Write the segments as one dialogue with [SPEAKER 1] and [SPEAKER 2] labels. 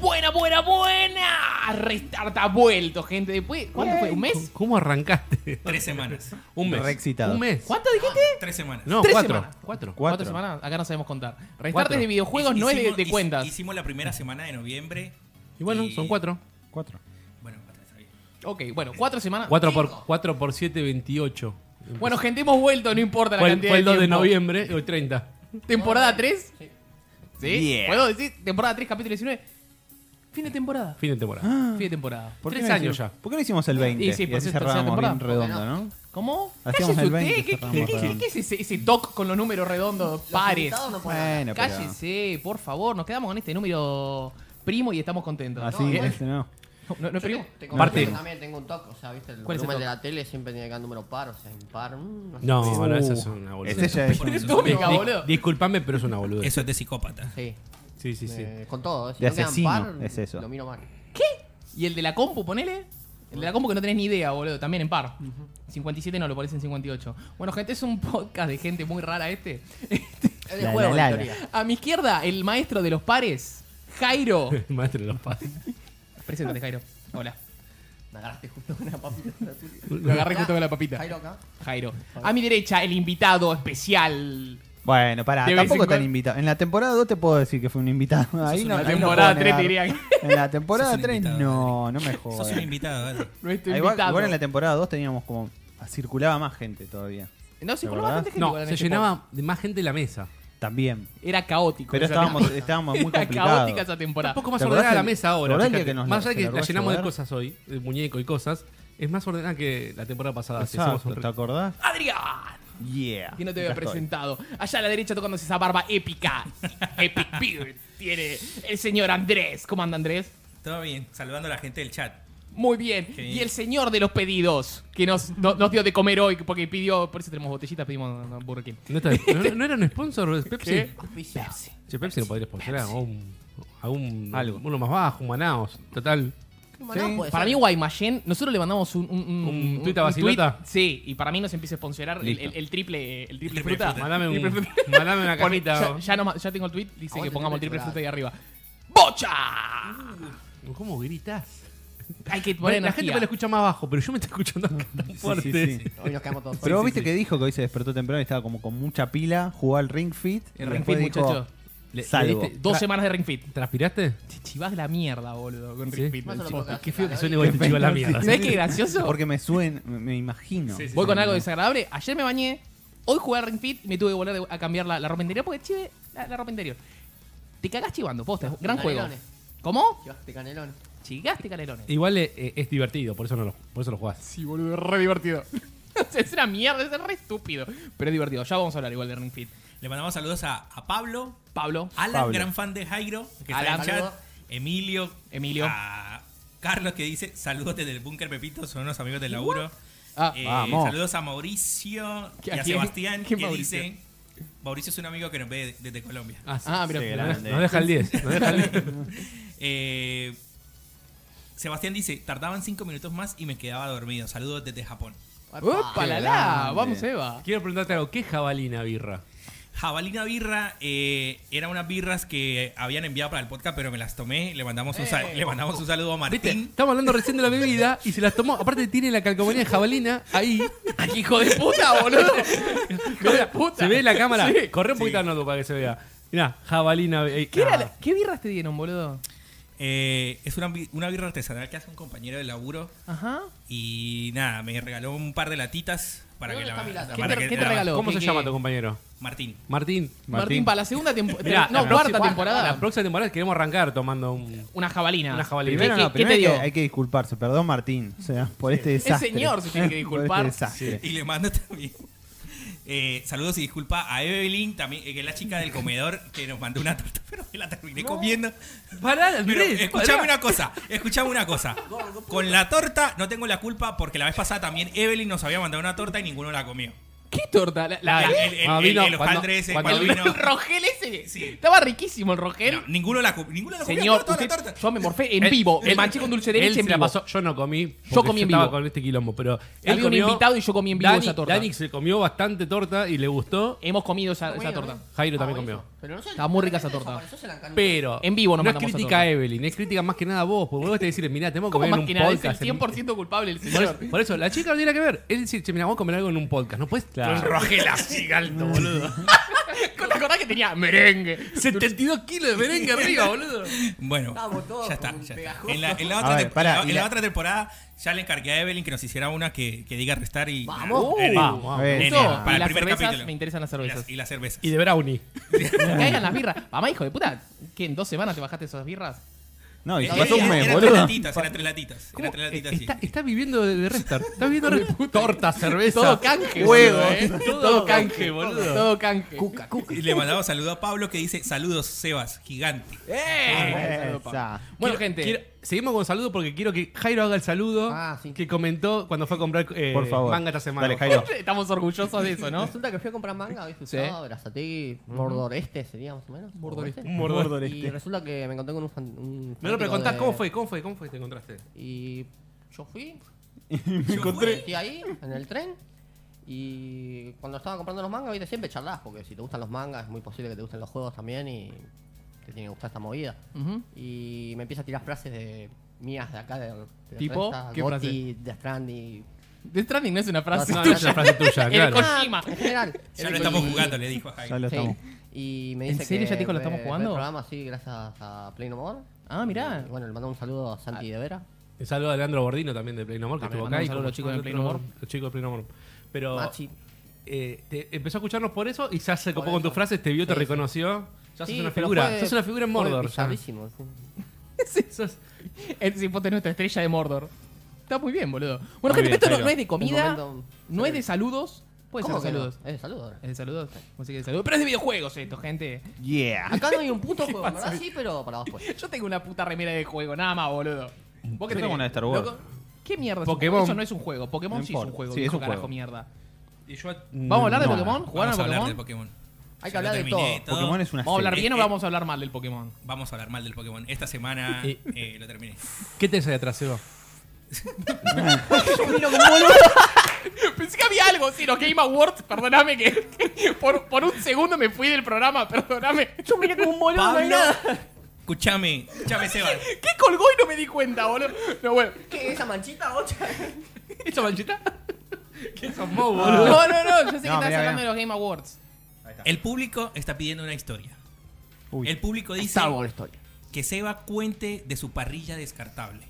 [SPEAKER 1] Buena, buena, buena. Restart ha vuelto, gente. Después, ¿cuánto fue? ¿Un mes?
[SPEAKER 2] ¿Cómo arrancaste?
[SPEAKER 3] Tres semanas.
[SPEAKER 2] Un
[SPEAKER 4] Re excitado.
[SPEAKER 2] ¿Un mes?
[SPEAKER 1] ¿Cuánto dijiste?
[SPEAKER 3] Tres semanas.
[SPEAKER 2] No,
[SPEAKER 1] Tres
[SPEAKER 2] cuatro.
[SPEAKER 1] semanas.
[SPEAKER 2] Cuatro.
[SPEAKER 1] Cuatro
[SPEAKER 4] Cuatro.
[SPEAKER 1] semanas. Acá no sabemos contar. Restartes
[SPEAKER 2] Cuatro.
[SPEAKER 1] de videojuegos no es de- de,
[SPEAKER 3] Hicimos-
[SPEAKER 1] cuentas. Ah.
[SPEAKER 3] Hicimos la primera semana de noviembre.
[SPEAKER 2] Y bueno, son cuatro.
[SPEAKER 4] Cuatro.
[SPEAKER 3] Bueno, cuatro, está bien.
[SPEAKER 1] ok, bueno, cuatro semanas.
[SPEAKER 2] Cuatro por, cuatro por siete, veintiocho.
[SPEAKER 1] Bueno, gente, hemos vuelto, no importa la
[SPEAKER 2] Fue, el-
[SPEAKER 1] cantidad
[SPEAKER 2] fue el 2 de
[SPEAKER 1] tiempo.
[SPEAKER 2] noviembre, hoy 30.
[SPEAKER 1] ¿Temporada 3? Sí.
[SPEAKER 4] Yeah.
[SPEAKER 1] ¿Puedo decir? Temporada 3, capítulo 19. Fin de temporada.
[SPEAKER 2] Fin de temporada.
[SPEAKER 1] Fin de temporada.
[SPEAKER 2] Ah. Por
[SPEAKER 4] qué
[SPEAKER 2] tres
[SPEAKER 4] no
[SPEAKER 2] años
[SPEAKER 4] hicimos-
[SPEAKER 2] ya.
[SPEAKER 4] ¿Por qué no hicimos el 20?
[SPEAKER 1] Y sí, por
[SPEAKER 4] así
[SPEAKER 1] ser tercera
[SPEAKER 4] cerrábamos bien
[SPEAKER 1] temporada.
[SPEAKER 4] redondo, ¿no?
[SPEAKER 1] ¿Cómo?
[SPEAKER 4] Hacíamos
[SPEAKER 1] Cállese
[SPEAKER 4] el 20,
[SPEAKER 1] usted. ¿Qué,
[SPEAKER 4] cerramos
[SPEAKER 1] qué-
[SPEAKER 4] el
[SPEAKER 1] qué- qué es ese, ese toc con los números redondos
[SPEAKER 5] Los
[SPEAKER 1] pares?
[SPEAKER 5] invitados no pueden hablar.
[SPEAKER 4] Bueno, pero...
[SPEAKER 1] Cállese, por favor. Nos quedamos con este número primo y estamos contentos.
[SPEAKER 4] Así,
[SPEAKER 5] No, bueno.
[SPEAKER 4] este no.
[SPEAKER 1] No, no, no es primo.
[SPEAKER 5] Te
[SPEAKER 2] Aparte-
[SPEAKER 5] confieso que también tengo un toque, o sea, viste, el
[SPEAKER 1] ¿Cuál es el
[SPEAKER 5] volumen de
[SPEAKER 1] toque?
[SPEAKER 5] la tele siempre tiene que dar número par, o sea, impar. mm, no sé.
[SPEAKER 2] No, no,
[SPEAKER 4] Uh,
[SPEAKER 2] esa es una boludez.
[SPEAKER 4] Ese ya es
[SPEAKER 3] Por
[SPEAKER 4] un-
[SPEAKER 3] eso-
[SPEAKER 1] Tómica, boludo.
[SPEAKER 2] Disculpame, pero es una boludez.
[SPEAKER 3] Eso es de psicópata.
[SPEAKER 5] Sí,
[SPEAKER 2] Sí, sí, sí.
[SPEAKER 5] eh, con todo. Si
[SPEAKER 4] De
[SPEAKER 5] no quedan
[SPEAKER 4] asesino,
[SPEAKER 5] par,
[SPEAKER 4] es eso.
[SPEAKER 5] Lo miro mal.
[SPEAKER 1] ¿Y el de la compu, ponele? El de la compu que no tenés ni idea, boludo. También en par. 57 no, lo pones en 58. Bueno, gente, es un podcast de gente muy rara este.
[SPEAKER 5] Es de
[SPEAKER 4] La,
[SPEAKER 5] juego,
[SPEAKER 4] la,
[SPEAKER 5] en
[SPEAKER 4] la,
[SPEAKER 5] teoría.
[SPEAKER 1] A mi izquierda, el maestro de los pares, Jairo.
[SPEAKER 2] El maestro de los pases.
[SPEAKER 1] Preséntate, Jairo. Hola.
[SPEAKER 5] Me agarraste justo con una papita azul.
[SPEAKER 1] Lo agarré justo con la papita.
[SPEAKER 5] Jairo acá.
[SPEAKER 1] Jairo. A mi derecha, el invitado especial.
[SPEAKER 4] Bueno, pará,
[SPEAKER 1] De vez en
[SPEAKER 4] tampoco tan
[SPEAKER 1] cuando-
[SPEAKER 4] invitado. En la temporada 2 te puedo decir que fue un invitado. Ahí
[SPEAKER 3] un
[SPEAKER 4] no,
[SPEAKER 3] invitado.
[SPEAKER 4] ahí
[SPEAKER 1] La
[SPEAKER 4] no
[SPEAKER 1] temporada
[SPEAKER 4] puedo
[SPEAKER 1] 3 te
[SPEAKER 4] negar.
[SPEAKER 1] diría que
[SPEAKER 4] En la temporada
[SPEAKER 3] Sos un
[SPEAKER 4] 3
[SPEAKER 3] invitado,
[SPEAKER 4] no, no me
[SPEAKER 3] Sos un
[SPEAKER 4] jodas.
[SPEAKER 3] invitado, dale.
[SPEAKER 1] nuestro
[SPEAKER 4] Ah, Igual,
[SPEAKER 1] invitado.
[SPEAKER 4] igual en la temporada 2 teníamos como... Circulaba más gente todavía.
[SPEAKER 1] No, se
[SPEAKER 4] ¿Te
[SPEAKER 1] colaba
[SPEAKER 4] acordás?
[SPEAKER 1] bastante gente
[SPEAKER 2] No,
[SPEAKER 1] igual en
[SPEAKER 2] se
[SPEAKER 1] este podcast.
[SPEAKER 2] llenaba de más gente la mesa.
[SPEAKER 4] También.
[SPEAKER 1] Era caótico.
[SPEAKER 4] Pero
[SPEAKER 1] esa
[SPEAKER 4] estábamos,
[SPEAKER 1] temporada.
[SPEAKER 4] estábamos muy
[SPEAKER 1] Era
[SPEAKER 4] complicados.
[SPEAKER 1] caótica esa
[SPEAKER 2] Un
[SPEAKER 1] temporada.
[SPEAKER 2] poco más
[SPEAKER 4] ¿Te acordás
[SPEAKER 2] ordenada la
[SPEAKER 4] el-
[SPEAKER 2] mesa ahora.
[SPEAKER 4] ¿te acordás el
[SPEAKER 2] fíjate.
[SPEAKER 4] día que nos-
[SPEAKER 2] más allá de
[SPEAKER 4] se
[SPEAKER 2] que la
[SPEAKER 4] largó a
[SPEAKER 2] llenamos de
[SPEAKER 4] llover?
[SPEAKER 2] cosas hoy, de muñeco y cosas, es más ordenada que la temporada pasada. que hicimos
[SPEAKER 4] Exacto,
[SPEAKER 2] un
[SPEAKER 4] ¿te
[SPEAKER 2] re-
[SPEAKER 4] acordás?
[SPEAKER 1] Adrián.
[SPEAKER 4] Yeah.
[SPEAKER 1] Que no te
[SPEAKER 4] acá
[SPEAKER 1] había
[SPEAKER 4] estoy.
[SPEAKER 1] presentado. Allá a la derecha tocándose esa barba épica. Epic Beard. Tiene el señor Andrés. ¿Cómo anda Andrés?
[SPEAKER 3] Todo bien, saludando a la gente del chat.
[SPEAKER 1] Muy bien.
[SPEAKER 3] Qué
[SPEAKER 1] Y
[SPEAKER 3] bien.
[SPEAKER 1] el señor de los pedidos, que nos, no- nos dio de comer hoy, porque pidió, por eso tenemos botellitas, pedimos no, Burger King.
[SPEAKER 2] ¿No, está- no- no era un sponsor de Pepsi?
[SPEAKER 1] ¿Qué?
[SPEAKER 5] Pepsi.
[SPEAKER 2] Che, Pepsi no podría sponsorar a un, a un-
[SPEAKER 4] Algo.
[SPEAKER 2] uno más bajo, un Manaos, total.
[SPEAKER 5] Bueno, puede
[SPEAKER 1] Para mí,
[SPEAKER 5] ser.
[SPEAKER 1] Guaymallén, nosotros le mandamos un, un, un,
[SPEAKER 2] ¿Un tuit a Basilota?
[SPEAKER 1] tuit, sí, y para mí nos empieza a sponsorar el,
[SPEAKER 4] Listo.
[SPEAKER 1] el- el triple, el triple
[SPEAKER 3] triple
[SPEAKER 1] fruta.
[SPEAKER 3] fruta.
[SPEAKER 2] Mandame,
[SPEAKER 1] Triple
[SPEAKER 2] un,
[SPEAKER 1] fruta.
[SPEAKER 2] mandame una Ah,
[SPEAKER 1] Pone- ya,
[SPEAKER 2] camita.
[SPEAKER 1] ya no- ya tengo el tweet, dice que
[SPEAKER 5] Aguante
[SPEAKER 1] pongamos el
[SPEAKER 5] triple
[SPEAKER 1] triple
[SPEAKER 5] fruta.
[SPEAKER 1] fruta ahí arriba. ¡Bocha!
[SPEAKER 2] ¿Cómo gritas?
[SPEAKER 1] Hay que poner
[SPEAKER 2] Bueno, la gente
[SPEAKER 1] energía.
[SPEAKER 2] me la escucha más bajo, pero yo me estoy escuchando acá tan fuerte.
[SPEAKER 4] sí, sí.
[SPEAKER 5] Hoy nos quedamos todos
[SPEAKER 4] Pero
[SPEAKER 5] solos.
[SPEAKER 4] vos viste que dijo que hoy se despertó temprano y estaba como con mucha pila, jugó al Ring Fit. y
[SPEAKER 1] El Ring
[SPEAKER 4] después
[SPEAKER 1] Fit,
[SPEAKER 4] dijo,
[SPEAKER 1] muchacho.
[SPEAKER 2] Le- le
[SPEAKER 4] Salvo.
[SPEAKER 2] diste-
[SPEAKER 1] Dos
[SPEAKER 2] tra-
[SPEAKER 1] semanas de Ring Fit.
[SPEAKER 2] ¿Transpiraste?
[SPEAKER 1] Te chivas la mierda, boludo, con
[SPEAKER 2] Sí.
[SPEAKER 1] Ring Fit.
[SPEAKER 5] Más o menos
[SPEAKER 1] Posta.
[SPEAKER 5] porque
[SPEAKER 2] Qué feo que
[SPEAKER 5] hace
[SPEAKER 2] suene
[SPEAKER 5] calor
[SPEAKER 2] vos, te este chivo la mierda.
[SPEAKER 1] ¿Sabés qué gracioso?
[SPEAKER 4] Porque me suena, me, me imagino.
[SPEAKER 2] Sí, sí,
[SPEAKER 1] Voy con algo desagradable. Ayer me bañé, hoy jugué a Ring Fit y me tuve que volver de- a cambiar la, la ropa interior porque chive la, la ropa interior. Te cagás chivando, posta, gran juego.
[SPEAKER 5] Canelones.
[SPEAKER 1] ¿Cómo?
[SPEAKER 5] y- Llevaste este canelón.
[SPEAKER 1] Chigaste canelones.
[SPEAKER 2] Igual eh, es divertido, por eso, no lo, por eso lo jugás.
[SPEAKER 1] Sí, boludo, es re divertido. es una mierda, es re estúpido. Pero es divertido, ya vamos a hablar igual de Ring Fit.
[SPEAKER 3] Le mandamos saludos a, a Pablo,
[SPEAKER 1] Pablo,
[SPEAKER 3] Alan,
[SPEAKER 4] Pablo.
[SPEAKER 3] gran fan de Jairo, que está
[SPEAKER 1] Alan,
[SPEAKER 3] en chat,
[SPEAKER 5] saludo.
[SPEAKER 3] Emilio,
[SPEAKER 1] Emilio.
[SPEAKER 3] a Carlos que dice saludos desde el búnker Pepito, son unos amigos del laburo.
[SPEAKER 1] Ah,
[SPEAKER 3] Eh,
[SPEAKER 4] vamos.
[SPEAKER 3] saludos a Mauricio y
[SPEAKER 1] ¿Qué-
[SPEAKER 3] a
[SPEAKER 1] a quién?
[SPEAKER 3] Sebastián que
[SPEAKER 1] ¿Quién Mauricio?
[SPEAKER 3] dice Mauricio es un amigo que nos ve de- desde Colombia.
[SPEAKER 2] Ah, sí.
[SPEAKER 1] Ah, mira,
[SPEAKER 4] Sí,
[SPEAKER 1] mira,
[SPEAKER 4] grande.
[SPEAKER 2] nos deja el 10. Nos deja el 10.
[SPEAKER 3] Eh, Sebastián dice, tardaban cinco minutos más y me quedaba dormido. Saludos desde Japón.
[SPEAKER 1] ¡Opa, la la!
[SPEAKER 4] grande.
[SPEAKER 1] Vamos, Eva.
[SPEAKER 2] Quiero preguntarte algo. ¿Qué es jabalina birra?
[SPEAKER 3] Jabalina Birra eh, eran unas birras que habían enviado para el podcast, pero me las tomé. Le mandamos un, sal- le mandamos un saludo a
[SPEAKER 2] Viste,
[SPEAKER 3] Martín.
[SPEAKER 2] estamos hablando recién de la bebida y se las tomó. Aparte tiene la calcomanía de jabalina ahí.
[SPEAKER 1] Aquí, hijo de puta, boludo! ¡Hijo de puta!
[SPEAKER 2] ¿Se ve en la cámara?
[SPEAKER 1] Sí.
[SPEAKER 2] Corre un poquito al noto para que se vea. Mirá, jabalina. eh,
[SPEAKER 1] ¿Qué, era
[SPEAKER 2] ah.
[SPEAKER 1] la- ¿Qué birras te dieron, boludo?
[SPEAKER 3] Eh, es una, bi- una birra artesanal que hace un compañero de laburo.
[SPEAKER 1] Ajá.
[SPEAKER 3] Y nada, me regaló un par de latitas para
[SPEAKER 5] ¿De
[SPEAKER 3] que
[SPEAKER 5] dónde
[SPEAKER 3] la.
[SPEAKER 5] está mi lata?
[SPEAKER 1] ¿Qué
[SPEAKER 3] para
[SPEAKER 1] te,
[SPEAKER 3] que
[SPEAKER 1] qué te
[SPEAKER 3] la-
[SPEAKER 1] regaló?
[SPEAKER 2] ¿Cómo
[SPEAKER 1] ¿Qué-
[SPEAKER 2] se
[SPEAKER 1] qué-
[SPEAKER 2] llama tu compañero?
[SPEAKER 3] Martín.
[SPEAKER 2] Martín.
[SPEAKER 1] Martín, para la segunda temporada.
[SPEAKER 2] Mirá,
[SPEAKER 1] No,
[SPEAKER 2] la
[SPEAKER 1] cuarta
[SPEAKER 2] próxima-
[SPEAKER 1] temporada.
[SPEAKER 2] La próxima temporada queremos arrancar tomando un...
[SPEAKER 1] Una jabalina.
[SPEAKER 2] Una jabalina.
[SPEAKER 4] Primero,
[SPEAKER 1] ¿Qué-
[SPEAKER 4] no,
[SPEAKER 1] qué- qué
[SPEAKER 4] primero hay, que,
[SPEAKER 1] te dio?
[SPEAKER 4] hay que disculparse, perdón Martín, o sea, por este desastre.
[SPEAKER 1] señor se tiene que
[SPEAKER 4] Por este
[SPEAKER 1] disculpar.
[SPEAKER 4] desastre.
[SPEAKER 3] Y le mando también. eh, saludos y disculpa a Evelyn, también, eh, que es la chica del comedor, que nos mandó una torta, pero me la terminé comiendo.
[SPEAKER 2] Pará,
[SPEAKER 3] Pero
[SPEAKER 2] Andrés,
[SPEAKER 3] escuchame
[SPEAKER 2] pará.
[SPEAKER 3] una cosa, escuchame una cosa. Con la torta no tengo la culpa porque la vez pasada también Evelyn nos había mandado una torta y ninguno la comió.
[SPEAKER 1] ¿Qué torta? La, la-
[SPEAKER 3] El- el- el-
[SPEAKER 2] Cuando vino-
[SPEAKER 3] el- los
[SPEAKER 2] cuando-
[SPEAKER 3] Andrés, el
[SPEAKER 2] cuando
[SPEAKER 3] cuando
[SPEAKER 1] el
[SPEAKER 3] vino.
[SPEAKER 1] rogel ese.
[SPEAKER 3] Sí.
[SPEAKER 1] Estaba riquísimo el rogel.
[SPEAKER 3] No, ninguno la cu- ninguno la comió,
[SPEAKER 1] Señor,
[SPEAKER 3] toda
[SPEAKER 1] usted-
[SPEAKER 3] la torta.
[SPEAKER 1] yo me morfé en
[SPEAKER 2] Él-
[SPEAKER 1] vivo. Me
[SPEAKER 2] él-
[SPEAKER 1] manché con dulce de
[SPEAKER 2] él
[SPEAKER 1] leche
[SPEAKER 2] se
[SPEAKER 1] en
[SPEAKER 2] la
[SPEAKER 1] vivo.
[SPEAKER 2] pasó, yo no comí. porque
[SPEAKER 1] comí en
[SPEAKER 2] estaba
[SPEAKER 1] vivo.
[SPEAKER 2] con este quilombo, pero él
[SPEAKER 1] Había un
[SPEAKER 2] comió-
[SPEAKER 1] invitado y yo comí en vivo
[SPEAKER 2] Dani-
[SPEAKER 1] esa torta.
[SPEAKER 2] Dani se comió bastante torta y le gustó,
[SPEAKER 1] Hemos comido esa, esa
[SPEAKER 5] Bueno,
[SPEAKER 1] torta.
[SPEAKER 2] Jairo
[SPEAKER 5] Ah,
[SPEAKER 2] también
[SPEAKER 5] bueno.
[SPEAKER 2] comió.
[SPEAKER 5] Pero no se-
[SPEAKER 1] Estaba muy rica esa torta.
[SPEAKER 5] desapareció, se la encanó.
[SPEAKER 2] Pero
[SPEAKER 1] En vivo nos
[SPEAKER 2] no es
[SPEAKER 1] mandamos esa
[SPEAKER 2] crítica
[SPEAKER 1] torta.
[SPEAKER 2] a Evelyn, es crítica más que nada a vos, porque vos te decís, mirá, tenemos que
[SPEAKER 1] Como
[SPEAKER 2] comer en
[SPEAKER 1] más
[SPEAKER 2] un
[SPEAKER 1] que nada, es
[SPEAKER 2] podcast.
[SPEAKER 1] el
[SPEAKER 2] en-
[SPEAKER 1] 100% culpable el
[SPEAKER 2] Por
[SPEAKER 1] señor.
[SPEAKER 2] eso, por eso, la chica no tiene nada que ver. Él dice, che, mira, vamos a comer algo en un podcast. No puedes.
[SPEAKER 4] Claro.
[SPEAKER 2] Con Rogel así alto, boludo.
[SPEAKER 1] ¿Te acordás que tenía merengue?
[SPEAKER 2] 72 kilos de merengue arriba, boludo.
[SPEAKER 3] Bueno,
[SPEAKER 5] Estábamos todos
[SPEAKER 3] ya está.
[SPEAKER 5] como
[SPEAKER 3] ya está.
[SPEAKER 5] pegajosos.
[SPEAKER 3] En la, en la
[SPEAKER 4] A
[SPEAKER 3] otra,
[SPEAKER 4] ver,
[SPEAKER 3] tempo-
[SPEAKER 4] pará,
[SPEAKER 3] en la-
[SPEAKER 4] y
[SPEAKER 3] en
[SPEAKER 4] la-
[SPEAKER 3] la otra temporada ya le encargué a Evelyn que nos hiciera una que, que diga restar y.
[SPEAKER 5] Vamos.
[SPEAKER 2] Uh,
[SPEAKER 3] Eren.
[SPEAKER 2] vamos, vamos.
[SPEAKER 4] Eh,
[SPEAKER 3] Eren,
[SPEAKER 1] Eso,
[SPEAKER 3] para
[SPEAKER 1] y
[SPEAKER 3] el
[SPEAKER 1] las
[SPEAKER 3] primer
[SPEAKER 1] cervezas,
[SPEAKER 3] capítulo.
[SPEAKER 1] me interesan las cervezas.
[SPEAKER 3] Y las, y las cervezas. Eh,
[SPEAKER 2] Y de brownie.
[SPEAKER 1] Que caigan las birras. Mamá, hijo de puta, ¿qué? ¿En dos semanas te bajaste esas birras?
[SPEAKER 4] No, y
[SPEAKER 3] Eh,
[SPEAKER 4] se pasó un
[SPEAKER 3] eran-
[SPEAKER 4] mes,
[SPEAKER 3] eran tres
[SPEAKER 4] boludo.
[SPEAKER 3] latitas, eran tres latitas. Eran tres latitas, sí.
[SPEAKER 2] Eh, Está, está viviendo de, de restar. Está viviendo de torta, cerveza.
[SPEAKER 1] Todo canje,
[SPEAKER 5] Huevo.
[SPEAKER 1] boludo, ¿eh? Todo, canje, boludo. Todo canje.
[SPEAKER 5] Cuca, cuca.
[SPEAKER 3] Y le mandaba saludo a Pablo que dice: Saludos, Sebas, gigante.
[SPEAKER 1] ¡Eh!
[SPEAKER 4] Esa.
[SPEAKER 1] Bueno,
[SPEAKER 2] Quiero-
[SPEAKER 1] gente.
[SPEAKER 2] quiero- seguimos con saludos porque quiero que Jairo haga el saludo
[SPEAKER 5] Ah, sí.
[SPEAKER 2] que comentó cuando fue a comprar eh,
[SPEAKER 4] Por favor.
[SPEAKER 2] manga esta semana.
[SPEAKER 4] Dale, Jairo.
[SPEAKER 1] Estamos orgullosos de eso, ¿no?
[SPEAKER 5] Resulta que fui a comprar manga, ¿viste?
[SPEAKER 1] Sí.
[SPEAKER 5] Usado, Brazatí, Mordor Este sería más o menos.
[SPEAKER 1] Mordor Este.
[SPEAKER 2] Un mordor.
[SPEAKER 4] Mordor
[SPEAKER 5] Y
[SPEAKER 4] este.
[SPEAKER 5] resulta que me encontré con un, fan, un
[SPEAKER 2] No, no, pero
[SPEAKER 5] fanático
[SPEAKER 2] contás
[SPEAKER 5] de-
[SPEAKER 2] cómo fue, cómo fue, cómo fue que te encontraste.
[SPEAKER 5] Y yo fui,
[SPEAKER 3] Me
[SPEAKER 5] Estoy ahí, en el tren. Y cuando estaba comprando los mangas, viste, siempre charlas, porque si te gustan los mangas, es muy posible que te gusten los juegos también y te tiene que gustar esta movida.
[SPEAKER 1] Ujú.
[SPEAKER 5] Y me empieza a tirar frases de mías de acá, de, de la
[SPEAKER 1] ¿Tipo?
[SPEAKER 5] prensa,
[SPEAKER 1] ¿Qué
[SPEAKER 5] Gotti, de Strandy.
[SPEAKER 1] The Stranding no es una frase
[SPEAKER 5] No,
[SPEAKER 2] No,
[SPEAKER 5] no,
[SPEAKER 1] tuya.
[SPEAKER 2] no es una frase tuya,
[SPEAKER 1] El
[SPEAKER 2] claro.
[SPEAKER 1] Kojima.
[SPEAKER 5] En general.
[SPEAKER 3] Ya lo estamos
[SPEAKER 5] Y-
[SPEAKER 3] jugando, le dijo a Jaime.
[SPEAKER 4] Ya lo
[SPEAKER 5] Sí.
[SPEAKER 4] estamos.
[SPEAKER 5] Y me
[SPEAKER 1] ¿En
[SPEAKER 5] dice
[SPEAKER 1] serio
[SPEAKER 5] que
[SPEAKER 1] ya te dijo lo estamos
[SPEAKER 5] ve- ve
[SPEAKER 1] jugando?
[SPEAKER 5] El programa, sí, gracias a Play No More.
[SPEAKER 1] Ah, mirá. Ah.
[SPEAKER 5] Y, bueno, le mando un saludo a Santi de Vera.
[SPEAKER 2] Un saludo a Leandro Bordino también de Play No More, que
[SPEAKER 1] También
[SPEAKER 2] estuvo
[SPEAKER 1] mandamos
[SPEAKER 2] acá. y
[SPEAKER 1] saludos a los chicos de Play No
[SPEAKER 2] otros-
[SPEAKER 1] More.
[SPEAKER 2] Los chicos de Play No More. Pero
[SPEAKER 5] Machi.
[SPEAKER 2] eh, te- empezó a escucharnos por eso y ya se
[SPEAKER 5] Por
[SPEAKER 2] copó con
[SPEAKER 5] eso.
[SPEAKER 2] tus frases, te vio, te
[SPEAKER 5] Sí, sí.
[SPEAKER 2] reconoció. Ya sos
[SPEAKER 5] Sí,
[SPEAKER 2] una
[SPEAKER 5] pero
[SPEAKER 2] figura.
[SPEAKER 5] fue-
[SPEAKER 2] sos una figura en
[SPEAKER 5] fue
[SPEAKER 2] Mordor. ya.
[SPEAKER 5] bizarrísimo, sí.
[SPEAKER 2] Sos-
[SPEAKER 1] Es tipo tener nuestra estrella de Mordor. Está muy bien, boludo. Bueno,
[SPEAKER 2] Muy
[SPEAKER 1] gente,
[SPEAKER 2] bien,
[SPEAKER 1] esto no,
[SPEAKER 2] Jairo.
[SPEAKER 1] no es de comida,
[SPEAKER 5] Un momento-
[SPEAKER 1] no es de saludos. Puede ser
[SPEAKER 5] ¿Cómo
[SPEAKER 1] de
[SPEAKER 5] que no?
[SPEAKER 1] saludos.
[SPEAKER 5] Es eh. de saludos.
[SPEAKER 1] Es de saludos. Música de saludos. Pero es de videojuegos esto, gente.
[SPEAKER 4] Yeah.
[SPEAKER 5] Acá no hay un puto juego, ¿verdad? Sí, pero para pues. después.
[SPEAKER 1] Yo tengo una puta remera de juego, nada más, boludo. ¿Vos
[SPEAKER 4] Yo tengo una de Star Wars.
[SPEAKER 1] Loco, ¿Qué mierda? es un
[SPEAKER 2] Pokémon.
[SPEAKER 1] juego? Eso no es un juego. Pokémon
[SPEAKER 4] No
[SPEAKER 1] sí es un
[SPEAKER 4] importa.
[SPEAKER 1] juego.
[SPEAKER 4] Sí,
[SPEAKER 1] viejo
[SPEAKER 4] es un
[SPEAKER 1] carajo,
[SPEAKER 4] juego.
[SPEAKER 1] mierda.
[SPEAKER 2] y yo-
[SPEAKER 1] ¿Vamos a hablar de
[SPEAKER 4] No.
[SPEAKER 1] Pokémon? ¿Jugaron
[SPEAKER 3] Vamos a
[SPEAKER 1] a
[SPEAKER 3] hablar del
[SPEAKER 1] Pokémon?
[SPEAKER 3] Pokémon.
[SPEAKER 5] Hay
[SPEAKER 3] Ya
[SPEAKER 5] que
[SPEAKER 3] lo
[SPEAKER 5] hablar de
[SPEAKER 3] terminé,
[SPEAKER 5] todo.
[SPEAKER 4] Pokémon es una
[SPEAKER 1] ¿Vamos a hablar
[SPEAKER 4] serie.
[SPEAKER 1] bien o
[SPEAKER 3] Eh, eh.
[SPEAKER 1] vamos a hablar mal del Pokémon?
[SPEAKER 3] Vamos a hablar mal del Pokémon. Esta semana
[SPEAKER 2] Eh.
[SPEAKER 3] eh, lo terminé.
[SPEAKER 2] ¿Qué te sale atrás, Seba?
[SPEAKER 1] Pensé que había algo, sí, los Game Awards, perdóname que, que por, por un segundo me fui del programa, perdóname. Yo miré como un boludo.
[SPEAKER 5] Pablo.
[SPEAKER 3] Escuchame, escuchame, Sebas.
[SPEAKER 1] ¿Qué colgó y no me di cuenta, boludo? No, bueno.
[SPEAKER 5] ¿Qué? ¿Esa manchita otra?
[SPEAKER 1] ¿Esa manchita?
[SPEAKER 2] ¿Qué sos vos,
[SPEAKER 1] No, no, no, yo sé que
[SPEAKER 4] No,
[SPEAKER 1] estás
[SPEAKER 4] mirá,
[SPEAKER 1] hablando
[SPEAKER 4] mirá.
[SPEAKER 1] de los Game Awards.
[SPEAKER 3] El público está pidiendo una historia.
[SPEAKER 4] Uy.
[SPEAKER 3] El público dice
[SPEAKER 5] Star Wars Story.
[SPEAKER 3] que Seba cuente de su parrilla descartable.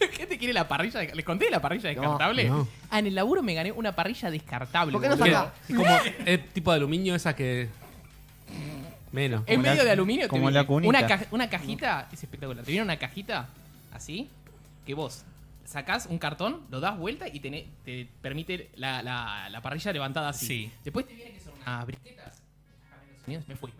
[SPEAKER 1] ¿Qué te quiere la parrilla? de- ¿Les conté de la parrilla descartable?
[SPEAKER 2] no.
[SPEAKER 1] Ah, en el laburo me gané una parrilla descartable.
[SPEAKER 5] ¿Por qué no
[SPEAKER 1] boludo.
[SPEAKER 5] saca?
[SPEAKER 2] Como el tipo de aluminio esa que. Menos.
[SPEAKER 1] En
[SPEAKER 4] Como
[SPEAKER 1] medio
[SPEAKER 4] la-
[SPEAKER 1] de aluminio te
[SPEAKER 4] como
[SPEAKER 1] viene
[SPEAKER 4] la cunita.
[SPEAKER 1] Una, ca- una cajita, es espectacular. Te viene una cajita así, que vos sacás un cartón, lo das vuelta y tené- te permite la, la- la parrilla levantada así.
[SPEAKER 3] Sí.
[SPEAKER 1] Después te viene que son unas briquetas. Me fui.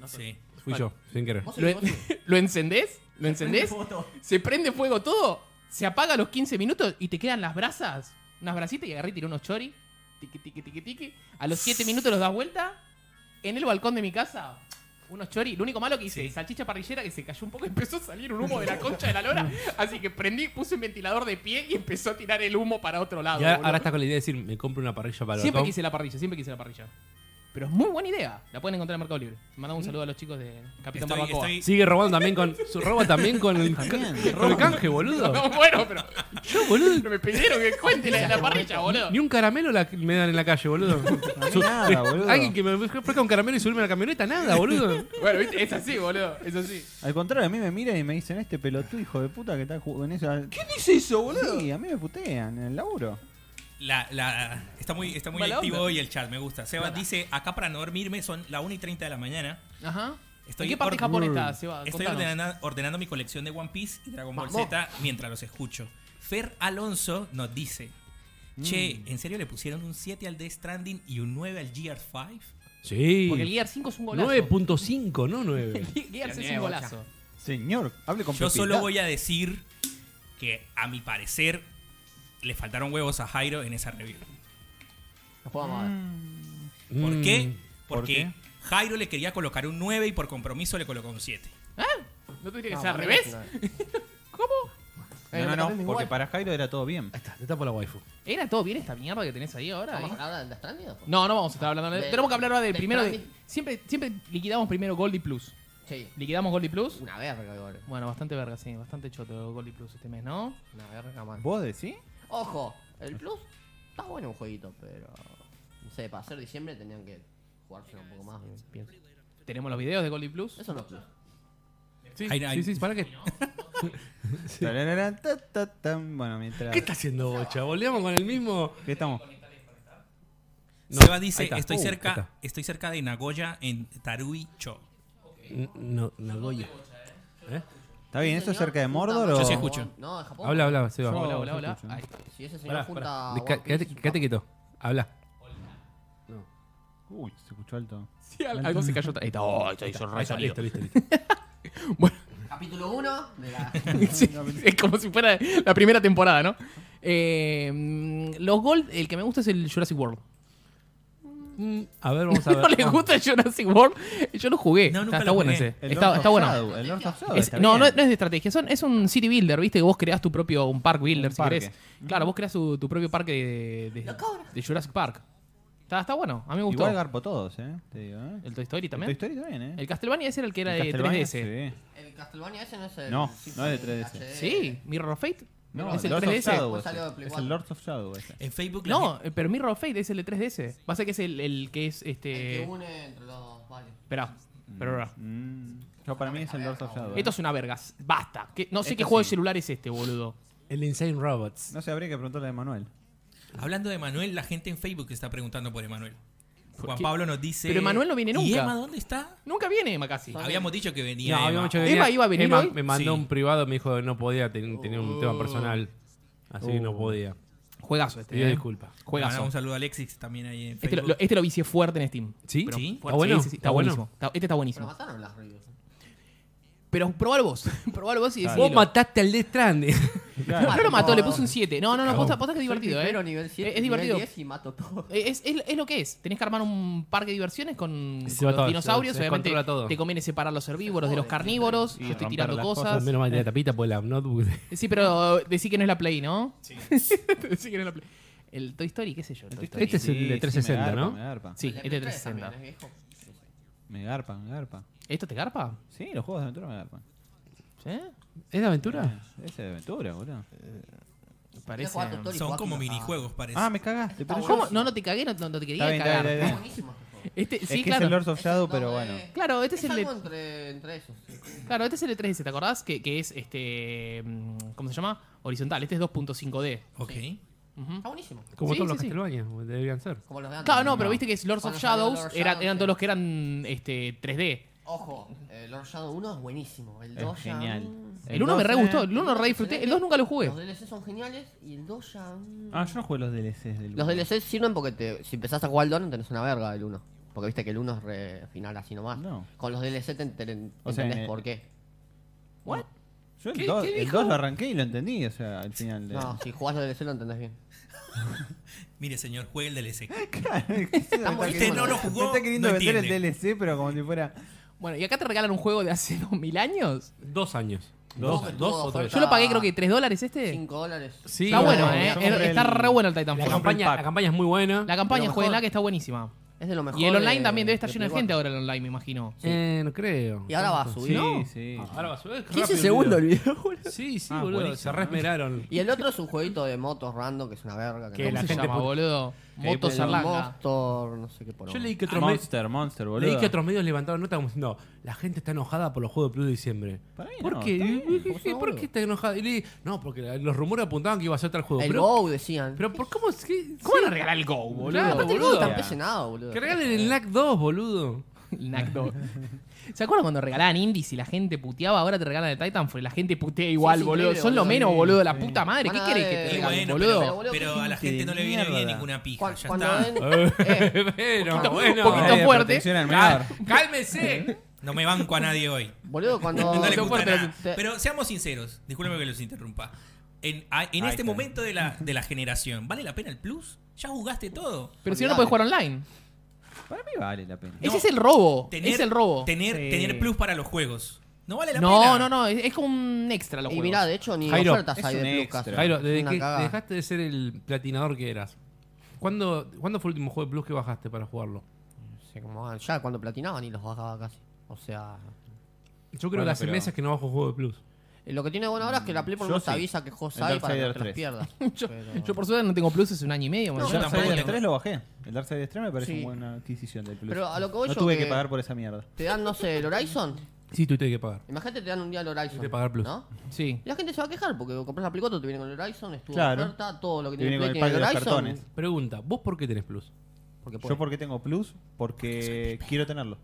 [SPEAKER 1] No sé.
[SPEAKER 3] Sí.
[SPEAKER 2] Fui yo, sin querer.
[SPEAKER 5] Vos
[SPEAKER 1] Lo,
[SPEAKER 5] seguís, vos seguís.
[SPEAKER 1] lo encendés, lo encendés,
[SPEAKER 5] prende fuego todo.
[SPEAKER 1] se prende fuego todo, se apaga a los 15 minutos y te quedan las brasas, unas brasitas y agarré y tiré unos chori, tiqui, tiqui, tiqui, tiqui. A los 7 minutos los das vuelta, en el balcón de mi casa, unos chori. Lo único malo que hice,
[SPEAKER 3] Sí.
[SPEAKER 1] salchicha parrillera que se cayó un poco, empezó a salir un humo de la concha de la lora, así que prendí, puse un ventilador de pie y empezó a tirar el humo para otro lado.
[SPEAKER 2] Y ahora,
[SPEAKER 1] boludo.
[SPEAKER 2] ahora está con la idea de decir, me compro una parrilla para el
[SPEAKER 1] Siempre
[SPEAKER 2] balcón.
[SPEAKER 1] quise la parrilla, siempre quise la parrilla. Pero es muy buena idea. La pueden encontrar en Mercado Libre. Mandamos un saludo a los chicos de Capitán
[SPEAKER 3] Estoy,
[SPEAKER 1] Barbacoa.
[SPEAKER 3] estoy-
[SPEAKER 2] Sigue robando también con. su- roba también con el, con el canje, boludo.
[SPEAKER 1] No, bueno, pero
[SPEAKER 2] Yo, boludo.
[SPEAKER 1] pero me pidieron que cuente la, la parrilla, boludo.
[SPEAKER 2] Ni un caramelo la- me dan en la calle, boludo.
[SPEAKER 4] No hay nada, boludo.
[SPEAKER 2] Alguien que me ofrezca un caramelo y subirme a la camioneta, nada, boludo.
[SPEAKER 1] Bueno, ¿viste? es así, boludo. Es así.
[SPEAKER 4] Al contrario, a mí me miran y me dicen, este pelotudo hijo de puta que está jugando en esa... ¿Qué
[SPEAKER 1] dice eso,
[SPEAKER 4] Sí, a mí me putean en el laburo.
[SPEAKER 3] la- la- está muy, está muy
[SPEAKER 1] Mala
[SPEAKER 3] activo
[SPEAKER 1] onda.
[SPEAKER 3] hoy el chat, me gusta. Sebas dice, acá para no dormirme son la 1 y 30 de la mañana.
[SPEAKER 1] Ajá.
[SPEAKER 3] Estoy
[SPEAKER 1] ¿En qué parte
[SPEAKER 3] or-
[SPEAKER 1] de Japón está, Seba?
[SPEAKER 3] Estoy
[SPEAKER 1] Contanos.
[SPEAKER 3] ordenando, ordenando mi colección de One Piece y Dragon Ball
[SPEAKER 5] Vamos.
[SPEAKER 3] Z mientras los escucho. Fer Alonso nos dice,
[SPEAKER 1] Mm.
[SPEAKER 3] che, ¿en serio le pusieron un 7 al Death Stranding y un 9 al GR5?
[SPEAKER 2] Sí.
[SPEAKER 1] Porque el Gear 5 es un golazo.
[SPEAKER 2] 9.5, no 9.
[SPEAKER 1] El Gear 6 es un
[SPEAKER 5] Nueve,
[SPEAKER 1] golazo.
[SPEAKER 4] Señor, hable con
[SPEAKER 3] Yo solo
[SPEAKER 4] propiedad.
[SPEAKER 3] voy a decir que a mi parecer le faltaron huevos a Jairo en esa review.
[SPEAKER 5] No jugamos a ver.
[SPEAKER 3] ¿Por
[SPEAKER 2] Mm,
[SPEAKER 3] qué?
[SPEAKER 4] ¿por
[SPEAKER 3] Porque
[SPEAKER 4] qué?
[SPEAKER 3] Jairo le quería colocar un 9 y por compromiso le colocó un 7.
[SPEAKER 1] ¿No tendría que
[SPEAKER 5] No,
[SPEAKER 1] ser al
[SPEAKER 5] para mí
[SPEAKER 1] revés?
[SPEAKER 5] no es
[SPEAKER 1] ¿Cómo?
[SPEAKER 4] No,
[SPEAKER 5] Eh, me
[SPEAKER 4] no,
[SPEAKER 5] parece
[SPEAKER 4] no,
[SPEAKER 5] igual.
[SPEAKER 4] porque para Jairo era todo bien.
[SPEAKER 2] Ahí está, te tapo la waifu.
[SPEAKER 1] ¿Era todo bien esta mierda que tenés ahí ahora?
[SPEAKER 5] ¿Vamos
[SPEAKER 1] eh?
[SPEAKER 5] a hablar de extraño?
[SPEAKER 1] No, no vamos a estar hablando de...
[SPEAKER 5] De-
[SPEAKER 1] Tenemos que hablar ahora del
[SPEAKER 5] de
[SPEAKER 1] primero de...
[SPEAKER 5] Tramit.
[SPEAKER 1] Siempre, siempre liquidamos primero Goldie Plus.
[SPEAKER 5] Sí.
[SPEAKER 1] Liquidamos Goldie Plus.
[SPEAKER 5] Una verga, igual.
[SPEAKER 1] Bueno, bastante verga, sí. Bastante choto Goldie Plus este mes, ¿no?
[SPEAKER 5] Una verga más.
[SPEAKER 4] ¿Vos decís?
[SPEAKER 5] Ojo, el Plus está bueno un jueguito, pero. No sé, para hacer diciembre tenían que jugárselo un poco más, pienso.
[SPEAKER 1] Tenemos los videos de Goldie Plus.
[SPEAKER 5] Eso no es Plus.
[SPEAKER 2] Sí,
[SPEAKER 3] Ay, ay.
[SPEAKER 2] sí, sí, para qué.
[SPEAKER 4] Tararara, ta, ta, tan. Bueno, mientras.
[SPEAKER 2] ¿Qué está haciendo Bocha? Volvemos con el mismo.
[SPEAKER 4] ¿Qué estamos?
[SPEAKER 2] No,
[SPEAKER 3] Seba
[SPEAKER 2] ahí
[SPEAKER 3] dice,
[SPEAKER 2] está.
[SPEAKER 3] estoy,
[SPEAKER 2] Uh, ahí
[SPEAKER 3] cerca,
[SPEAKER 2] está.
[SPEAKER 3] estoy cerca de Nagoya en Taruicho.
[SPEAKER 2] N- No, Nagoya. ¿Eh?
[SPEAKER 4] ¿Está bien? ¿Eso es cerca de Mordor
[SPEAKER 5] Yo
[SPEAKER 4] o.?
[SPEAKER 3] Yo sí escucho.
[SPEAKER 5] No, en Japón.
[SPEAKER 2] Habla, habla, Seba.
[SPEAKER 1] hola,
[SPEAKER 4] yo
[SPEAKER 1] hola, hola.
[SPEAKER 4] escucho,
[SPEAKER 1] Ahí.
[SPEAKER 5] Si ese señor
[SPEAKER 2] Pará,
[SPEAKER 5] junta.
[SPEAKER 2] pará.
[SPEAKER 5] a
[SPEAKER 2] De-
[SPEAKER 5] One
[SPEAKER 2] ca- Quédate
[SPEAKER 5] Piece,
[SPEAKER 2] quédate quieto. Habla.
[SPEAKER 4] Uy, se escuchó alto.
[SPEAKER 1] Sí, al- algo se cayó. Ahí está. Oh, ahí está,
[SPEAKER 2] Ahí
[SPEAKER 1] re
[SPEAKER 2] está,
[SPEAKER 1] sonido.
[SPEAKER 2] listo, listo, listo.
[SPEAKER 1] Bueno,
[SPEAKER 5] Capítulo 1 de la.
[SPEAKER 1] sí, es como si fuera la primera temporada, ¿no? Eh, mm, los Gold, el que me gusta es el Jurassic World.
[SPEAKER 2] Mm, A ver, vamos a ver.
[SPEAKER 1] ¿No les
[SPEAKER 2] Vamos.
[SPEAKER 1] gusta el Jurassic World? Yo lo jugué.
[SPEAKER 3] No,
[SPEAKER 1] está
[SPEAKER 3] nunca
[SPEAKER 1] está
[SPEAKER 3] lo
[SPEAKER 1] bueno
[SPEAKER 3] jugué.
[SPEAKER 1] ese.
[SPEAKER 4] El
[SPEAKER 1] Está,
[SPEAKER 4] Lords
[SPEAKER 1] está
[SPEAKER 4] of
[SPEAKER 1] bueno.
[SPEAKER 4] Shadow, el Lords of Shadow
[SPEAKER 1] Es-
[SPEAKER 4] está
[SPEAKER 1] no, no,
[SPEAKER 4] bien.
[SPEAKER 1] no es de estrategia, son- es un city builder, ¿viste? Que vos creás tu propio un park builder,
[SPEAKER 4] Un
[SPEAKER 1] si
[SPEAKER 4] parque.
[SPEAKER 1] querés. Claro, vos creás tu, tu propio parque de, de- de Jurassic Park. Está, está bueno, a mí me gustó.
[SPEAKER 4] Igual garpo todos, ¿eh? Te digo, ¿eh?
[SPEAKER 1] El Toy Story
[SPEAKER 4] El
[SPEAKER 1] también.
[SPEAKER 4] Toy
[SPEAKER 1] El,
[SPEAKER 4] Story también, ¿eh?
[SPEAKER 1] Castlevania ese era el que era
[SPEAKER 4] El
[SPEAKER 1] de
[SPEAKER 4] Castlevania,
[SPEAKER 1] 3DS.
[SPEAKER 4] sí.
[SPEAKER 5] El Castlevania ese no es el.
[SPEAKER 4] No,
[SPEAKER 5] Symphony
[SPEAKER 4] no es de 3DS.
[SPEAKER 5] HD.
[SPEAKER 1] Sí, Mirror of Fate.
[SPEAKER 4] No,
[SPEAKER 1] es el
[SPEAKER 4] Lords of
[SPEAKER 1] 3DS.
[SPEAKER 4] Shadow
[SPEAKER 5] Después
[SPEAKER 4] ese.
[SPEAKER 5] salió de Play
[SPEAKER 4] Es
[SPEAKER 5] One.
[SPEAKER 4] el Lords of Shadow ese.
[SPEAKER 3] En Facebook la
[SPEAKER 1] No, eh, pero Mirror of Fate es el de 3DS. Va a ser que es el, el que es este.
[SPEAKER 5] El que une entre los. Vale.
[SPEAKER 1] Esperá, pero
[SPEAKER 4] Mm. Yo para mí es el Lords of Shadow. ¿eh?
[SPEAKER 1] Esto es una verga. Basta. que- no sé
[SPEAKER 4] Esto
[SPEAKER 1] qué juego de
[SPEAKER 4] sí.
[SPEAKER 1] celular es este, boludo.
[SPEAKER 2] El Insane Robots.
[SPEAKER 4] No sé, habría que preguntarle a Manuel.
[SPEAKER 3] gente- hablando de Manuel, la gente en Facebook está preguntando por Emanuel. Juan
[SPEAKER 1] qué?
[SPEAKER 3] Pablo nos dice...
[SPEAKER 1] Pero Emanuel no viene
[SPEAKER 3] ¿Y
[SPEAKER 1] nunca".
[SPEAKER 3] Emma dónde está?
[SPEAKER 1] Nunca viene Macasi.
[SPEAKER 3] Habíamos dicho que venía
[SPEAKER 2] No,
[SPEAKER 3] Emma.
[SPEAKER 2] habíamos hecho que
[SPEAKER 1] Emma
[SPEAKER 2] venía-
[SPEAKER 1] iba a venir
[SPEAKER 2] Emma
[SPEAKER 1] hoy.
[SPEAKER 2] me mandó
[SPEAKER 3] Sí.
[SPEAKER 2] un privado, me dijo que no podía, ten- tenía un tema personal. Así que no podía.
[SPEAKER 1] Juegazo este.
[SPEAKER 2] Pidió
[SPEAKER 1] eh.
[SPEAKER 2] disculpas.
[SPEAKER 1] Juegazo.
[SPEAKER 3] Ah, Un saludo a Alexis también ahí en
[SPEAKER 1] Este
[SPEAKER 3] Facebook.
[SPEAKER 1] lo, lo- este lo vicié fuerte en Steam.
[SPEAKER 2] ¿Sí?
[SPEAKER 1] Pero
[SPEAKER 3] Sí.
[SPEAKER 1] fuerte,
[SPEAKER 2] ¿Está bueno?
[SPEAKER 1] sí, sí, está
[SPEAKER 2] ¿Está bueno?
[SPEAKER 1] buenísimo. Está- este está
[SPEAKER 5] Pero
[SPEAKER 1] buenísimo.
[SPEAKER 5] mataron las reviews.
[SPEAKER 1] Pero probalo vos. probalo vos y
[SPEAKER 4] Claro.
[SPEAKER 1] decilo.
[SPEAKER 2] Vos mataste al Death Stranding.
[SPEAKER 1] No, no lo mató, le puso un 7. No, no, no,
[SPEAKER 2] Cagón.
[SPEAKER 1] posta, posta que es divertido,
[SPEAKER 5] Pero
[SPEAKER 1] eh.
[SPEAKER 5] nivel 7.
[SPEAKER 1] Es- es divertido.
[SPEAKER 5] Nivel 10 y mato todo.
[SPEAKER 1] Es, es, es lo que es. Tenés que armar un parque de diversiones con,
[SPEAKER 2] Se
[SPEAKER 1] con
[SPEAKER 2] va
[SPEAKER 1] los
[SPEAKER 2] todo,
[SPEAKER 1] dinosaurios.
[SPEAKER 2] se- se
[SPEAKER 1] obviamente
[SPEAKER 2] descontrola todo.
[SPEAKER 1] te conviene separar los herbívoros de los carnívoros. Yo estoy
[SPEAKER 4] romper
[SPEAKER 1] tirando
[SPEAKER 4] las
[SPEAKER 1] cosas.
[SPEAKER 2] Menos mal tenía tapita por la notebook.
[SPEAKER 1] Eh, Sí, pero decí que no es la Play, ¿no? Sí. decí que no es la Play. El Toy Story, qué sé yo. el Toy Story.
[SPEAKER 2] Este es el de 360,
[SPEAKER 4] me garpa,
[SPEAKER 2] ¿no?
[SPEAKER 4] Me garpa.
[SPEAKER 1] Sí, este
[SPEAKER 5] El
[SPEAKER 1] es
[SPEAKER 5] Play 3 también, ¿eh?
[SPEAKER 1] 360.
[SPEAKER 5] es viejo.
[SPEAKER 4] Me garpa, me garpa.
[SPEAKER 1] ¿Esto te garpa?
[SPEAKER 4] Sí, los juegos de aventura me garpan.
[SPEAKER 1] ¿Sí?
[SPEAKER 2] ¿Es de aventura?
[SPEAKER 4] Ese de aventura, boludo.
[SPEAKER 5] Quería
[SPEAKER 1] Parece.
[SPEAKER 5] jugar Toy Story,
[SPEAKER 3] Son
[SPEAKER 5] jugás
[SPEAKER 3] como
[SPEAKER 5] con-
[SPEAKER 3] minijuegos, parece.
[SPEAKER 4] Ah, me cagaste. Pero
[SPEAKER 1] ¿Cómo? No, no te cagué, no, no- no te quería
[SPEAKER 4] Está bien,
[SPEAKER 1] cagar.
[SPEAKER 4] está bien, está
[SPEAKER 5] Ah,
[SPEAKER 4] bien.
[SPEAKER 5] buenísimo este juego.
[SPEAKER 1] Este,
[SPEAKER 4] Es
[SPEAKER 1] sí,
[SPEAKER 4] que
[SPEAKER 1] claro.
[SPEAKER 4] es el Lords of Shadow,
[SPEAKER 5] No,
[SPEAKER 4] pero
[SPEAKER 5] eh,
[SPEAKER 4] bueno.
[SPEAKER 1] Claro, este es,
[SPEAKER 5] es
[SPEAKER 1] el
[SPEAKER 5] algo
[SPEAKER 1] de,
[SPEAKER 5] entre, entre esos.
[SPEAKER 1] claro, este es el de 3DS, ¿te acordás? Que, que es este. mm, ¿Cómo se llama? Horizontal. Este es 2.5D.
[SPEAKER 3] ok.
[SPEAKER 1] Ujú.
[SPEAKER 5] Está buenísimo.
[SPEAKER 2] Como
[SPEAKER 1] Sí,
[SPEAKER 2] todos
[SPEAKER 1] sí,
[SPEAKER 2] los
[SPEAKER 1] sí.
[SPEAKER 2] Castlevania, como deberían ser.
[SPEAKER 5] Como los de antes.
[SPEAKER 1] Claro, no, pero viste que es Lords
[SPEAKER 5] Ah, Cuando
[SPEAKER 1] of
[SPEAKER 5] salió
[SPEAKER 1] Shadows,
[SPEAKER 5] Lord
[SPEAKER 1] eran,
[SPEAKER 5] Shadows,
[SPEAKER 1] eran
[SPEAKER 5] sí.
[SPEAKER 1] todos los que eran este, 3D.
[SPEAKER 5] Ojo, eh, el Lord Shadow 1 es buenísimo. El
[SPEAKER 4] Es
[SPEAKER 5] 2 ya.
[SPEAKER 4] genial.
[SPEAKER 5] mm,
[SPEAKER 1] El 1 me re
[SPEAKER 4] dos,
[SPEAKER 1] gustó,
[SPEAKER 4] eh.
[SPEAKER 1] el 1 re disfruté, el 2 nunca lo jugué.
[SPEAKER 5] Los DLC son geniales y el 2 ya. mm.
[SPEAKER 4] Ah, yo no jugué los DLCs del
[SPEAKER 5] Los
[SPEAKER 4] uno.
[SPEAKER 5] DLC sirven porque te, si empezás a jugar al 2 no tenés una verga del 1. Porque viste que el 1 es re final así nomás.
[SPEAKER 4] No.
[SPEAKER 5] Con los DLC te, enter-
[SPEAKER 4] O sea, eh,
[SPEAKER 5] entendés
[SPEAKER 4] en el-
[SPEAKER 5] por qué.
[SPEAKER 1] ¿What?
[SPEAKER 4] Yo
[SPEAKER 1] ¿Qué-
[SPEAKER 4] el 2
[SPEAKER 1] qué
[SPEAKER 4] el
[SPEAKER 1] dijo?
[SPEAKER 4] 2 lo arranqué y lo entendí, o sea, al final. De...
[SPEAKER 5] No, si jugás los DLC lo entendés bien.
[SPEAKER 3] Mire, señor, juegue el DLC.
[SPEAKER 5] Estamos-
[SPEAKER 3] Viste, Este no lo
[SPEAKER 4] Me
[SPEAKER 3] jugó,
[SPEAKER 4] está queriendo
[SPEAKER 3] no
[SPEAKER 4] vender el
[SPEAKER 3] entiende.
[SPEAKER 4] DLC, pero como si fuera.
[SPEAKER 1] Bueno, y acá te regalan un juego de hace 2000 años.
[SPEAKER 2] Dos años.
[SPEAKER 4] Dos.
[SPEAKER 2] Dos,
[SPEAKER 5] Dos
[SPEAKER 2] o tres.
[SPEAKER 1] Yo lo pagué creo que 3 dólares este.
[SPEAKER 5] 5 dólares.
[SPEAKER 2] Sí,
[SPEAKER 1] está
[SPEAKER 4] no,
[SPEAKER 1] bueno,
[SPEAKER 4] no,
[SPEAKER 1] eh.
[SPEAKER 4] yo
[SPEAKER 1] Está
[SPEAKER 4] compré el-
[SPEAKER 1] re bueno el
[SPEAKER 2] La
[SPEAKER 1] Titanfall.
[SPEAKER 2] campaña, la campaña es muy buena.
[SPEAKER 1] La campaña
[SPEAKER 5] Lo mejor-
[SPEAKER 1] jueguenla que está buenísima.
[SPEAKER 5] Es de lo mejor.
[SPEAKER 1] Y el online
[SPEAKER 5] de-
[SPEAKER 1] también debe estar lleno de
[SPEAKER 5] Play
[SPEAKER 1] gente
[SPEAKER 5] One.
[SPEAKER 1] ahora el online, me imagino.
[SPEAKER 2] Eh, no creo.
[SPEAKER 5] Y ahora va a subir.
[SPEAKER 4] Sí,
[SPEAKER 5] ¿no?
[SPEAKER 4] sí.
[SPEAKER 2] Ah, Ahora va a subir.
[SPEAKER 5] 15
[SPEAKER 2] rápido,
[SPEAKER 5] segundos el
[SPEAKER 2] boludo.
[SPEAKER 5] video, boludo.
[SPEAKER 2] Sí, sí,
[SPEAKER 4] Ah,
[SPEAKER 2] boludo. Se
[SPEAKER 4] buenísimo,
[SPEAKER 2] resmeraron.
[SPEAKER 5] Y el otro es un jueguito de motos random que es una verga.
[SPEAKER 2] Que
[SPEAKER 5] no
[SPEAKER 1] ¿Cómo
[SPEAKER 2] la
[SPEAKER 5] sé
[SPEAKER 1] se
[SPEAKER 2] gente
[SPEAKER 1] llama,
[SPEAKER 2] puta.
[SPEAKER 1] boludo? Moto
[SPEAKER 5] El
[SPEAKER 1] Zarlanga.
[SPEAKER 5] Monster, no sé qué por
[SPEAKER 2] Yo leí que otros, me-
[SPEAKER 4] Monster, Monster, boludo.
[SPEAKER 2] leí que otros medios levantaron nota como diciendo: La gente está enojada por los juegos de Plus de diciembre.
[SPEAKER 4] Para mí
[SPEAKER 2] ¿Por
[SPEAKER 4] no,
[SPEAKER 2] qué?
[SPEAKER 4] está bien.
[SPEAKER 2] ¿Por qué- ¿Por qué está enojada? Y leí, no, porque los rumores apuntaban que iba a ser tal juego.
[SPEAKER 5] El
[SPEAKER 2] pero,
[SPEAKER 5] Go decían.
[SPEAKER 2] pero ¿por cómo es que.?
[SPEAKER 1] ¿Cómo van a regalar el Go, boludo?
[SPEAKER 2] Claro,
[SPEAKER 5] Aparte el Go
[SPEAKER 2] boludo.
[SPEAKER 5] está
[SPEAKER 4] Ya.
[SPEAKER 5] empecinado, boludo.
[SPEAKER 2] Que regalen el NAC 2, boludo.
[SPEAKER 1] El Knack 2. ¿Se acuerdan cuando regalaban indies y la gente puteaba? Ahora te regalan el Titanfall y la gente putea igual,
[SPEAKER 5] es
[SPEAKER 1] boludo.
[SPEAKER 5] increíble,
[SPEAKER 1] Son lo
[SPEAKER 5] boludo.
[SPEAKER 1] menos, boludo. La
[SPEAKER 4] Sí.
[SPEAKER 1] puta madre. ¿Qué
[SPEAKER 5] Van a
[SPEAKER 1] querés
[SPEAKER 5] dar,
[SPEAKER 1] que te
[SPEAKER 5] eh,
[SPEAKER 3] Y
[SPEAKER 1] regalen,
[SPEAKER 3] bueno,
[SPEAKER 1] boludo?
[SPEAKER 3] pero,
[SPEAKER 5] Boludo,
[SPEAKER 3] pero
[SPEAKER 5] qué
[SPEAKER 3] a la
[SPEAKER 4] gente
[SPEAKER 3] gente no
[SPEAKER 4] de
[SPEAKER 3] le viene
[SPEAKER 4] mierda.
[SPEAKER 3] bien ninguna pija.
[SPEAKER 5] Cuan-
[SPEAKER 3] ya
[SPEAKER 5] cuando
[SPEAKER 3] está.
[SPEAKER 5] ven- eh,
[SPEAKER 2] bueno,
[SPEAKER 1] Un
[SPEAKER 2] bueno.
[SPEAKER 1] poquito
[SPEAKER 4] Eh,
[SPEAKER 1] fuerte.
[SPEAKER 4] protección al
[SPEAKER 2] Cal-
[SPEAKER 4] menor.
[SPEAKER 2] Cálmese.
[SPEAKER 3] No me banco a nadie hoy.
[SPEAKER 5] boludo, cuando.
[SPEAKER 3] No le gusta
[SPEAKER 1] fuerte,
[SPEAKER 3] nada.
[SPEAKER 5] te-
[SPEAKER 3] Pero seamos sinceros, discúlpeme que los interrumpa. En, a- en
[SPEAKER 4] Ahí
[SPEAKER 3] este
[SPEAKER 4] está.
[SPEAKER 3] momento de la, de la generación, ¿vale la pena el plus? Ya jugaste todo.
[SPEAKER 1] Pero si no,
[SPEAKER 5] Olvidate.
[SPEAKER 1] no podés jugar online.
[SPEAKER 4] Para mí vale la pena.
[SPEAKER 3] No,
[SPEAKER 1] Ese es el robo.
[SPEAKER 3] Tener,
[SPEAKER 1] es el robo.
[SPEAKER 3] Tener,
[SPEAKER 4] Sí.
[SPEAKER 3] tener plus para los juegos. No vale la pena.
[SPEAKER 1] No, no, no. Es, es como un extra los
[SPEAKER 5] Y
[SPEAKER 1] juegos.
[SPEAKER 5] mirá, de hecho, ni
[SPEAKER 2] Jairo,
[SPEAKER 5] ofertas
[SPEAKER 4] es
[SPEAKER 5] hay de
[SPEAKER 4] un
[SPEAKER 5] Plus
[SPEAKER 4] extra.
[SPEAKER 5] casi.
[SPEAKER 2] Jairo,
[SPEAKER 5] Es
[SPEAKER 2] desde
[SPEAKER 5] una
[SPEAKER 2] que
[SPEAKER 5] cagada.
[SPEAKER 2] dejaste de ser el platinador que eras, ¿cuándo, ¿cuándo fue el último juego de Plus que bajaste para jugarlo?
[SPEAKER 5] No sé, como ya cuando platinaban y los bajaba casi. O sea,
[SPEAKER 2] Yo creo
[SPEAKER 4] Bueno,
[SPEAKER 2] que hace
[SPEAKER 4] pero-
[SPEAKER 2] meses que no bajo juego de Plus.
[SPEAKER 5] eh, lo que tiene bueno ahora es que la Play por
[SPEAKER 4] Yo
[SPEAKER 5] no te
[SPEAKER 4] sí.
[SPEAKER 5] avisa que juegos
[SPEAKER 4] El
[SPEAKER 5] hay para que no
[SPEAKER 4] Darksiders
[SPEAKER 5] te los
[SPEAKER 4] 3.
[SPEAKER 5] pierdas.
[SPEAKER 1] Yo,
[SPEAKER 5] Pero-
[SPEAKER 1] yo por suerte no tengo plus hace un año y medio. más o
[SPEAKER 3] No,
[SPEAKER 4] el
[SPEAKER 3] yo
[SPEAKER 1] menos.
[SPEAKER 4] Dark
[SPEAKER 3] tampoco
[SPEAKER 4] Side
[SPEAKER 3] tengo.
[SPEAKER 4] 3 lo bajé. El Dark Side 3 me parece
[SPEAKER 5] Sí.
[SPEAKER 4] una buena adquisición del Plus.
[SPEAKER 5] Pero a lo que voy
[SPEAKER 4] no
[SPEAKER 5] yo
[SPEAKER 4] tuve
[SPEAKER 5] que-
[SPEAKER 4] que pagar por esa mierda.
[SPEAKER 5] Te dan, no sé, el Horizon.
[SPEAKER 2] Sí, tú tienes que pagar.
[SPEAKER 5] Imagínate te dan un día el Horizon.
[SPEAKER 2] Hay que pagar Plus.
[SPEAKER 5] ¿no?
[SPEAKER 1] Sí.
[SPEAKER 5] Y la gente se va a quejar porque compras la Play 4, te viene con el Horizon, estuvo
[SPEAKER 4] Claro.
[SPEAKER 5] en oferta, todo lo que
[SPEAKER 4] Te
[SPEAKER 5] tiene
[SPEAKER 4] viene
[SPEAKER 5] Play
[SPEAKER 4] con el pack
[SPEAKER 5] tiene el
[SPEAKER 4] de los
[SPEAKER 5] Horizon.
[SPEAKER 4] cartones.
[SPEAKER 2] Pregunta, ¿vos por qué tenés Plus?
[SPEAKER 5] Porque puede.
[SPEAKER 4] Yo porque tengo Plus, porque quiero tenerlo.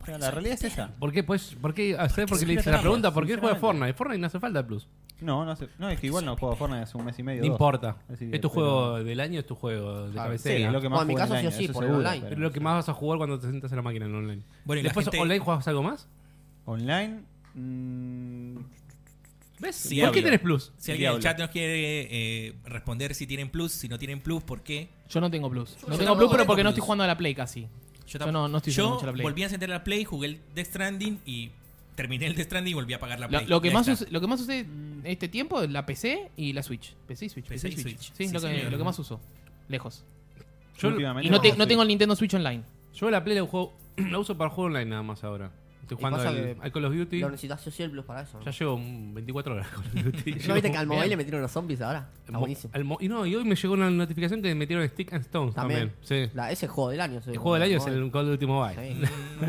[SPEAKER 4] O sea, la realidad es esa.
[SPEAKER 2] ¿Por qué? Pues, ¿por qué? Ah, ¿sabés por qué le
[SPEAKER 3] soy
[SPEAKER 2] hice la
[SPEAKER 3] millonario,
[SPEAKER 2] pregunta? ¿Por qué juega
[SPEAKER 4] sinceramente.
[SPEAKER 2] Fortnite? Fortnite no hace falta Plus.
[SPEAKER 4] No, no, sé. no es que igual no juego a Fortnite hace un mes y medio.
[SPEAKER 2] No
[SPEAKER 4] dos.
[SPEAKER 2] importa.
[SPEAKER 4] Así que,
[SPEAKER 2] es tu
[SPEAKER 4] pero-
[SPEAKER 2] juego del año, es tu juego de
[SPEAKER 5] Claro,
[SPEAKER 4] Sí,
[SPEAKER 2] cabecera.
[SPEAKER 4] es lo que
[SPEAKER 5] O
[SPEAKER 4] más
[SPEAKER 5] en mi
[SPEAKER 4] juego
[SPEAKER 5] caso
[SPEAKER 4] el
[SPEAKER 5] sí o
[SPEAKER 4] año,
[SPEAKER 5] sí,
[SPEAKER 4] eso
[SPEAKER 5] por el
[SPEAKER 4] seguro,
[SPEAKER 5] online.
[SPEAKER 2] Pero lo que más vas a jugar cuando te sientas en la máquina en online.
[SPEAKER 3] Bueno, y la
[SPEAKER 2] Después
[SPEAKER 3] gente-
[SPEAKER 2] online jugás algo más.
[SPEAKER 4] Online. mm,
[SPEAKER 2] ¿Ves?
[SPEAKER 3] Sí,
[SPEAKER 2] ¿Por qué
[SPEAKER 3] obvio.
[SPEAKER 2] tenés Plus?
[SPEAKER 3] Si alguien en el
[SPEAKER 4] Diablo.
[SPEAKER 3] chat nos quiere eh, responder si tienen plus, si no tienen plus, ¿por qué?
[SPEAKER 1] Yo no tengo plus. No tengo
[SPEAKER 5] Yo tampoco
[SPEAKER 1] plus, pero
[SPEAKER 3] tengo
[SPEAKER 1] porque no
[SPEAKER 3] plus.
[SPEAKER 1] estoy jugando a la Play casi. Yo,
[SPEAKER 3] tamp-
[SPEAKER 1] no, no estoy
[SPEAKER 3] Yo
[SPEAKER 1] jugando mucho a la Play.
[SPEAKER 3] volví a encender la Play, jugué el Death Stranding y terminé el Death Stranding y volví a pagar la
[SPEAKER 1] Lo,
[SPEAKER 3] Play.
[SPEAKER 1] lo que
[SPEAKER 3] Ya
[SPEAKER 1] más
[SPEAKER 3] está.
[SPEAKER 1] uso- lo que más usé en este tiempo es la PC y la Switch. PC y Switch.
[SPEAKER 3] PC y Switch.
[SPEAKER 1] Sí, es
[SPEAKER 3] Sí,
[SPEAKER 1] lo que,
[SPEAKER 3] señor.
[SPEAKER 1] lo que más uso. Lejos.
[SPEAKER 2] Yo,
[SPEAKER 4] últimamente
[SPEAKER 1] Y no, te-
[SPEAKER 4] juego
[SPEAKER 1] no tengo el
[SPEAKER 4] Switch.
[SPEAKER 1] Nintendo Switch Online.
[SPEAKER 2] yo la Play la, juego, la uso para juego online nada más ahora. Estoy
[SPEAKER 5] Y
[SPEAKER 2] jugando
[SPEAKER 5] pasa
[SPEAKER 2] al,
[SPEAKER 5] que
[SPEAKER 2] al Call of Duty.
[SPEAKER 5] Lo necesitas sí o sí el Plus para eso. ¿no?
[SPEAKER 2] Ya llevo un 24 horas con el Duty.
[SPEAKER 5] ¿No viste que al
[SPEAKER 2] Llevo-
[SPEAKER 5] mobile le metieron los zombies ahora? Está
[SPEAKER 2] Mo-
[SPEAKER 5] buenísimo.
[SPEAKER 2] al mo- y no, y hoy me llegó una notificación que metieron Stick and Stones también.
[SPEAKER 5] También.
[SPEAKER 2] Sí.
[SPEAKER 5] La, ese juego del año.
[SPEAKER 2] El juego del año es el Call of Duty Mobile.
[SPEAKER 5] Sí.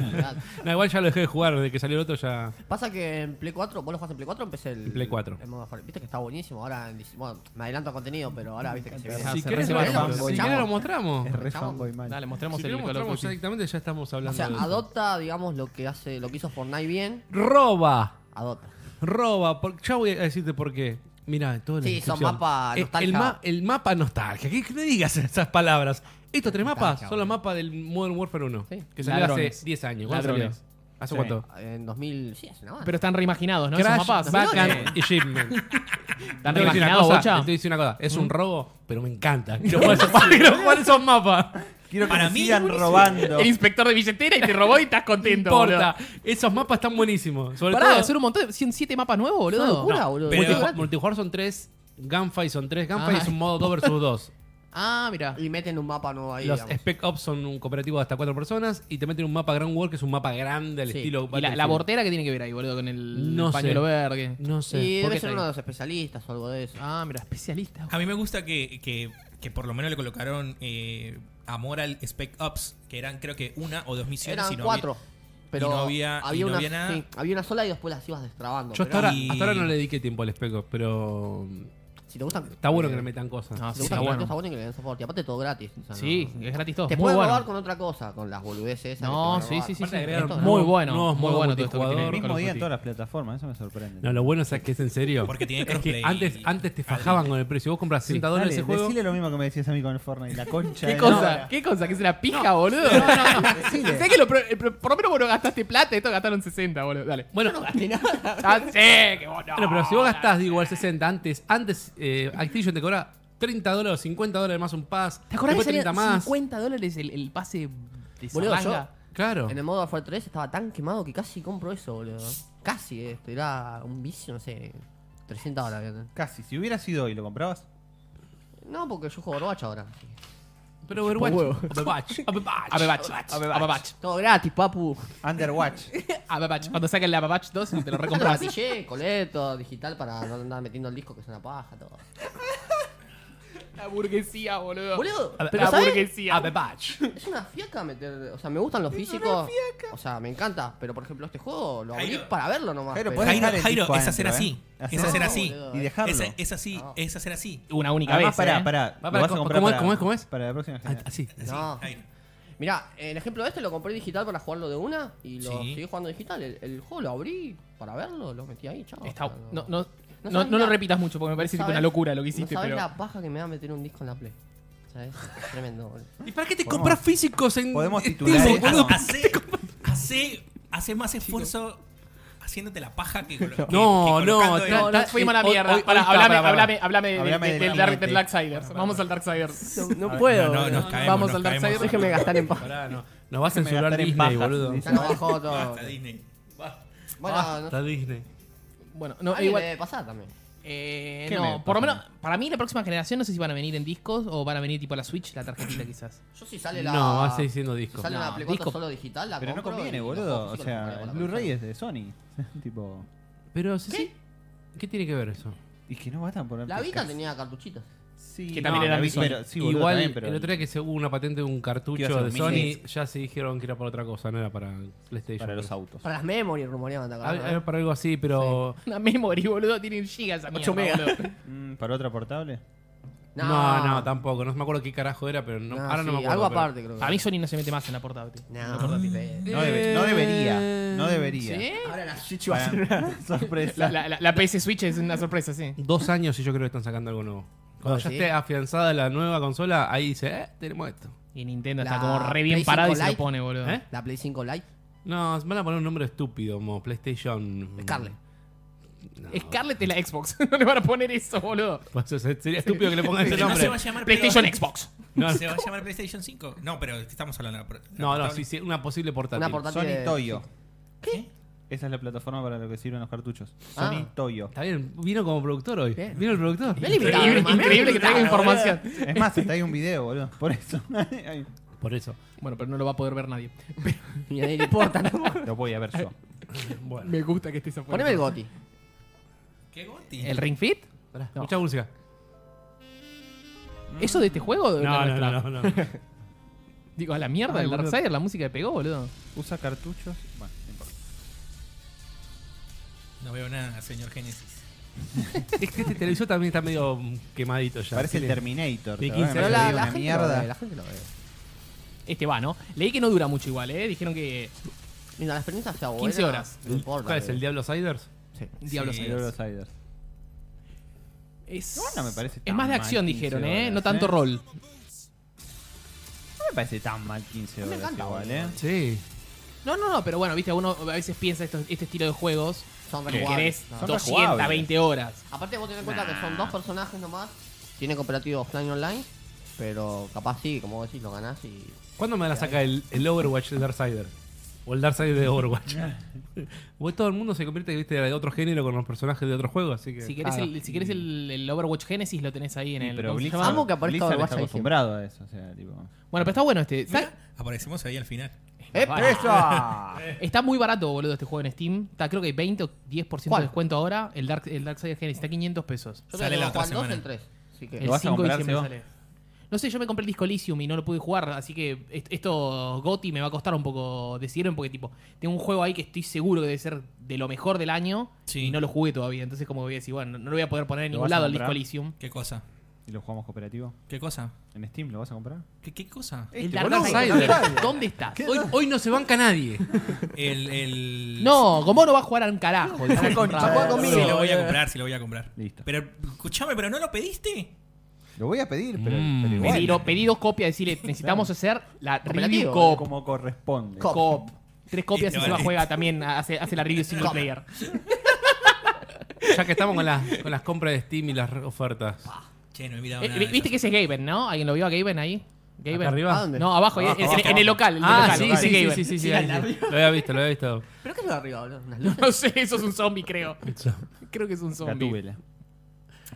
[SPEAKER 2] No, igual ya lo dejé de jugar desde que salió el otro ya.
[SPEAKER 5] Pasa que en Play 4, vos lo jugás en Play 4 o empecé el.
[SPEAKER 2] En Play 4.
[SPEAKER 5] el modo Fortnite? Viste que está buenísimo. Ahora, en dic- bueno, me adelanto a contenido, pero ahora viste que se viene.
[SPEAKER 1] Ah,
[SPEAKER 2] Si
[SPEAKER 1] se
[SPEAKER 2] querés, lo,
[SPEAKER 1] reserva
[SPEAKER 4] el
[SPEAKER 2] si
[SPEAKER 4] fanboy.
[SPEAKER 2] querés lo mostramos.
[SPEAKER 4] Es re
[SPEAKER 5] Estamos-
[SPEAKER 4] fanboy mal.
[SPEAKER 1] Dale, mostremos
[SPEAKER 2] Si
[SPEAKER 1] el
[SPEAKER 2] querés
[SPEAKER 1] Call of
[SPEAKER 2] mostramos
[SPEAKER 1] Duty.
[SPEAKER 2] directamente, ya estamos hablando.
[SPEAKER 5] O sea,
[SPEAKER 2] de eso.
[SPEAKER 5] adopta, digamos, lo que hace, lo que hizo Fortnite bien.
[SPEAKER 2] Roba.
[SPEAKER 5] Adopta.
[SPEAKER 2] Roba. por- ya voy a decirte por qué. Mirá, todo en la
[SPEAKER 5] Sí, son
[SPEAKER 2] descripción.
[SPEAKER 5] mapa
[SPEAKER 2] Eh,
[SPEAKER 5] nostalgia.
[SPEAKER 2] El, ma- el mapa nostalgia. ¿Qué, qué me digas esas palabras? Estos tres mapas
[SPEAKER 5] Nostalgia,
[SPEAKER 2] son los mapas del Modern Warfare 1.
[SPEAKER 5] Sí.
[SPEAKER 2] Que salió hace
[SPEAKER 1] Ladrones.
[SPEAKER 2] 10 años. ¿Cuándo salió?
[SPEAKER 1] Ladrones.
[SPEAKER 2] ¿Hace
[SPEAKER 4] Sí.
[SPEAKER 2] cuánto?
[SPEAKER 5] En 2000. Sí, hace una banda.
[SPEAKER 1] Pero están reimaginados, ¿no? Esos
[SPEAKER 2] Crash,
[SPEAKER 1] mapas.
[SPEAKER 2] Bacan y Shipment.
[SPEAKER 1] Están
[SPEAKER 2] Te voy a decir una
[SPEAKER 1] reimaginados,
[SPEAKER 2] cosa,
[SPEAKER 1] bocha. ¿Mm?
[SPEAKER 2] te voy a decir una cosa. Es un robo, pero me encanta. Quiero jugar esos mapas. Quiero jugar esos mapas.
[SPEAKER 4] Quiero que
[SPEAKER 3] Para
[SPEAKER 4] me
[SPEAKER 3] mí,
[SPEAKER 4] sigan
[SPEAKER 3] buenísimo.
[SPEAKER 4] robando.
[SPEAKER 1] El inspector de billetera y te robó y estás
[SPEAKER 2] No
[SPEAKER 1] contento.
[SPEAKER 2] importa. Esos mapas están buenísimos. Sobre
[SPEAKER 1] Pará,
[SPEAKER 2] todo,
[SPEAKER 1] hacer un montón de 107 mapas nuevos,
[SPEAKER 5] Es
[SPEAKER 1] boludo.
[SPEAKER 5] una locura,
[SPEAKER 1] No.
[SPEAKER 5] boludo.
[SPEAKER 3] Pero-
[SPEAKER 5] Multi-
[SPEAKER 2] multijua- multijugador son tres. Gunfight son tres. Gunfight
[SPEAKER 1] Ah.
[SPEAKER 2] es un modo 2 versus 2.
[SPEAKER 1] Ah, mira.
[SPEAKER 5] Y meten un mapa nuevo ahí.
[SPEAKER 2] Los
[SPEAKER 5] digamos.
[SPEAKER 2] Spec Ops son un cooperativo de hasta cuatro personas. Y te meten un mapa Grand War, que es un mapa grande al
[SPEAKER 5] Sí.
[SPEAKER 2] estilo.
[SPEAKER 1] Y la,
[SPEAKER 2] Battlefield.
[SPEAKER 1] la bortera que tiene que ver ahí, boludo, con el
[SPEAKER 2] No sé.
[SPEAKER 1] pañuelo verde.
[SPEAKER 2] No sé.
[SPEAKER 1] ¿por
[SPEAKER 5] Y
[SPEAKER 1] qué
[SPEAKER 5] debe
[SPEAKER 1] está
[SPEAKER 5] ser
[SPEAKER 1] ahí?
[SPEAKER 5] uno de los especialistas o algo de eso.
[SPEAKER 1] Ah, mira, especialista.
[SPEAKER 3] A mí me gusta que, que, que por lo menos le colocaron eh, amor al Spec Ops, que eran creo que una o dos misiones.
[SPEAKER 5] Eran
[SPEAKER 3] y no había-
[SPEAKER 5] cuatro. Pero
[SPEAKER 3] y no había- y no
[SPEAKER 5] una,
[SPEAKER 3] había nada.
[SPEAKER 5] sí, había una sola y después las ibas destrabando.
[SPEAKER 2] Yo
[SPEAKER 5] pero
[SPEAKER 2] hasta ahora,
[SPEAKER 3] Y-
[SPEAKER 2] hasta ahora no le dediqué tiempo al Spec Ops, pero. mm,
[SPEAKER 5] si te gustan.
[SPEAKER 2] Está bueno que
[SPEAKER 5] eh,
[SPEAKER 2] le metan cosas.
[SPEAKER 1] Ah,
[SPEAKER 5] Si
[SPEAKER 1] sí,
[SPEAKER 5] te
[SPEAKER 1] está
[SPEAKER 5] gustan
[SPEAKER 1] bueno.
[SPEAKER 5] los productos, está bueno que le den soporte. Y aparte todo gratis. o sea,
[SPEAKER 1] Sí,
[SPEAKER 5] no-
[SPEAKER 1] es gratis todo.
[SPEAKER 5] Te
[SPEAKER 1] Muy
[SPEAKER 5] pueden robar
[SPEAKER 1] bueno.
[SPEAKER 5] con otra cosa, con las boludeces. esas que
[SPEAKER 1] No, sí,
[SPEAKER 5] te van a
[SPEAKER 1] sí, sí,
[SPEAKER 5] robar.
[SPEAKER 1] sí.
[SPEAKER 2] Aparte agregaron
[SPEAKER 1] Esto-
[SPEAKER 2] nuevos-
[SPEAKER 1] Muy bueno,
[SPEAKER 2] nuevos
[SPEAKER 1] muy
[SPEAKER 2] modos
[SPEAKER 1] bueno todo esto que
[SPEAKER 2] multijugador.
[SPEAKER 1] tiene
[SPEAKER 4] El
[SPEAKER 1] Call
[SPEAKER 4] mismo
[SPEAKER 1] of
[SPEAKER 4] día en
[SPEAKER 1] Duty.
[SPEAKER 4] todas las plataformas, eso me sorprende.
[SPEAKER 2] No, lo bueno es que es en serio.
[SPEAKER 3] Porque tiene
[SPEAKER 2] Es que
[SPEAKER 3] crossplay.
[SPEAKER 2] antes, antes te fajaban con el precio. Vos compras 60 dólares
[SPEAKER 4] Dale,
[SPEAKER 2] ese juego.
[SPEAKER 4] Decile lo mismo que me decías a mí con el Fortnite, la concha.
[SPEAKER 1] ¿Qué
[SPEAKER 4] de
[SPEAKER 1] cosa?
[SPEAKER 4] la hora.
[SPEAKER 1] ¿Qué cosa? ¿Que es una pija, boludo? ¿Sabés que lo pro- eh, pro- por lo menos vos no gastaste plata? Estos gastaron 60, boludo. Dale.
[SPEAKER 2] Bueno,
[SPEAKER 1] Ah, sí, que vos no.
[SPEAKER 2] bueno, pero si vos gastás digo, igual 60 antes, antes eh, Activision te cobra 30 dólares, 50 dólares más un pass.
[SPEAKER 1] ¿Te acordás que
[SPEAKER 2] después
[SPEAKER 1] salía
[SPEAKER 2] 30 más.
[SPEAKER 1] 50 dólares el, el pase de
[SPEAKER 5] Boludo, yo-
[SPEAKER 1] Zarranga?
[SPEAKER 2] Claro.
[SPEAKER 5] En el modo Warfare 3 estaba tan quemado que casi compro eso, boludo. Casi, esto era un vicio, no sé. 300 dólares. ¿no?
[SPEAKER 4] Casi, si hubiera sido hoy, ¿lo comprabas?
[SPEAKER 5] No, porque yo juego Overwatch ahora. así que-
[SPEAKER 2] Pero Overwatch.
[SPEAKER 1] huevo.
[SPEAKER 2] Overwatch. Overwatch.
[SPEAKER 1] Abebach, Abebach,
[SPEAKER 5] Todo gratis, papu.
[SPEAKER 4] Underwatch.
[SPEAKER 1] Abebach. Cuando saquen la Abebach 2 y te lo
[SPEAKER 5] Yo lo
[SPEAKER 1] recompras.
[SPEAKER 5] gatillé, coleto, digital para no andar metiendo el disco que es una paja, todo.
[SPEAKER 1] La burguesía, boludo.
[SPEAKER 5] Boludo,
[SPEAKER 2] Abe-
[SPEAKER 5] pero
[SPEAKER 1] la
[SPEAKER 5] ¿sabés?
[SPEAKER 1] burguesía.
[SPEAKER 2] Abebach.
[SPEAKER 5] Es una fiaca meter. O sea, me gustan los físicos. O sea, me encanta. Pero por ejemplo, este juego lo abrí
[SPEAKER 3] Jairo.
[SPEAKER 5] para verlo nomás.
[SPEAKER 4] Jairo,
[SPEAKER 5] pero-
[SPEAKER 4] ¿podés
[SPEAKER 3] Jairo,
[SPEAKER 4] dejar el
[SPEAKER 3] Jairo,
[SPEAKER 4] disco
[SPEAKER 3] es hacer
[SPEAKER 4] adentro,
[SPEAKER 3] así.
[SPEAKER 4] eh?
[SPEAKER 3] Es
[SPEAKER 4] No,
[SPEAKER 3] hacer así.
[SPEAKER 5] boludo,
[SPEAKER 4] Y
[SPEAKER 5] eh.
[SPEAKER 4] dejarlo.
[SPEAKER 3] Es, es así, es hacer así.
[SPEAKER 1] Una única
[SPEAKER 4] Además,
[SPEAKER 1] vez.
[SPEAKER 4] pará,
[SPEAKER 1] ¿eh?
[SPEAKER 4] pará.
[SPEAKER 2] Va
[SPEAKER 4] lo vas
[SPEAKER 2] para-
[SPEAKER 4] a comprar
[SPEAKER 2] ¿cómo es?
[SPEAKER 4] para,
[SPEAKER 2] ¿Cómo es? ¿Cómo es?
[SPEAKER 4] Para la próxima
[SPEAKER 2] Ah,
[SPEAKER 4] generación.
[SPEAKER 2] Así.
[SPEAKER 3] Así,
[SPEAKER 5] No.
[SPEAKER 3] Jairo.
[SPEAKER 5] Mirá, el ejemplo este lo compré digital para jugarlo de una y lo
[SPEAKER 3] Sí.
[SPEAKER 5] seguí jugando digital. El, el juego lo abrí para verlo, lo metí ahí, chao.
[SPEAKER 1] Está-
[SPEAKER 5] O sea,
[SPEAKER 1] no, no,
[SPEAKER 5] No
[SPEAKER 1] no,
[SPEAKER 5] sabés
[SPEAKER 1] no lo
[SPEAKER 5] la-
[SPEAKER 1] repitas mucho porque me parece tipo
[SPEAKER 5] sabés-
[SPEAKER 1] una locura lo que
[SPEAKER 5] no
[SPEAKER 1] hiciste,
[SPEAKER 5] sabés
[SPEAKER 1] pero.
[SPEAKER 5] la paja que me va a meter un disco en la Play. ¿Sabes? Tremendo, boludo.
[SPEAKER 2] ¿Y para qué te
[SPEAKER 4] Podemos-
[SPEAKER 2] compras físicos en
[SPEAKER 4] podemos
[SPEAKER 2] Steam,
[SPEAKER 4] titular esto.
[SPEAKER 2] boludo?
[SPEAKER 3] Hace, hace, hace más esfuerzo haciéndote la paja que. colo- que-
[SPEAKER 2] No,
[SPEAKER 3] que
[SPEAKER 2] no,
[SPEAKER 3] colocando
[SPEAKER 2] tra-
[SPEAKER 1] No, eh,
[SPEAKER 3] el-
[SPEAKER 1] nos fuimos a la
[SPEAKER 2] hoy-
[SPEAKER 1] mierda.
[SPEAKER 2] hoy- hoy
[SPEAKER 1] Pará,
[SPEAKER 2] está,
[SPEAKER 1] hablame,
[SPEAKER 2] pará, pará.
[SPEAKER 1] hablame, hablame de-
[SPEAKER 4] Hablame
[SPEAKER 1] de-
[SPEAKER 4] del
[SPEAKER 1] del, Dark-
[SPEAKER 4] gigante.
[SPEAKER 1] del Darksiders. Vamos al Darksiders.
[SPEAKER 5] No, no
[SPEAKER 3] A ver,
[SPEAKER 5] puedo.
[SPEAKER 3] no, no, nos caemos,
[SPEAKER 1] Vamos
[SPEAKER 3] nos
[SPEAKER 1] al
[SPEAKER 3] caemos.
[SPEAKER 1] Darksiders.
[SPEAKER 5] Déjenme gastar en paz.
[SPEAKER 2] Pará, no. Nos va a
[SPEAKER 4] Déjeme
[SPEAKER 2] censurar
[SPEAKER 4] gastar en
[SPEAKER 2] Disney,
[SPEAKER 4] pajas,
[SPEAKER 2] boludo.
[SPEAKER 4] dice.
[SPEAKER 5] Ya nos bajó todo.
[SPEAKER 3] Basta, Disney. Basta.
[SPEAKER 5] Bueno, no sé,
[SPEAKER 2] Está Disney.
[SPEAKER 1] Bueno, no,
[SPEAKER 5] alguien le
[SPEAKER 1] igual.
[SPEAKER 5] debe pasar también.
[SPEAKER 1] eh,
[SPEAKER 4] ¿Qué
[SPEAKER 1] no,
[SPEAKER 4] me
[SPEAKER 1] por lo
[SPEAKER 4] pasa?
[SPEAKER 1] menos, para mí la próxima generación no sé si van a venir en discos o van a venir tipo a la Switch, la tarjetita quizás.
[SPEAKER 5] Yo si sale la.
[SPEAKER 2] No, va a seguir siendo disco.
[SPEAKER 5] Si sale
[SPEAKER 1] No,
[SPEAKER 5] una Play 4
[SPEAKER 1] disco.
[SPEAKER 5] solo digital, la
[SPEAKER 4] Pero no
[SPEAKER 5] compro y
[SPEAKER 4] conviene,
[SPEAKER 5] los
[SPEAKER 4] boludo.
[SPEAKER 5] juegos
[SPEAKER 4] O
[SPEAKER 5] sí los
[SPEAKER 4] sea,
[SPEAKER 5] juego
[SPEAKER 4] el
[SPEAKER 5] con la
[SPEAKER 4] Blu-ray
[SPEAKER 5] consola.
[SPEAKER 4] es de Sony. tipo.
[SPEAKER 2] Pero, ¿sí? ¿Qué? ¿Qué tiene que ver eso?
[SPEAKER 4] Y que no bastan por
[SPEAKER 5] La Vita tenía cartuchitos.
[SPEAKER 4] Sí,
[SPEAKER 1] que también
[SPEAKER 4] no,
[SPEAKER 1] era
[SPEAKER 4] la
[SPEAKER 1] de
[SPEAKER 4] Vita,
[SPEAKER 1] Sony.
[SPEAKER 4] pero- sí, boludo,
[SPEAKER 2] Igual,
[SPEAKER 4] también, pero-
[SPEAKER 2] el otro día que se hubo una patente de un
[SPEAKER 4] Que iba
[SPEAKER 2] cartucho
[SPEAKER 4] a
[SPEAKER 2] de
[SPEAKER 4] ser
[SPEAKER 2] Sony,
[SPEAKER 4] mini.
[SPEAKER 2] ya se dijeron que era para otra cosa, no era para PlayStation.
[SPEAKER 4] Para los autos.
[SPEAKER 5] Para las memories rumoreaban, ¿te acordás,
[SPEAKER 2] Era
[SPEAKER 5] no?
[SPEAKER 2] era para algo así, pero...
[SPEAKER 1] Una memory, boludo, tienen gigas a
[SPEAKER 5] 8 megas.
[SPEAKER 4] Mm, ¿Para otra portable?
[SPEAKER 2] Eh, No. no, tampoco. No me acuerdo qué carajo era, pero no-
[SPEAKER 5] No,
[SPEAKER 2] ahora no me
[SPEAKER 5] sí,
[SPEAKER 2] acuerdo.
[SPEAKER 5] Algo
[SPEAKER 2] pero-
[SPEAKER 5] aparte, creo. que
[SPEAKER 1] A
[SPEAKER 5] era.
[SPEAKER 1] mí Sony no se mete más en la portátil.
[SPEAKER 5] No,
[SPEAKER 4] No, debe- no debería. No debería.
[SPEAKER 1] ¿Sí?
[SPEAKER 5] Ahora la Switch va a
[SPEAKER 4] Para-
[SPEAKER 5] ser.
[SPEAKER 1] La,
[SPEAKER 4] sorpresa.
[SPEAKER 1] la, la- la PS Switch es una sorpresa, sí.
[SPEAKER 2] Dos años y yo creo que están sacando algo nuevo. Cuando
[SPEAKER 5] Ah,
[SPEAKER 2] ya
[SPEAKER 5] ¿sí?
[SPEAKER 2] esté afianzada la nueva consola, ahí dice, eh, tenemos esto.
[SPEAKER 1] Y Nintendo
[SPEAKER 5] La
[SPEAKER 1] está como re bien
[SPEAKER 5] Play
[SPEAKER 1] parado y
[SPEAKER 5] 5
[SPEAKER 1] se lo
[SPEAKER 5] Lite.
[SPEAKER 1] pone, boludo.
[SPEAKER 2] ¿Eh?
[SPEAKER 5] La Play 5 Lite.
[SPEAKER 2] No, van a poner un nombre estúpido como PlayStation...
[SPEAKER 5] Scarlett.
[SPEAKER 2] No,
[SPEAKER 1] Scarlett es la Xbox. no le van a poner eso, boludo.
[SPEAKER 2] pues, sería estúpido que le pongan ese
[SPEAKER 3] Pero no
[SPEAKER 2] nombre.
[SPEAKER 3] se va a llamar
[SPEAKER 1] PlayStation
[SPEAKER 3] pero-
[SPEAKER 1] Xbox.
[SPEAKER 2] No,
[SPEAKER 3] ¿Se va a llamar PlayStation 5? No, pero estamos hablando de la pro- de la
[SPEAKER 2] No, no,
[SPEAKER 3] portable.
[SPEAKER 2] sí, sí, una posible portátil.
[SPEAKER 5] Una portátil.
[SPEAKER 4] Sony
[SPEAKER 5] de-
[SPEAKER 4] Toyo. ¿Qué? Esa es la plataforma para lo que sirven los cartuchos.
[SPEAKER 5] Ah.
[SPEAKER 4] Sony Toyo.
[SPEAKER 2] Está bien, vino como productor hoy. Vino el productor.
[SPEAKER 5] Bien limitado,
[SPEAKER 1] Increíble,
[SPEAKER 5] hermano.
[SPEAKER 1] increíble que traiga información.
[SPEAKER 4] Es más, hasta hay un video, boludo. Por eso. Ay,
[SPEAKER 2] Por eso.
[SPEAKER 1] Bueno, pero no lo va a poder ver nadie.
[SPEAKER 5] Y a nadie le importa, ¿no?
[SPEAKER 4] Lo voy a ver yo.
[SPEAKER 2] Bueno.
[SPEAKER 1] Me gusta que estés afuera.
[SPEAKER 5] Poneme el Goti.
[SPEAKER 3] ¿Qué goti?
[SPEAKER 1] ¿El Ring Fit?
[SPEAKER 2] Pará,
[SPEAKER 1] No.
[SPEAKER 2] Escuchá música.
[SPEAKER 1] ¿Eso de este juego? o de la
[SPEAKER 2] No, no,
[SPEAKER 1] nuestra?
[SPEAKER 2] no, no. no.
[SPEAKER 1] Digo, a la mierda,
[SPEAKER 2] Ay,
[SPEAKER 1] el
[SPEAKER 2] boludo.
[SPEAKER 1] Darksiders, la música que pegó, boludo.
[SPEAKER 4] Usa cartuchos. Bueno, no importa.
[SPEAKER 3] No veo nada, señor Génesis.
[SPEAKER 2] Es que este televisor también está medio mm, quemadito ya.
[SPEAKER 4] Parece el
[SPEAKER 2] Sí,
[SPEAKER 4] Terminator.
[SPEAKER 2] Sí,
[SPEAKER 4] te van a
[SPEAKER 2] 15.
[SPEAKER 5] Pero
[SPEAKER 4] meter
[SPEAKER 5] la,
[SPEAKER 4] ahí
[SPEAKER 5] la
[SPEAKER 4] una
[SPEAKER 5] gente lo ve, la
[SPEAKER 4] mierda.
[SPEAKER 5] gente lo ve.
[SPEAKER 1] Este va, ¿no? Leí que no dura mucho igual, ¿eh? Dijeron que
[SPEAKER 5] Mira, la experiencia sea buena.
[SPEAKER 1] 15 horas.
[SPEAKER 5] No importa. eh.
[SPEAKER 2] ¿Cuál es el
[SPEAKER 5] pero-
[SPEAKER 2] Diablo Siders?
[SPEAKER 5] Sí.
[SPEAKER 1] Diablo
[SPEAKER 3] Sí.
[SPEAKER 1] Siders.
[SPEAKER 4] Siders.
[SPEAKER 1] Es,
[SPEAKER 4] No, no me parece
[SPEAKER 1] es
[SPEAKER 4] tan
[SPEAKER 1] más de
[SPEAKER 4] mal,
[SPEAKER 1] acción,
[SPEAKER 4] 15
[SPEAKER 1] dijeron, ¿eh? No
[SPEAKER 4] horas,
[SPEAKER 1] tanto
[SPEAKER 4] ¿eh?
[SPEAKER 1] rol.
[SPEAKER 4] No me parece tan mal 15 horas
[SPEAKER 5] encanta,
[SPEAKER 4] igual,
[SPEAKER 5] boludo.
[SPEAKER 4] ¿eh?
[SPEAKER 2] Sí.
[SPEAKER 1] No, no, no, pero bueno, viste, uno a veces piensa estos- este estilo de juegos
[SPEAKER 5] Son
[SPEAKER 1] que querés
[SPEAKER 5] rejugables. no.
[SPEAKER 4] Son
[SPEAKER 1] 220 horas.
[SPEAKER 5] Aparte vos tenés en cuenta que son dos personajes nomás. Tiene cooperativo offline y online. Pero capaz sí, como vos decís, lo ganás y.
[SPEAKER 2] ¿Cuándo me van a sacar el, el Overwatch de Darksider? O el Darksider de Overwatch. Porque todo el mundo se convierte viste, de otro género con los personajes de otro juego, así que.
[SPEAKER 1] Si querés,
[SPEAKER 2] Ah,
[SPEAKER 1] el, si querés el, el Overwatch Genesis, lo tenés ahí en
[SPEAKER 4] Sí,
[SPEAKER 1] el.
[SPEAKER 4] pero
[SPEAKER 1] ¿cómo se
[SPEAKER 4] Blizzard,
[SPEAKER 1] llama?
[SPEAKER 5] Amo que aparezca
[SPEAKER 4] Blizzard
[SPEAKER 5] Overwatch
[SPEAKER 4] está
[SPEAKER 5] ahí
[SPEAKER 4] acostumbrado a eso. O sea, tipo.
[SPEAKER 1] Bueno, pero está bueno este. Está,
[SPEAKER 3] Aparecemos ahí al final.
[SPEAKER 5] ¡Eh,
[SPEAKER 1] Vale. Está muy barato, boludo, este juego en Steam. Está, creo que hay 20 o 10%
[SPEAKER 5] ¿Cuál?
[SPEAKER 1] de descuento ahora. El Dark, el Darksiders Genesis está 500 pesos.
[SPEAKER 5] Yo
[SPEAKER 3] Sale
[SPEAKER 5] creo que
[SPEAKER 3] la
[SPEAKER 5] tengo
[SPEAKER 3] otra
[SPEAKER 5] Juan 2
[SPEAKER 3] semana.
[SPEAKER 5] el 3. Así que.
[SPEAKER 1] El
[SPEAKER 4] vas a
[SPEAKER 1] 5 de
[SPEAKER 4] comprar,
[SPEAKER 1] diciembre
[SPEAKER 4] Seba?
[SPEAKER 1] sale. No sé, yo me compré el disco Elysium y no lo pude jugar, así que est- esto Gotti me va a costar un poco decirlo porque tipo, tengo un juego ahí que estoy seguro que debe ser de lo mejor del año
[SPEAKER 3] Sí.
[SPEAKER 1] y no lo jugué todavía, entonces como voy a decir, bueno, no, no lo voy a poder poner en
[SPEAKER 4] ¿Lo
[SPEAKER 1] ningún
[SPEAKER 4] vas a
[SPEAKER 1] lado el disco
[SPEAKER 4] comprar?
[SPEAKER 1] Elysium.
[SPEAKER 3] ¿Qué cosa?
[SPEAKER 4] ¿Y lo jugamos cooperativo?
[SPEAKER 3] ¿Qué cosa?
[SPEAKER 4] ¿En Steam lo vas a comprar?
[SPEAKER 3] ¿Qué, qué cosa?
[SPEAKER 1] El
[SPEAKER 4] Este,
[SPEAKER 1] Dark
[SPEAKER 4] boludo.
[SPEAKER 1] Darksiders, ¿dónde estás?
[SPEAKER 2] Hoy, hoy no se banca nadie.
[SPEAKER 3] El, el...
[SPEAKER 1] No, Gomó no va a jugar a un carajo. dice el
[SPEAKER 5] concha,
[SPEAKER 1] Rabo.
[SPEAKER 5] juega
[SPEAKER 3] Sí
[SPEAKER 5] conmigo.
[SPEAKER 3] lo voy a comprar, sí lo voy a comprar.
[SPEAKER 4] Listo.
[SPEAKER 3] Pero, escúchame, ¿pero no lo pediste?
[SPEAKER 4] Lo voy a pedir, pero,
[SPEAKER 2] Mm.
[SPEAKER 4] pero igual.
[SPEAKER 1] Pedí, do- pedí dos copias, decirle, necesitamos hacer la review
[SPEAKER 5] Cooperativo,
[SPEAKER 1] cop.
[SPEAKER 4] Como corresponde.
[SPEAKER 5] Cop.
[SPEAKER 1] Cop. Tres copias y
[SPEAKER 3] Listo,
[SPEAKER 1] se va
[SPEAKER 3] listo.
[SPEAKER 1] juega también, hace, hace la review single player.
[SPEAKER 2] Ya que estamos con las, con las compras de Steam y las re- ofertas.
[SPEAKER 3] Che, no he mirado
[SPEAKER 1] Eh,
[SPEAKER 3] nada.
[SPEAKER 1] vi-
[SPEAKER 3] de
[SPEAKER 1] Viste que
[SPEAKER 3] eso.
[SPEAKER 1] ese es Gaben, ¿no? ¿Alguien lo vio a Gaben ahí? Gaben.
[SPEAKER 2] ¿Acá arriba?
[SPEAKER 5] ¿A dónde?
[SPEAKER 1] No, abajo, en- en, en el local. en el
[SPEAKER 2] Ah,
[SPEAKER 1] local,
[SPEAKER 2] sí,
[SPEAKER 1] ese
[SPEAKER 2] sí, sí,
[SPEAKER 1] Gaben.
[SPEAKER 2] sí, sí, sí,
[SPEAKER 5] Sí,
[SPEAKER 2] ahí
[SPEAKER 5] la
[SPEAKER 2] sí.
[SPEAKER 5] vi.
[SPEAKER 2] Lo había visto, lo había visto.
[SPEAKER 5] ¿Pero qué es lo de arriba, boludo? Unas luces.
[SPEAKER 1] No sé, eso es un zombie, creo. Creo que es un zombie.
[SPEAKER 4] Gatúbela.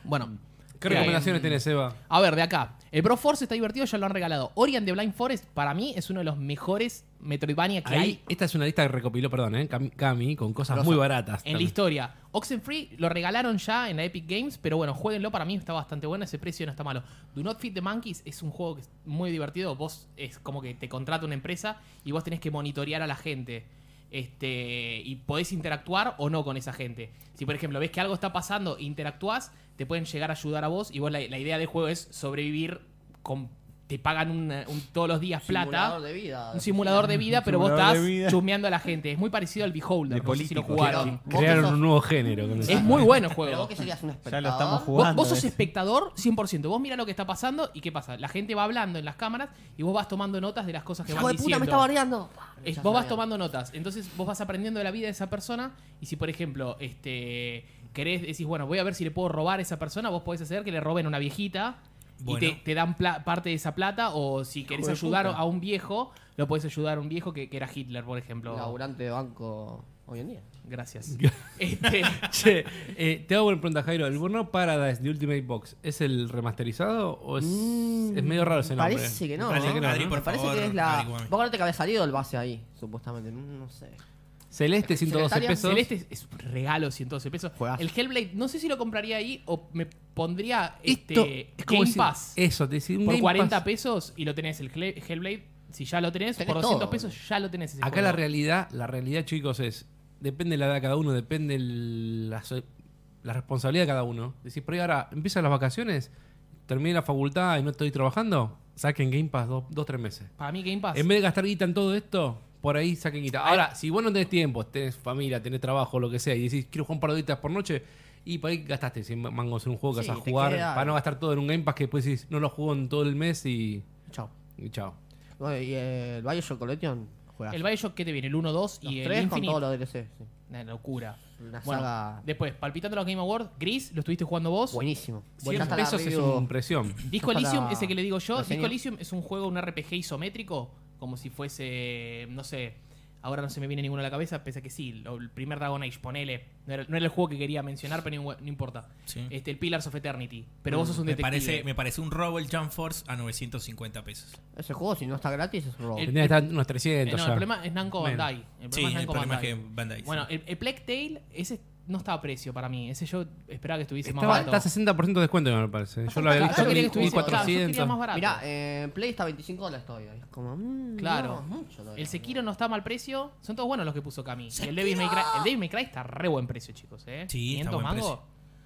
[SPEAKER 1] Bueno,
[SPEAKER 2] ¿Qué
[SPEAKER 1] Bien.
[SPEAKER 2] recomendaciones tenés, Eva?
[SPEAKER 1] a ver, de acá. El Pro Force está divertido, ya lo han regalado. Ori and the Blind Forest, para mí, es uno de los mejores Metroidvania que hay
[SPEAKER 2] Ahí, esta es una lista que recopiló, perdón, ¿eh? Cami, Cami, con cosas muy baratas.
[SPEAKER 1] en la historia. Oxenfree lo regalaron ya en la Epic Games, pero bueno, jueguenlo, para mí está bastante bueno, ese precio no está malo. Do Not Feed the Monkeys es un juego que es muy divertido, vos es como que te contrata una empresa y vos tenés que monitorear a la gente. Este, y podés interactuar o no con esa gente. Si por ejemplo ves que algo está pasando, interactuás, te pueden llegar a ayudar a vos y vos la, la idea del juego es sobrevivir con te pagan una- un- todos los días plata.
[SPEAKER 5] Simulador de vida.
[SPEAKER 1] Un simulador de vida, pero vos
[SPEAKER 4] simulador
[SPEAKER 1] estás
[SPEAKER 4] de vida.
[SPEAKER 1] chusmeando a la gente. Es muy parecido al Beholder.
[SPEAKER 4] De
[SPEAKER 1] No sé si lo
[SPEAKER 4] políticos.
[SPEAKER 1] jugaron.
[SPEAKER 5] Vos que
[SPEAKER 2] Crearon
[SPEAKER 5] sos-
[SPEAKER 2] un nuevo género. con eso.
[SPEAKER 1] Es muy bueno el
[SPEAKER 5] Ah, eh. Pero vos
[SPEAKER 1] juego.
[SPEAKER 5] que serías un espectador.
[SPEAKER 4] Ya lo estamos jugando.
[SPEAKER 1] Vos, vos sos
[SPEAKER 4] ese.
[SPEAKER 1] espectador 100%. Vos mira lo que está pasando y qué pasa. La gente va hablando en las cámaras y vos vas tomando notas de las cosas que
[SPEAKER 5] Hijo
[SPEAKER 1] van
[SPEAKER 5] de puta,
[SPEAKER 1] diciendo.
[SPEAKER 5] me está bardeando.
[SPEAKER 1] Es- vos vas tomando notas. Entonces vos vas aprendiendo de la vida de esa persona. Y si, por ejemplo, este querés, decís, bueno, voy a ver si le puedo robar a esa persona, vos podés hacer que le roben a una viejita.
[SPEAKER 3] Bueno.
[SPEAKER 1] Y te, te dan pla- parte de esa plata. O si querés
[SPEAKER 4] de
[SPEAKER 1] ayudar
[SPEAKER 4] puta.
[SPEAKER 1] a un viejo, lo podés ayudar a un viejo que, que era Hitler, por ejemplo.
[SPEAKER 5] Laburante de banco hoy en día.
[SPEAKER 1] Gracias. Este,
[SPEAKER 2] Che, eh, te hago una pregunta, Jairo. ¿El Burnout Paradise de Ultimate Box es el remasterizado o es, es medio raro ese nombre?
[SPEAKER 5] Mm, Parece que no.
[SPEAKER 2] Parece que no, ¿no?
[SPEAKER 3] Adri,
[SPEAKER 5] Me
[SPEAKER 3] Mm, por
[SPEAKER 5] parece
[SPEAKER 3] favor,
[SPEAKER 5] que es la.
[SPEAKER 3] averiguame.
[SPEAKER 5] Vos acordate que había salido el base ahí, supuestamente. Mm, No sé.
[SPEAKER 2] Celeste, 112
[SPEAKER 5] Secretaria.
[SPEAKER 2] pesos.
[SPEAKER 1] Celeste es- es un regalo 112 pesos.
[SPEAKER 5] Juegazo.
[SPEAKER 1] El Hellblade, no sé si lo compraría ahí o me pondría
[SPEAKER 2] Esto
[SPEAKER 1] este,
[SPEAKER 2] es como
[SPEAKER 1] Game
[SPEAKER 2] decir-
[SPEAKER 1] Pass.
[SPEAKER 2] Eso, te decía un
[SPEAKER 1] por
[SPEAKER 2] Game
[SPEAKER 1] 40
[SPEAKER 2] Pass.
[SPEAKER 1] pesos y lo tenés el Hle- Hellblade. Si ya lo tenés,
[SPEAKER 5] Tenés
[SPEAKER 1] por 200
[SPEAKER 5] todo.
[SPEAKER 1] pesos ya lo tenés. ese
[SPEAKER 2] Acá
[SPEAKER 1] juego.
[SPEAKER 2] la realidad, la realidad, chicos, es. Depende de la edad de cada uno, depende el- la, so- la responsabilidad de cada uno. Decís, por ahí ahora empiezan las vacaciones, terminé la facultad y no estoy trabajando, saquen Game Pass dos, dos tres meses.
[SPEAKER 1] Para mí Game Pass.
[SPEAKER 2] En vez de gastar guita en todo esto, por ahí saquen guita. Ahora, si vos no tenés tiempo, tenés familia, tenés trabajo, lo que sea, y decís, quiero jugar un par de horitas por noche, y por ahí gastaste 100 mangos en un juego que
[SPEAKER 5] Sí,
[SPEAKER 2] vas a
[SPEAKER 5] te
[SPEAKER 2] jugar,
[SPEAKER 5] queda-
[SPEAKER 2] para no gastar todo en un Game Pass que después decís, no lo juego en todo el mes y,
[SPEAKER 5] Chao.
[SPEAKER 2] y chao.
[SPEAKER 5] Bueno, y eh, el Bioshock Collection. juegazo.
[SPEAKER 1] El Bioshock, ¿qué te viene? El 1, 2
[SPEAKER 5] Los
[SPEAKER 1] y el
[SPEAKER 5] tres con
[SPEAKER 1] Infinite.
[SPEAKER 5] todos los DLC. sí.
[SPEAKER 1] Una locura.
[SPEAKER 5] Una
[SPEAKER 1] Bueno,
[SPEAKER 5] saga-
[SPEAKER 1] después, palpitando los Game Awards, Gris, lo estuviste jugando vos.
[SPEAKER 5] Buenísimo.
[SPEAKER 2] 100
[SPEAKER 5] Buenísimo.
[SPEAKER 2] pesos es una impresión.
[SPEAKER 1] Disco
[SPEAKER 5] Para-
[SPEAKER 1] Elysium, ese que le digo yo.
[SPEAKER 5] ¿Reseña?
[SPEAKER 1] Disco Elysium es un juego, un RPG isométrico, como si fuese, no sé, ahora no se me viene ninguno a la cabeza, pese a que sí, lo- el primer Dragon Age, ponele. No era, no era el juego que quería mencionar, pero no, no importa.
[SPEAKER 3] Sí. Mm,
[SPEAKER 1] Este, el Pillars of Eternity. Pero vos sos un
[SPEAKER 3] Me
[SPEAKER 1] detective. Eh,
[SPEAKER 3] parece, me parece un robo el Jump Force a 950 pesos.
[SPEAKER 5] Ese juego, si no está gratis, es un robo.
[SPEAKER 1] El-
[SPEAKER 2] Tendría que estar unos 300
[SPEAKER 1] Eh, no,
[SPEAKER 2] ya.
[SPEAKER 1] el problema es Namco
[SPEAKER 2] Menos.
[SPEAKER 1] Bandai. El problema
[SPEAKER 3] Sí,
[SPEAKER 1] es
[SPEAKER 3] el
[SPEAKER 1] Namco
[SPEAKER 3] problema es
[SPEAKER 1] Bandai.
[SPEAKER 3] que Bandai. sí.
[SPEAKER 1] Bueno, el, el Plague Tale, ese no estaba a precio para mí. Ese yo esperaba que estuviese
[SPEAKER 2] Estaba-
[SPEAKER 1] más
[SPEAKER 2] está a
[SPEAKER 1] barato.
[SPEAKER 2] 60% de descuento, me parece. Yo
[SPEAKER 1] Yo
[SPEAKER 2] lo había
[SPEAKER 1] quería que
[SPEAKER 2] visto en
[SPEAKER 1] estuviese claro, yo quería más
[SPEAKER 2] 1400.
[SPEAKER 1] barato.
[SPEAKER 5] Mirá, eh, Play está a 25 dólares todavía. Es como. mm,
[SPEAKER 1] Claro.
[SPEAKER 5] no, es mucho todavía.
[SPEAKER 1] El Sekiro no está a mal precio. Son todos buenos los que puso Cami. Y el Devil May Cry, el Devil May Cry está re buen precio, chicos. ¿eh?
[SPEAKER 3] Sí, está
[SPEAKER 1] 500
[SPEAKER 3] buen
[SPEAKER 1] mangos.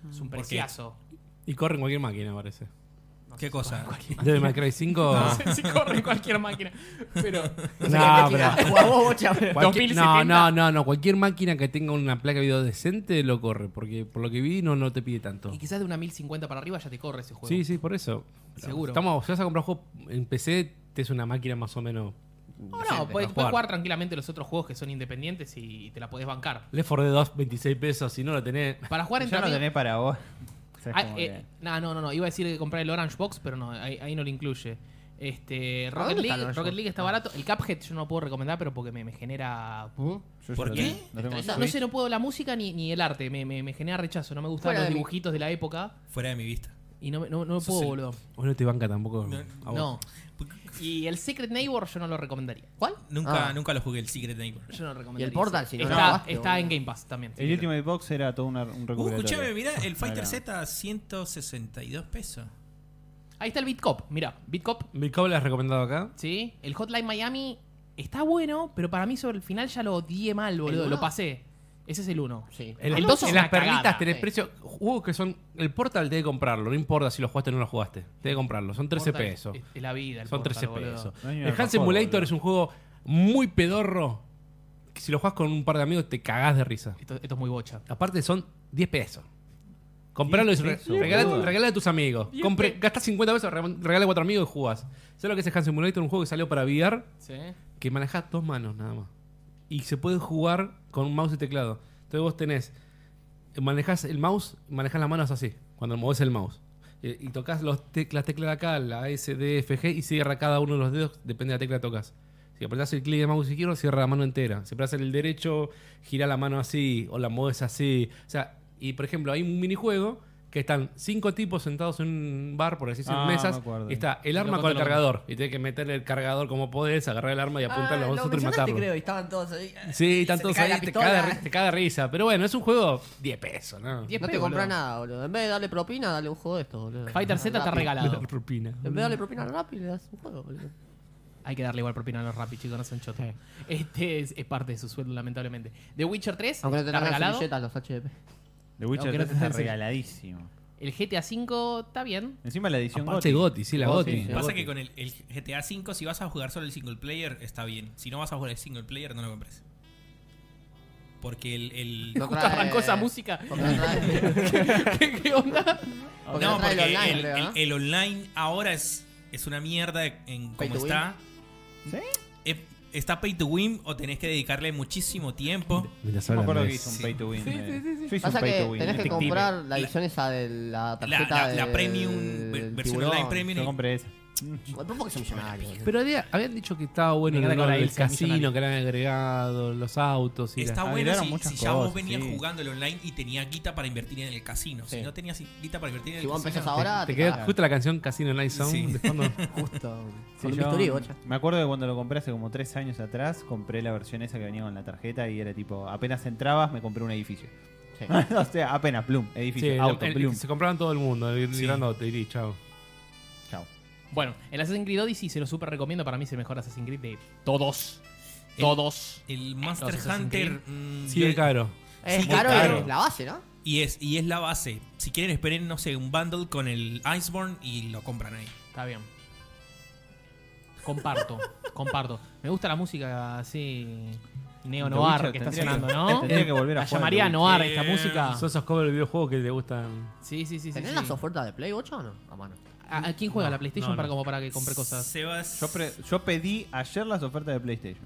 [SPEAKER 1] Es un
[SPEAKER 3] Porque-
[SPEAKER 1] preciazo.
[SPEAKER 2] Y corre en cualquier máquina, parece.
[SPEAKER 3] ¿Qué cosa?
[SPEAKER 2] Devil May Cry 5.
[SPEAKER 1] No sé si corre en cualquier máquina. Pero.
[SPEAKER 2] No,
[SPEAKER 5] Mira,
[SPEAKER 2] pero-
[SPEAKER 5] jugá vos, bocha.
[SPEAKER 2] Cualquier-
[SPEAKER 1] 2070.
[SPEAKER 2] no, no, no, no. Cualquier máquina que tenga una placa de video decente lo corre, porque por lo que vi no, no te pide tanto.
[SPEAKER 1] Y quizás de una 1050 para arriba ya te corre ese juego.
[SPEAKER 2] Sí, sí, por eso.
[SPEAKER 1] Seguro.
[SPEAKER 2] Estamos, si vas a comprar un juego en PC, te es una máquina más o menos.
[SPEAKER 1] No, no,
[SPEAKER 2] decente
[SPEAKER 1] puedes,
[SPEAKER 2] para
[SPEAKER 1] puedes jugar tranquilamente los otros juegos que son independientes y te la podés bancar.
[SPEAKER 2] Left 4 Dead 2, 26 pesos, si no lo tenés.
[SPEAKER 1] Para jugar entre
[SPEAKER 4] Ya no
[SPEAKER 1] amigos-
[SPEAKER 4] tenés para vos. O sea, es
[SPEAKER 1] Ah,
[SPEAKER 4] como
[SPEAKER 1] eh,
[SPEAKER 4] que-
[SPEAKER 1] nah, no, no, no. Iba a decir que comprar el Orange Box, pero no, ahí, ahí no lo incluye. Este, Rocket
[SPEAKER 5] dónde está el
[SPEAKER 1] League,
[SPEAKER 5] Orange
[SPEAKER 1] Rocket
[SPEAKER 5] Box?
[SPEAKER 1] League está barato. El Cuphead yo no lo puedo recomendar, pero porque me, me genera.
[SPEAKER 5] Mm.
[SPEAKER 4] yo
[SPEAKER 3] ¿Por
[SPEAKER 4] ya lo
[SPEAKER 3] qué?
[SPEAKER 4] tengo. Lo tengo en
[SPEAKER 5] Está-
[SPEAKER 1] No
[SPEAKER 4] Switch.
[SPEAKER 1] sé, no puedo la música ni, ni el arte. Me, me- me genera rechazo. No me gustan
[SPEAKER 5] Fuera
[SPEAKER 1] los
[SPEAKER 5] de mí.
[SPEAKER 1] dibujitos de la época.
[SPEAKER 3] Fuera de mi vista.
[SPEAKER 1] Y no, me- no, no me
[SPEAKER 3] Sos
[SPEAKER 1] puedo,
[SPEAKER 3] el-
[SPEAKER 1] boludo.
[SPEAKER 2] Vos no te banca tampoco.
[SPEAKER 3] No,
[SPEAKER 2] a vos.
[SPEAKER 1] No. Y el Secret Neighbor yo no lo recomendaría.
[SPEAKER 5] ¿Cuál?
[SPEAKER 3] Nunca,
[SPEAKER 5] Ah.
[SPEAKER 3] nunca lo jugué el Secret Neighbor.
[SPEAKER 1] Yo no lo recomendaría.
[SPEAKER 5] Portal,
[SPEAKER 1] sí.
[SPEAKER 5] si no lo
[SPEAKER 1] Está,
[SPEAKER 5] jugaste,
[SPEAKER 1] está en
[SPEAKER 5] boludo.
[SPEAKER 1] Game Pass también. sí,
[SPEAKER 4] El
[SPEAKER 1] creo.
[SPEAKER 4] Ultimate Box era todo una, un
[SPEAKER 3] Uh,
[SPEAKER 4] recuperatorio.
[SPEAKER 3] escuchame, mirá, el Fighter
[SPEAKER 4] Era-
[SPEAKER 3] Z 162 pesos.
[SPEAKER 1] Ahí está el Bitcop. Mira, Bitcop,
[SPEAKER 2] Mi cable has recomendado acá.
[SPEAKER 1] ¿sí? El Hotline Miami está bueno, pero para mí sobre el final ya lo odié mal, boludo.
[SPEAKER 5] uno?
[SPEAKER 1] Lo pasé. Ese es el 1.
[SPEAKER 5] Sí.
[SPEAKER 2] En,
[SPEAKER 1] El
[SPEAKER 2] las-
[SPEAKER 1] dos es
[SPEAKER 2] en
[SPEAKER 1] una
[SPEAKER 2] las perlitas
[SPEAKER 1] cagada,
[SPEAKER 2] tenés
[SPEAKER 5] sí.
[SPEAKER 2] precio. Juegos que son. El Portal debe comprarlo, no importa si lo jugaste o no lo jugaste. Debe comprarlo, son 13
[SPEAKER 1] Portal
[SPEAKER 2] pesos.
[SPEAKER 1] Es, es la vida, el
[SPEAKER 2] Son
[SPEAKER 1] Portal,
[SPEAKER 2] 13
[SPEAKER 1] boludo.
[SPEAKER 2] pesos.
[SPEAKER 4] No hay ni
[SPEAKER 2] el
[SPEAKER 4] una
[SPEAKER 2] Hand
[SPEAKER 4] mejor,
[SPEAKER 2] Simulator
[SPEAKER 4] boludo.
[SPEAKER 2] es un juego muy pedorro. Que si lo jugás con un par de amigos te cagás de risa.
[SPEAKER 1] Esto, esto es muy bocha.
[SPEAKER 2] Aparte son 10 pesos. Compralo y
[SPEAKER 4] 10
[SPEAKER 2] re-
[SPEAKER 4] pesos,
[SPEAKER 2] regala,
[SPEAKER 4] boludo.
[SPEAKER 2] regala a tus amigos.
[SPEAKER 1] 10
[SPEAKER 2] Compre,
[SPEAKER 1] pe-
[SPEAKER 2] gastás 50 pesos, re- regala a cuatro amigos y jugás. ¿Sabes lo que es el Hand Simulator? Un juego que salió para VR
[SPEAKER 1] ¿Sí?
[SPEAKER 2] que manejás dos manos nada más. Y se puede jugar con un mouse y teclado. Entonces vos tenés, manejás el mouse, manejás las manos así, cuando mueves el mouse. Eh, Y, tocas los tec- las teclas de acá, la S, D, F, G, y cierra cada uno de los dedos, depende de la tecla que tocas. Si apretás el clic de mouse izquierdo, cierra la mano entera. Si apretás el derecho, gira la mano así, o la mueves así. O sea, y por ejemplo, hay un minijuego que están cinco tipos sentados en un bar, por decir,
[SPEAKER 4] Ah,
[SPEAKER 2] en
[SPEAKER 4] me
[SPEAKER 2] mesas,
[SPEAKER 4] acuerdo.
[SPEAKER 2] y está el
[SPEAKER 1] Lo
[SPEAKER 2] arma
[SPEAKER 1] conté,
[SPEAKER 2] con el
[SPEAKER 1] lo conté.
[SPEAKER 2] cargador. Y tenés que meterle el cargador como podés, agarrar el arma y apuntarlo a
[SPEAKER 5] Ah,
[SPEAKER 2] los otros
[SPEAKER 5] lo
[SPEAKER 2] y
[SPEAKER 5] mencionaste,
[SPEAKER 2] matarlo.
[SPEAKER 5] creo, y estaban todos ahí. eh,
[SPEAKER 2] Sí,
[SPEAKER 5] Y se te
[SPEAKER 2] tanto
[SPEAKER 5] cae la
[SPEAKER 2] ahí, te
[SPEAKER 5] pistola.
[SPEAKER 2] caga, de ri- te caga de risa. Pero bueno, es un juego 10 pesos, ¿no?
[SPEAKER 1] 10
[SPEAKER 5] No te
[SPEAKER 1] pesos, boludo.
[SPEAKER 5] compras nada, boludo. En vez de darle propina, dale un juego de esto, boludo.
[SPEAKER 1] Fighter Z está
[SPEAKER 5] Rápido.
[SPEAKER 1] regalado.
[SPEAKER 2] Rupina.
[SPEAKER 5] En vez de darle propina al Rappi, le das un juego, boludo.
[SPEAKER 1] Hay que darle igual propina a los Rappi, chicos, no sean chotos. Este es, es parte de su sueldo, lamentablemente. The Witcher 3
[SPEAKER 5] Aunque no
[SPEAKER 1] está
[SPEAKER 5] tengas las
[SPEAKER 1] regalado.
[SPEAKER 5] servilletas, los HDP.
[SPEAKER 4] The Witcher
[SPEAKER 1] Aunque no
[SPEAKER 4] 3 está
[SPEAKER 1] tenés el-
[SPEAKER 4] regaladísimo.
[SPEAKER 1] El GTA V está bien.
[SPEAKER 4] Encima la edición
[SPEAKER 2] Aparte
[SPEAKER 4] GOTY.
[SPEAKER 2] Gotti, sí, la
[SPEAKER 4] Oh,
[SPEAKER 2] Gotti.
[SPEAKER 4] sí, sí.
[SPEAKER 3] Pasa
[SPEAKER 4] Gotti.
[SPEAKER 3] que con el, el GTA V, si vas a jugar solo el single player, está bien. Si no vas a jugar el single player, no lo compres. Porque el. el-
[SPEAKER 5] No
[SPEAKER 3] no,
[SPEAKER 1] Justo
[SPEAKER 5] trae-
[SPEAKER 1] arrancó esa música.
[SPEAKER 5] Porque no trae-
[SPEAKER 1] ¿Qué, qué onda?
[SPEAKER 5] porque no trae
[SPEAKER 3] porque
[SPEAKER 5] el
[SPEAKER 3] el,
[SPEAKER 5] online,
[SPEAKER 3] el-
[SPEAKER 5] creo, ¿no?
[SPEAKER 3] el online ahora es, es una mierda en
[SPEAKER 5] Pay
[SPEAKER 3] cómo
[SPEAKER 5] to
[SPEAKER 3] está.
[SPEAKER 4] ¿Sí?
[SPEAKER 3] Eh, Está pay to win o tenés que dedicarle muchísimo tiempo.
[SPEAKER 2] Mira,
[SPEAKER 4] Yo me acuerdo
[SPEAKER 2] hablan
[SPEAKER 4] que
[SPEAKER 2] de-
[SPEAKER 4] hice un
[SPEAKER 3] Sí.
[SPEAKER 4] pay to win.
[SPEAKER 1] Sí,
[SPEAKER 4] eh.
[SPEAKER 1] sí, sí, sí.
[SPEAKER 4] Yo hice un
[SPEAKER 5] Pasa
[SPEAKER 4] pay
[SPEAKER 5] que
[SPEAKER 4] to win.
[SPEAKER 5] tenés que
[SPEAKER 4] efectivo.
[SPEAKER 5] comprar la edición esa de la tarjeta
[SPEAKER 3] la- la
[SPEAKER 5] del
[SPEAKER 3] premium ver- versión
[SPEAKER 5] tiburón.
[SPEAKER 3] online premium.
[SPEAKER 4] Yo compré esa.
[SPEAKER 5] Vos porque sos millonario.
[SPEAKER 2] Pero había- habían dicho que estaba bueno
[SPEAKER 1] Me
[SPEAKER 2] el,
[SPEAKER 1] encanta que
[SPEAKER 2] el
[SPEAKER 1] ahora él sea
[SPEAKER 2] casino que le han agregado, los autos y
[SPEAKER 3] Está
[SPEAKER 2] la-
[SPEAKER 3] bueno
[SPEAKER 4] agregaron
[SPEAKER 3] si,
[SPEAKER 4] muchas
[SPEAKER 3] si ya vos
[SPEAKER 4] cosas,
[SPEAKER 3] venías
[SPEAKER 4] sí.
[SPEAKER 3] jugando el online y tenías guita para invertir en el casino.
[SPEAKER 5] Sí.
[SPEAKER 3] Si no tenías guita para invertir en el
[SPEAKER 5] Si vos
[SPEAKER 3] casino.
[SPEAKER 5] empezás ahora,
[SPEAKER 2] Te
[SPEAKER 5] te
[SPEAKER 2] queda
[SPEAKER 5] cagás.
[SPEAKER 2] justo la canción Casino Night Sound
[SPEAKER 3] Sí.
[SPEAKER 2] de fondo.
[SPEAKER 5] Justo.
[SPEAKER 4] Sí,
[SPEAKER 5] Con un
[SPEAKER 4] yo
[SPEAKER 5] bisturí, bocha.
[SPEAKER 4] me acuerdo de cuando lo compré hace como tres años atrás, compré la versión esa que venía con la tarjeta y era tipo, apenas entrabas, me compré un edificio.
[SPEAKER 5] Sí.
[SPEAKER 4] o sea, apenas, plum,
[SPEAKER 2] Sí,
[SPEAKER 4] edificio,
[SPEAKER 2] el-
[SPEAKER 4] auto,
[SPEAKER 2] el-
[SPEAKER 4] plum.
[SPEAKER 2] se compraban todo el mundo, el
[SPEAKER 3] Sí.
[SPEAKER 2] grandote, y chao.
[SPEAKER 4] Chao.
[SPEAKER 1] Bueno, el Assassin's Creed Odyssey se lo super recomiendo. Para mí es el mejor Assassin's Creed de todos. Todos.
[SPEAKER 3] El Master
[SPEAKER 1] Los Assassin's
[SPEAKER 3] Hunter.
[SPEAKER 1] Creed.
[SPEAKER 3] mm,
[SPEAKER 2] Sí,
[SPEAKER 3] yo-
[SPEAKER 2] es caro.
[SPEAKER 5] Es
[SPEAKER 3] Sí,
[SPEAKER 5] caro,
[SPEAKER 3] claro.
[SPEAKER 5] es la base, ¿no?
[SPEAKER 3] Y es, y es la base. Si quieren, esperen, no sé, un bundle con el Iceborne y lo compran ahí.
[SPEAKER 1] Está bien. Comparto, comparto. Me gusta la música así. Neo
[SPEAKER 4] The
[SPEAKER 1] Noir
[SPEAKER 4] Witcher
[SPEAKER 1] que está
[SPEAKER 4] tendría
[SPEAKER 1] sonando,
[SPEAKER 4] que-
[SPEAKER 1] ¿no?
[SPEAKER 4] tendría que volver a
[SPEAKER 1] la
[SPEAKER 4] jugar
[SPEAKER 1] llamaría
[SPEAKER 4] The
[SPEAKER 1] Noir
[SPEAKER 3] Witcher.
[SPEAKER 1] esta música.
[SPEAKER 2] Son esos covers de videojuegos que te gustan.
[SPEAKER 1] Sí, sí, sí. sí,
[SPEAKER 5] ¿Tenés
[SPEAKER 1] sí.
[SPEAKER 5] las ofertas de Play 8 o no? A mano.
[SPEAKER 1] ¿A a quién juega la PlayStation
[SPEAKER 2] no,
[SPEAKER 1] para
[SPEAKER 2] no.
[SPEAKER 1] como para que compre cosas?
[SPEAKER 3] Sebas.
[SPEAKER 4] Yo, pre- yo pedí ayer las ofertas de PlayStation.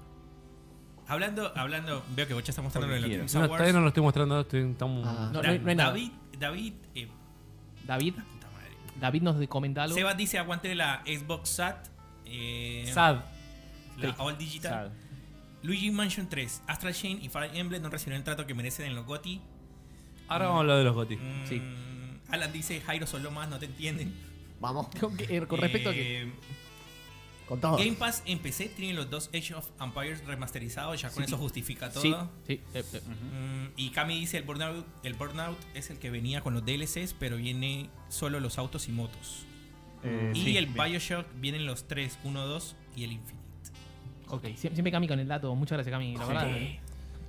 [SPEAKER 3] Hablando, hablando, veo que Bocha está mostrando
[SPEAKER 4] Porque
[SPEAKER 3] en los
[SPEAKER 4] quiero.
[SPEAKER 3] Games
[SPEAKER 2] No,
[SPEAKER 3] Awards.
[SPEAKER 2] todavía no lo estoy mostrando. Estoy, estamos-
[SPEAKER 5] Ah.
[SPEAKER 1] No,
[SPEAKER 3] Da-
[SPEAKER 1] no hay- no hay nada.
[SPEAKER 3] David, David, eh,
[SPEAKER 1] David,
[SPEAKER 3] puta madre.
[SPEAKER 1] David nos comenta algo.
[SPEAKER 3] Sebas dice aguante la Xbox SAT. eh,
[SPEAKER 1] Sad.
[SPEAKER 3] La All Digital.
[SPEAKER 4] Sad.
[SPEAKER 3] Luigi Mansion 3, Astral Chain y Fire Emblem no recibieron el trato que merecen en los GOTY.
[SPEAKER 2] Ahora vamos a hablar de los Gotti.
[SPEAKER 3] Mm,
[SPEAKER 1] Sí.
[SPEAKER 3] Alan dice, Jairo solo más, no te entienden.
[SPEAKER 5] Vamos,
[SPEAKER 1] Con, que- eh, con respecto a que. Ah.
[SPEAKER 3] Eh,
[SPEAKER 5] con todo.
[SPEAKER 3] Game Pass en PC tiene los dos Age of Empires remasterizados, ya con eso justifica todo.
[SPEAKER 1] Sí, sí. eh, eh.
[SPEAKER 3] Mm, y Cami dice, el Burnout, el Burnout es el que venía con los DLCs, pero viene solo los autos y motos.
[SPEAKER 1] Mm.
[SPEAKER 4] Eh,
[SPEAKER 3] y
[SPEAKER 4] sí,
[SPEAKER 3] el
[SPEAKER 4] bien.
[SPEAKER 3] Bioshock vienen los 3, 1, 2 y el Infinite.
[SPEAKER 1] Ok, sie- siempre Cami con el dato. Muchas gracias, Cami. La verdad. eh.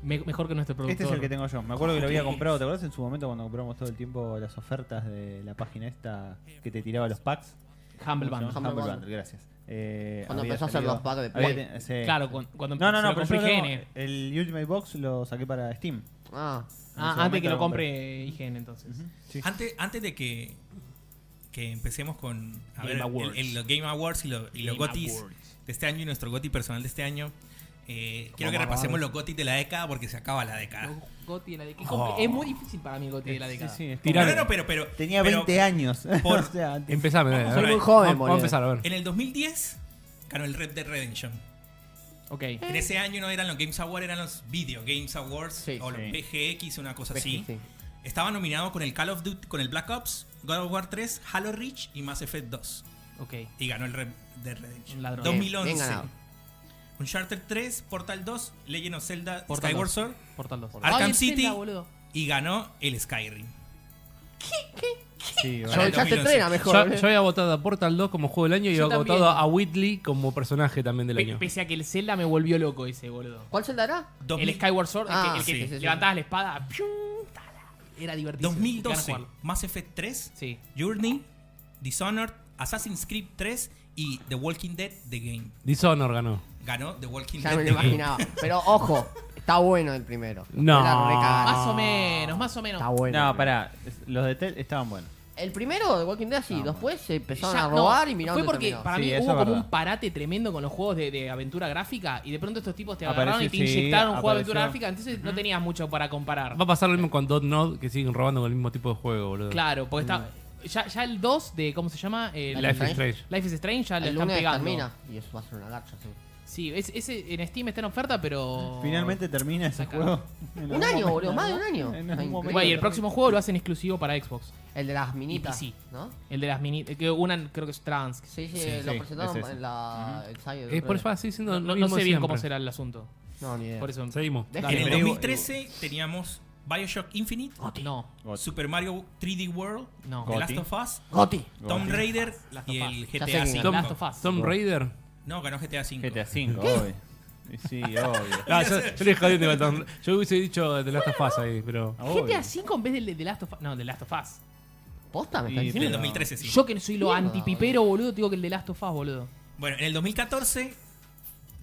[SPEAKER 1] me- mejor que nuestro productor.
[SPEAKER 4] Este es el que tengo yo. Me acuerdo que lo había comprado. ¿Te acuerdas en su momento cuando compramos todo el tiempo las ofertas de la página esta que te tiraba los packs?
[SPEAKER 1] Humble
[SPEAKER 4] ¿Cómo se
[SPEAKER 1] Band.
[SPEAKER 4] llama?
[SPEAKER 5] Humble
[SPEAKER 4] Humble
[SPEAKER 5] Bundle.
[SPEAKER 4] Bundle, gracias. Eh,
[SPEAKER 5] Cuando
[SPEAKER 4] había
[SPEAKER 5] empezó a hacer
[SPEAKER 4] salido-
[SPEAKER 5] los packs de
[SPEAKER 4] había
[SPEAKER 5] Play.
[SPEAKER 4] te- sí.
[SPEAKER 1] Claro, cuando, cuando
[SPEAKER 4] No, no,
[SPEAKER 1] se
[SPEAKER 4] no,
[SPEAKER 1] lo
[SPEAKER 4] pero
[SPEAKER 1] compré
[SPEAKER 4] yo lo-
[SPEAKER 1] IGN.
[SPEAKER 4] el Ultimate Box lo saqué para Steam.
[SPEAKER 5] Ah,
[SPEAKER 1] Ah,
[SPEAKER 4] momento
[SPEAKER 1] antes que
[SPEAKER 4] lo
[SPEAKER 1] lo compre IGN, entonces.
[SPEAKER 4] Sí.
[SPEAKER 3] Antes, antes de que, que empecemos con a
[SPEAKER 1] Game
[SPEAKER 3] ver, el-
[SPEAKER 1] Awards.
[SPEAKER 3] el- los Game Awards y, lo- y los
[SPEAKER 1] Game
[SPEAKER 3] GOTYs
[SPEAKER 1] Awards.
[SPEAKER 3] de este año y nuestro GOTY personal de este año, eh, quiero que
[SPEAKER 5] Vamos,
[SPEAKER 3] repasemos
[SPEAKER 5] vamos.
[SPEAKER 3] los GOTY de la década porque se acaba la década.
[SPEAKER 1] Los Gotti de la década.
[SPEAKER 3] Oh.
[SPEAKER 1] Es muy difícil para mí el Gotti de la
[SPEAKER 4] Sí,
[SPEAKER 1] década.
[SPEAKER 4] sí, es como-
[SPEAKER 2] Tirá.
[SPEAKER 3] No, no, no, pero, pero,
[SPEAKER 4] Tenía
[SPEAKER 3] pero
[SPEAKER 4] 20 años.
[SPEAKER 3] por-
[SPEAKER 4] o sea, antes-
[SPEAKER 2] Empezame. dale, a
[SPEAKER 3] Soy
[SPEAKER 2] ver.
[SPEAKER 5] muy joven,
[SPEAKER 2] Vamos, vamos a
[SPEAKER 5] boludo.
[SPEAKER 2] empezar, a ver.
[SPEAKER 3] en el 2010 ganó el Red Dead Redemption.
[SPEAKER 1] Ok.
[SPEAKER 3] En ese año no eran los Games Awards, eran los Video Games Awards
[SPEAKER 5] Sí,
[SPEAKER 3] o los
[SPEAKER 4] sí.
[SPEAKER 3] VGX, una cosa así.
[SPEAKER 5] sí.
[SPEAKER 3] Estaba nominado con el Call of Duty, con el Black Ops, God of War 3, Halo Reach y Mass Effect 2.
[SPEAKER 1] Ok.
[SPEAKER 3] Y ganó el Red Dead Redemption.
[SPEAKER 1] Un ladrón.
[SPEAKER 5] Eh, Bien,
[SPEAKER 3] 2011.
[SPEAKER 5] bien ganado.
[SPEAKER 3] Uncharted 3, Portal 2, Legend of Zelda,
[SPEAKER 1] Portal
[SPEAKER 3] Skyward
[SPEAKER 1] dos.
[SPEAKER 3] Sword
[SPEAKER 1] Portal 2.
[SPEAKER 3] Arkham
[SPEAKER 1] Ay, el
[SPEAKER 3] City.
[SPEAKER 1] Zelda, boludo.
[SPEAKER 3] y ganó el Skyrim.
[SPEAKER 4] Sí,
[SPEAKER 3] el
[SPEAKER 4] bueno.
[SPEAKER 5] Yo, ya se
[SPEAKER 3] 2011.
[SPEAKER 5] entrena mejor. ¿eh?
[SPEAKER 2] Yo, yo había votado a Portal 2 como juego del año y
[SPEAKER 1] Yo
[SPEAKER 2] había
[SPEAKER 1] también.
[SPEAKER 2] votado a Whitley como personaje también del
[SPEAKER 1] Pe-
[SPEAKER 2] año.
[SPEAKER 1] pese a que el Zelda me volvió loco ese, boludo.
[SPEAKER 5] ¿Cuál se dará?
[SPEAKER 3] 2000
[SPEAKER 1] El Skyward Sword, el que-
[SPEAKER 5] Ah,
[SPEAKER 1] el que,
[SPEAKER 5] sí, sí, sí.
[SPEAKER 1] levantabas la espada. ¡pium! Tala. Era divertido.
[SPEAKER 3] 2012, Mass Effect 3,
[SPEAKER 1] Sí.
[SPEAKER 3] Journey, Dishonored, Assassin's Creed 3 y The Walking Dead The Game.
[SPEAKER 2] Dishonor ganó.
[SPEAKER 3] Ganó The Walking
[SPEAKER 5] Ya
[SPEAKER 3] Dead
[SPEAKER 5] me lo
[SPEAKER 3] The Game.
[SPEAKER 5] imaginaba. Pero ojo, está bueno el primero.
[SPEAKER 2] No.
[SPEAKER 5] Era re
[SPEAKER 4] Ah.
[SPEAKER 5] cagada.
[SPEAKER 1] Más o menos, más o menos.
[SPEAKER 5] Está bueno.
[SPEAKER 4] No, pará. es- Los de Tel estaban buenos.
[SPEAKER 5] El primero de Walking Dead sí, después se empezaron
[SPEAKER 1] Ya,
[SPEAKER 5] a
[SPEAKER 1] no,
[SPEAKER 5] robar y miraron
[SPEAKER 1] Fue porque para
[SPEAKER 4] Sí,
[SPEAKER 1] mí
[SPEAKER 4] eso
[SPEAKER 1] hubo
[SPEAKER 4] es
[SPEAKER 1] como
[SPEAKER 4] verdad.
[SPEAKER 1] un parate tremendo con los juegos de, de aventura gráfica y de pronto estos tipos te
[SPEAKER 4] Apareció,
[SPEAKER 1] agarraron y te
[SPEAKER 4] sí,
[SPEAKER 1] inyectaron un juego de aventura
[SPEAKER 4] apareció.
[SPEAKER 1] gráfica, entonces no tenías mucho para comparar.
[SPEAKER 2] Va a pasar lo mismo con Dot Nod, que siguen robando con el mismo tipo de juego, boludo.
[SPEAKER 1] Claro, porque está. Ya, ya el 2 de. ¿Cómo se llama? El-
[SPEAKER 2] Life is
[SPEAKER 5] Life
[SPEAKER 2] Strange.
[SPEAKER 1] Life is Strange ya le
[SPEAKER 5] el
[SPEAKER 1] están
[SPEAKER 5] lunes
[SPEAKER 1] pegando.
[SPEAKER 5] termina. Y eso va a ser una garcha, sí.
[SPEAKER 1] Sí, es- ese en Steam está en oferta, pero.
[SPEAKER 4] Finalmente termina ese
[SPEAKER 1] Acá.
[SPEAKER 4] juego. En algún
[SPEAKER 5] año,
[SPEAKER 4] momento,
[SPEAKER 5] boludo, más de
[SPEAKER 4] ¿no?
[SPEAKER 5] un año.
[SPEAKER 4] En
[SPEAKER 5] Está
[SPEAKER 4] algún momento.
[SPEAKER 5] increíble.
[SPEAKER 1] Bueno, y el próximo juego lo hacen exclusivo para Xbox.
[SPEAKER 5] El de las minitas.
[SPEAKER 1] Y PC.
[SPEAKER 5] ¿No?
[SPEAKER 1] El de las mini. Que una creo que es trans.
[SPEAKER 5] Sí, sí,
[SPEAKER 4] Sí,
[SPEAKER 5] lo
[SPEAKER 4] sí,
[SPEAKER 5] presentaron
[SPEAKER 4] es ese.
[SPEAKER 5] en la. el site
[SPEAKER 2] Eh,
[SPEAKER 5] del
[SPEAKER 2] por
[SPEAKER 5] otro
[SPEAKER 2] eso
[SPEAKER 5] día.
[SPEAKER 2] así siendo
[SPEAKER 1] No,
[SPEAKER 2] lo
[SPEAKER 1] no
[SPEAKER 2] mismo
[SPEAKER 1] sé bien
[SPEAKER 2] siempre.
[SPEAKER 1] cómo será el asunto.
[SPEAKER 5] No, ni idea.
[SPEAKER 1] Por eso.
[SPEAKER 2] Seguimos.
[SPEAKER 5] Dejen
[SPEAKER 1] Dale,
[SPEAKER 3] En el
[SPEAKER 1] boludo.
[SPEAKER 3] 2013 teníamos Bioshock Infinite,
[SPEAKER 1] No,
[SPEAKER 4] Got-
[SPEAKER 3] Super Mario 3D World,
[SPEAKER 1] no.
[SPEAKER 3] The
[SPEAKER 4] Goti.
[SPEAKER 3] Last of Us,
[SPEAKER 5] Goti.
[SPEAKER 3] Tomb Raider
[SPEAKER 1] Last of
[SPEAKER 3] y
[SPEAKER 1] Us.
[SPEAKER 3] el
[SPEAKER 5] Ya sé
[SPEAKER 3] GTA
[SPEAKER 5] quién
[SPEAKER 3] V.
[SPEAKER 5] ganó.
[SPEAKER 1] Last of Us.
[SPEAKER 2] Tomb Raider.
[SPEAKER 3] No, ganó GTA V.
[SPEAKER 4] GTA V, obvio. Y Sí, obvio.
[SPEAKER 2] No, Ah, yo, yo le jodí de Tomb Raider. Yo hubiese dicho The Last of Us ahí, pero.
[SPEAKER 1] GTA V en vez del de The Last of Us. No, The Last of Us.
[SPEAKER 5] ¿Posta? ¿Me estás
[SPEAKER 4] Y-
[SPEAKER 3] En el
[SPEAKER 5] diciendo?
[SPEAKER 3] 2013, sí.
[SPEAKER 1] Yo que soy lo
[SPEAKER 5] Mierda,
[SPEAKER 1] antipipero, boludo, digo que el de Last of Us, boludo.
[SPEAKER 3] Bueno, en el 2014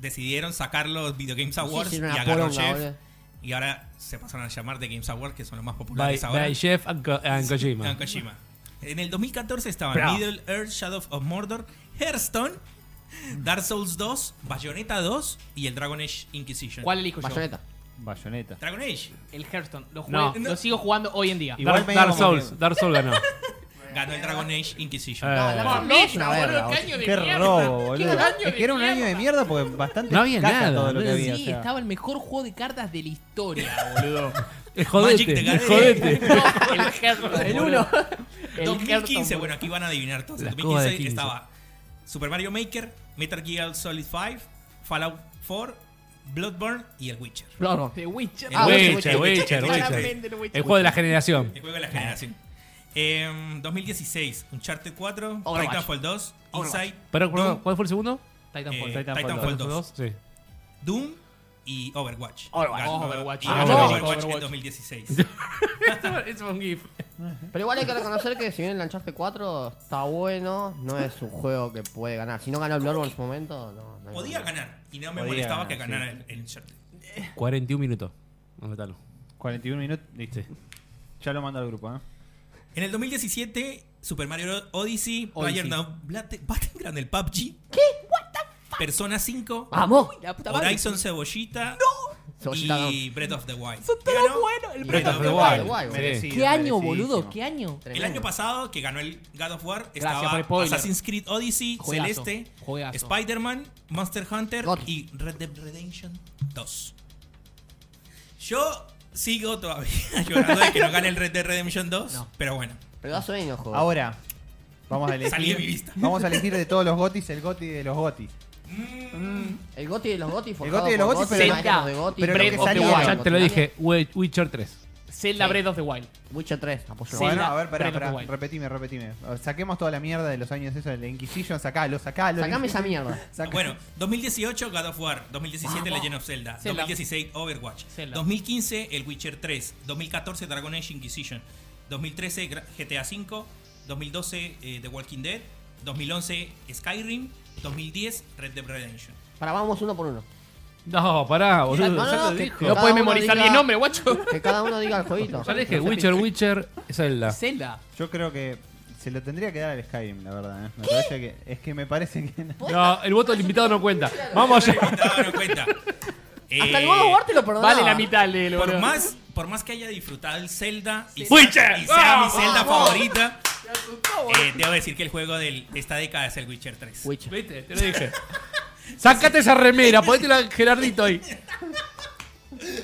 [SPEAKER 3] decidieron sacar los Video Games Awards
[SPEAKER 5] Sí, sí,
[SPEAKER 3] y
[SPEAKER 5] era una
[SPEAKER 3] agarró
[SPEAKER 5] poronga,
[SPEAKER 3] Jeff.
[SPEAKER 5] boludo.
[SPEAKER 3] Y ahora se pasaron a llamar The Games Awards, que son los más
[SPEAKER 2] By,
[SPEAKER 3] populares ahora.
[SPEAKER 2] by Jeff and, Ko- and Kojima.
[SPEAKER 3] Ah, Kojima. En el 2014 estaban
[SPEAKER 2] Bravo.
[SPEAKER 3] Middle Earth, Shadow of Mordor, Hearthstone, Dark Souls 2, Bayonetta 2 y el Dragon Age Inquisition.
[SPEAKER 1] ¿Cuál elijo yo?
[SPEAKER 5] Bayonetta.
[SPEAKER 4] Bayoneta.
[SPEAKER 3] Dragon Age.
[SPEAKER 1] El Hearthstone. Lo, jugué-
[SPEAKER 2] No.
[SPEAKER 1] lo sigo jugando hoy en día.
[SPEAKER 4] Y- Igual
[SPEAKER 2] Dark,
[SPEAKER 4] medio
[SPEAKER 2] Dark
[SPEAKER 4] como
[SPEAKER 2] Souls,
[SPEAKER 4] que-
[SPEAKER 2] Dark Souls ganó.
[SPEAKER 3] Ganó el Dragon Age Inquisition.
[SPEAKER 2] Eh.
[SPEAKER 5] No, la
[SPEAKER 1] Por
[SPEAKER 5] Bayonetta es
[SPEAKER 1] mierda,
[SPEAKER 5] una verga,
[SPEAKER 1] boludo, qué
[SPEAKER 5] vos.
[SPEAKER 1] año de
[SPEAKER 4] Qué
[SPEAKER 1] mierda.
[SPEAKER 4] robo, boludo.
[SPEAKER 1] Qué año
[SPEAKER 4] Es que era un año de mierda porque bastante
[SPEAKER 2] No había
[SPEAKER 4] caca
[SPEAKER 2] nada,
[SPEAKER 4] todo lo que
[SPEAKER 2] boludo.
[SPEAKER 4] había.
[SPEAKER 1] Sí,
[SPEAKER 4] o sea.
[SPEAKER 1] estaba el mejor juego de cartas de la historia, boludo.
[SPEAKER 2] Es jodete,
[SPEAKER 3] the
[SPEAKER 2] es
[SPEAKER 3] Gathering.
[SPEAKER 2] jodete.
[SPEAKER 1] No, el Hearthstone.
[SPEAKER 5] El
[SPEAKER 1] boludo.
[SPEAKER 5] uno.
[SPEAKER 1] El
[SPEAKER 3] 2015,
[SPEAKER 1] Hearthstone,
[SPEAKER 3] bueno, aquí van a adivinar todos. En
[SPEAKER 2] La
[SPEAKER 3] 2015
[SPEAKER 2] escoba de 15.
[SPEAKER 3] estaba Super Mario Maker, Metal Gear Solid 5, Fallout 4, Bloodborne y el Witcher.
[SPEAKER 1] boludo. No, no, The Witcher.
[SPEAKER 5] Ah, bueno,
[SPEAKER 2] Witcher,
[SPEAKER 5] el
[SPEAKER 3] Witcher,
[SPEAKER 2] Witcher,
[SPEAKER 1] claramente
[SPEAKER 2] Witcher.
[SPEAKER 1] el Witcher.
[SPEAKER 2] El juego de la generación.
[SPEAKER 3] El juego de la generación. Em, 2016, Uncharted 4,
[SPEAKER 1] Overwatch.
[SPEAKER 3] Titanfall 2,
[SPEAKER 1] Overwatch.
[SPEAKER 3] Inside,
[SPEAKER 2] Pero,
[SPEAKER 3] Doom,
[SPEAKER 2] ¿Cuál fue el segundo?
[SPEAKER 1] Titanfall.
[SPEAKER 3] eh, Titanfall,
[SPEAKER 2] Titanfall
[SPEAKER 3] 2.
[SPEAKER 2] Sí.
[SPEAKER 3] Doom y Overwatch.
[SPEAKER 1] Overwatch.
[SPEAKER 3] Ganó-
[SPEAKER 1] Overwatch.
[SPEAKER 3] y
[SPEAKER 1] Ah,
[SPEAKER 3] ganó
[SPEAKER 2] Overwatch.
[SPEAKER 3] Overwatch
[SPEAKER 1] Overwatch.
[SPEAKER 3] en 2016.
[SPEAKER 2] es un GIF.
[SPEAKER 5] Pero igual hay que reconocer que si bien el Uncharted 4 está bueno, no es un juego que puede ganar. Si no ganó el Bloodborne en su momento, no. no hay
[SPEAKER 3] Podía
[SPEAKER 5] problema.
[SPEAKER 3] ganar y no me
[SPEAKER 4] Podía
[SPEAKER 3] molestaba
[SPEAKER 4] ganar,
[SPEAKER 3] que
[SPEAKER 4] sí.
[SPEAKER 3] ganara el, el Uncharted.
[SPEAKER 2] 41 minutos. Anotalo.
[SPEAKER 4] 41 minutos, listo.
[SPEAKER 2] Sí.
[SPEAKER 4] Ya lo mando al grupo, ¿eh?
[SPEAKER 3] En el 2017, Super Mario Odyssey,
[SPEAKER 1] Odyssey.
[SPEAKER 3] PlayerUnknown's Blate- Battleground, el PUBG. ¿Qué? Persona 5,
[SPEAKER 5] ¡Vamos!
[SPEAKER 1] La Ah, puta madre.
[SPEAKER 3] Horizon Cebollita
[SPEAKER 5] Cebollita,
[SPEAKER 3] y Breath of the Wild.
[SPEAKER 1] Son
[SPEAKER 3] Que
[SPEAKER 1] todos
[SPEAKER 3] ganó
[SPEAKER 1] buenos, el
[SPEAKER 3] y
[SPEAKER 1] Breath of the
[SPEAKER 5] Wild. Wild.
[SPEAKER 4] Merecido,
[SPEAKER 1] ¿Qué año,
[SPEAKER 4] merecidísimo.
[SPEAKER 1] boludo? ¿Qué año?
[SPEAKER 3] El año pasado, que ganó el God of War,
[SPEAKER 1] por
[SPEAKER 3] estaba
[SPEAKER 1] el spoiler.
[SPEAKER 3] Assassin's Creed Odyssey,
[SPEAKER 1] Juegazo,
[SPEAKER 3] Celeste,
[SPEAKER 1] juegazo.
[SPEAKER 3] Spider-Man, Monster Hunter
[SPEAKER 5] God.
[SPEAKER 3] y Red Dead Redemption 2. Yo sigo todavía llorando de que no gane el Red Dead Redemption 2,
[SPEAKER 1] No.
[SPEAKER 3] pero bueno,
[SPEAKER 5] Pero da sueño, juego.
[SPEAKER 4] Ahora, vamos a
[SPEAKER 3] salí de mi
[SPEAKER 4] elegir.
[SPEAKER 3] vista.
[SPEAKER 4] Vamos a elegir de todos los gotis el goti de los gotis.
[SPEAKER 5] El Goti de los Gotis
[SPEAKER 4] El Goti de los Gotis,
[SPEAKER 5] pero
[SPEAKER 4] pero-
[SPEAKER 5] los de Goti.
[SPEAKER 4] pero lo
[SPEAKER 5] Breath
[SPEAKER 4] que
[SPEAKER 5] of the
[SPEAKER 4] salió.
[SPEAKER 5] Wild.
[SPEAKER 2] Ya te lo dije, We- Witcher 3.
[SPEAKER 1] Zelda Breath of the Wild.
[SPEAKER 5] Witcher 3, apoyo.
[SPEAKER 1] Sí.
[SPEAKER 4] Bueno,
[SPEAKER 1] Zelda,
[SPEAKER 4] a ver, pará,
[SPEAKER 1] Breath of the
[SPEAKER 4] pará,
[SPEAKER 1] Wild.
[SPEAKER 4] repetime, repetime. Saquemos toda la mierda de los años esos de la Inquisition, sacalo, sacalo.
[SPEAKER 5] Sacame esa mierda.
[SPEAKER 4] Saca-
[SPEAKER 3] Bueno, 2018 God of War, 2017 Legend of Zelda,
[SPEAKER 1] Zelda.
[SPEAKER 3] 2016 Overwatch,
[SPEAKER 1] Zelda.
[SPEAKER 3] 2015 El Witcher 3, 2014 Dragon Age Inquisition, 2013 Gra- GTA 5, 2012 eh, The Walking Dead, 2011 Skyrim, 2010 Red Dead Redemption.
[SPEAKER 5] Para, vamos uno por uno.
[SPEAKER 2] No, pará, Ah, boludo.
[SPEAKER 5] No, no,
[SPEAKER 2] ya lo
[SPEAKER 5] que-
[SPEAKER 2] dijo.
[SPEAKER 5] que
[SPEAKER 1] No
[SPEAKER 5] cada
[SPEAKER 1] puedes
[SPEAKER 5] uno
[SPEAKER 1] memorizar
[SPEAKER 5] diga-
[SPEAKER 1] bien nombre, guacho.
[SPEAKER 5] Que cada uno diga el jueguito.
[SPEAKER 2] Ya le dije, Witcher, Witcher, Zelda.
[SPEAKER 1] Zelda.
[SPEAKER 4] Yo creo que se lo tendría que dar al Skyrim, la verdad. ¿eh? Me parece que, es que me parece que.
[SPEAKER 2] No, el voto del invitado no cuenta. Vamos allá.
[SPEAKER 3] No, no cuenta.
[SPEAKER 5] Hasta el
[SPEAKER 3] Eh,
[SPEAKER 5] God of War te lo perdonaba.
[SPEAKER 1] Vale la mitad, Lelo.
[SPEAKER 3] Por más, por más que haya disfrutado el Zelda y sea,
[SPEAKER 2] ¡Witcher!
[SPEAKER 3] y sea mi
[SPEAKER 2] ¡Vamos!
[SPEAKER 3] Zelda favorita, eh, debo decir que el juego del- de esta década es el Witcher 3.
[SPEAKER 5] Witcher.
[SPEAKER 2] Viste, te lo dije. Sácate esa remera, ponétela Gerardito ahí. Eh,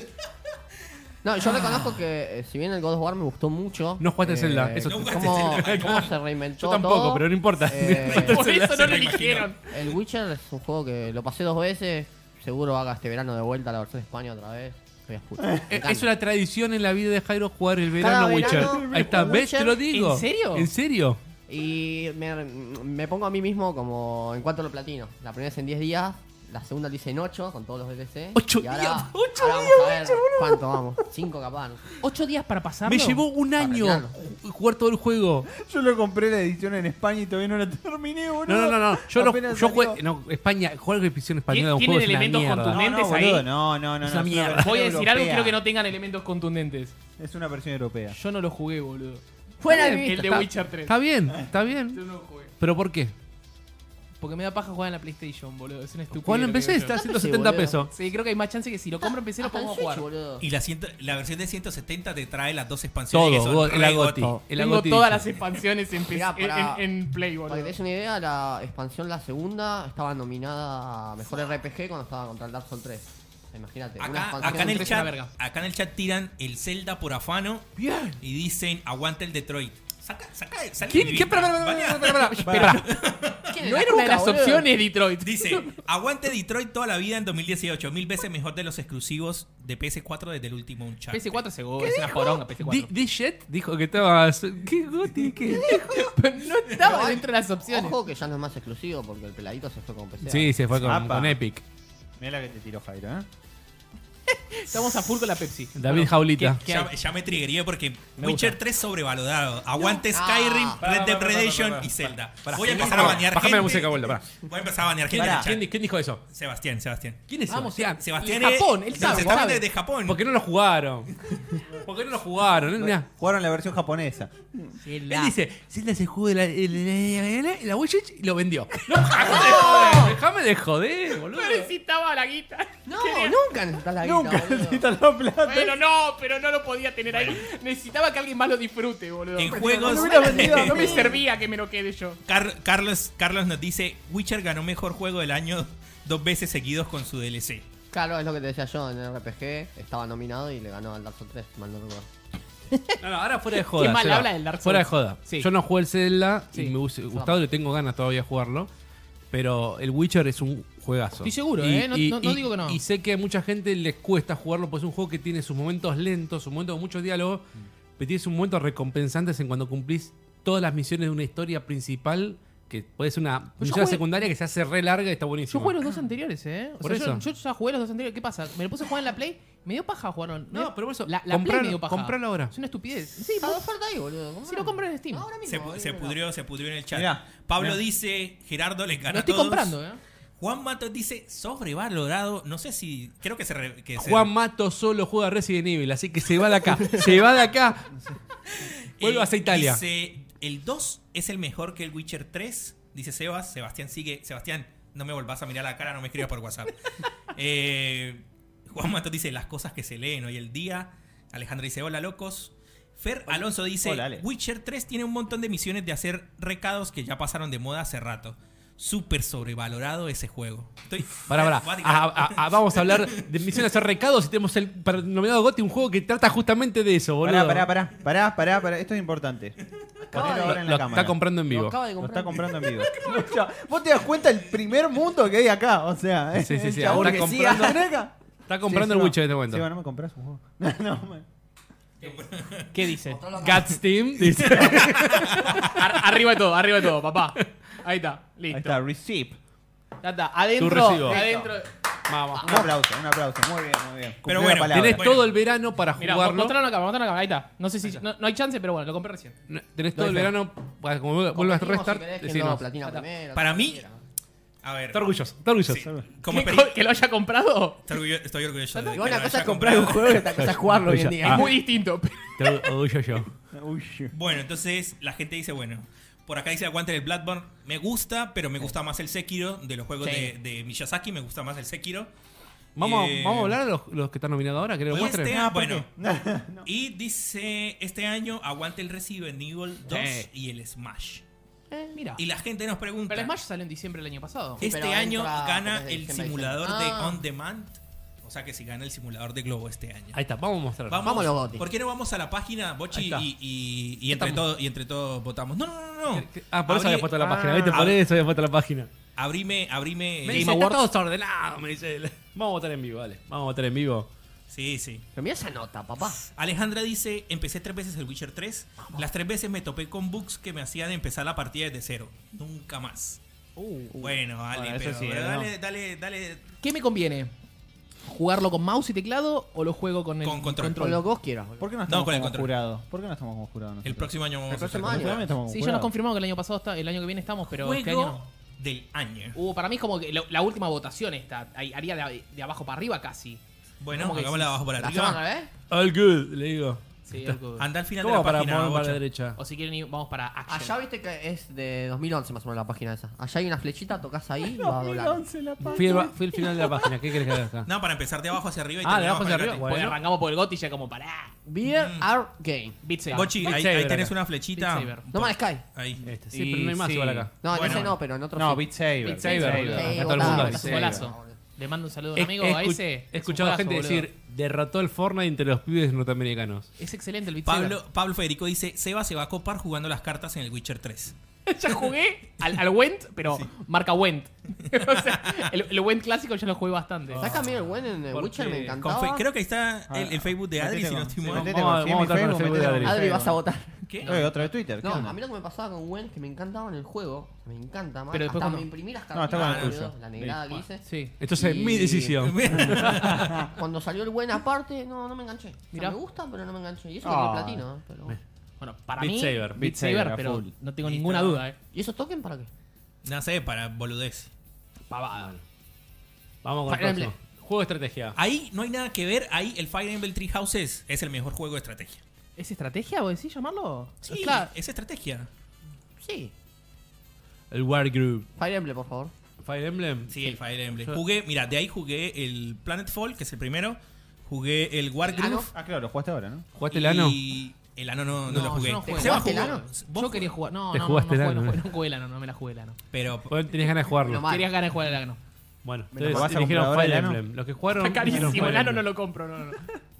[SPEAKER 5] No, yo reconozco que eh, si bien el God of War me gustó mucho. eh,
[SPEAKER 2] No jugaste Zelda, eso-
[SPEAKER 3] No jugaste
[SPEAKER 5] ¿cómo,
[SPEAKER 3] Zelda.
[SPEAKER 5] cómo se reinventó?
[SPEAKER 2] Yo tampoco,
[SPEAKER 5] todo?
[SPEAKER 2] pero no importa.
[SPEAKER 5] Eh,
[SPEAKER 1] Por eso no
[SPEAKER 3] Se
[SPEAKER 1] lo
[SPEAKER 3] me
[SPEAKER 1] eligieron.
[SPEAKER 5] El Witcher es un juego que lo pasé dos veces. Seguro haga este verano de vuelta la versión de España otra vez. Voy a escuchar. Me
[SPEAKER 2] Eh,
[SPEAKER 5] encanta.
[SPEAKER 2] Es una tradición en la vida de Jairo jugar el verano
[SPEAKER 5] Cada
[SPEAKER 2] Witcher.
[SPEAKER 5] verano,
[SPEAKER 2] Ahí está,
[SPEAKER 5] un
[SPEAKER 2] ¿ves? Te lo
[SPEAKER 5] Witcher.
[SPEAKER 2] digo.
[SPEAKER 1] ¿En serio?
[SPEAKER 2] ¿En serio?
[SPEAKER 5] Y me, me pongo a mí mismo como en cuanto a lo platino. La primera es en 10 días, la segunda dice en 8 con todos los DLC.
[SPEAKER 2] Ocho
[SPEAKER 5] y ahora,
[SPEAKER 2] días, ocho
[SPEAKER 5] ahora vamos a ver cuánto vamos. 5 capaz. ¿no?
[SPEAKER 1] Ocho días para pasarlo.
[SPEAKER 2] Me llevó un año
[SPEAKER 5] Arreglalo.
[SPEAKER 2] ju- jugar todo el juego.
[SPEAKER 4] Yo lo compré la edición en España y todavía no la terminé,
[SPEAKER 2] No,
[SPEAKER 4] boludo.
[SPEAKER 2] no, no, no. Yo, no,
[SPEAKER 4] Apenas
[SPEAKER 2] yo
[SPEAKER 4] salió.
[SPEAKER 2] jugué. No, España, jugar en prisión española de un
[SPEAKER 1] ¿Tienen
[SPEAKER 2] juego es una
[SPEAKER 1] elementos
[SPEAKER 2] mierda.
[SPEAKER 4] No, no,
[SPEAKER 1] contundentes
[SPEAKER 4] boludo,
[SPEAKER 1] ahí?
[SPEAKER 4] no, no, no.
[SPEAKER 2] Es
[SPEAKER 4] no,
[SPEAKER 2] una mierda.
[SPEAKER 4] versión
[SPEAKER 1] Voy a decir
[SPEAKER 4] europea.
[SPEAKER 1] algo que creo que no tengan elementos contundentes.
[SPEAKER 4] Es una versión europea.
[SPEAKER 1] Yo no lo jugué, boludo.
[SPEAKER 5] Fuera de mi
[SPEAKER 1] el
[SPEAKER 5] vista,
[SPEAKER 1] de
[SPEAKER 5] está-
[SPEAKER 1] Witcher 3.
[SPEAKER 2] Está bien, está
[SPEAKER 1] Yo
[SPEAKER 2] bien.
[SPEAKER 1] no lo jugué.
[SPEAKER 2] ¿Pero por qué?
[SPEAKER 1] Porque me da paja jugar en la PlayStation, boludo. Es una estupidez. lo
[SPEAKER 2] Cuando
[SPEAKER 1] que
[SPEAKER 2] empecé
[SPEAKER 1] veo
[SPEAKER 2] está a
[SPEAKER 1] yo.
[SPEAKER 5] Sí,
[SPEAKER 2] 170
[SPEAKER 5] boludo.
[SPEAKER 2] pesos.
[SPEAKER 1] Sí, creo que hay más chance que si lo compro en PC lo
[SPEAKER 5] Hasta en
[SPEAKER 1] podemos
[SPEAKER 5] Switch,
[SPEAKER 1] jugar.
[SPEAKER 5] boludo.
[SPEAKER 3] Y la, ciento- la versión de 170 te trae las dos expansiones que son
[SPEAKER 2] Todo,
[SPEAKER 3] re
[SPEAKER 2] el agoti.
[SPEAKER 3] goti.
[SPEAKER 2] El
[SPEAKER 1] Tengo
[SPEAKER 2] agoti.
[SPEAKER 1] todas las expansiones en, PC
[SPEAKER 5] Mirá, pará.
[SPEAKER 1] en, en Play, boludo.
[SPEAKER 5] Para que te des una idea, la expansión, la segunda, estaba nominada a mejor RPG cuando estaba contra el Dark Souls 3. Imagínate. una
[SPEAKER 3] Acá,
[SPEAKER 5] expansión
[SPEAKER 3] acá en el
[SPEAKER 5] tres-
[SPEAKER 1] es una
[SPEAKER 3] chat,
[SPEAKER 1] verga.
[SPEAKER 3] acá en el chat tiran el Zelda por afano
[SPEAKER 2] Bien.
[SPEAKER 3] y dicen aguanta el Detroit. Saca, saca, sale
[SPEAKER 2] ¿Quién?
[SPEAKER 3] mi
[SPEAKER 2] ¿Qué?
[SPEAKER 3] vida.
[SPEAKER 2] Pará, pará,
[SPEAKER 3] Vale.
[SPEAKER 2] pará, pará, pará, pará.
[SPEAKER 1] No era una de las
[SPEAKER 5] Boludo.
[SPEAKER 1] opciones, Detroit.
[SPEAKER 3] Dice, aguante Detroit toda la vida en 2018, mil veces mejor de los exclusivos de PS4 desde el último Uncharted.
[SPEAKER 1] PS4 se go- es una poronga
[SPEAKER 2] Di-
[SPEAKER 1] PS4.
[SPEAKER 2] Dijet dijo que estabas. ¿Qué goti? ¿Qué?
[SPEAKER 1] Pero no estaba dentro de las opciones.
[SPEAKER 5] Ojo que ya no es más exclusivo porque el peladito se fue con PC.
[SPEAKER 2] Sí, se fue con,
[SPEAKER 4] Apa.
[SPEAKER 2] con Epic.
[SPEAKER 4] Mira la que te tiró Jairo, ¿eh?
[SPEAKER 1] Estamos a full con la Pepsi.
[SPEAKER 2] David Jaulita.
[SPEAKER 1] ¿qué- qué
[SPEAKER 3] Ya,
[SPEAKER 1] hay?
[SPEAKER 3] ya me triggeré porque
[SPEAKER 4] Me
[SPEAKER 3] Witcher 3 sobrevalorado. Aguante
[SPEAKER 5] No.
[SPEAKER 3] Skyrim,
[SPEAKER 5] Ah.
[SPEAKER 3] Red Dead
[SPEAKER 6] Pará, pará, pará,
[SPEAKER 3] Redemption
[SPEAKER 6] pará, pará.
[SPEAKER 3] y Zelda.
[SPEAKER 2] Pará,
[SPEAKER 3] Voy a
[SPEAKER 2] bájame-
[SPEAKER 3] empezar a banear
[SPEAKER 2] Bájame
[SPEAKER 3] gente.
[SPEAKER 2] la música, vuelta, pará.
[SPEAKER 3] Voy a empezar a banear gente. en
[SPEAKER 4] Pará.
[SPEAKER 3] el chat.
[SPEAKER 2] ¿Quién, di- quién dijo eso?
[SPEAKER 3] Sebastián, Sebastián.
[SPEAKER 2] ¿Quién es eso?
[SPEAKER 1] Vamos, Ian.
[SPEAKER 3] Sebastián
[SPEAKER 1] De
[SPEAKER 3] es-
[SPEAKER 1] Japón, él sabe,
[SPEAKER 3] Sebastián
[SPEAKER 1] sabe.
[SPEAKER 3] es de Japón.
[SPEAKER 2] ¿Por qué no lo jugaron? ¿Por qué no lo jugaron? eh? Mirá.
[SPEAKER 4] Jugaron la versión japonesa.
[SPEAKER 2] Él dice, Zelda se jugó de la, de la, de la- de la Witch y lo vendió. No, déjame de joder, déjame de joder, boludo.
[SPEAKER 1] No necesitaba la guita.
[SPEAKER 5] No,
[SPEAKER 1] Quería-
[SPEAKER 5] nunca necesitas la guita,
[SPEAKER 4] Nunca
[SPEAKER 5] boludo.
[SPEAKER 4] necesitas la plata.
[SPEAKER 1] Bueno, no, pero no lo podía tener ahí. Necesitaba que alguien más lo disfrute, boludo.
[SPEAKER 3] En juegos.
[SPEAKER 4] no hubiera vendido,
[SPEAKER 1] No me servía que me lo quede yo.
[SPEAKER 3] Car- Carlos, Carlos nos dice: Witcher ganó mejor juego del año dos veces seguidos con su DLC.
[SPEAKER 5] Claro, es lo que te decía yo, en el RPG estaba nominado y le ganó al Dark Souls 3, mal no recuerdo.
[SPEAKER 2] No, no, ahora fuera de joda.
[SPEAKER 1] mal
[SPEAKER 2] Seba.
[SPEAKER 1] habla del Dark Souls.
[SPEAKER 2] Fuera de joda.
[SPEAKER 1] Sí.
[SPEAKER 2] Yo no jugué el Zelda
[SPEAKER 1] Sí.
[SPEAKER 2] y me hubiese gustado y tengo ganas todavía de jugarlo. Pero el Witcher es un juegazo.
[SPEAKER 1] Estoy seguro, ¿eh? No- no- no digo que no.
[SPEAKER 2] Y sé que a mucha gente les cuesta jugarlo porque es un juego que tiene sus momentos lentos, sus momentos con muchos diálogos,
[SPEAKER 1] Mm.
[SPEAKER 2] pero tiene sus momentos recompensantes en cuando cumplís todas las misiones de una historia principal que puede ser una
[SPEAKER 1] Pues yo
[SPEAKER 2] misión
[SPEAKER 1] jugué-
[SPEAKER 2] secundaria que se hace re larga y está
[SPEAKER 1] Yo
[SPEAKER 2] buenísimo.
[SPEAKER 1] jugué los dos anteriores, ¿eh? O
[SPEAKER 2] Por
[SPEAKER 1] sea, yo-
[SPEAKER 2] eso.
[SPEAKER 1] Yo, ya jugué los dos anteriores. ¿Qué pasa? Me lo puse a jugar en la Play. Me dio paja jugarlo. Me
[SPEAKER 2] No,
[SPEAKER 1] dio-
[SPEAKER 2] pero por eso,
[SPEAKER 1] La, la Play
[SPEAKER 2] compralo-
[SPEAKER 1] me dio paja.
[SPEAKER 2] compralo ahora.
[SPEAKER 1] Es una estupidez. Sí,
[SPEAKER 5] Está de oferta ahí, boludo.
[SPEAKER 1] Si lo compras en Steam.
[SPEAKER 5] Ahora mismo.
[SPEAKER 3] Se, pu-
[SPEAKER 5] ahí,
[SPEAKER 3] se
[SPEAKER 5] mira.
[SPEAKER 3] pudrió, se pudrió en el chat.
[SPEAKER 4] Mirá,
[SPEAKER 3] Pablo
[SPEAKER 4] mirá.
[SPEAKER 3] dice: Gerardo les ganó
[SPEAKER 1] lo
[SPEAKER 3] a
[SPEAKER 1] estoy
[SPEAKER 3] todos.
[SPEAKER 1] comprando, ¿eh?
[SPEAKER 3] Juan Matos dice: sobrevalorado. No sé si. Creo que se. re- que se-
[SPEAKER 2] Juan Mato solo juega Resident Evil, así que se va de acá. se va de acá.
[SPEAKER 3] eh,
[SPEAKER 2] Vuelvo hacia Italia.
[SPEAKER 3] Dice: El 2 es el mejor que el Witcher 3. Dice Sebas. Sebastián sigue. Sebastián, no me volvás a mirar la cara, no me escribas por WhatsApp. Eh, Juan Matos dice: Las cosas que se leen hoy el día. Alejandro dice: Hola, locos. Fer Alonso dice:
[SPEAKER 4] Hola, Ale.
[SPEAKER 3] Witcher 3 tiene un montón de misiones de hacer recados que ya pasaron de moda hace rato. Súper sobrevalorado ese juego. Estoy.
[SPEAKER 2] Pará, pará.
[SPEAKER 3] Voy a tirar-
[SPEAKER 2] Ah, ah, ah, vamos a hablar de misiones a recados y tenemos el para- nominado Gotti, un juego que trata justamente de eso, boludo.
[SPEAKER 4] Pará, pará, pará, pará, pará, pará. Esto es importante. Ponelo
[SPEAKER 5] de-
[SPEAKER 4] ahora en
[SPEAKER 2] Lo
[SPEAKER 4] la cámara.
[SPEAKER 2] está comprando en
[SPEAKER 5] Lo
[SPEAKER 2] vivo.
[SPEAKER 5] acaba de
[SPEAKER 4] Lo está
[SPEAKER 5] comprar.
[SPEAKER 4] comprando en vivo. O sea, Vos te das cuenta el primer mundo que hay acá. O sea,
[SPEAKER 2] Sí, sí, sí,
[SPEAKER 4] la
[SPEAKER 2] está
[SPEAKER 4] burguesía
[SPEAKER 2] comprando-
[SPEAKER 4] acá.
[SPEAKER 2] Está comprando
[SPEAKER 4] Sí,
[SPEAKER 2] el
[SPEAKER 4] Seba.
[SPEAKER 2] Witcher en este momento.
[SPEAKER 4] Seba, no me compras un juego. No, no, man.
[SPEAKER 1] ¿Qué dice?
[SPEAKER 2] Guts Team dice.
[SPEAKER 1] Ar- arriba de todo, arriba de todo, papá. Ahí está,
[SPEAKER 4] Ahí
[SPEAKER 1] listo.
[SPEAKER 4] está, receipt.
[SPEAKER 1] Ya está,
[SPEAKER 2] Tu
[SPEAKER 1] adentro.
[SPEAKER 2] recibo.
[SPEAKER 1] adentro.
[SPEAKER 2] Vamos.
[SPEAKER 4] Un aplauso, un aplauso. Muy bien, muy bien. Cumplió la
[SPEAKER 3] bueno,
[SPEAKER 4] palabra.
[SPEAKER 2] Tenés
[SPEAKER 3] Bueno.
[SPEAKER 2] todo el verano para
[SPEAKER 1] Mira,
[SPEAKER 2] jugarlo.
[SPEAKER 1] mostralo en la cámara, mostralo en la cámara. Ahí está. No sé si. No, no hay chance, pero bueno, lo compré recién.
[SPEAKER 2] No, Tenés todo el
[SPEAKER 4] Doy fe.
[SPEAKER 2] verano para como vuelvas a
[SPEAKER 5] Competimos, si
[SPEAKER 2] restart.
[SPEAKER 5] querés que
[SPEAKER 2] decinos.
[SPEAKER 5] lo platina primero,
[SPEAKER 3] Para
[SPEAKER 5] lo
[SPEAKER 3] mí-
[SPEAKER 5] que quiera.
[SPEAKER 3] A ver.
[SPEAKER 2] Está orgulloso, está orgulloso.
[SPEAKER 3] Sí, como
[SPEAKER 1] ¿Qué
[SPEAKER 3] peri-
[SPEAKER 1] co- ¿Que lo haya comprado?
[SPEAKER 3] Estoy orgullo- estoy orgulloso de
[SPEAKER 5] Y
[SPEAKER 3] que lo
[SPEAKER 5] una cosa
[SPEAKER 3] haya
[SPEAKER 5] es comprar un
[SPEAKER 3] comprado.
[SPEAKER 5] juego y otra cosa es jugarlo hoy en
[SPEAKER 2] Escucha,
[SPEAKER 3] ah.
[SPEAKER 5] día.
[SPEAKER 1] Es muy distinto. pero-
[SPEAKER 2] Te orgullo yo.
[SPEAKER 4] Uy,
[SPEAKER 3] Bueno, entonces la gente dice, bueno, por acá dice aguante el Bloodborne. Me gusta, pero me gusta más el Sekiro de los juegos
[SPEAKER 1] Sí.
[SPEAKER 3] de, de Miyazaki. Me gusta más el Sekiro.
[SPEAKER 2] Vamos,
[SPEAKER 3] Eh,
[SPEAKER 2] vamos a hablar a los, los que están nominados ahora, que lo
[SPEAKER 3] y
[SPEAKER 2] muestren. Ah,
[SPEAKER 3] este- bueno,
[SPEAKER 4] No.
[SPEAKER 3] y dice este año aguante el Resident Evil 2
[SPEAKER 2] Sí.
[SPEAKER 3] y el Smash.
[SPEAKER 1] Eh, mira.
[SPEAKER 3] Y la gente nos pregunta,
[SPEAKER 1] Pero el Smash salió en diciembre del año pasado.
[SPEAKER 5] Sí,
[SPEAKER 3] este
[SPEAKER 5] pero
[SPEAKER 3] año
[SPEAKER 5] entra
[SPEAKER 3] gana
[SPEAKER 5] desde
[SPEAKER 3] el
[SPEAKER 5] diciembre,
[SPEAKER 3] simulador
[SPEAKER 5] diciembre.
[SPEAKER 3] de
[SPEAKER 5] Ah.
[SPEAKER 3] On Demand. O sea que si gana el simulador de Globo este año.
[SPEAKER 2] Ahí está, vamos a mostrar.
[SPEAKER 3] Vamos,
[SPEAKER 5] Vámonos, Gotti.
[SPEAKER 3] ¿Por qué no vamos a la página,
[SPEAKER 2] Ahí
[SPEAKER 3] Bochi,
[SPEAKER 2] está.
[SPEAKER 3] y, y- y entre
[SPEAKER 2] Estamos.
[SPEAKER 3] todos y entre todos votamos? No, no, no, no.
[SPEAKER 2] Ah, por eso
[SPEAKER 3] Abrí-
[SPEAKER 2] había puesto la
[SPEAKER 3] ah,
[SPEAKER 2] página, ¿viste? Por
[SPEAKER 3] abrí-
[SPEAKER 2] eso había puesto la página.
[SPEAKER 3] Abrime, abrime.
[SPEAKER 2] Me
[SPEAKER 3] eh,
[SPEAKER 2] dice,
[SPEAKER 3] Game
[SPEAKER 2] está
[SPEAKER 3] Awards.
[SPEAKER 2] todo desordenado, me dice. él. Vamos a votar en vivo, dale. Vamos a votar en vivo.
[SPEAKER 3] Sí, sí.
[SPEAKER 5] Pero mira esa nota, papá.
[SPEAKER 3] Alejandra dice, empecé tres veces el Witcher 3. Las tres veces me topé con bugs que me hacían empezar la partida desde cero. Nunca más.
[SPEAKER 2] Uh,
[SPEAKER 3] bueno, Ale,
[SPEAKER 4] Bueno, eso
[SPEAKER 3] pero,
[SPEAKER 4] sí,
[SPEAKER 3] pero
[SPEAKER 4] ¿no?
[SPEAKER 3] dale, dale, dale.
[SPEAKER 5] Ah.
[SPEAKER 1] ¿Qué me conviene? ¿Jugarlo con mouse y teclado o lo juego con el
[SPEAKER 3] Con control.
[SPEAKER 5] Con lo que vos quieras, boludo.
[SPEAKER 4] ¿Por qué no
[SPEAKER 3] No,
[SPEAKER 4] estamos
[SPEAKER 3] con el
[SPEAKER 4] como
[SPEAKER 3] control.
[SPEAKER 4] jurado? ¿Por qué no estamos como jurado?
[SPEAKER 3] El
[SPEAKER 4] nosotros?
[SPEAKER 3] próximo año vamos
[SPEAKER 5] El
[SPEAKER 3] a hacer
[SPEAKER 5] próximo
[SPEAKER 4] Nosotros
[SPEAKER 5] año.
[SPEAKER 4] también estamos como
[SPEAKER 1] Sí, ya
[SPEAKER 4] jurado.
[SPEAKER 1] nos confirmamos que el año pasado está, el año que viene estamos, pero este año
[SPEAKER 3] juego
[SPEAKER 1] no.
[SPEAKER 3] del año.
[SPEAKER 1] Uh, para mí es como que lo- la última votación esta. Ahí Haría de, de abajo para arriba casi.
[SPEAKER 3] Bueno,
[SPEAKER 1] ¿Cómo que
[SPEAKER 3] hagámosla
[SPEAKER 1] sí?
[SPEAKER 3] abajo para
[SPEAKER 5] ¿La
[SPEAKER 3] arriba. Ah,
[SPEAKER 5] semana, eh?
[SPEAKER 2] All good, le digo.
[SPEAKER 1] Sí,
[SPEAKER 2] Está-
[SPEAKER 1] algo-
[SPEAKER 3] Anda al final de
[SPEAKER 2] ¿Cómo
[SPEAKER 3] la
[SPEAKER 2] para
[SPEAKER 3] página.
[SPEAKER 2] mover para la
[SPEAKER 3] Bocha.
[SPEAKER 2] derecha?
[SPEAKER 1] O si quieren ir- vamos para action.
[SPEAKER 5] Allá viste que es de 2011 más o menos la página esa. Allá hay una flechita, tocas ahí y va a volar.
[SPEAKER 2] Fui al, fui al final de la página, ¿qué querés que haga acá?
[SPEAKER 3] No, para empezar de abajo hacia arriba y
[SPEAKER 2] Ah, de
[SPEAKER 3] terminamos
[SPEAKER 2] abajo hacia
[SPEAKER 3] con el
[SPEAKER 2] arriba,
[SPEAKER 3] gratis.
[SPEAKER 1] Porque
[SPEAKER 2] bueno.
[SPEAKER 1] arrancamos por el GOTY ya como para.
[SPEAKER 5] Beer Art Game.
[SPEAKER 1] Beat Saber.
[SPEAKER 3] Bochi,
[SPEAKER 2] Beat
[SPEAKER 3] ahí,
[SPEAKER 2] Saber
[SPEAKER 3] ahí tenés
[SPEAKER 2] acá.
[SPEAKER 3] una flechita.
[SPEAKER 1] Beat Saber.
[SPEAKER 5] No Man's Sky.
[SPEAKER 3] Ahí.
[SPEAKER 2] Este, sí,
[SPEAKER 1] Y
[SPEAKER 2] pero no hay más
[SPEAKER 1] sí.
[SPEAKER 2] igual acá.
[SPEAKER 5] No, en
[SPEAKER 3] Bueno.
[SPEAKER 5] ese no, pero en otro
[SPEAKER 4] No,
[SPEAKER 5] sí.
[SPEAKER 4] Beat Saber.
[SPEAKER 1] Beat
[SPEAKER 2] Saber,
[SPEAKER 4] Beat
[SPEAKER 2] boludo.
[SPEAKER 5] Sí,
[SPEAKER 2] A todo el mundo.
[SPEAKER 5] golazo,
[SPEAKER 2] Sí.
[SPEAKER 1] Golazo. Le mando un saludo a un
[SPEAKER 2] He-
[SPEAKER 1] amigo,
[SPEAKER 2] he
[SPEAKER 1] a
[SPEAKER 2] escu-
[SPEAKER 1] ese.
[SPEAKER 2] He escuchado
[SPEAKER 1] Es un
[SPEAKER 2] gente
[SPEAKER 1] golazo,
[SPEAKER 2] decir,
[SPEAKER 1] boludo.
[SPEAKER 2] derrotó el Fortnite entre los pibes norteamericanos.
[SPEAKER 1] Es excelente el Beat
[SPEAKER 3] Pablo, Pablo Federico dice, Seba se va a copar jugando las cartas en el Witcher 3.
[SPEAKER 1] Saber. ya jugué al, al Went, pero marca Went. o sea, el, el Went clásico ya lo jugué bastante.
[SPEAKER 2] Ah.
[SPEAKER 5] ¿Sabes que a mí el buen en el
[SPEAKER 2] Porque
[SPEAKER 5] Witcher me
[SPEAKER 3] Con fe-
[SPEAKER 5] encantaba?
[SPEAKER 2] Ah,
[SPEAKER 3] creo que ahí está el, el Facebook de Adri, si no estoy mal.
[SPEAKER 2] Vamos a- vamos a votar con el Facebook de Adri.
[SPEAKER 5] Adri, vas a votar.
[SPEAKER 3] ¿Qué?
[SPEAKER 4] Eh, otra vez Twitter. ¿qué
[SPEAKER 5] No,
[SPEAKER 4] onda?
[SPEAKER 5] a mí lo que me pasaba con Gwen, que me encantaba en el juego, me encanta más.
[SPEAKER 1] Pero después
[SPEAKER 5] hasta
[SPEAKER 1] cuando-
[SPEAKER 5] me imprimí las
[SPEAKER 4] No, está
[SPEAKER 5] cartitas,
[SPEAKER 4] con el
[SPEAKER 5] boludo,
[SPEAKER 4] curso.
[SPEAKER 5] la negrada que hice.
[SPEAKER 1] Sí.
[SPEAKER 2] Entonces,
[SPEAKER 5] Y-
[SPEAKER 2] mi decisión.
[SPEAKER 5] Cuando salió el Gwen aparte, no, no me enganché. O sea,
[SPEAKER 1] Mirá.
[SPEAKER 5] me gusta, pero no me enganché. Y eso
[SPEAKER 4] Ah.
[SPEAKER 5] que tengo platino, ¿eh? pero bueno.
[SPEAKER 6] Bueno, para
[SPEAKER 2] Beat
[SPEAKER 6] mí.
[SPEAKER 2] Saber.
[SPEAKER 1] Beat Saber,
[SPEAKER 4] a
[SPEAKER 1] pero
[SPEAKER 4] full.
[SPEAKER 6] No tengo
[SPEAKER 3] Listo.
[SPEAKER 6] ninguna duda, eh.
[SPEAKER 5] ¿Y esos token para qué?
[SPEAKER 3] No sé, para boludez.
[SPEAKER 6] Pavada.
[SPEAKER 2] Vamos con el
[SPEAKER 1] Fire Emblem.
[SPEAKER 2] próximo. Juego de estrategia.
[SPEAKER 3] Ahí no hay nada que ver. Ahí el Fire Emblem Three Houses es el mejor juego de estrategia.
[SPEAKER 1] ¿Es estrategia, vos decís llamarlo?
[SPEAKER 3] Sí,
[SPEAKER 2] eh,
[SPEAKER 1] Claro.
[SPEAKER 3] es estrategia.
[SPEAKER 5] Sí.
[SPEAKER 2] El War Group.
[SPEAKER 5] Fire Emblem, por favor.
[SPEAKER 2] Fire Emblem.
[SPEAKER 3] Sí, el Fire Emblem. Jugué, mira, de ahí jugué el Planetfall, que es el primero. Jugué el Wargroove.
[SPEAKER 4] Ah, claro, lo jugaste ahora, ¿no?
[SPEAKER 2] ¿Jugaste el ano?
[SPEAKER 3] Y el ano no, no,
[SPEAKER 1] yo
[SPEAKER 3] lo jugué.
[SPEAKER 1] no jugué.
[SPEAKER 3] Seba
[SPEAKER 5] ¿Jugaste el
[SPEAKER 3] jugó.
[SPEAKER 5] ano?
[SPEAKER 3] Vos
[SPEAKER 1] Yo
[SPEAKER 3] jugó.
[SPEAKER 1] quería jugar. No,
[SPEAKER 2] Te
[SPEAKER 1] no, no, no,
[SPEAKER 2] jugaste el
[SPEAKER 1] jugué, no,
[SPEAKER 2] ano,
[SPEAKER 1] jugué,
[SPEAKER 2] eh.
[SPEAKER 1] no jugué el ano, no me la jugué el ano.
[SPEAKER 3] Pero
[SPEAKER 2] Vos tenías ganas de jugarlo.
[SPEAKER 5] Menos mal.
[SPEAKER 1] Tenías ganas de jugar el ano.
[SPEAKER 2] Bueno,
[SPEAKER 4] Menos
[SPEAKER 2] entonces
[SPEAKER 4] mal. ¿Vas a
[SPEAKER 2] eligieron
[SPEAKER 4] comprar
[SPEAKER 2] Fire
[SPEAKER 4] el ano?
[SPEAKER 2] Emblem. Los que jugaron.
[SPEAKER 6] Está carísimo,
[SPEAKER 2] eligieron
[SPEAKER 6] el
[SPEAKER 2] Fire
[SPEAKER 6] ano no
[SPEAKER 2] Emblem.
[SPEAKER 6] lo compro, no, no.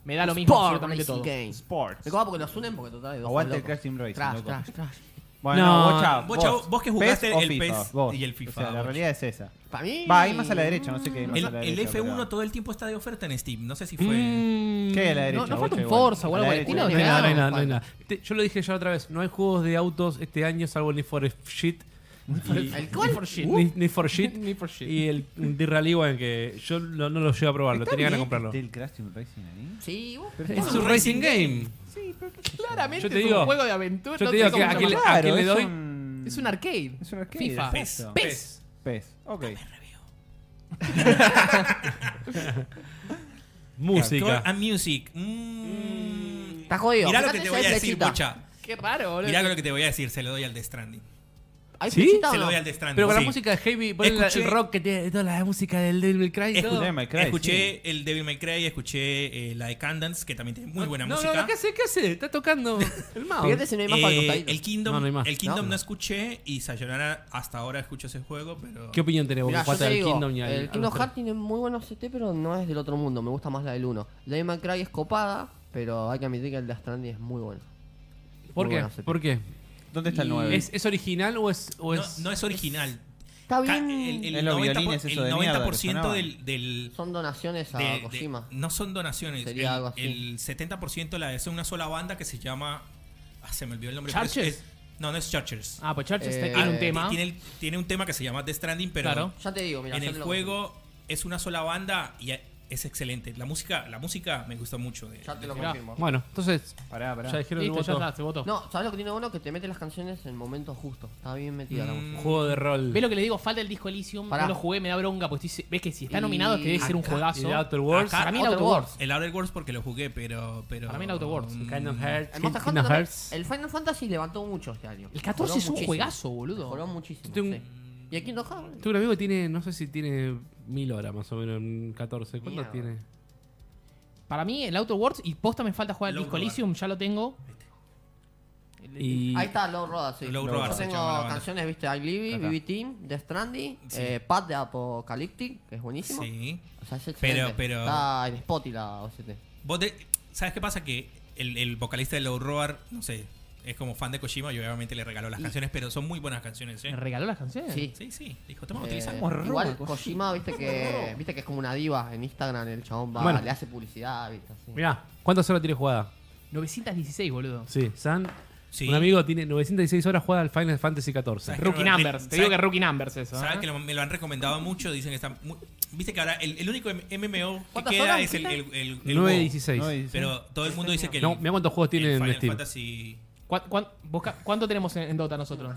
[SPEAKER 1] Me da lo mismo
[SPEAKER 5] Sport
[SPEAKER 1] absolutamente todo.
[SPEAKER 5] Games.
[SPEAKER 4] Sports.
[SPEAKER 5] Me copa porque los unen porque total. hay dos
[SPEAKER 4] Aguante el
[SPEAKER 5] juegos
[SPEAKER 4] Crash Team Racing.
[SPEAKER 5] locos. Trash,
[SPEAKER 4] loco.
[SPEAKER 5] trash, trash.
[SPEAKER 4] Bueno,
[SPEAKER 2] No,
[SPEAKER 4] vos, chavo,
[SPEAKER 3] vos, chavo, vos que jugaste
[SPEAKER 4] o
[SPEAKER 3] el
[SPEAKER 4] FIFA,
[SPEAKER 3] PES
[SPEAKER 4] vos.
[SPEAKER 3] y el FIFA,
[SPEAKER 4] O sea, la
[SPEAKER 3] vos.
[SPEAKER 4] realidad es esa.
[SPEAKER 5] Para mí.
[SPEAKER 4] Va, ahí más a la derecha, no sé qué. Más
[SPEAKER 3] el,
[SPEAKER 4] a la
[SPEAKER 3] el
[SPEAKER 4] derecha,
[SPEAKER 3] F1
[SPEAKER 4] pero-
[SPEAKER 3] todo el tiempo está de oferta en Steam. No sé si fue.
[SPEAKER 2] Mm.
[SPEAKER 4] ¿Qué a
[SPEAKER 1] No,
[SPEAKER 4] la
[SPEAKER 1] no
[SPEAKER 4] derecha?
[SPEAKER 1] falta
[SPEAKER 4] Bocha,
[SPEAKER 1] un
[SPEAKER 4] igual.
[SPEAKER 1] Forza o
[SPEAKER 4] A
[SPEAKER 1] algo por
[SPEAKER 4] la
[SPEAKER 1] el
[SPEAKER 4] derecha.
[SPEAKER 1] estilo.
[SPEAKER 2] No hay nada, no hay
[SPEAKER 1] Claro,
[SPEAKER 2] nada, no hay nada. Te- yo lo dije ya otra vez, no hay juegos de autos este año salvo Need for Shit. y-
[SPEAKER 5] ¿El cual?
[SPEAKER 1] Need for Shit.
[SPEAKER 5] Uh,
[SPEAKER 2] Need, Need for Shit.
[SPEAKER 1] Need for Shit.
[SPEAKER 2] Y el D-Rally One, que yo no, no lo llevo a probarlo, tenía ganas de comprarlo.
[SPEAKER 4] ¿Está el Crash Team Racing ahí?
[SPEAKER 5] Sí, vos.
[SPEAKER 2] Es un racing game.
[SPEAKER 1] Sí, pero que claramente
[SPEAKER 2] Yo te
[SPEAKER 1] es
[SPEAKER 2] digo-
[SPEAKER 1] un juego de aventura.
[SPEAKER 2] yo
[SPEAKER 1] no
[SPEAKER 2] te
[SPEAKER 1] sé
[SPEAKER 2] digo
[SPEAKER 1] cómo
[SPEAKER 2] que
[SPEAKER 1] llamarlo.
[SPEAKER 2] aquel-
[SPEAKER 1] Ah,
[SPEAKER 2] a qué le
[SPEAKER 4] es
[SPEAKER 2] doy?
[SPEAKER 4] un-
[SPEAKER 1] Es un arcade.
[SPEAKER 4] Es un arcade.
[SPEAKER 1] FIFA.
[SPEAKER 4] exacto.
[SPEAKER 1] PES.
[SPEAKER 4] PES. Ok.
[SPEAKER 2] Música.
[SPEAKER 3] Control and Music. Mm.
[SPEAKER 5] Está jodido.
[SPEAKER 3] Mirá lo que
[SPEAKER 5] Fíjate
[SPEAKER 3] te
[SPEAKER 5] si
[SPEAKER 3] voy a
[SPEAKER 5] hay
[SPEAKER 3] decir,
[SPEAKER 5] flechita.
[SPEAKER 3] Bocha.
[SPEAKER 1] Qué raro, boludo.
[SPEAKER 3] Mirá lo que te voy a decir. Se lo doy al de Stranding.
[SPEAKER 5] ¿Hay
[SPEAKER 2] ¿Sí?
[SPEAKER 5] flechita o
[SPEAKER 3] Se lo
[SPEAKER 5] no?
[SPEAKER 3] doy al de Stranding.
[SPEAKER 2] Pero con la
[SPEAKER 3] sí.
[SPEAKER 2] música de Heavy, ponle la- el
[SPEAKER 3] Escuché-
[SPEAKER 2] rock que tiene toda la música del Devil May Cry y todo.
[SPEAKER 4] Escuché, May Cry,
[SPEAKER 3] escuché
[SPEAKER 4] sí.
[SPEAKER 3] el Devil May Cry, escuché eh, la de Candance, que también tiene muy buena
[SPEAKER 2] no,
[SPEAKER 3] música.
[SPEAKER 2] No, no, ¿qué hace? ¿Qué hace? Está tocando el
[SPEAKER 5] Fíjate
[SPEAKER 2] mouse.
[SPEAKER 5] si no hay más para el
[SPEAKER 3] Eh,
[SPEAKER 5] costadito.
[SPEAKER 3] el Kingdom,
[SPEAKER 2] No, no hay más.
[SPEAKER 3] el Kingdom
[SPEAKER 5] No.
[SPEAKER 3] no, escuché y Sayonara hasta ahora escucho ese juego, pero
[SPEAKER 2] ¿Qué opinión tenés vos?
[SPEAKER 5] Mirá,
[SPEAKER 2] que
[SPEAKER 5] yo
[SPEAKER 2] jugaste
[SPEAKER 5] te
[SPEAKER 2] al
[SPEAKER 5] digo,
[SPEAKER 2] Kingdom y al-
[SPEAKER 5] el
[SPEAKER 2] al
[SPEAKER 5] Kingdom
[SPEAKER 2] otro?
[SPEAKER 5] Hearts tiene muy buenos CT, pero no es del otro mundo. Me gusta más la del 1. La de Cry es copada, pero hay que admitir que el de Stranding es muy bueno.
[SPEAKER 2] ¿Por
[SPEAKER 5] Muy
[SPEAKER 2] qué?
[SPEAKER 5] buena CT.
[SPEAKER 2] ¿Por qué?
[SPEAKER 4] ¿Dónde está el
[SPEAKER 2] ¿Y
[SPEAKER 4] 9?
[SPEAKER 2] ¿Es, es original o es.? O
[SPEAKER 3] no,
[SPEAKER 2] es...
[SPEAKER 3] no es original.
[SPEAKER 5] Está
[SPEAKER 3] Ca-
[SPEAKER 5] bien.
[SPEAKER 3] El, el
[SPEAKER 4] Es los
[SPEAKER 3] 90%,
[SPEAKER 4] violines
[SPEAKER 3] el
[SPEAKER 4] eso de mierda que
[SPEAKER 3] 90%
[SPEAKER 4] sonaban.
[SPEAKER 3] del, del-
[SPEAKER 5] Son donaciones a
[SPEAKER 3] de- de-
[SPEAKER 5] Kojima.
[SPEAKER 3] no son donaciones.
[SPEAKER 5] Sería
[SPEAKER 3] el,
[SPEAKER 5] algo así.
[SPEAKER 3] el 70% la es una sola banda que se llama. ah, se me olvidó el nombre. pero es-
[SPEAKER 1] ¿Chargers?
[SPEAKER 3] es- no, no es Chargers.
[SPEAKER 1] Ah, pues Church
[SPEAKER 5] Eh,
[SPEAKER 1] tiene un
[SPEAKER 5] eh,
[SPEAKER 1] tema.
[SPEAKER 3] Tiene, el- tiene un tema que se llama The Stranding, pero
[SPEAKER 1] Claro.
[SPEAKER 5] Ya te digo, mira.
[SPEAKER 3] en
[SPEAKER 5] yo
[SPEAKER 3] el
[SPEAKER 5] te lo-
[SPEAKER 3] juego es una sola banda y es excelente. La música, la música me gusta mucho. de-
[SPEAKER 5] Ya te
[SPEAKER 3] de-
[SPEAKER 5] lo
[SPEAKER 1] Mirá.
[SPEAKER 5] confirmo.
[SPEAKER 2] Bueno, entonces.
[SPEAKER 4] Pará, pará.
[SPEAKER 2] Ya dijeron el
[SPEAKER 1] Listo, ya
[SPEAKER 2] voto.
[SPEAKER 1] está, se votó.
[SPEAKER 5] No, ¿sabes lo que tiene bueno? Que te mete las canciones en el momento justo. Está bien metida la
[SPEAKER 3] Mm.
[SPEAKER 5] música.
[SPEAKER 2] Juego de rol.
[SPEAKER 1] ¿Ves lo que le digo? Falta el disco Elysium.
[SPEAKER 5] Pará.
[SPEAKER 1] No lo jugué, me da bronca. Pues estoy- ves que si está
[SPEAKER 5] Y
[SPEAKER 1] nominado es que debe ser un
[SPEAKER 2] Y
[SPEAKER 5] acá-
[SPEAKER 2] de
[SPEAKER 1] juegazo.
[SPEAKER 2] Outer Worlds.
[SPEAKER 3] Acá-
[SPEAKER 1] Para mí el
[SPEAKER 5] Outer
[SPEAKER 1] Outer Worlds.
[SPEAKER 3] El Outer Worlds porque lo jugué, pero. pero
[SPEAKER 1] Para mí el Outer Worlds.
[SPEAKER 3] Mm,
[SPEAKER 2] Kingdom Hearts.
[SPEAKER 5] El, Monster
[SPEAKER 2] Kingdom
[SPEAKER 5] Hunter,
[SPEAKER 2] Hearts.
[SPEAKER 5] el Final Fantasy levantó mucho este año.
[SPEAKER 1] El 14 es un
[SPEAKER 5] Mejoró
[SPEAKER 1] juegazo,
[SPEAKER 5] muchísimo.
[SPEAKER 1] boludo.
[SPEAKER 5] Mejoró muchísimo.
[SPEAKER 2] Tengo un-
[SPEAKER 5] sí. Y aquí no Hearts.
[SPEAKER 2] Tengo Este un amigo que tiene, no sé si tiene mil horas más o menos, en 14. ¿Cuántas
[SPEAKER 5] Mierda.
[SPEAKER 2] tiene?
[SPEAKER 1] Para mí el Outer Worlds y posta me falta jugar el
[SPEAKER 3] Low
[SPEAKER 1] disco
[SPEAKER 3] Roar.
[SPEAKER 1] Elysium, ya lo tengo.
[SPEAKER 2] Y
[SPEAKER 5] Ahí está Low Roda, sí.
[SPEAKER 3] Low
[SPEAKER 5] Yo
[SPEAKER 3] Roar, se llama la
[SPEAKER 5] tengo
[SPEAKER 3] banda.
[SPEAKER 5] canciones, viste, I Live,
[SPEAKER 2] Acá.
[SPEAKER 5] BB Team, The Strandy,
[SPEAKER 3] Sí.
[SPEAKER 5] eh, Path de Apocalyptic, que es buenísimo.
[SPEAKER 3] Sí.
[SPEAKER 5] O sea, es
[SPEAKER 3] Pero-
[SPEAKER 5] excelente.
[SPEAKER 3] pero-
[SPEAKER 5] Está en Spot y la OCT.
[SPEAKER 3] Vos de- ¿Sabes qué pasa? Que el, el vocalista de Low Roar, no sé, es como fan de Kojima y obviamente le regaló las canciones, pero son muy buenas canciones, ¿eh?
[SPEAKER 1] ¿Me regaló las canciones?
[SPEAKER 5] Sí.
[SPEAKER 3] Sí, sí. Dijo, toma,
[SPEAKER 5] Eh,
[SPEAKER 3] utilizamos.
[SPEAKER 4] Roma,
[SPEAKER 5] igual
[SPEAKER 4] Kojima.
[SPEAKER 5] Kojima, viste que, viste que es como una diva en Instagram, el chabón va,
[SPEAKER 2] Bueno.
[SPEAKER 5] le hace publicidad, viste, así.
[SPEAKER 2] Mirá, ¿cuántas horas tiene jugada?
[SPEAKER 1] 916, boludo.
[SPEAKER 2] Sí, San.
[SPEAKER 3] Sí.
[SPEAKER 2] Un amigo tiene 916 horas jugada al Final Fantasy
[SPEAKER 3] ¿Sabes
[SPEAKER 2] XIV.
[SPEAKER 3] qué?
[SPEAKER 1] Rookie
[SPEAKER 3] Me-
[SPEAKER 1] Numbers. Te
[SPEAKER 3] ¿sabes-
[SPEAKER 1] digo que Rookie Numbers eso.
[SPEAKER 3] ¿Sabes
[SPEAKER 1] ¿eh?
[SPEAKER 3] que lo- me lo han recomendado mucho? Dicen que está muy- Viste que ahora el, el único M- MMO que
[SPEAKER 5] ¿Cuántas
[SPEAKER 3] queda
[SPEAKER 5] horas
[SPEAKER 3] es el, el, el, el WoW.
[SPEAKER 2] 916.
[SPEAKER 4] No, y-
[SPEAKER 3] Pero todo el mundo dice que el,
[SPEAKER 2] No, mira cuántos juegos
[SPEAKER 3] el
[SPEAKER 2] tiene en
[SPEAKER 3] Final
[SPEAKER 2] Steam.
[SPEAKER 3] Fantasy...
[SPEAKER 1] ¿Cuán- cuán- vos ca- ¿Cuánto tenemos en, en Dota nosotros?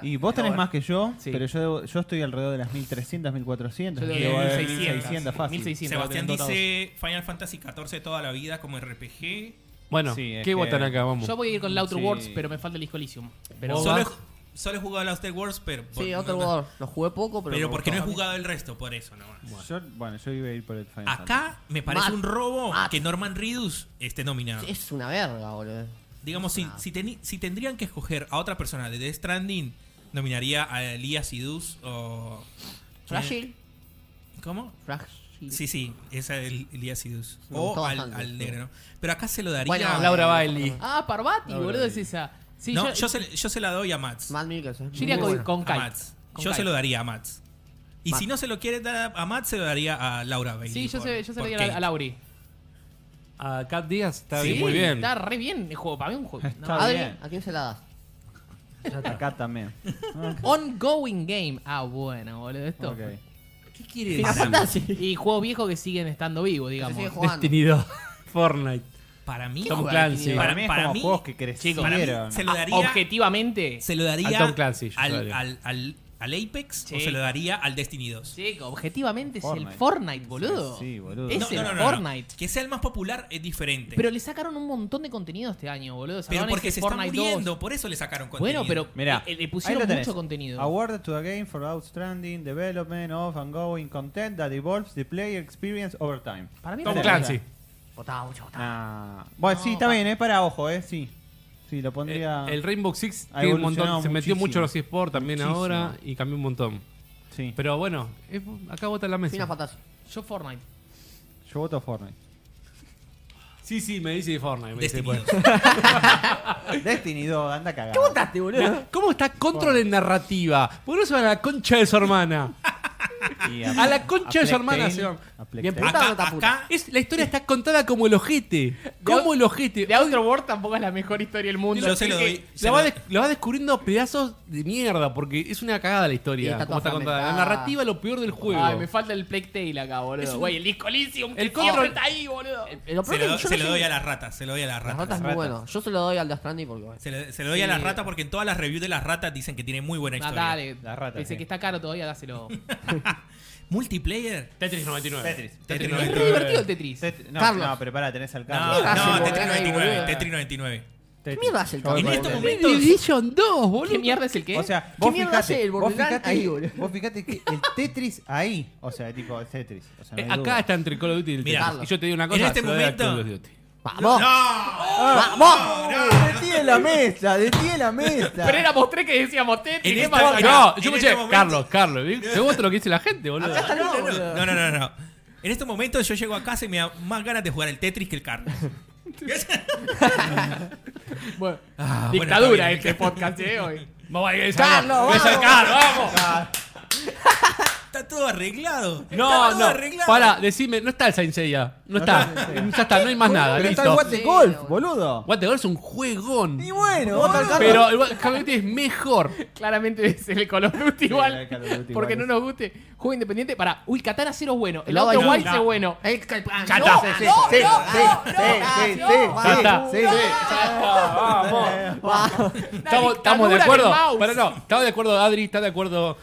[SPEAKER 4] Y vos tenés más que yo,
[SPEAKER 1] Sí.
[SPEAKER 4] pero yo, debo- yo estoy alrededor de las 1300, 1400.
[SPEAKER 1] Yo
[SPEAKER 4] Yo
[SPEAKER 1] debo
[SPEAKER 4] debo
[SPEAKER 3] tener
[SPEAKER 4] de
[SPEAKER 3] 1600,
[SPEAKER 4] 1600 fácil.
[SPEAKER 1] 1600.
[SPEAKER 3] Sebastián
[SPEAKER 1] tengo en Dota
[SPEAKER 3] dice Final Fantasy XIV toda la vida como RPG.
[SPEAKER 2] Bueno,
[SPEAKER 4] Sí, es
[SPEAKER 2] ¿qué
[SPEAKER 4] que-
[SPEAKER 2] votan acá? Vamos.
[SPEAKER 1] Yo voy a ir con el Outer
[SPEAKER 4] Sí.
[SPEAKER 1] Worlds, pero me falta el disco Elysium. Pero
[SPEAKER 2] Vos
[SPEAKER 3] Solo he,
[SPEAKER 2] vas-
[SPEAKER 3] solo he jugado a los Outer Worlds, pero...
[SPEAKER 5] Sí,
[SPEAKER 3] no-
[SPEAKER 5] otro
[SPEAKER 3] no-
[SPEAKER 5] jugador. Lo jugué poco, pero.
[SPEAKER 3] Pero
[SPEAKER 5] me
[SPEAKER 3] porque no he
[SPEAKER 5] gustó.
[SPEAKER 3] jugado el resto, por eso nomás.
[SPEAKER 4] Yo, bueno, yo iba a ir por el Final Fantasy.
[SPEAKER 3] Acá me parece
[SPEAKER 5] Mat.
[SPEAKER 3] un robo
[SPEAKER 5] Mat.
[SPEAKER 3] que Norman Reedus esté nominado.
[SPEAKER 5] Es una verga, boludo.
[SPEAKER 3] Digamos,
[SPEAKER 5] Ah.
[SPEAKER 3] si, si, teni- si tendrían que escoger a otra persona de Death Stranding, nominaría a Elias Idus o.
[SPEAKER 5] Fragile.
[SPEAKER 3] ¿Cómo?
[SPEAKER 5] Fragile.
[SPEAKER 3] Sí, sí, es el Elias Idus.
[SPEAKER 5] Me
[SPEAKER 3] O
[SPEAKER 5] gustó
[SPEAKER 3] al,
[SPEAKER 5] bastante,
[SPEAKER 3] al
[SPEAKER 5] sí.
[SPEAKER 3] negro, ¿no? Pero acá se lo daría.
[SPEAKER 5] Bueno,
[SPEAKER 3] a-
[SPEAKER 2] Laura Bailey.
[SPEAKER 1] Ah, Parvati,
[SPEAKER 4] Laura
[SPEAKER 1] boludo, es
[SPEAKER 4] Bailey.
[SPEAKER 1] esa. Sí,
[SPEAKER 3] no, yo,
[SPEAKER 1] yo,
[SPEAKER 3] se, yo se la doy a Mats.
[SPEAKER 5] Matt Mikkelsen.
[SPEAKER 1] yo iría
[SPEAKER 5] Muy
[SPEAKER 1] con,
[SPEAKER 5] bueno.
[SPEAKER 1] con
[SPEAKER 3] a
[SPEAKER 1] Kite,
[SPEAKER 3] Mats.
[SPEAKER 1] con
[SPEAKER 3] Yo
[SPEAKER 1] Kite.
[SPEAKER 3] se lo daría a Mats. Y
[SPEAKER 1] Mat.
[SPEAKER 3] si no se lo quiere dar a Mats, se lo daría a Laura Bailey.
[SPEAKER 1] Sí, yo
[SPEAKER 3] por-
[SPEAKER 1] se, yo se lo
[SPEAKER 3] por
[SPEAKER 1] daría a-
[SPEAKER 3] Kate.
[SPEAKER 1] a Lauri.
[SPEAKER 2] a Cat Díaz está
[SPEAKER 1] Sí,
[SPEAKER 2] bien, muy bien.
[SPEAKER 1] Está re bien el juego. Para mí un juego. no.
[SPEAKER 4] Está
[SPEAKER 5] Adri,
[SPEAKER 4] bien.
[SPEAKER 5] ¿a quién se la das?
[SPEAKER 4] Acá también.
[SPEAKER 1] Ongoing game. Ah, bueno, boludo. Esto.
[SPEAKER 4] Ok.
[SPEAKER 2] ¿Qué quiere
[SPEAKER 5] Final Fantasy. Que
[SPEAKER 1] Y juegos viejos que siguen estando vivos,
[SPEAKER 5] se
[SPEAKER 1] digamos.
[SPEAKER 5] sigue jugando.
[SPEAKER 2] Destiny 2, Fortnite,
[SPEAKER 3] Para mí,
[SPEAKER 2] Tom
[SPEAKER 1] juega
[SPEAKER 2] Clancy.
[SPEAKER 4] Para
[SPEAKER 3] Para-
[SPEAKER 4] mí es
[SPEAKER 3] para
[SPEAKER 4] como
[SPEAKER 3] mí-
[SPEAKER 4] juegos que crecieron.
[SPEAKER 3] para mí se lo daría,
[SPEAKER 1] Ah, Objetivamente.
[SPEAKER 3] se lo daría
[SPEAKER 2] Al Tom Clancy, yo
[SPEAKER 3] al,
[SPEAKER 2] se lo daría.
[SPEAKER 3] al- al- al Apex o
[SPEAKER 1] Sí.
[SPEAKER 3] se lo daría al Destiny 2.
[SPEAKER 1] Chico, objetivamente es
[SPEAKER 4] Fortnite.
[SPEAKER 1] el Fortnite, boludo.
[SPEAKER 4] Sí, boludo.
[SPEAKER 1] Es
[SPEAKER 4] No,
[SPEAKER 1] el
[SPEAKER 4] no,
[SPEAKER 1] Fortnite.
[SPEAKER 3] Que sea el más popular es diferente.
[SPEAKER 1] Pero le sacaron un montón de contenido este año, boludo.
[SPEAKER 3] Pero
[SPEAKER 1] Sacaron
[SPEAKER 3] porque
[SPEAKER 1] este
[SPEAKER 3] se está
[SPEAKER 1] Fortnite 2.
[SPEAKER 3] muriendo, por eso le sacaron contenido.
[SPEAKER 1] Bueno, pero
[SPEAKER 4] Mirá,
[SPEAKER 1] le, le
[SPEAKER 4] ahí
[SPEAKER 1] pusieron
[SPEAKER 4] lo tenés.
[SPEAKER 1] mucho contenido.
[SPEAKER 4] Awarded to a game for outstanding development of ongoing content that evolves the player experience over time.
[SPEAKER 1] Para mí
[SPEAKER 2] Tom
[SPEAKER 1] no-
[SPEAKER 2] Clancy.
[SPEAKER 5] Votá, mucho, votá.
[SPEAKER 4] Ah, bueno, sí, está bien, es para ojo, eh, sí. Sí, lo
[SPEAKER 2] Eh,
[SPEAKER 4] pondría.
[SPEAKER 2] el Rainbow Six
[SPEAKER 4] ha
[SPEAKER 2] tiene un montón,
[SPEAKER 4] evolucionado
[SPEAKER 2] se metió mucho
[SPEAKER 4] muchísimo.
[SPEAKER 2] en los eSports también
[SPEAKER 4] Muchísimo.
[SPEAKER 2] ahora y cambió un montón.
[SPEAKER 4] sí.
[SPEAKER 2] Pero bueno, eh, acá vota la mesa.
[SPEAKER 5] Final Fantasy.
[SPEAKER 1] Yo Fortnite.
[SPEAKER 4] Yo voto Fortnite.
[SPEAKER 2] Sí, sí, me dice Fortnite. me dice,
[SPEAKER 3] Destiny
[SPEAKER 2] bueno.
[SPEAKER 3] 2.
[SPEAKER 4] Destiny 2, anda cagada.
[SPEAKER 5] votaste, boludo?
[SPEAKER 2] ¿Cómo está control en narrativa? ¿Por qué no se van a la concha de su hermana?
[SPEAKER 4] Y
[SPEAKER 2] A la concha de su hermana
[SPEAKER 4] Plectain,
[SPEAKER 2] se van.
[SPEAKER 4] a Plectain.
[SPEAKER 5] Bien puta o no
[SPEAKER 3] Acá,
[SPEAKER 5] está puta.
[SPEAKER 3] acá,
[SPEAKER 2] Es, la historia está contada como el ojete. Como el ojete.
[SPEAKER 1] The Outer World tampoco es la mejor historia del mundo.
[SPEAKER 3] Yo se lo
[SPEAKER 1] Así que-
[SPEAKER 3] doy. se
[SPEAKER 2] La
[SPEAKER 3] lo-
[SPEAKER 2] va, des- la va descubriendo a pedazos de mierda, porque es una cagada la
[SPEAKER 5] Sí,
[SPEAKER 2] historia.
[SPEAKER 5] está
[SPEAKER 2] como está
[SPEAKER 5] toda
[SPEAKER 2] contada. La
[SPEAKER 5] fragmentada.
[SPEAKER 2] narrativa es lo peor del juego.
[SPEAKER 1] Ay, me falta el Plague Tale acá, boludo. Güey, el disco Elysium, que
[SPEAKER 2] El
[SPEAKER 1] siempre
[SPEAKER 2] control-
[SPEAKER 1] está ahí, boludo.
[SPEAKER 5] Eh, Lo
[SPEAKER 3] se
[SPEAKER 5] peor es
[SPEAKER 3] lo,
[SPEAKER 5] que yo
[SPEAKER 3] se
[SPEAKER 5] no
[SPEAKER 3] lo
[SPEAKER 5] sé-
[SPEAKER 3] doy a las ratas, se lo doy a las
[SPEAKER 5] Las
[SPEAKER 3] ratas.
[SPEAKER 5] ratas es muy bueno. Yo se lo doy al de Astrandi porque bueno.
[SPEAKER 3] Se lo, se lo doy a
[SPEAKER 1] Sí.
[SPEAKER 3] las ratas porque en todas las reviews de las ratas dicen que tiene muy buena
[SPEAKER 1] Ah,
[SPEAKER 3] historia.
[SPEAKER 1] dale.
[SPEAKER 4] La rata,
[SPEAKER 1] Dice
[SPEAKER 4] sí.
[SPEAKER 1] que está caro todavía, dáselo.
[SPEAKER 3] Multiplayer.
[SPEAKER 2] Tetris 99.
[SPEAKER 4] Tetris.
[SPEAKER 3] Tetris
[SPEAKER 1] es
[SPEAKER 3] 99.
[SPEAKER 1] re divertido el Tetris.
[SPEAKER 4] Tet- No,
[SPEAKER 5] Carlos.
[SPEAKER 4] no, pero pará, tenés al
[SPEAKER 3] No,
[SPEAKER 4] Carlos.
[SPEAKER 5] Ah, sí,
[SPEAKER 3] no,
[SPEAKER 5] boludo.
[SPEAKER 3] Tetris 99.
[SPEAKER 5] Boludo.
[SPEAKER 3] Tetris 99.
[SPEAKER 5] ¿Qué mierda hace el
[SPEAKER 4] Yo voy
[SPEAKER 5] Carlos?
[SPEAKER 4] por
[SPEAKER 3] En estos
[SPEAKER 4] Tetris.
[SPEAKER 3] momentos-
[SPEAKER 2] Division 2, boludo.
[SPEAKER 1] ¿Qué mierda es el qué?
[SPEAKER 4] O sea,
[SPEAKER 5] ¿Qué
[SPEAKER 4] vos
[SPEAKER 5] mierda hace
[SPEAKER 4] fijate,
[SPEAKER 5] el
[SPEAKER 4] vos
[SPEAKER 5] Borderlands
[SPEAKER 4] fijate,
[SPEAKER 5] ahí, boludo?
[SPEAKER 4] vos fijate que el Tetris ahí, o sea, tipo el Tetris. O sea, no
[SPEAKER 2] Eh,
[SPEAKER 4] hay duda.
[SPEAKER 2] acá está entre Call of Duty y el
[SPEAKER 3] Mirá,
[SPEAKER 2] Tetris. Y yo te digo una
[SPEAKER 3] en
[SPEAKER 2] cosa.
[SPEAKER 3] este
[SPEAKER 2] se lo doy a
[SPEAKER 3] momento-
[SPEAKER 2] Call of Duty.
[SPEAKER 5] ¡Vamos!
[SPEAKER 3] ¡No!
[SPEAKER 5] ¡Vamos!
[SPEAKER 4] Eh, Detiene la mesa, detiene la mesa.
[SPEAKER 1] Pero éramos tres que decíamos Tetris.
[SPEAKER 3] En
[SPEAKER 1] ¿qué
[SPEAKER 3] este
[SPEAKER 1] pasa
[SPEAKER 3] momento-
[SPEAKER 1] acá?
[SPEAKER 2] No,
[SPEAKER 3] en
[SPEAKER 2] yo
[SPEAKER 3] este
[SPEAKER 2] escuché,
[SPEAKER 3] momento-
[SPEAKER 2] Carlos, Carlos, ¿vi? ¿te gusta lo que dice la gente, boludo?
[SPEAKER 5] Acá está el
[SPEAKER 3] No,
[SPEAKER 5] boludo.
[SPEAKER 3] no, no, no, no. En este momento yo llego a casa y me da más ganas de jugar el Tetris que el Carlos.
[SPEAKER 1] Bueno,
[SPEAKER 2] Ah,
[SPEAKER 3] bueno,
[SPEAKER 1] dictadura
[SPEAKER 3] está bien.
[SPEAKER 1] este podcast, eh, hoy.
[SPEAKER 2] Vamos, ahí,
[SPEAKER 5] Carlos,
[SPEAKER 2] vamos.
[SPEAKER 5] vamos.
[SPEAKER 2] Carlos, vamos.
[SPEAKER 3] Está todo arreglado. Está
[SPEAKER 2] No,
[SPEAKER 3] todo
[SPEAKER 2] no,
[SPEAKER 3] arreglado.
[SPEAKER 2] para, decime, no está el Saint Seiya, no, está,
[SPEAKER 4] está el Saint Seiya.
[SPEAKER 2] ya está, no hay más nada,
[SPEAKER 4] Pero
[SPEAKER 2] listo.
[SPEAKER 4] está el What the
[SPEAKER 5] Sí,
[SPEAKER 4] Golf,
[SPEAKER 5] boludo.
[SPEAKER 4] boludo.
[SPEAKER 2] What the Girl es un juegón,
[SPEAKER 4] Y bueno, vota al Carlos.
[SPEAKER 2] pero el What- Call of Duty es mejor.
[SPEAKER 1] Claramente es el Call of Duty
[SPEAKER 4] era el Call of
[SPEAKER 1] igual.
[SPEAKER 4] Duty
[SPEAKER 1] Porque no
[SPEAKER 4] igual.
[SPEAKER 1] nos guste. Juego independiente para. Uy, Katana 0 es bueno. El
[SPEAKER 5] No,
[SPEAKER 1] otro
[SPEAKER 5] no,
[SPEAKER 1] Wilds
[SPEAKER 2] no.
[SPEAKER 1] es bueno. Eh,
[SPEAKER 5] El
[SPEAKER 3] Ah,
[SPEAKER 5] Catán.
[SPEAKER 2] Ya
[SPEAKER 5] ¡No!
[SPEAKER 2] está.
[SPEAKER 5] sí,
[SPEAKER 1] no,
[SPEAKER 5] sí,
[SPEAKER 1] no,
[SPEAKER 5] sí,
[SPEAKER 1] no,
[SPEAKER 5] sí,
[SPEAKER 1] no,
[SPEAKER 5] sí,
[SPEAKER 1] no,
[SPEAKER 5] sí,
[SPEAKER 1] no,
[SPEAKER 5] sí,
[SPEAKER 2] no,
[SPEAKER 5] sí.
[SPEAKER 4] no.
[SPEAKER 1] La
[SPEAKER 4] Eh,
[SPEAKER 2] Estamos, estamos de
[SPEAKER 1] dictadura
[SPEAKER 2] acuerdo,
[SPEAKER 1] del mouse.
[SPEAKER 2] pero no, estamos de acuerdo, Adri, está de acuerdo.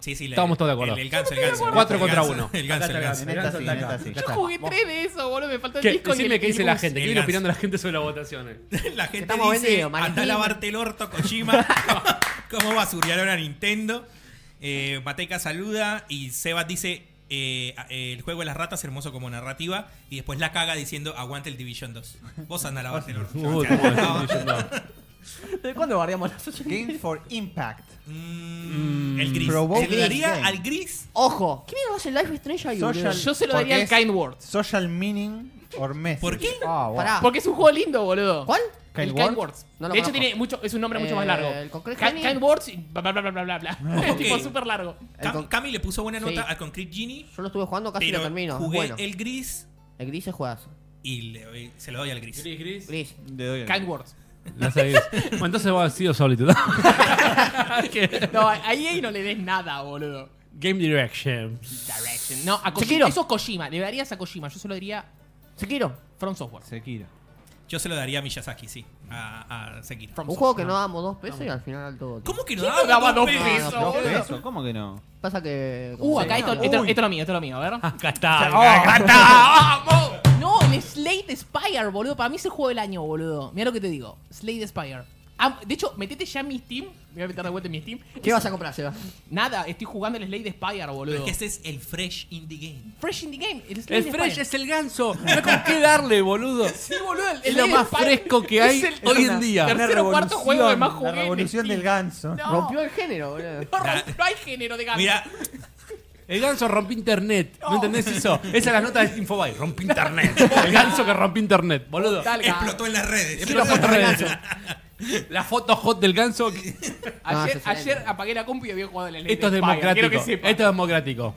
[SPEAKER 3] Sí, sí, la-
[SPEAKER 2] Estamos todos de acuerdo.
[SPEAKER 3] El, el ganso, el ganso. el
[SPEAKER 2] Cuatro
[SPEAKER 3] ganso,
[SPEAKER 2] contra
[SPEAKER 3] el ganso,
[SPEAKER 2] uno.
[SPEAKER 3] El ganso, el ganso.
[SPEAKER 4] En esta sí, en esta sí.
[SPEAKER 1] Yo jugué tres de eso, boludo. Me faltó el
[SPEAKER 2] ¿Qué?
[SPEAKER 1] disco y
[SPEAKER 2] Decime
[SPEAKER 1] el
[SPEAKER 2] qué dice
[SPEAKER 1] el
[SPEAKER 2] la
[SPEAKER 1] bus.
[SPEAKER 2] gente, qué
[SPEAKER 3] el
[SPEAKER 2] viene
[SPEAKER 3] ganso.
[SPEAKER 2] opinando la gente sobre las votaciones.
[SPEAKER 3] La gente
[SPEAKER 5] Estamos
[SPEAKER 3] dice,
[SPEAKER 5] vendidos, Maneskin.
[SPEAKER 3] anda a lavarte el orto, Kojima. ¿Cómo basurearon a Nintendo? Eh, Mateca saluda y Sebas dice, eh, eh, el juego de las ratas hermoso como narrativa. Y después la caga diciendo, aguante el Division 2. Vos anda a lavarte el orto.
[SPEAKER 2] Uy,
[SPEAKER 3] O
[SPEAKER 2] cómo
[SPEAKER 3] sea,
[SPEAKER 2] es el
[SPEAKER 3] no.
[SPEAKER 2] Division dos.
[SPEAKER 5] ¿De cuándo barriamos nosotros?
[SPEAKER 4] Game for Impact.
[SPEAKER 3] Mm, el gris.
[SPEAKER 4] Provoking
[SPEAKER 3] ¿Se lo daría
[SPEAKER 4] game.
[SPEAKER 3] al gris?
[SPEAKER 5] Ojo, ¿qué mierda hace el Life Strange ahí, boludo?
[SPEAKER 4] Social-
[SPEAKER 1] Yo se lo
[SPEAKER 4] Porque
[SPEAKER 1] daría al
[SPEAKER 4] es-
[SPEAKER 1] Kind Words.
[SPEAKER 4] Social meaning or message.
[SPEAKER 3] ¿Por qué?
[SPEAKER 4] Ah, wow.
[SPEAKER 5] Pará.
[SPEAKER 1] Porque es un juego lindo, boludo.
[SPEAKER 5] ¿Cuál?
[SPEAKER 1] El
[SPEAKER 4] Kind
[SPEAKER 1] Kind
[SPEAKER 4] Words?
[SPEAKER 1] Words.
[SPEAKER 5] No lo
[SPEAKER 1] de hecho,
[SPEAKER 5] conozco.
[SPEAKER 1] tiene mucho, es un nombre mucho
[SPEAKER 5] Eh,
[SPEAKER 1] más largo.
[SPEAKER 5] el Concrete
[SPEAKER 1] Ki-
[SPEAKER 5] Genie.
[SPEAKER 1] Kind Words y bla bla bla bla bla. bla. Es tipo
[SPEAKER 3] Ok.
[SPEAKER 1] súper largo.
[SPEAKER 5] El
[SPEAKER 3] Cam-
[SPEAKER 5] con-
[SPEAKER 3] Cami le puso buena nota
[SPEAKER 5] Sí.
[SPEAKER 3] al Concrete Genie.
[SPEAKER 5] Yo lo estuve jugando, casi
[SPEAKER 3] Pero
[SPEAKER 5] lo termino.
[SPEAKER 3] jugué
[SPEAKER 5] bueno, el...
[SPEAKER 3] el gris
[SPEAKER 5] gris se juega así.
[SPEAKER 3] y le doy- se lo doy al gris.
[SPEAKER 5] Gris.
[SPEAKER 4] Le doy el-
[SPEAKER 1] Kind Words.
[SPEAKER 2] La sabés. Bueno, entonces vos has sido solito.
[SPEAKER 1] No, a EA no le des nada, boludo.
[SPEAKER 2] Game Direction.
[SPEAKER 1] Direction. No, a Kojima.
[SPEAKER 5] Sekiro.
[SPEAKER 1] Eso es Kojima. Le darías a Kojima. Yo se lo daría
[SPEAKER 5] Sekiro.
[SPEAKER 1] From Software.
[SPEAKER 4] Sekiro.
[SPEAKER 3] Yo se lo daría a Miyazaki, sí. A, a Sekiro.
[SPEAKER 1] From
[SPEAKER 5] Un
[SPEAKER 1] Software.
[SPEAKER 5] juego que no damos dos pesos y al final alto.
[SPEAKER 3] ¿Cómo que no
[SPEAKER 1] ¿Quién
[SPEAKER 3] daba,
[SPEAKER 1] no daba dos
[SPEAKER 3] pesos?
[SPEAKER 1] pesos,
[SPEAKER 4] Dos
[SPEAKER 1] boludo?
[SPEAKER 4] pesos, ¿cómo que no?
[SPEAKER 5] Pasa que.
[SPEAKER 1] Uh, acá esto, esto,
[SPEAKER 4] Uy.
[SPEAKER 1] esto es lo mío, esto es lo mío, a ver.
[SPEAKER 2] Ah,
[SPEAKER 5] Ah.
[SPEAKER 2] Acá está.
[SPEAKER 1] ¡Acá está! ¡Vamos! No, el Slade Spire, boludo. Para mí es el juego del año, boludo. Mira lo que te digo. Slade Spire. Ah, de hecho, metete ya en mi Steam. Me voy a meter de vuelta en mi Steam.
[SPEAKER 5] ¿Qué vas a comprar, Seba?
[SPEAKER 1] Nada, estoy jugando el Slade Spire,
[SPEAKER 3] Pero es
[SPEAKER 1] boludo.
[SPEAKER 3] que este es el Fresh Indie Game.
[SPEAKER 1] Fresh in the game. El, Slade
[SPEAKER 2] El Fresh
[SPEAKER 1] Spire.
[SPEAKER 2] es el ganso. No hay con qué darle, boludo.
[SPEAKER 1] Sí, boludo. El,
[SPEAKER 2] Es lo
[SPEAKER 1] Slade
[SPEAKER 2] más
[SPEAKER 1] Spire
[SPEAKER 2] fresco que hay
[SPEAKER 1] es el
[SPEAKER 2] hoy en
[SPEAKER 4] una-
[SPEAKER 2] día.
[SPEAKER 1] tercer o cuarto juego que más jugué.
[SPEAKER 4] La
[SPEAKER 1] en
[SPEAKER 4] revolución
[SPEAKER 1] Steam.
[SPEAKER 4] del ganso.
[SPEAKER 1] No,
[SPEAKER 5] Rompió el género, boludo.
[SPEAKER 1] no, no hay género de gato.
[SPEAKER 3] Mira,
[SPEAKER 2] El ganso rompió internet. ¿No
[SPEAKER 1] No.
[SPEAKER 2] entendés eso? Esa es la nota de Infobay. Rompió internet. El ganso que rompió internet, boludo.
[SPEAKER 1] Dale, gato.
[SPEAKER 3] explotó en las redes.
[SPEAKER 2] Es una foto real. La foto hot del ganso.
[SPEAKER 5] No,
[SPEAKER 1] Ayer,
[SPEAKER 5] eso es
[SPEAKER 1] ayer
[SPEAKER 5] excelente.
[SPEAKER 1] apagué la compu y había jugado el Slade
[SPEAKER 2] Ah, Esto es
[SPEAKER 1] Spire. Quiero
[SPEAKER 2] democrático.
[SPEAKER 1] que sepa.
[SPEAKER 2] Esto es democrático.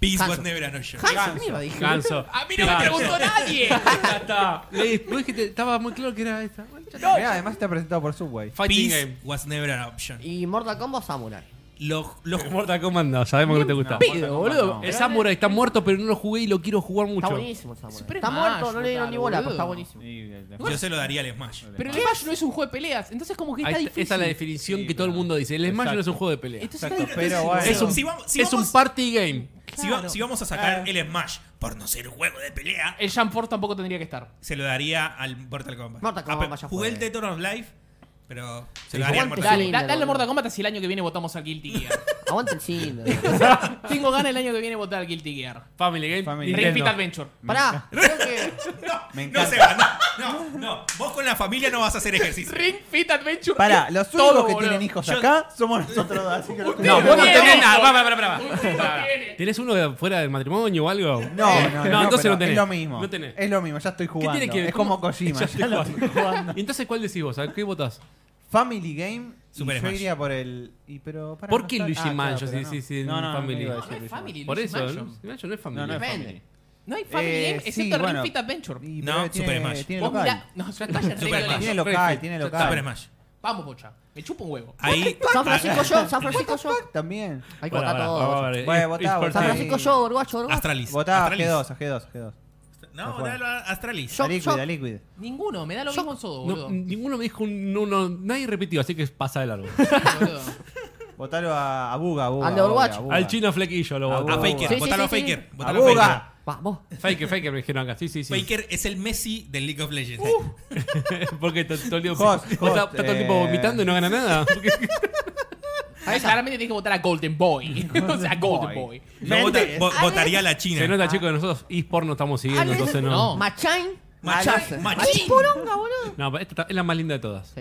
[SPEAKER 3] Peace was
[SPEAKER 5] Hanson.
[SPEAKER 3] never an option.
[SPEAKER 5] Hanson, mierda, dije.
[SPEAKER 2] Ganso.
[SPEAKER 1] A mí no me preguntó nadie.
[SPEAKER 2] Ya está. Le dije, "Vos dijiste, estaba muy claro que era esta. Bueno, ya está.
[SPEAKER 4] Mirá, además está presentado por Subway.
[SPEAKER 2] Fighting
[SPEAKER 3] Peace
[SPEAKER 2] Game.
[SPEAKER 3] was never an option.
[SPEAKER 5] Y Mortal Kombat Samurai.
[SPEAKER 3] Los, los,
[SPEAKER 2] Mortal Kombat no, sabemos que no te gusta.
[SPEAKER 4] No.
[SPEAKER 1] Pido, boludo.
[SPEAKER 2] El Samurai está muerto, pero no lo jugué y lo quiero jugar mucho.
[SPEAKER 5] Está buenísimo el Samurai.
[SPEAKER 1] Super
[SPEAKER 5] está
[SPEAKER 1] Smash,
[SPEAKER 5] muerto, no le dieron ni bola,
[SPEAKER 1] boludo.
[SPEAKER 5] pero está buenísimo.
[SPEAKER 4] Y el-
[SPEAKER 3] yo se lo daría al Smash.
[SPEAKER 1] Pero el Smash no es un juego de peleas, entonces como que
[SPEAKER 2] Ahí
[SPEAKER 1] está
[SPEAKER 2] está-
[SPEAKER 1] difícil.
[SPEAKER 2] esa es la definición
[SPEAKER 4] Sí,
[SPEAKER 2] que todo el
[SPEAKER 4] pero-
[SPEAKER 2] mundo dice. El Smash no es
[SPEAKER 4] Exacto.
[SPEAKER 2] un juego de pelea.
[SPEAKER 1] Entonces
[SPEAKER 4] Exacto,
[SPEAKER 1] está
[SPEAKER 4] pero bueno.
[SPEAKER 1] difícil.
[SPEAKER 2] Es un-
[SPEAKER 3] Si vamos- si
[SPEAKER 2] es
[SPEAKER 3] vamos-
[SPEAKER 2] un party game.
[SPEAKER 3] Si, va- si vamos a sacar el Smash por no ser un juego de pelea,
[SPEAKER 1] El Jump Force tampoco tendría que estar.
[SPEAKER 3] se lo daría al Mortal Kombat.
[SPEAKER 5] Mortal Kombat,
[SPEAKER 3] Ah, pero
[SPEAKER 5] vaya
[SPEAKER 3] jugué el
[SPEAKER 5] fue.
[SPEAKER 3] Tetron of Life, pero se
[SPEAKER 2] Sí,
[SPEAKER 3] lo daría al
[SPEAKER 5] aguante,
[SPEAKER 3] Mortal
[SPEAKER 1] Dale,
[SPEAKER 5] Sí,
[SPEAKER 1] da-
[SPEAKER 5] no,
[SPEAKER 1] dale
[SPEAKER 5] no.
[SPEAKER 1] a Mortal Kombat si el año que viene votamos al Guilty Gear.
[SPEAKER 5] Aguanta el cine.
[SPEAKER 1] Tengo ganas el año que viene votar al Guilty Gear.
[SPEAKER 2] Family Game.
[SPEAKER 4] Family
[SPEAKER 2] Nintendo.
[SPEAKER 1] Repeat Adventure.
[SPEAKER 5] Pará, creo que.
[SPEAKER 4] Me
[SPEAKER 3] No,
[SPEAKER 4] encanta.
[SPEAKER 3] Seba, no, no, no. Vos con la familia no vas a hacer ejercicio.
[SPEAKER 1] Ring Fit Adventure.
[SPEAKER 4] Pará, los únicos
[SPEAKER 1] Todo,
[SPEAKER 4] que
[SPEAKER 1] boludo.
[SPEAKER 4] tienen hijos
[SPEAKER 3] Yo-
[SPEAKER 4] acá somos nosotros dos, así que no
[SPEAKER 2] No,
[SPEAKER 1] Ustedes
[SPEAKER 2] vos no
[SPEAKER 1] tienen
[SPEAKER 2] tenés
[SPEAKER 1] eso.
[SPEAKER 2] nada. Pará, pará, pará, pará.
[SPEAKER 1] Ustedes
[SPEAKER 2] Pará.
[SPEAKER 1] tienen.
[SPEAKER 2] ¿Tenés uno de fuera del matrimonio o algo?
[SPEAKER 4] No, no, no, no,
[SPEAKER 2] entonces
[SPEAKER 4] pero
[SPEAKER 2] no tenés.
[SPEAKER 4] Es lo mismo.
[SPEAKER 2] No tenés.
[SPEAKER 4] Es lo mismo, ya estoy jugando.
[SPEAKER 2] tiene que ver?
[SPEAKER 4] Es como
[SPEAKER 2] ¿Cómo?
[SPEAKER 4] Kojima,
[SPEAKER 2] Ya
[SPEAKER 4] ya,
[SPEAKER 2] estoy
[SPEAKER 4] lo estoy jugando.
[SPEAKER 2] Entonces, ¿cuál decís vos? ¿A qué votás?
[SPEAKER 4] Family Game. y
[SPEAKER 3] Super
[SPEAKER 4] yo
[SPEAKER 3] Smash.
[SPEAKER 4] iría por el. Y, pero, pará,
[SPEAKER 2] ¿Por
[SPEAKER 4] no
[SPEAKER 2] qué
[SPEAKER 4] está-
[SPEAKER 2] Luigi
[SPEAKER 4] ah, claro,
[SPEAKER 2] Mansion?
[SPEAKER 4] pero
[SPEAKER 2] Sí, sí, sí,
[SPEAKER 4] No, no, no,
[SPEAKER 2] Family.
[SPEAKER 4] no iba a
[SPEAKER 1] No, no
[SPEAKER 4] decir
[SPEAKER 1] es
[SPEAKER 4] Luigi
[SPEAKER 1] Family,
[SPEAKER 2] Por
[SPEAKER 1] Luigi
[SPEAKER 2] eso,
[SPEAKER 1] Mansion.
[SPEAKER 2] ¿no? Mansion no es familia.
[SPEAKER 4] No, no es
[SPEAKER 5] Depende.
[SPEAKER 4] Family.
[SPEAKER 1] No hay Family
[SPEAKER 4] Eh,
[SPEAKER 1] Game
[SPEAKER 4] sí,
[SPEAKER 1] excepto el
[SPEAKER 4] bueno.
[SPEAKER 1] Ring Fit Adventure.
[SPEAKER 4] Y-
[SPEAKER 3] No,
[SPEAKER 4] pero tiene-
[SPEAKER 3] Super Smash.
[SPEAKER 4] Tiene
[SPEAKER 1] Vos
[SPEAKER 4] local.
[SPEAKER 1] mirá- no, ya está, ya
[SPEAKER 3] Super
[SPEAKER 1] re
[SPEAKER 3] Smash.
[SPEAKER 4] Tiene
[SPEAKER 1] violento.
[SPEAKER 4] local, tiene
[SPEAKER 3] Super
[SPEAKER 4] local.
[SPEAKER 3] Smash.
[SPEAKER 1] Vamos, Bocha. Me chupa un huevo.
[SPEAKER 3] Ahí,
[SPEAKER 5] San Francisco Show, San Francisco Show.
[SPEAKER 4] También.
[SPEAKER 5] Hay que
[SPEAKER 2] Pará,
[SPEAKER 5] votar
[SPEAKER 2] pará,
[SPEAKER 5] todo.
[SPEAKER 2] pará, pará.
[SPEAKER 4] Bueno,
[SPEAKER 2] It's-
[SPEAKER 4] votá,
[SPEAKER 2] it's
[SPEAKER 4] votá.
[SPEAKER 5] San
[SPEAKER 2] party.
[SPEAKER 5] Francisco Show, Uruguayo, Uruguayo.
[SPEAKER 3] Astralis.
[SPEAKER 4] Votá a
[SPEAKER 3] Astralis.
[SPEAKER 4] G2, a G2, a G2.
[SPEAKER 3] No, votalo a Astralis.
[SPEAKER 5] Yo-
[SPEAKER 4] a Liquid,
[SPEAKER 5] yo-
[SPEAKER 4] a Liquid.
[SPEAKER 1] Ninguno, me da lo
[SPEAKER 5] Yo-
[SPEAKER 1] mismo en todo,
[SPEAKER 2] No,
[SPEAKER 1] Oh, boludo.
[SPEAKER 2] ninguno me dijo un no, no, nadie repitió, así que pasa de largo.
[SPEAKER 1] Boludo.
[SPEAKER 4] Votalo a, a Buga, a Buga.
[SPEAKER 5] Al de
[SPEAKER 4] a Buga,
[SPEAKER 5] Overwatch.
[SPEAKER 4] a Buga.
[SPEAKER 2] Al chino flequillo lo
[SPEAKER 4] Ah,
[SPEAKER 3] A
[SPEAKER 2] votó.
[SPEAKER 4] bueno.
[SPEAKER 3] Faker,
[SPEAKER 5] Sí, sí,
[SPEAKER 3] votalo a
[SPEAKER 5] sí, sí.
[SPEAKER 3] Faker.
[SPEAKER 4] A
[SPEAKER 3] Votalo a Faker.
[SPEAKER 4] Buga.
[SPEAKER 5] Vamos.
[SPEAKER 2] Faker, Faker me dijeron acá. Sí, sí, sí.
[SPEAKER 3] Faker es el Messi del League of Legends.
[SPEAKER 2] Porque to- todo el tiempo
[SPEAKER 4] Host,
[SPEAKER 2] está, está
[SPEAKER 4] host,
[SPEAKER 2] todo el tiempo
[SPEAKER 4] eh.
[SPEAKER 2] vomitando y no gana nada. Porque-
[SPEAKER 1] Ah, Claramente tienes que votar a Golden Boy. o sea, Golden Boy.
[SPEAKER 3] Yo vota-
[SPEAKER 4] Mendes.
[SPEAKER 3] vo-
[SPEAKER 5] Ale-
[SPEAKER 3] votaría a la
[SPEAKER 2] se
[SPEAKER 3] China.
[SPEAKER 2] nota, chicos, que nosotros eSport no estamos siguiendo,
[SPEAKER 5] Alex-
[SPEAKER 2] entonces
[SPEAKER 1] no.
[SPEAKER 2] no.
[SPEAKER 5] Machain.
[SPEAKER 3] Machín,
[SPEAKER 5] Alonso.
[SPEAKER 3] machín.
[SPEAKER 5] poronga, boludo.
[SPEAKER 2] No, pero esta ta- es la más linda de todas.
[SPEAKER 5] Sí.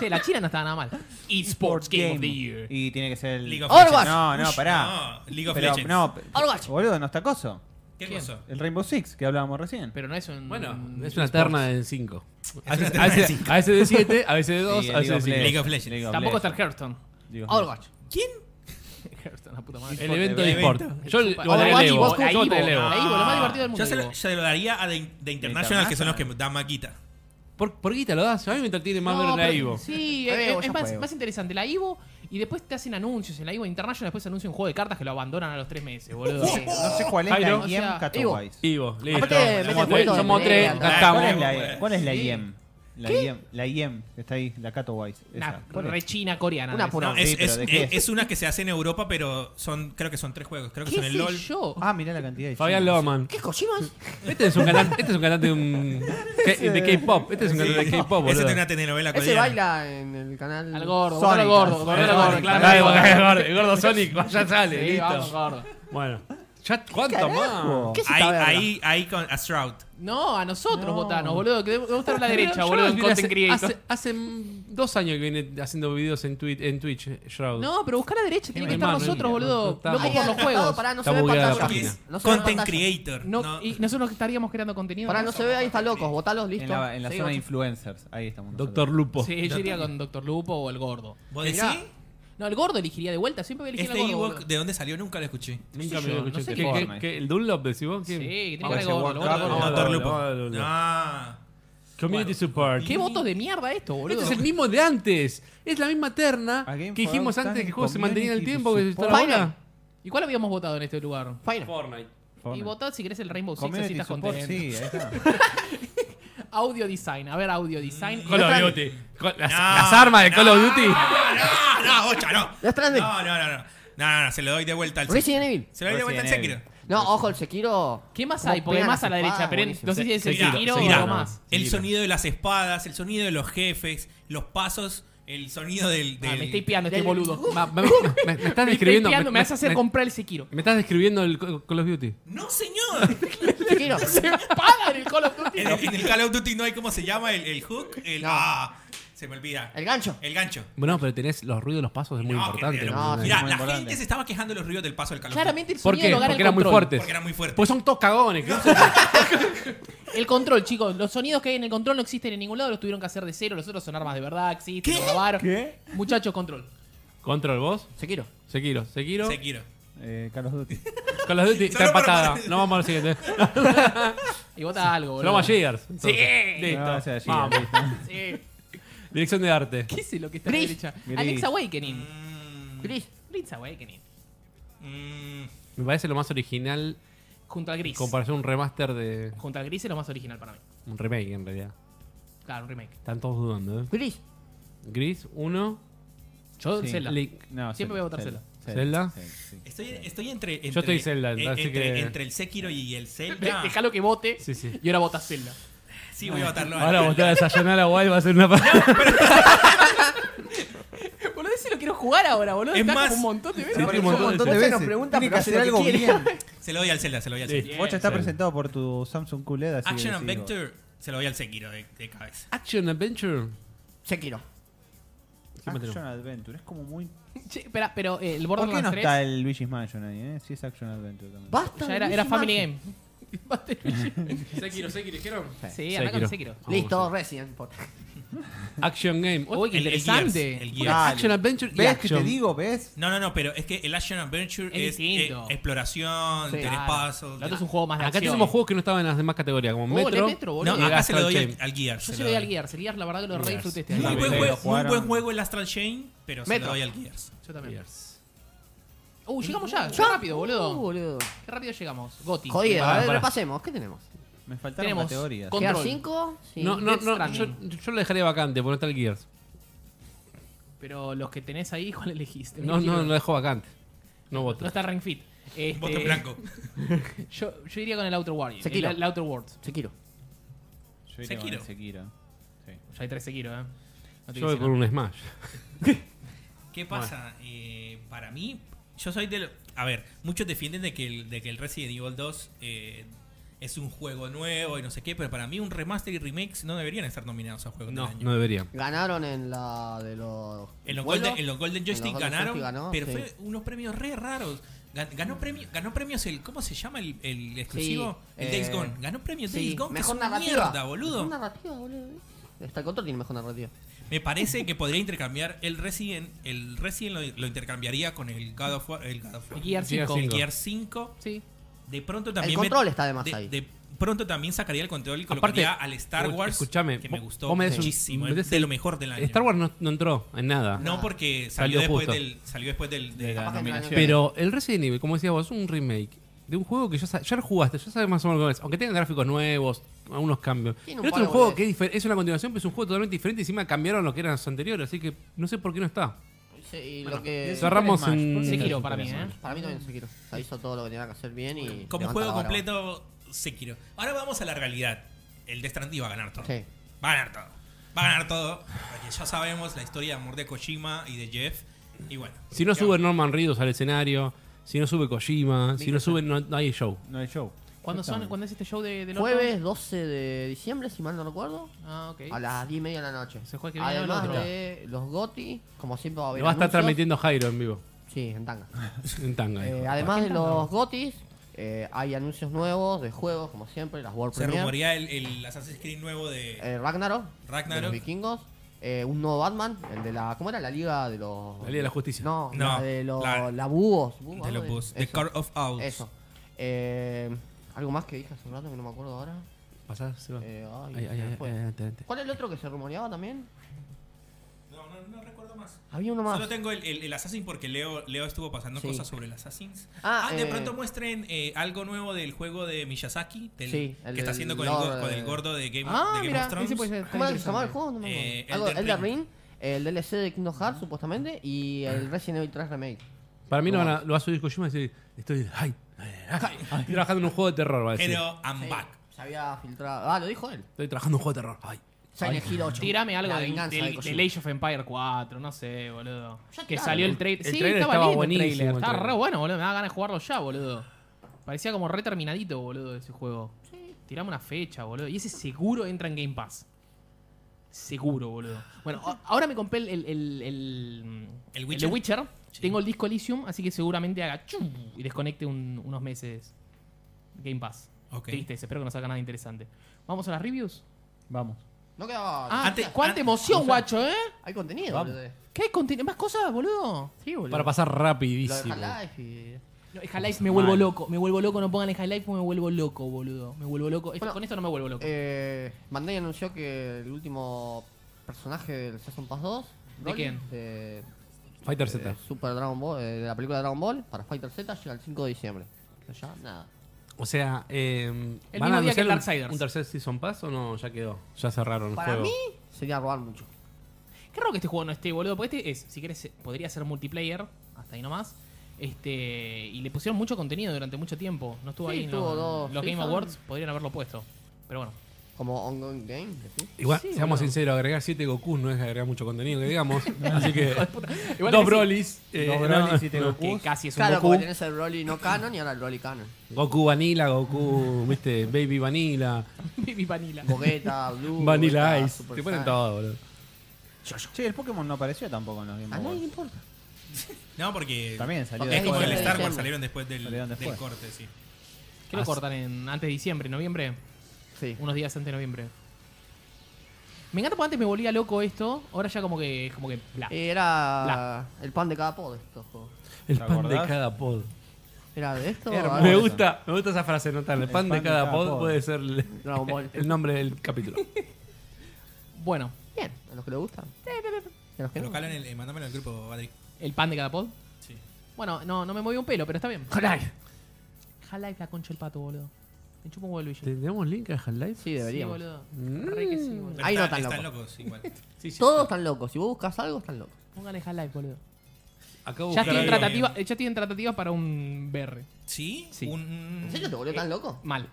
[SPEAKER 1] Che, la China no estaba nada mal. Esports Game, of the Year.
[SPEAKER 4] Y tiene que ser el.
[SPEAKER 3] League of
[SPEAKER 5] Overwatch.
[SPEAKER 3] Legends.
[SPEAKER 4] No, no,
[SPEAKER 3] Ush,
[SPEAKER 4] Eh, pará.
[SPEAKER 3] no, League of
[SPEAKER 4] Pero,
[SPEAKER 3] Legends.
[SPEAKER 4] No,
[SPEAKER 5] Overwatch.
[SPEAKER 4] boludo, no está coso.
[SPEAKER 3] ¿Qué
[SPEAKER 1] ¿Quién?
[SPEAKER 3] pasó?
[SPEAKER 4] El Rainbow Six que hablábamos recién.
[SPEAKER 1] Pero no es un.
[SPEAKER 2] Bueno,
[SPEAKER 1] un
[SPEAKER 2] es una
[SPEAKER 1] Mm, eSports.
[SPEAKER 2] terna de 5. A
[SPEAKER 3] Es una
[SPEAKER 2] veces
[SPEAKER 3] terna
[SPEAKER 2] a
[SPEAKER 3] de
[SPEAKER 2] veces-
[SPEAKER 3] cinco.
[SPEAKER 2] a veces de 7, a veces de 2,
[SPEAKER 4] Sí,
[SPEAKER 2] a veces de
[SPEAKER 4] League
[SPEAKER 2] 5.
[SPEAKER 3] League of Legends.
[SPEAKER 4] League of
[SPEAKER 1] Tampoco está el
[SPEAKER 4] Legends.
[SPEAKER 1] Hearthstone.
[SPEAKER 4] League of
[SPEAKER 5] Overwatch.
[SPEAKER 3] ¿Quién?
[SPEAKER 1] Hearthstone, la puta madre.
[SPEAKER 2] El evento de
[SPEAKER 3] evento.
[SPEAKER 2] eSport. Yo lo
[SPEAKER 1] Chupa-
[SPEAKER 2] votaría a
[SPEAKER 1] Overwatch y
[SPEAKER 2] Evo,
[SPEAKER 1] vos,
[SPEAKER 2] yo
[SPEAKER 1] ahí,
[SPEAKER 2] votaría a
[SPEAKER 1] vos,
[SPEAKER 2] Evo.
[SPEAKER 3] Ah.
[SPEAKER 1] ahí, vos, lo más divertido del
[SPEAKER 3] Yo
[SPEAKER 1] mundo.
[SPEAKER 3] se lo,
[SPEAKER 1] Evo.
[SPEAKER 3] se lo daría a The, The International, que son los que dan más guita.
[SPEAKER 2] ¿Por, por guita lo das? A mí me entretiene más ver
[SPEAKER 1] No,
[SPEAKER 2] la
[SPEAKER 1] pero-
[SPEAKER 2] Evo.
[SPEAKER 1] Sí, eh,
[SPEAKER 5] La
[SPEAKER 1] es,
[SPEAKER 5] Evo,
[SPEAKER 1] es
[SPEAKER 5] ya
[SPEAKER 1] más,
[SPEAKER 5] fue.
[SPEAKER 1] más interesante. La Ivo y después te hacen anuncios. En la Ivo International después anuncian un juego de cartas que lo abandonan a los tres meses, boludo.
[SPEAKER 4] Legends. No sé cuál es
[SPEAKER 2] Jairo.
[SPEAKER 4] la IEM
[SPEAKER 1] O sea,
[SPEAKER 4] Katowice.
[SPEAKER 2] Evo, listo.
[SPEAKER 5] Aparte, mete
[SPEAKER 2] Somos
[SPEAKER 5] puntos
[SPEAKER 2] tres,
[SPEAKER 5] de
[SPEAKER 2] somos tres,
[SPEAKER 5] pelea,
[SPEAKER 2] ya
[SPEAKER 3] Ah,
[SPEAKER 4] ¿Cuál
[SPEAKER 2] estamos.
[SPEAKER 4] es la,
[SPEAKER 3] Bueno.
[SPEAKER 4] cuál es la
[SPEAKER 1] Sí.
[SPEAKER 4] IEM? La IEM, la IEM, que está ahí, la Katowice. esa.
[SPEAKER 1] Una
[SPEAKER 4] ¿Cuál es?
[SPEAKER 1] rechina coreana. debe
[SPEAKER 5] Una
[SPEAKER 1] ser.
[SPEAKER 5] pura-
[SPEAKER 3] No,
[SPEAKER 5] Sí,
[SPEAKER 3] es,
[SPEAKER 4] pero
[SPEAKER 3] es, eh,
[SPEAKER 4] ¿de qué?
[SPEAKER 3] es- es una que se hace en Europa, pero son creo que son tres juegos. Creo que
[SPEAKER 1] ¿Qué
[SPEAKER 3] son el
[SPEAKER 1] sé
[SPEAKER 3] LOL.
[SPEAKER 1] yo?
[SPEAKER 4] Ah, mirá la cantidad de
[SPEAKER 2] Fabián
[SPEAKER 4] chinos.
[SPEAKER 2] Loman.
[SPEAKER 5] ¿Qué es Kojima?
[SPEAKER 2] Este es un cantante, este es un cantante de, un- que- de K-pop. Este es un
[SPEAKER 3] Sí,
[SPEAKER 2] cantante de K-pop,
[SPEAKER 3] Ese
[SPEAKER 2] boludo.
[SPEAKER 3] tiene una telenovela
[SPEAKER 5] Ese
[SPEAKER 3] coreana.
[SPEAKER 5] baila en el canal.
[SPEAKER 1] Al gordo,
[SPEAKER 4] Sonic.
[SPEAKER 1] votalo al gordo, votalo al gordo,
[SPEAKER 4] Sonic.
[SPEAKER 1] claramente.
[SPEAKER 2] Dale, votá el gordo, el gordo Sonic, ya sale,
[SPEAKER 1] Sí,
[SPEAKER 2] listo.
[SPEAKER 1] vamos, gordo.
[SPEAKER 2] Bueno. Ya, ¿Cuánto
[SPEAKER 4] Carajo.
[SPEAKER 2] más?
[SPEAKER 5] ¿Qué es esta
[SPEAKER 3] Ahí,
[SPEAKER 5] verga?
[SPEAKER 3] ahí, ahí con a Stroud.
[SPEAKER 1] No, a nosotros
[SPEAKER 4] No.
[SPEAKER 1] votanos, boludo. Que deb- debemos estar a la derecha,
[SPEAKER 2] Yo
[SPEAKER 1] boludo,
[SPEAKER 2] lo
[SPEAKER 1] en
[SPEAKER 2] vi
[SPEAKER 1] Content
[SPEAKER 2] hace,
[SPEAKER 1] Creator.
[SPEAKER 2] hace, hace dos años que viene haciendo videos en, Twitch- en Twitch, eh, Shroud.
[SPEAKER 1] No, pero busca a la derecha, tiene que
[SPEAKER 2] Qué
[SPEAKER 1] estar
[SPEAKER 2] mal,
[SPEAKER 1] nosotros,
[SPEAKER 2] no,
[SPEAKER 1] boludo.
[SPEAKER 2] no, está-
[SPEAKER 1] Locos
[SPEAKER 5] Ahí
[SPEAKER 1] por los
[SPEAKER 5] atrás,
[SPEAKER 1] juegos.
[SPEAKER 5] Pará, no
[SPEAKER 2] Está
[SPEAKER 5] se ve
[SPEAKER 2] bugueada la
[SPEAKER 5] pantalla.
[SPEAKER 3] Porque
[SPEAKER 2] página.
[SPEAKER 3] es
[SPEAKER 5] No se ve
[SPEAKER 3] content
[SPEAKER 5] pantalla.
[SPEAKER 3] creator.
[SPEAKER 1] No,
[SPEAKER 3] no.
[SPEAKER 1] Y nosotros que estaríamos creando contenido.
[SPEAKER 5] Pará, no se ve, ahí está locos. Votalos, listo.
[SPEAKER 4] En la, en la
[SPEAKER 5] Sí,
[SPEAKER 4] zona de
[SPEAKER 5] voto.
[SPEAKER 4] influencers. Ahí estamos.
[SPEAKER 2] Doctor
[SPEAKER 4] nosotros.
[SPEAKER 2] Lupo.
[SPEAKER 1] Sí, yo iría con Doctor Lupo o el gordo.
[SPEAKER 3] ¿Vos
[SPEAKER 1] Mirá.
[SPEAKER 3] decís?
[SPEAKER 1] No, el gordo elegiría de vuelta, siempre voy a elegir
[SPEAKER 3] Este
[SPEAKER 1] al gordo.
[SPEAKER 3] Ewok,
[SPEAKER 1] boludo.
[SPEAKER 3] ¿de dónde salió? Nunca lo escuché.
[SPEAKER 1] Sí,
[SPEAKER 2] Nunca me
[SPEAKER 1] yo,
[SPEAKER 2] lo escuché.
[SPEAKER 1] no sé
[SPEAKER 2] ¿Qué-
[SPEAKER 1] qué
[SPEAKER 2] qué-
[SPEAKER 4] forma.
[SPEAKER 2] qué- ¿El Dunlop decís vos?
[SPEAKER 1] Sí,
[SPEAKER 2] ¿Quién?
[SPEAKER 1] que
[SPEAKER 3] Ah,
[SPEAKER 1] tiene
[SPEAKER 4] Vamos
[SPEAKER 1] cara de
[SPEAKER 4] a
[SPEAKER 1] gordo.
[SPEAKER 4] hacer
[SPEAKER 1] lo
[SPEAKER 4] World
[SPEAKER 1] voto al
[SPEAKER 4] Cup,
[SPEAKER 1] gordo.
[SPEAKER 4] vamos a
[SPEAKER 3] Doctor
[SPEAKER 2] no,
[SPEAKER 3] Lupo.
[SPEAKER 2] no, no, no.
[SPEAKER 3] Ah.
[SPEAKER 2] Community
[SPEAKER 3] Bueno.
[SPEAKER 2] Support.
[SPEAKER 1] ¿Qué votos de mierda esto, boludo?
[SPEAKER 2] Este es el mismo de antes. Es la misma terna
[SPEAKER 4] A Game
[SPEAKER 2] que
[SPEAKER 4] for
[SPEAKER 2] dijimos
[SPEAKER 4] All
[SPEAKER 2] antes que el juego se
[SPEAKER 4] Time,
[SPEAKER 2] mantenía en el
[SPEAKER 4] Community
[SPEAKER 2] tiempo. Que
[SPEAKER 4] Support.
[SPEAKER 2] toda la bola.
[SPEAKER 1] ¿Y cuál habíamos votado en este lugar?
[SPEAKER 5] Final.
[SPEAKER 2] Fortnite.
[SPEAKER 1] Y
[SPEAKER 4] Fortnite.
[SPEAKER 1] votad si querés el Rainbow Six, así
[SPEAKER 4] Community
[SPEAKER 1] estás
[SPEAKER 4] support,
[SPEAKER 1] contento.
[SPEAKER 4] sí, ahí está.
[SPEAKER 1] Audio design, a ver, audio design.
[SPEAKER 2] Call of
[SPEAKER 1] Fran,
[SPEAKER 2] Duty. Col- Las,
[SPEAKER 3] No,
[SPEAKER 2] las armas de Call of Duty.
[SPEAKER 3] No, no, bocha, no.
[SPEAKER 5] Death Stranding.
[SPEAKER 3] No, no, no, no. No, no, no, se lo doy de vuelta al Sekiro.
[SPEAKER 5] Resident Evil.
[SPEAKER 3] Se lo doy de vuelta al
[SPEAKER 4] Resident
[SPEAKER 3] Sekiro.
[SPEAKER 5] No, ojo, el Sekiro.
[SPEAKER 1] ¿Qué más
[SPEAKER 5] Como
[SPEAKER 1] hay? Porque hay
[SPEAKER 5] pegan
[SPEAKER 1] más a la
[SPEAKER 5] las
[SPEAKER 1] derecha,
[SPEAKER 5] espadas,
[SPEAKER 1] pero en-
[SPEAKER 5] buenísimo.
[SPEAKER 1] no sé si es el
[SPEAKER 3] Mirá,
[SPEAKER 1] Sekiro
[SPEAKER 3] mirá,
[SPEAKER 1] o más. Ah,
[SPEAKER 3] El
[SPEAKER 2] Sekiro.
[SPEAKER 3] sonido de las espadas, el sonido de los jefes, los pasos, el sonido del.
[SPEAKER 1] Ah,
[SPEAKER 3] del-
[SPEAKER 1] me estoy piando este
[SPEAKER 5] del-
[SPEAKER 1] boludo.
[SPEAKER 2] Ma- ma- Me, me- me estás
[SPEAKER 1] Me estoy
[SPEAKER 2] describiendo.
[SPEAKER 1] piando, me vas a hacer
[SPEAKER 2] me-
[SPEAKER 1] comprar el Sekiro.
[SPEAKER 2] me estás describiendo el Co- Call of Duty.
[SPEAKER 3] ¡No, señor!
[SPEAKER 5] Sekiro.
[SPEAKER 1] Espada en el Call of Duty.
[SPEAKER 3] en, el, en el Call of Duty no hay cómo se llama el, el hook. El,
[SPEAKER 5] No.
[SPEAKER 3] ah, se me olvida.
[SPEAKER 5] El gancho.
[SPEAKER 3] El gancho.
[SPEAKER 2] Bueno, pero tenés los ruidos de los pasos, es muy
[SPEAKER 3] No,
[SPEAKER 2] importante.
[SPEAKER 3] que-
[SPEAKER 5] no,
[SPEAKER 3] Mirá,
[SPEAKER 4] es muy
[SPEAKER 3] la
[SPEAKER 4] importante.
[SPEAKER 3] gente se estaba quejando de los ruidos del paso del Call of Duty.
[SPEAKER 1] Claramente el
[SPEAKER 2] ¿Por
[SPEAKER 1] sonido
[SPEAKER 2] qué?
[SPEAKER 1] lo gana
[SPEAKER 2] Porque
[SPEAKER 1] el
[SPEAKER 2] eran muy
[SPEAKER 1] control.
[SPEAKER 2] fuertes.
[SPEAKER 3] Porque era muy fuerte.
[SPEAKER 2] Pues son todos cagones. que no se-
[SPEAKER 1] El control, chicos. Los sonidos que hay en el control no existen en ningún lado. Los tuvieron que hacer de cero. Los otros son armas de verdad. Existen,
[SPEAKER 3] ¿Qué?
[SPEAKER 1] lo grabaron.
[SPEAKER 4] ¿Qué?
[SPEAKER 1] Muchachos, control.
[SPEAKER 2] Control vos.
[SPEAKER 5] Sekiro.
[SPEAKER 2] Sekiro. Sekiro.
[SPEAKER 3] Sekiro.
[SPEAKER 4] Eh, Carlos Duty.
[SPEAKER 2] Con los Duty está
[SPEAKER 3] Solo por
[SPEAKER 2] empatada.
[SPEAKER 3] poner-
[SPEAKER 2] No vamos al siguiente.
[SPEAKER 1] Y vota algo, boludo.
[SPEAKER 2] Vamos a Jiggers.
[SPEAKER 1] Sí.
[SPEAKER 2] Listo.
[SPEAKER 4] No, o sea, sí,
[SPEAKER 2] Vamos.
[SPEAKER 4] listo.
[SPEAKER 1] Sí.
[SPEAKER 2] Dirección de arte.
[SPEAKER 1] ¿Qué es lo que está a la
[SPEAKER 5] Gris.
[SPEAKER 1] derecha?
[SPEAKER 4] Gris.
[SPEAKER 1] Alex Awakening.
[SPEAKER 3] Mm,
[SPEAKER 5] Gris.
[SPEAKER 1] Gris Awakening.
[SPEAKER 3] mm,
[SPEAKER 2] Me parece lo más original
[SPEAKER 1] Junto al
[SPEAKER 2] en
[SPEAKER 1] Gris.
[SPEAKER 2] comparación a un remaster de.
[SPEAKER 1] Junto al Gris es lo más original para mí.
[SPEAKER 2] Un remake en realidad.
[SPEAKER 1] Claro, un remake.
[SPEAKER 2] Están todos dudando, ¿eh?
[SPEAKER 5] Gris.
[SPEAKER 2] Gris, 1.
[SPEAKER 1] Yo,
[SPEAKER 4] Sí.
[SPEAKER 1] Zelda.
[SPEAKER 2] Link.
[SPEAKER 4] No,
[SPEAKER 1] Siempre voy a votar
[SPEAKER 2] Zelda.
[SPEAKER 4] Sí, sí.
[SPEAKER 3] Estoy, estoy entre, entre.
[SPEAKER 2] estoy Zelda,
[SPEAKER 3] eh,
[SPEAKER 2] así
[SPEAKER 3] entre,
[SPEAKER 2] que-
[SPEAKER 3] entre el Sekiro y el
[SPEAKER 1] De-
[SPEAKER 3] Zelda.
[SPEAKER 1] Dejalo que vote.
[SPEAKER 2] Sí, sí.
[SPEAKER 1] Y ahora vota Zelda.
[SPEAKER 3] Sí, voy a votarlo.
[SPEAKER 2] Ahora vos te vas a desayunar a Wild, va a ser una. pa-
[SPEAKER 1] Boludo, ese lo quiero jugar ahora, boludo.
[SPEAKER 3] Es
[SPEAKER 1] Está
[SPEAKER 3] más-
[SPEAKER 1] como un montón de veces.
[SPEAKER 2] tiene un
[SPEAKER 1] Yo-
[SPEAKER 2] montón de
[SPEAKER 5] Entonces
[SPEAKER 4] veces.
[SPEAKER 5] nos pregunta
[SPEAKER 4] Tiene
[SPEAKER 5] pero
[SPEAKER 4] que
[SPEAKER 5] hace
[SPEAKER 4] hacer
[SPEAKER 5] lo
[SPEAKER 4] algo
[SPEAKER 5] que quiere.
[SPEAKER 4] bien.
[SPEAKER 3] Se lo doy al Zelda, se lo doy al
[SPEAKER 2] Sí.
[SPEAKER 3] Zelda.
[SPEAKER 4] Bocha está
[SPEAKER 2] Zelda.
[SPEAKER 4] presentado por tu Samsung QLED. Así que
[SPEAKER 3] Action
[SPEAKER 4] sí,
[SPEAKER 3] Adventure, se lo doy al Sekiro de, de cabeza.
[SPEAKER 2] Action Adventure.
[SPEAKER 5] Sekiro.
[SPEAKER 2] ¿Qué más
[SPEAKER 4] Action
[SPEAKER 2] tenemos?
[SPEAKER 4] Adventure. Es como muy.
[SPEAKER 1] Che, espera, pero eh, el
[SPEAKER 4] ¿Por qué
[SPEAKER 1] Borderlands
[SPEAKER 4] no
[SPEAKER 1] 3
[SPEAKER 4] está el Luigi's Mansion ahí, eh? Sí, es Action Adventure también.
[SPEAKER 5] Basta.
[SPEAKER 1] ya
[SPEAKER 5] de
[SPEAKER 1] era,
[SPEAKER 5] Luigi
[SPEAKER 1] era Family
[SPEAKER 5] Mansion.
[SPEAKER 1] Game. Basta de Luigi.
[SPEAKER 2] Sekiro, Sekiro, dijeron.
[SPEAKER 1] sí, arranca con Sekiro.
[SPEAKER 2] Vamos,
[SPEAKER 5] Listo, Resident. por-
[SPEAKER 2] Action Game.
[SPEAKER 1] Uy, qué
[SPEAKER 3] El- el Gears,
[SPEAKER 1] interesante.
[SPEAKER 3] el
[SPEAKER 4] Porque
[SPEAKER 3] Gears.
[SPEAKER 4] Dale.
[SPEAKER 2] Action Adventure y
[SPEAKER 4] ¿Ves que
[SPEAKER 2] Action.
[SPEAKER 4] te digo? ¿Ves?
[SPEAKER 3] No, no, no, pero es que el Action Adventure
[SPEAKER 1] Es
[SPEAKER 3] es,
[SPEAKER 1] distinto.
[SPEAKER 3] eh, exploración,
[SPEAKER 5] Sí.
[SPEAKER 3] tenés
[SPEAKER 1] Claro.
[SPEAKER 3] puzzles.
[SPEAKER 1] El ah, otro es un juego más de
[SPEAKER 2] Acá
[SPEAKER 1] acción.
[SPEAKER 2] tenemos juegos que no estaban en las demás categorías, como
[SPEAKER 1] Oh, el
[SPEAKER 2] Metro.
[SPEAKER 1] Metro,
[SPEAKER 3] No,
[SPEAKER 1] boludo.
[SPEAKER 2] y
[SPEAKER 3] acá se lo doy al,
[SPEAKER 2] Gaston
[SPEAKER 3] al Gears.
[SPEAKER 1] Yo se
[SPEAKER 3] se lo
[SPEAKER 1] lo doy
[SPEAKER 3] doy.
[SPEAKER 1] al Gears. El Gears, la verdad, que lo re
[SPEAKER 4] Gears.
[SPEAKER 1] disfruté este
[SPEAKER 4] Muy
[SPEAKER 1] año.
[SPEAKER 3] Muy
[SPEAKER 4] Sí,
[SPEAKER 3] buen,
[SPEAKER 4] sí,
[SPEAKER 3] juego,
[SPEAKER 4] lo
[SPEAKER 3] muy
[SPEAKER 4] jugaron.
[SPEAKER 3] buen juego el Astral Chain, pero se
[SPEAKER 1] Metro.
[SPEAKER 3] lo doy al Gears.
[SPEAKER 1] Yo también.
[SPEAKER 2] Gears.
[SPEAKER 1] Uh, llegamos ya. Qué rápido,
[SPEAKER 5] Uh,
[SPEAKER 1] boludo.
[SPEAKER 5] boludo.
[SPEAKER 1] Qué rápido llegamos. Goti.
[SPEAKER 5] Jodido,
[SPEAKER 2] Pará,
[SPEAKER 5] a ver,
[SPEAKER 2] pará.
[SPEAKER 5] repasemos. ¿Qué tenemos?
[SPEAKER 4] Me faltaron
[SPEAKER 1] Tenemos
[SPEAKER 4] categorías.
[SPEAKER 1] con-
[SPEAKER 5] Gear
[SPEAKER 1] Control.
[SPEAKER 5] 5. sí.
[SPEAKER 2] No, no,
[SPEAKER 1] Death
[SPEAKER 2] no. Yo,
[SPEAKER 1] Stranding.
[SPEAKER 2] yo lo dejaría vacante, porque no está el Gears.
[SPEAKER 1] Pero los que tenés ahí, ¿cuál elegiste?
[SPEAKER 2] No, no, lo dejo vacante. No voto.
[SPEAKER 1] No está Ring Fit. Este,
[SPEAKER 3] Voto en blanco.
[SPEAKER 1] Yo, yo iría con el Outer Worlds. El,
[SPEAKER 5] Sekiro.
[SPEAKER 1] el Outer Worlds.
[SPEAKER 5] Sekiro.
[SPEAKER 4] Yo iría con el
[SPEAKER 3] Sekiro.
[SPEAKER 4] Sekiro. Sí.
[SPEAKER 1] Ya hay tres Sekiro, ¿eh? No te
[SPEAKER 2] Yo voy
[SPEAKER 1] quise,
[SPEAKER 2] por
[SPEAKER 1] ¿no?
[SPEAKER 2] un Smash.
[SPEAKER 3] ¿Qué pasa? Eh, para mí, yo soy de... lo- a ver, muchos defienden de que el, de que el Resident Evil 2 eh, es un juego nuevo y no sé qué, pero para mí un remaster y remakes no deberían estar nominados a juegos
[SPEAKER 2] No,
[SPEAKER 3] del año.
[SPEAKER 2] no debería.
[SPEAKER 5] Ganaron en la de los.
[SPEAKER 3] En los,
[SPEAKER 5] vuelos.
[SPEAKER 3] Golden, en los Golden Joystick
[SPEAKER 5] Golden
[SPEAKER 3] ganaron,
[SPEAKER 5] Joystick ganó,
[SPEAKER 3] pero
[SPEAKER 5] sí.
[SPEAKER 3] fue unos premios re raros. Ga- Ganó, premio, ganó premios el. ¿Cómo se llama el, el exclusivo? el
[SPEAKER 5] eh,
[SPEAKER 3] Days Gone. Ganó premios
[SPEAKER 5] Sí,
[SPEAKER 3] Days Gone. que
[SPEAKER 5] mejor
[SPEAKER 3] es una
[SPEAKER 5] narrativa.
[SPEAKER 3] mierda, boludo.
[SPEAKER 5] Mejor narrativa, boludo. Hasta el control tiene mejor narrativa.
[SPEAKER 3] Me parece que podría intercambiar el Resident. El Resident lo, lo intercambiaría con el God of War. El God of War.
[SPEAKER 1] Gear
[SPEAKER 2] Gear
[SPEAKER 1] 5.
[SPEAKER 3] Con
[SPEAKER 2] cinco.
[SPEAKER 3] Gear 5.
[SPEAKER 1] Sí.
[SPEAKER 3] De pronto también.
[SPEAKER 5] control está de más
[SPEAKER 3] de-
[SPEAKER 5] ahí.
[SPEAKER 3] de pronto también sacaría el control y
[SPEAKER 2] Aparte,
[SPEAKER 3] colocaría al Star
[SPEAKER 2] vos-
[SPEAKER 3] Wars.
[SPEAKER 2] escuchame,
[SPEAKER 3] Que me
[SPEAKER 2] vos-
[SPEAKER 3] gustó
[SPEAKER 2] vos me des un-
[SPEAKER 3] muchísimo.
[SPEAKER 2] me
[SPEAKER 3] es
[SPEAKER 2] des
[SPEAKER 3] de
[SPEAKER 2] el-
[SPEAKER 3] lo mejor del año.
[SPEAKER 2] Star Wars no, no entró en nada.
[SPEAKER 3] No,
[SPEAKER 5] Nada.
[SPEAKER 3] porque
[SPEAKER 2] Salió
[SPEAKER 3] salió, después,
[SPEAKER 2] justo.
[SPEAKER 3] del, salió después del.
[SPEAKER 4] De
[SPEAKER 3] del-
[SPEAKER 4] la
[SPEAKER 5] Capaz que no
[SPEAKER 4] nominación.
[SPEAKER 2] Pero el Resident Evil, como decías vos, es un remake de un juego que ya, sa- ya lo jugaste, ya sabes más o menos cómo es. Aunque tenga gráficos nuevos, algunos cambios.
[SPEAKER 5] Tiene
[SPEAKER 2] El
[SPEAKER 5] un
[SPEAKER 2] otro
[SPEAKER 5] par
[SPEAKER 2] es
[SPEAKER 5] de
[SPEAKER 2] un juego
[SPEAKER 5] boludeces.
[SPEAKER 2] que es, difer- es una continuación, pero es un juego totalmente diferente. Encima cambiaron lo que eran los anteriores, así que no sé por qué no está.
[SPEAKER 5] Sí, y lo que.
[SPEAKER 4] Super
[SPEAKER 2] cerramos
[SPEAKER 4] Smash,
[SPEAKER 2] en-
[SPEAKER 4] ¿por qué
[SPEAKER 1] Sekiro
[SPEAKER 4] no
[SPEAKER 1] para
[SPEAKER 4] Super
[SPEAKER 1] mí,
[SPEAKER 4] Smash?
[SPEAKER 1] ¿eh?
[SPEAKER 5] Para mí también Sekiro. Se hizo todo lo que tenía que hacer bien y.
[SPEAKER 3] Como
[SPEAKER 5] levanta
[SPEAKER 3] juego
[SPEAKER 5] la vara.
[SPEAKER 3] completo, Sekiro. Ahora vamos a la realidad. El de Stranding va a ganar todo.
[SPEAKER 5] Sí.
[SPEAKER 3] Va a ganar todo. Va a ganar todo. Porque ya sabemos la historia de amor de Kojima y de Jeff. Y bueno.
[SPEAKER 2] Si no
[SPEAKER 3] ya-
[SPEAKER 2] sube Norman Reedus al escenario, si no sube Kojima, si no sube, no, no hay show.
[SPEAKER 4] No hay show.
[SPEAKER 1] ¿Cuándo, son,
[SPEAKER 4] Exactamente.
[SPEAKER 1] ¿Cuándo es este show de, del orto?
[SPEAKER 5] Jueves 12 de diciembre, si mal no recuerdo.
[SPEAKER 1] Ah, ok.
[SPEAKER 5] A las 10 y media de la noche.
[SPEAKER 1] Se juega que viene
[SPEAKER 5] Además
[SPEAKER 1] el otro.
[SPEAKER 5] de los GOTI, como siempre va a haber.
[SPEAKER 2] Lo va a estar
[SPEAKER 5] anuncios.
[SPEAKER 2] transmitiendo Jairo en vivo,
[SPEAKER 5] Sí, en tanga.
[SPEAKER 2] en tanga.
[SPEAKER 5] Eh,
[SPEAKER 2] dijo.
[SPEAKER 5] además de los GOTIs, eh, hay anuncios nuevos de juegos, como siempre, las World
[SPEAKER 3] Se
[SPEAKER 5] Premiere.
[SPEAKER 3] rumorea el, el Assassin's Creed nuevo de.
[SPEAKER 5] Eh, Ragnarok,
[SPEAKER 3] Ragnarok.
[SPEAKER 5] de los vikingos, eh, un nuevo Batman, el de la, ¿cómo era? La Liga de los...
[SPEAKER 2] La Liga de la Justicia.
[SPEAKER 5] No,
[SPEAKER 3] No,
[SPEAKER 5] la de los...
[SPEAKER 3] la-
[SPEAKER 5] La, Búhos.
[SPEAKER 3] de los Bus. The Court of Owls.
[SPEAKER 5] Eso. Eh, algo más que dije hace un rato que no me acuerdo ahora.
[SPEAKER 2] Pasá, Seba.
[SPEAKER 5] Eh, ay,
[SPEAKER 2] Ahí,
[SPEAKER 5] se
[SPEAKER 2] ahí,
[SPEAKER 5] me
[SPEAKER 2] ahí,
[SPEAKER 5] fue.
[SPEAKER 2] ahí, adelante, adelante.
[SPEAKER 5] ¿Cuál es el otro que se rumoreaba también?
[SPEAKER 3] No, no, no recuerdo más.
[SPEAKER 5] Había uno más.
[SPEAKER 3] Solo tengo el, el, el Assassin porque Leo, Leo estuvo pasando
[SPEAKER 5] Sí.
[SPEAKER 3] cosas sobre el Assassin's. Ah,
[SPEAKER 5] Ah,
[SPEAKER 3] de
[SPEAKER 5] eh,
[SPEAKER 3] pronto muestren eh, algo nuevo del juego de Miyazaki. del-
[SPEAKER 5] Sí,
[SPEAKER 3] que
[SPEAKER 5] el
[SPEAKER 3] está
[SPEAKER 5] del
[SPEAKER 3] haciendo con, el,
[SPEAKER 5] Lord
[SPEAKER 3] go- con
[SPEAKER 5] de-
[SPEAKER 3] el gordo de Game,
[SPEAKER 1] Ah,
[SPEAKER 3] de Game
[SPEAKER 1] mira,
[SPEAKER 3] of Thrones.
[SPEAKER 1] ese puede ser.
[SPEAKER 5] ¿Cómo era que se llamaba el juego? No me acuerdo.
[SPEAKER 3] Eh,
[SPEAKER 5] algo,
[SPEAKER 3] Elden
[SPEAKER 5] Elden
[SPEAKER 3] Ring.
[SPEAKER 5] Ring, el DLC de Kingdom Hearts, supuestamente, y el Resident Evil 3 Remake.
[SPEAKER 2] Para mí lo, van a- lo va a subir Kojima y decir, estoy ay, ay, ay, estoy trabajando en un juego de terror, va a decir.
[SPEAKER 3] Pero I'm
[SPEAKER 5] Sí,
[SPEAKER 3] back.
[SPEAKER 5] Se había filtrado. Ah, lo dijo él.
[SPEAKER 2] Estoy trabajando en un juego de terror. Ay.
[SPEAKER 5] Silent Hill 8.
[SPEAKER 1] Tirame algo
[SPEAKER 5] La
[SPEAKER 1] del,
[SPEAKER 5] venganza
[SPEAKER 1] del,
[SPEAKER 5] de Kojima.
[SPEAKER 1] del Age of Empire 4, no sé, boludo.
[SPEAKER 5] Ya
[SPEAKER 1] que
[SPEAKER 5] tiraron.
[SPEAKER 1] salió el trailer.
[SPEAKER 2] El
[SPEAKER 1] Sí,
[SPEAKER 2] trailer
[SPEAKER 1] estaba,
[SPEAKER 2] estaba
[SPEAKER 1] lindo el
[SPEAKER 2] buenísimo,
[SPEAKER 1] trailer.
[SPEAKER 2] el
[SPEAKER 1] Estaba re
[SPEAKER 2] trailer.
[SPEAKER 1] bueno, boludo. Me daba ganas de jugarlo ya, boludo. Parecía como re terminadito, boludo, ese juego. Tirame una fecha, boludo. Y ese seguro entra en Game Pass. Seguro, boludo. Bueno, a- ahora me compré el, el, el, el,
[SPEAKER 3] ¿El
[SPEAKER 1] de
[SPEAKER 3] Witcher? Sí.
[SPEAKER 1] Tengo el disco Elysium, así que seguramente haga chum y desconecte un- unos meses Game Pass.
[SPEAKER 3] Ok.
[SPEAKER 1] Triste, espero que no salga nada interesante. Vamos a las reviews.
[SPEAKER 4] Vamos.
[SPEAKER 5] No quedaba.
[SPEAKER 1] Ah,
[SPEAKER 3] Antes-
[SPEAKER 1] cuánta
[SPEAKER 3] antes-
[SPEAKER 1] emoción,
[SPEAKER 3] o sea-
[SPEAKER 1] guacho, ¿eh?
[SPEAKER 5] Hay contenido,
[SPEAKER 2] Vamos.
[SPEAKER 5] boludo.
[SPEAKER 1] ¿Qué hay? conten- ¿Más cosas, boludo? Sí, boludo.
[SPEAKER 2] Para pasar
[SPEAKER 5] Lo de
[SPEAKER 2] rapidísimo.
[SPEAKER 5] Half-Life y.
[SPEAKER 1] No, el Half-Life me vuelvo loco. Me vuelvo loco. No pongan el Half-Life porque me vuelvo loco, boludo. Me vuelvo loco. Esto-
[SPEAKER 5] Bueno,
[SPEAKER 1] con esto no me vuelvo loco.
[SPEAKER 5] Eh, Bandai anunció que el último personaje del Season Pass 2.
[SPEAKER 1] ¿De
[SPEAKER 5] Broly,
[SPEAKER 1] quién?
[SPEAKER 5] De,
[SPEAKER 2] Fighter
[SPEAKER 5] eh,
[SPEAKER 2] Z.
[SPEAKER 5] Super Dragon Ball, eh, de la película Dragon Ball para Fighter Z llega el 5 de diciembre. Pero ya, nada.
[SPEAKER 2] O sea, eh,
[SPEAKER 1] El
[SPEAKER 2] ¿van a
[SPEAKER 1] mismo día que
[SPEAKER 2] anunciar
[SPEAKER 1] el Darksiders.
[SPEAKER 2] un, un tercer Season Pass o no? Ya quedó. Ya cerraron el
[SPEAKER 5] Para
[SPEAKER 2] juego.
[SPEAKER 5] mí sería robar mucho.
[SPEAKER 1] Qué raro que este juego no esté, boludo. Porque este es, si querés, eh, podría ser multiplayer. Hasta ahí nomás. Este, y le pusieron mucho contenido durante mucho tiempo. No estuvo
[SPEAKER 5] Sí,
[SPEAKER 1] ahí.
[SPEAKER 5] tuvo
[SPEAKER 1] no,
[SPEAKER 5] dos
[SPEAKER 1] los Game
[SPEAKER 5] season.
[SPEAKER 1] Awards podrían haberlo puesto. Pero bueno.
[SPEAKER 5] Como ongoing game, ¿sí?
[SPEAKER 2] Igual,
[SPEAKER 1] Sí,
[SPEAKER 2] seamos
[SPEAKER 1] boludo.
[SPEAKER 2] sinceros, agregar 7 Gokus no es agregar mucho contenido, que digamos. Así que.
[SPEAKER 1] Igual
[SPEAKER 2] dos
[SPEAKER 1] que sí.
[SPEAKER 2] Brolis. eh,
[SPEAKER 4] Dos
[SPEAKER 2] no,
[SPEAKER 4] Broly, siete
[SPEAKER 2] no.
[SPEAKER 4] Gokus.
[SPEAKER 1] Que casi es un
[SPEAKER 5] Claro,
[SPEAKER 1] Goku.
[SPEAKER 5] porque tenés el Broly no canon y ahora el Broly canon.
[SPEAKER 2] Goku Vanilla, Goku, viste, Baby Vanilla,
[SPEAKER 1] Baby Vanilla.
[SPEAKER 5] Gogeta, Blue.
[SPEAKER 2] Vanilla
[SPEAKER 5] Gogeta,
[SPEAKER 2] Ice.
[SPEAKER 5] Super
[SPEAKER 2] Te ponen
[SPEAKER 5] Saiyan.
[SPEAKER 2] todo, boludo.
[SPEAKER 4] Che, el Pokémon no apareció tampoco en los Game
[SPEAKER 5] A nadie le
[SPEAKER 4] Awards.
[SPEAKER 5] importa.
[SPEAKER 3] No, porque.
[SPEAKER 4] También salió
[SPEAKER 3] Es como
[SPEAKER 5] después.
[SPEAKER 3] el Star Wars,
[SPEAKER 5] Diciembre.
[SPEAKER 3] salieron después del,
[SPEAKER 4] Salieron
[SPEAKER 3] del
[SPEAKER 4] después.
[SPEAKER 3] corte, sí.
[SPEAKER 1] ¿Qué lo
[SPEAKER 2] Así-
[SPEAKER 1] cortan en, antes de diciembre, noviembre?
[SPEAKER 5] Sí.
[SPEAKER 1] Unos días antes de noviembre. Me encanta porque antes me volvía loco esto. Ahora ya como que. Como que bla.
[SPEAKER 5] Eh. Era
[SPEAKER 1] Bla.
[SPEAKER 5] el pan de cada pod estos juegos.
[SPEAKER 2] El
[SPEAKER 4] ¿Te
[SPEAKER 2] pan de
[SPEAKER 4] acordás?
[SPEAKER 2] cada pod.
[SPEAKER 5] Era de esto.
[SPEAKER 4] Hermoso.
[SPEAKER 5] ahora
[SPEAKER 2] Me
[SPEAKER 5] es
[SPEAKER 2] gusta, me gusta esa frase, notar. El, pan de cada, pod, puede ser el,
[SPEAKER 5] Dragon Ball.
[SPEAKER 2] el nombre del capítulo.
[SPEAKER 1] Bueno,
[SPEAKER 5] Bien, a los que le gustan. Y a los que no.
[SPEAKER 3] Colocalo en el, eh, mandámelo al grupo, Patrick.
[SPEAKER 1] el pan de cada pod.
[SPEAKER 3] Sí.
[SPEAKER 1] Bueno, no, no me moví un pelo, pero está bien.
[SPEAKER 5] Half-Life.
[SPEAKER 1] Jala la concha el pato, boludo. Me chupa un huevo el billete.
[SPEAKER 2] ¿Tenemos link a Half-Life?
[SPEAKER 5] Sí, deberíamos.
[SPEAKER 1] Sí, boludo. Re que sí, boludo.
[SPEAKER 3] Pero
[SPEAKER 5] Ahí no
[SPEAKER 3] está-
[SPEAKER 5] tan
[SPEAKER 3] están locos igual.
[SPEAKER 5] Todos están locos. Si vos buscas algo, están locos.
[SPEAKER 1] Póngale Half-Life, boludo.
[SPEAKER 2] Acabo de
[SPEAKER 1] Ya
[SPEAKER 2] buscar
[SPEAKER 1] tienen,
[SPEAKER 2] algo.
[SPEAKER 1] tratativa, ya tienen tratativas para un BR.
[SPEAKER 3] ¿Sí?
[SPEAKER 1] Sí.
[SPEAKER 3] Un-
[SPEAKER 5] ¿En serio te volvió tan loco?
[SPEAKER 1] Mal.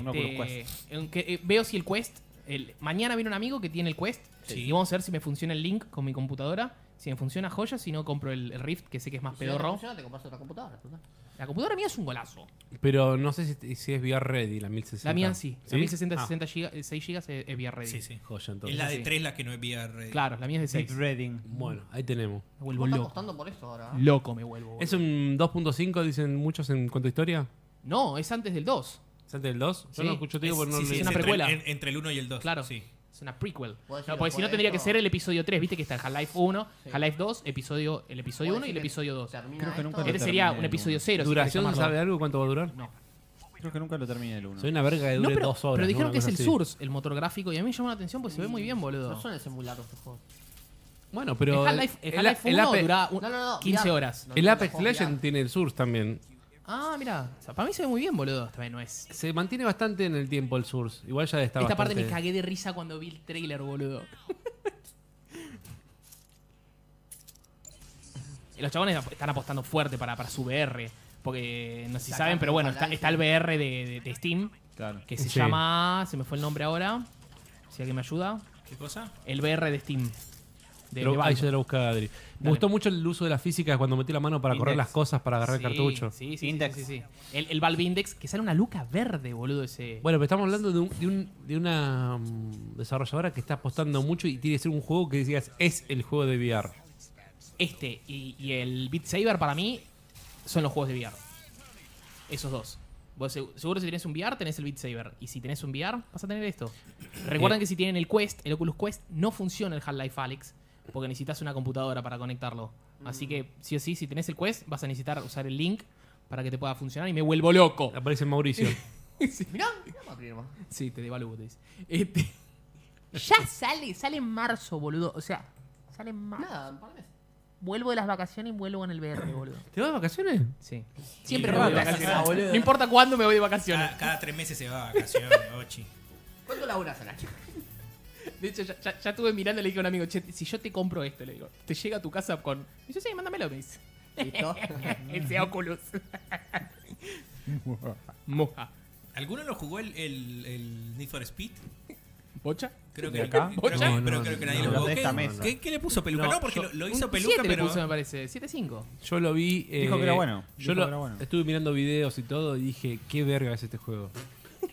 [SPEAKER 4] Un Oculus
[SPEAKER 1] Este, en que, eh, veo si el Quest. el- mañana viene un amigo que tiene el Quest.
[SPEAKER 3] Sí.
[SPEAKER 1] Y vamos a ver si me funciona el link con mi computadora. Si me funciona joya, si no compro el, el Rift, que sé que es más
[SPEAKER 5] Si no te
[SPEAKER 1] pedorro.
[SPEAKER 5] funciona, te compras otra computadora. total.
[SPEAKER 1] La computadora mía es un golazo.
[SPEAKER 2] Pero no sé si, si es VR Ready, la 1060.
[SPEAKER 1] La mía sí. La 1060
[SPEAKER 2] Ah,
[SPEAKER 1] 60 giga- eh, 6 GB es, es VR ready.
[SPEAKER 3] Sí, sí.
[SPEAKER 2] joya,
[SPEAKER 3] Es
[SPEAKER 2] entonces.
[SPEAKER 3] la de
[SPEAKER 1] Sí.
[SPEAKER 3] 3 la que no es VR.
[SPEAKER 1] Claro, la mía es de
[SPEAKER 4] Deep
[SPEAKER 1] 6.
[SPEAKER 4] Reading.
[SPEAKER 2] Bueno, ahí tenemos.
[SPEAKER 1] Me
[SPEAKER 5] ¿Cómo
[SPEAKER 1] vuelvo
[SPEAKER 5] estás
[SPEAKER 1] loco.
[SPEAKER 5] apostando por eso ahora? ¿ah?
[SPEAKER 1] Loco me vuelvo. boludo.
[SPEAKER 2] ¿Es un 2.5, dicen muchos en cuanto a historia?
[SPEAKER 1] No, es antes del 2.
[SPEAKER 2] ¿Es antes del 2?
[SPEAKER 1] Sí.
[SPEAKER 2] Yo no escucho, te digo, porque no
[SPEAKER 3] sí,
[SPEAKER 2] lo
[SPEAKER 3] sí,
[SPEAKER 1] es
[SPEAKER 2] leí.
[SPEAKER 1] una
[SPEAKER 3] entre-
[SPEAKER 1] precuela.
[SPEAKER 3] en- entre el 1 y el 2.
[SPEAKER 1] Claro.
[SPEAKER 3] Sí.
[SPEAKER 1] Es una prequel.
[SPEAKER 5] ¿Puedo decir
[SPEAKER 1] No,
[SPEAKER 5] los
[SPEAKER 1] porque si no tendría que
[SPEAKER 5] cuentos?
[SPEAKER 1] ser el episodio 3. Viste que está el Half-Life 1,
[SPEAKER 5] Sí.
[SPEAKER 1] Half-Life 2, episodio, el episodio 1 y el episodio 2.
[SPEAKER 5] Termina
[SPEAKER 4] Creo que
[SPEAKER 5] esto.
[SPEAKER 4] nunca lo
[SPEAKER 1] Este sería
[SPEAKER 4] terminé
[SPEAKER 1] un
[SPEAKER 4] el
[SPEAKER 1] episodio
[SPEAKER 4] uno.
[SPEAKER 1] 0. si querés
[SPEAKER 2] ¿Duración
[SPEAKER 1] llamarlo.
[SPEAKER 2] sabe algo cuánto va a durar?
[SPEAKER 1] No.
[SPEAKER 4] Creo que nunca lo terminé el 1.
[SPEAKER 2] Soy una verga que
[SPEAKER 1] No,
[SPEAKER 2] dure
[SPEAKER 1] pero,
[SPEAKER 2] dos horas.
[SPEAKER 1] pero
[SPEAKER 2] ¿no?
[SPEAKER 1] dijeron
[SPEAKER 2] Una
[SPEAKER 1] que es
[SPEAKER 2] cosa
[SPEAKER 1] el
[SPEAKER 2] así.
[SPEAKER 1] Source, el motor gráfico, y a mí me llamó la atención porque se ve muy bien,
[SPEAKER 5] No
[SPEAKER 1] boludo.
[SPEAKER 5] suelen simular estos juegos.
[SPEAKER 2] Bueno, pero.
[SPEAKER 1] el Half-Life el
[SPEAKER 2] el-
[SPEAKER 1] Half-Life
[SPEAKER 2] el
[SPEAKER 1] 1
[SPEAKER 2] Ape-
[SPEAKER 1] duraba un-
[SPEAKER 5] No, no, no,
[SPEAKER 1] 15
[SPEAKER 5] mirá.
[SPEAKER 1] horas.
[SPEAKER 5] No,
[SPEAKER 2] El
[SPEAKER 5] no,
[SPEAKER 2] Apex
[SPEAKER 5] no, no,
[SPEAKER 2] Legend
[SPEAKER 5] mirá.
[SPEAKER 2] tiene el Source también.
[SPEAKER 1] Ah, mira. para mí se ve muy bien, boludo. Esta vez no es.
[SPEAKER 2] Se mantiene bastante en el tiempo el Source. Igual ya está
[SPEAKER 1] Esta parte me
[SPEAKER 2] bastante-
[SPEAKER 1] cagué de risa cuando vi el trailer, boludo. Y Los chabones ap- están apostando fuerte para, para su VR. Porque no sé si
[SPEAKER 5] Sacan
[SPEAKER 1] saben, pero bueno, está,
[SPEAKER 5] Half-Life.
[SPEAKER 1] está el VR de, de- de Steam.
[SPEAKER 4] Claro.
[SPEAKER 1] Que se
[SPEAKER 2] Sí.
[SPEAKER 1] llama. Se me fue el nombre ahora. Si alguien me ayuda.
[SPEAKER 3] ¿Qué cosa?
[SPEAKER 1] El VR de Steam. De,
[SPEAKER 2] Pero-
[SPEAKER 1] de
[SPEAKER 2] ahí
[SPEAKER 1] Valve.
[SPEAKER 2] ya te lo busca Adri. Me
[SPEAKER 1] Dale.
[SPEAKER 2] gustó mucho el uso de la física cuando metí la mano para correr
[SPEAKER 1] Index.
[SPEAKER 2] las cosas, para agarrar
[SPEAKER 1] Sí,
[SPEAKER 2] el cartucho.
[SPEAKER 1] Sí, sí,
[SPEAKER 4] Index.
[SPEAKER 1] sí, sí, sí. El, el Valve Index, que sale una luca verde, boludo, ese.
[SPEAKER 2] Bueno, pero estamos hablando de, un- de un- de una mm, desarrolladora que está apostando mucho y tiene que ser un juego que digas es el juego de VR.
[SPEAKER 1] Este y, y el Beat Saber para mí son los juegos de VR. Esos dos. Vos seg- seguro si tenés un VR, tenés el Beat Saber. Y si tenés un VR, vas a tener esto. Recuerden
[SPEAKER 2] Eh.
[SPEAKER 1] que si tienen el Quest, el Oculus Quest, no funciona el Half-Life Alyx. Porque necesitas una computadora para conectarlo. Así que, sí o sí, si tenés el Quest, vas a necesitar usar el link para que te pueda funcionar. Y me vuelvo loco.
[SPEAKER 2] Aparece Mauricio.
[SPEAKER 1] Sí.
[SPEAKER 5] Mirá, mirá, Macri, nomás.
[SPEAKER 1] Sí, te devalúo, te dice. Este, ya sale, sale en marzo, boludo. O sea, sale en marzo.
[SPEAKER 5] Nada, un par de meses.
[SPEAKER 1] Vuelvo de las vacaciones y vuelvo en el VR, boludo.
[SPEAKER 2] ¿Te vas de vacaciones?
[SPEAKER 1] Sí.
[SPEAKER 3] Siempre
[SPEAKER 1] Siempre
[SPEAKER 3] me
[SPEAKER 1] me voy de vacaciones. No importa cuándo me voy de vacaciones.
[SPEAKER 3] Cada, cada 3 meses se va a vacaciones, Ochi.
[SPEAKER 5] ¿Cuánto laburas a la chica?
[SPEAKER 1] De hecho, ya, ya- ya estuve mirando y le dije a un amigo, che, si yo te compro esto, le digo, te llega a tu casa con. Y yo, sí, mándamelo, me dice.
[SPEAKER 5] ¿Listo?
[SPEAKER 1] Ese Oculus. Moja.
[SPEAKER 3] ¿Alguno lo jugó el, el- el Need for Speed?
[SPEAKER 1] ¿Bocha?
[SPEAKER 3] Creo
[SPEAKER 4] ¿De
[SPEAKER 3] que
[SPEAKER 4] acá?
[SPEAKER 3] Creo que,
[SPEAKER 2] No,
[SPEAKER 3] pero
[SPEAKER 2] no,
[SPEAKER 3] creo que
[SPEAKER 2] no,
[SPEAKER 3] nadie
[SPEAKER 4] no,
[SPEAKER 3] lo jugó.
[SPEAKER 4] de esta
[SPEAKER 3] ¿Qué-
[SPEAKER 4] mesa.
[SPEAKER 3] ¿Qué, qué le puso Peluca? No,
[SPEAKER 1] No,
[SPEAKER 3] porque
[SPEAKER 1] yo-
[SPEAKER 3] lo, lo
[SPEAKER 1] un
[SPEAKER 3] hizo Peluca,
[SPEAKER 1] 7 le
[SPEAKER 3] pero.
[SPEAKER 1] puso, me parece. 7.5.
[SPEAKER 2] Yo lo vi. eh,
[SPEAKER 4] Dijo que era bueno.
[SPEAKER 2] Yo
[SPEAKER 4] Dijo
[SPEAKER 2] lo,
[SPEAKER 4] que era bueno.
[SPEAKER 2] estuve mirando videos y todo y dije, qué verga es este juego.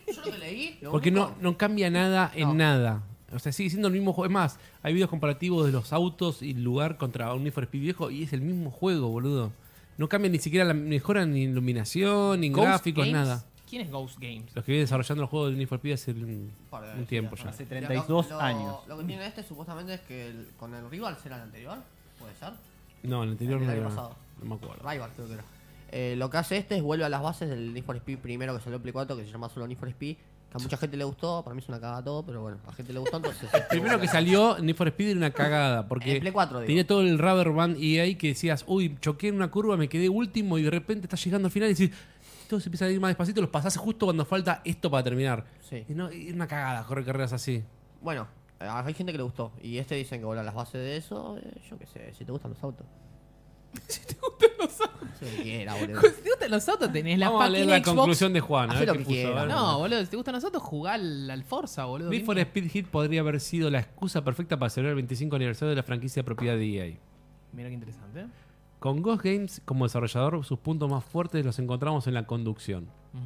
[SPEAKER 5] Yo lo que leí. lo
[SPEAKER 2] Porque no,
[SPEAKER 5] único-
[SPEAKER 2] no cambia nada en
[SPEAKER 5] No.
[SPEAKER 2] nada. O sea, sigue siendo el mismo juego. Es más, hay videos comparativos de los autos y el lugar contra un Need for Speed viejo y es el mismo juego, boludo. No cambia ni siquiera la mejora ni iluminación, ni
[SPEAKER 1] Ghost
[SPEAKER 2] gráficos,
[SPEAKER 1] Games?
[SPEAKER 2] nada.
[SPEAKER 1] ¿Quién es Ghost Games?
[SPEAKER 2] Los que vienen desarrollando los juegos de Need for Speed hace un,
[SPEAKER 5] Por
[SPEAKER 2] un tiempo ya.
[SPEAKER 4] Hace 32
[SPEAKER 5] Lo- lo-
[SPEAKER 4] años.
[SPEAKER 5] Lo que tiene este supuestamente es que el- con el rival será el anterior. ¿Puede ser?
[SPEAKER 2] No, el anterior
[SPEAKER 5] El
[SPEAKER 2] no,
[SPEAKER 5] año
[SPEAKER 2] era-
[SPEAKER 5] pasado.
[SPEAKER 2] no me acuerdo.
[SPEAKER 5] Rival creo que era. Eh, lo que hace este es vuelve a las bases del Need for Speed primero que salió en Play 4, que se llama solo Need for Speed, que a mucha gente le gustó, para mí es una cagada todo, pero bueno, a gente le gustó, entonces...
[SPEAKER 2] Primero que salió Need for Speed era una cagada, porque
[SPEAKER 5] En Play 4, digo.
[SPEAKER 2] tenía todo el rubber band y ahí que decías, uy, choqué en una curva, me quedé último y de repente estás llegando al final y decís, todo se empieza a ir más despacito, los pasás justo cuando falta esto para terminar.
[SPEAKER 5] Sí.
[SPEAKER 2] Y no, y era una cagada correr carreras así.
[SPEAKER 5] Bueno, eh, hay gente que le gustó, y este dicen que vuelve a las bases de eso, eh, yo qué sé, si te gustan los autos. si te gustan los autos. Si quiera, boludo.
[SPEAKER 1] Si te gustan los autos, tenés la
[SPEAKER 2] Vamos a leer
[SPEAKER 1] fucking
[SPEAKER 2] la
[SPEAKER 1] Xbox.
[SPEAKER 2] conclusión de Juan. a
[SPEAKER 5] Hacé
[SPEAKER 2] ver
[SPEAKER 5] lo
[SPEAKER 2] qué
[SPEAKER 5] que
[SPEAKER 2] puso,
[SPEAKER 5] quieras.
[SPEAKER 2] a ver.
[SPEAKER 1] No, boludo, si te gustan los autos, jugá al, al Forza, boludo.
[SPEAKER 2] Need for Speed Hit podría haber sido la excusa perfecta para celebrar el 25 aniversario de la franquicia propiedad de EA.
[SPEAKER 1] Mira qué interesante.
[SPEAKER 2] Con Ghost Games como desarrollador, sus puntos más fuertes los encontramos en la conducción. Mm.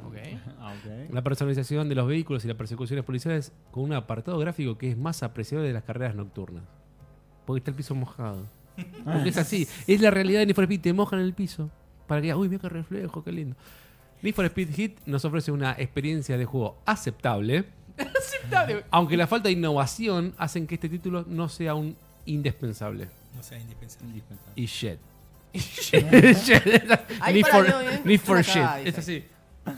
[SPEAKER 1] Ujú. Ok.
[SPEAKER 4] Ah, ok.
[SPEAKER 2] La personalización de los vehículos y las persecuciones policiales con un apartado gráfico que es más apreciable de las carreras nocturnas. Porque está el piso mojado.
[SPEAKER 5] Ah.
[SPEAKER 2] Porque es así. Es la realidad de Need for Speed. Te mojan el piso. Para que, uy, mira qué reflejo, qué lindo. Need for Speed Hit nos ofrece una experiencia de juego aceptable.
[SPEAKER 1] Aceptable.
[SPEAKER 2] Aunque la falta de innovación hacen que este título no sea un indispensable.
[SPEAKER 3] No sea indispensable.
[SPEAKER 4] Indispensable.
[SPEAKER 2] Y shit. Need
[SPEAKER 5] para
[SPEAKER 2] for,
[SPEAKER 5] mí, ¿eh?
[SPEAKER 2] Need for
[SPEAKER 5] Una
[SPEAKER 2] shit.
[SPEAKER 5] cagada,
[SPEAKER 2] Es
[SPEAKER 5] dice.
[SPEAKER 2] así.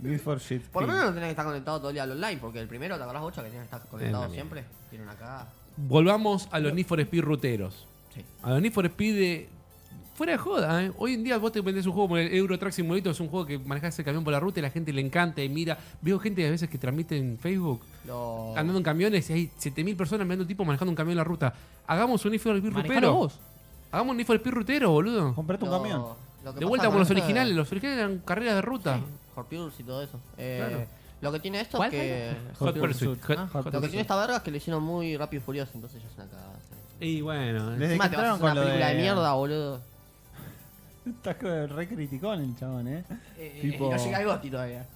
[SPEAKER 4] Need for Shit.
[SPEAKER 5] Por lo
[SPEAKER 4] King.
[SPEAKER 5] menos no tenés que estar conectado todo el día al online, porque el primero, ¿te acordás, Bocha, que tenías que estar conectado
[SPEAKER 2] mierda.
[SPEAKER 5] siempre? Tiene una cagada.
[SPEAKER 2] Volvamos a los Need for Speed ruteros.
[SPEAKER 5] Sí.
[SPEAKER 2] A los Need for Speed de- Fuera de joda, ¿eh? Hoy en día vos te vendés un juego como el Euro Truck Simulator, es un juego que manejás el camión por la ruta y la gente le encanta y mira. Veo gente a veces que transmite en Facebook
[SPEAKER 5] Lo...
[SPEAKER 2] andando en camiones y hay 7000 personas mirando un tipo manejando un camión en la ruta. Hagamos un Need for Speed
[SPEAKER 1] Manejalo
[SPEAKER 2] rutero.
[SPEAKER 1] vos.
[SPEAKER 2] Hagamos un Need for Speed rutero, boludo.
[SPEAKER 4] Comprate un
[SPEAKER 5] lo-
[SPEAKER 4] camión.
[SPEAKER 5] lo que
[SPEAKER 2] De
[SPEAKER 5] pasa
[SPEAKER 2] vuelta
[SPEAKER 5] con
[SPEAKER 2] con los
[SPEAKER 5] esto de-
[SPEAKER 2] originales. Los originales eran carreras de ruta.
[SPEAKER 5] Hot Pursuit y todo eso. Eh,
[SPEAKER 2] Claro.
[SPEAKER 5] Lo que tiene esto
[SPEAKER 1] ¿Cuál,
[SPEAKER 5] es que.
[SPEAKER 2] Hot Pursuit. Hot-
[SPEAKER 4] Ah,
[SPEAKER 2] Hot
[SPEAKER 5] Lo que
[SPEAKER 2] Pursuit.
[SPEAKER 5] tiene esta verga es que lo hicieron muy rápido y furioso, entonces ya es una cagada. sí.
[SPEAKER 2] Y bueno. eh.
[SPEAKER 4] Desde que
[SPEAKER 5] Encima te vas a
[SPEAKER 4] entraron
[SPEAKER 5] hacer una
[SPEAKER 4] con lo
[SPEAKER 5] película
[SPEAKER 4] de...
[SPEAKER 5] de mierda, boludo.
[SPEAKER 4] Estás con- re criticón el chabón, eh. Tipo-
[SPEAKER 5] Y no llega al Gotti todavía.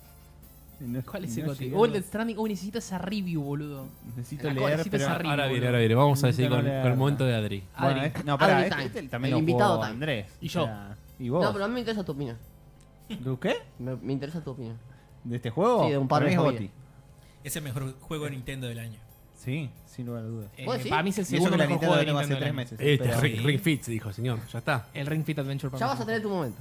[SPEAKER 4] Y no-
[SPEAKER 1] ¿Cuál
[SPEAKER 4] y
[SPEAKER 1] es el
[SPEAKER 4] no
[SPEAKER 1] gote?
[SPEAKER 4] llegué.
[SPEAKER 1] Oh, el Death Stranding. Oh, necesito esa review, boludo.
[SPEAKER 4] Necesito
[SPEAKER 1] Ah,
[SPEAKER 4] leer,
[SPEAKER 1] necesito
[SPEAKER 4] pero...
[SPEAKER 1] esa ri-
[SPEAKER 2] Ahora
[SPEAKER 1] boludo.
[SPEAKER 2] viene, ahora viene. Vamos a decir
[SPEAKER 4] Necesito
[SPEAKER 2] con,
[SPEAKER 4] hablar.
[SPEAKER 2] con el momento de Adri.
[SPEAKER 4] Bueno,
[SPEAKER 1] Adri.
[SPEAKER 4] este- no, pará,
[SPEAKER 5] Adri
[SPEAKER 4] este,
[SPEAKER 5] time.
[SPEAKER 4] este también
[SPEAKER 5] El
[SPEAKER 4] lo
[SPEAKER 5] invitado
[SPEAKER 4] jugó
[SPEAKER 5] time.
[SPEAKER 4] Andrés.
[SPEAKER 1] Y yo.
[SPEAKER 4] O sea, ¿Y vos?
[SPEAKER 5] No, pero a mí me interesa tu opinión.
[SPEAKER 4] ¿De qué?
[SPEAKER 5] Me, me interesa tu opinión.
[SPEAKER 4] ¿De este juego?
[SPEAKER 5] Sí, de un par
[SPEAKER 4] Para
[SPEAKER 5] de
[SPEAKER 4] mí es
[SPEAKER 5] joyas.
[SPEAKER 4] Gotti.
[SPEAKER 3] Es el mejor juego de Nintendo del año.
[SPEAKER 4] Sí, sin lugar a dudas.
[SPEAKER 1] Eh,
[SPEAKER 5] ¿Vos decís?
[SPEAKER 1] para mí es el
[SPEAKER 4] Y eso
[SPEAKER 1] segundo
[SPEAKER 4] que la
[SPEAKER 1] mejor
[SPEAKER 4] Nintendo
[SPEAKER 1] juego de
[SPEAKER 4] tenemos hace
[SPEAKER 1] Nintendo
[SPEAKER 4] tres
[SPEAKER 1] del año.
[SPEAKER 4] meses.
[SPEAKER 2] Este,
[SPEAKER 4] pero-
[SPEAKER 2] Ring, Ring Fit, dijo, señor. Ya está.
[SPEAKER 1] El Ring Fit Adventure para
[SPEAKER 5] Ya
[SPEAKER 1] mí.
[SPEAKER 5] vas a tener tu momento.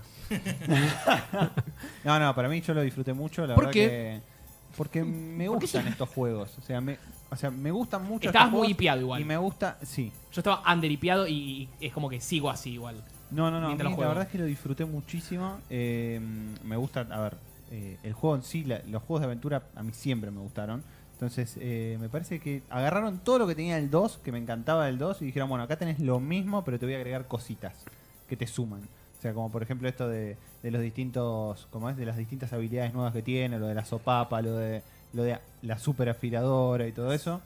[SPEAKER 4] No, no, para mí yo lo disfruté mucho, la
[SPEAKER 2] ¿Por
[SPEAKER 4] verdad
[SPEAKER 2] qué?
[SPEAKER 4] que. Porque me gustan estos juegos. O sea, me, o sea, me gustan mucho.
[SPEAKER 1] Estabas
[SPEAKER 4] estos
[SPEAKER 1] muy
[SPEAKER 4] juegos
[SPEAKER 1] hipeado igual.
[SPEAKER 4] Y me gusta. Sí.
[SPEAKER 1] Yo estaba underhipeado y es como que sigo así igual.
[SPEAKER 4] No, no, no. a
[SPEAKER 1] Mientras
[SPEAKER 4] mí
[SPEAKER 1] lo
[SPEAKER 4] la
[SPEAKER 1] juego.
[SPEAKER 4] verdad es que lo disfruté muchísimo. eh, me gusta, a ver, eh, el juego en sí, la- los juegos de aventura a mí siempre me gustaron. Entonces, eh, me parece que agarraron todo lo que tenía el 2, que me encantaba el 2, y dijeron, bueno, acá tenés lo mismo, pero te voy a agregar cositas que te suman. O sea, como por ejemplo esto de, de los distintos, como es, de las distintas habilidades nuevas que tiene, lo de la sopapa, lo de, lo de la super afiladora y todo eso.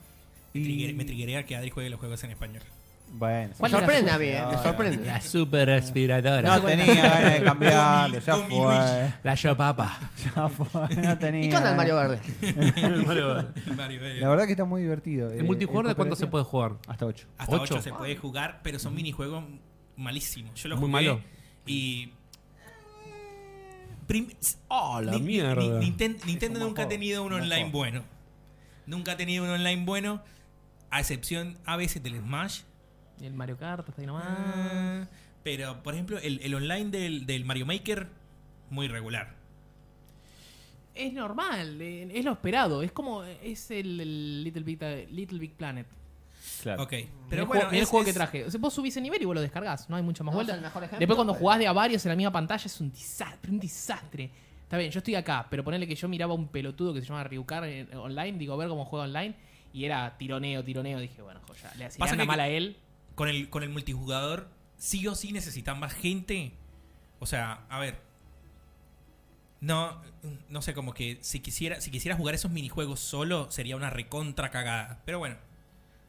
[SPEAKER 3] Me
[SPEAKER 4] Y,
[SPEAKER 3] trigger- Me triggerea que Adri juegue los juegos en español.
[SPEAKER 4] bueno,
[SPEAKER 5] Me
[SPEAKER 1] ¿Cuál era
[SPEAKER 5] sorprende
[SPEAKER 1] su-
[SPEAKER 5] a mí, eh. Me
[SPEAKER 4] Ahora.
[SPEAKER 5] sorprende.
[SPEAKER 2] La super aspiradora.
[SPEAKER 4] no tenía ganas de cambiarlo, ya
[SPEAKER 3] Tommy Luigi.
[SPEAKER 4] fue.
[SPEAKER 2] La yopapa.
[SPEAKER 4] Ya fue, no tenía.
[SPEAKER 5] ¿Y qué onda el Mario Verde?
[SPEAKER 3] Mario, eh.
[SPEAKER 4] La verdad que está muy divertido.
[SPEAKER 2] ¿El multijugador de cuánto
[SPEAKER 4] cuántos
[SPEAKER 2] se puede jugar?
[SPEAKER 4] Hasta 8.
[SPEAKER 3] Hasta 8,
[SPEAKER 2] ¿Ocho?
[SPEAKER 3] se puede jugar, pero son minijuegos malísimos. Yo los
[SPEAKER 2] Muy
[SPEAKER 3] jugué
[SPEAKER 2] malo.
[SPEAKER 3] Y. Prim-
[SPEAKER 2] ¡Oh, la
[SPEAKER 3] Ni- ni-
[SPEAKER 2] mierda!
[SPEAKER 3] ni- Ninten- Nintendo
[SPEAKER 4] como
[SPEAKER 3] nunca ha
[SPEAKER 4] todo,
[SPEAKER 3] tenido un
[SPEAKER 4] como
[SPEAKER 3] online
[SPEAKER 4] todo.
[SPEAKER 3] bueno. Nunca ha tenido un online bueno, a excepción a veces del Smash.
[SPEAKER 1] El Mario Kart está ahí nomás.
[SPEAKER 3] Ah, Pero, por ejemplo, el, el online del, del Mario Maker, muy regular.
[SPEAKER 1] Es normal, eh, es lo esperado. Es como. Es el, el Little, Big, Little Big Planet.
[SPEAKER 4] Claro.
[SPEAKER 3] Ok.
[SPEAKER 1] Pero
[SPEAKER 3] Pero
[SPEAKER 1] el
[SPEAKER 3] bueno,
[SPEAKER 1] juego, mirá el
[SPEAKER 3] es-
[SPEAKER 1] juego que
[SPEAKER 3] es-
[SPEAKER 1] traje. O sea, vos subís el nivel y vos lo descargás. No hay mucha más
[SPEAKER 5] No,
[SPEAKER 1] vuelta.
[SPEAKER 5] es el mejor ejemplo,
[SPEAKER 1] Después, cuando
[SPEAKER 5] pero-
[SPEAKER 1] jugás de a varios en la misma pantalla, es un desastre, un desastre. Está bien, yo estoy acá, pero ponerle que yo miraba un pelotudo que se llama Ryukar en- online, digo, a ver cómo juega online, y era tironeo, tironeo. Dije, bueno, joya, le hacía
[SPEAKER 3] Pasa
[SPEAKER 1] una
[SPEAKER 3] que-
[SPEAKER 1] mala a él.
[SPEAKER 3] con el, con el multijugador, sí o sí necesitan más gente. O sea, a ver. No, no sé, como que si quisiera, si quisiera jugar esos minijuegos solo, sería una recontra cagada. Pero bueno,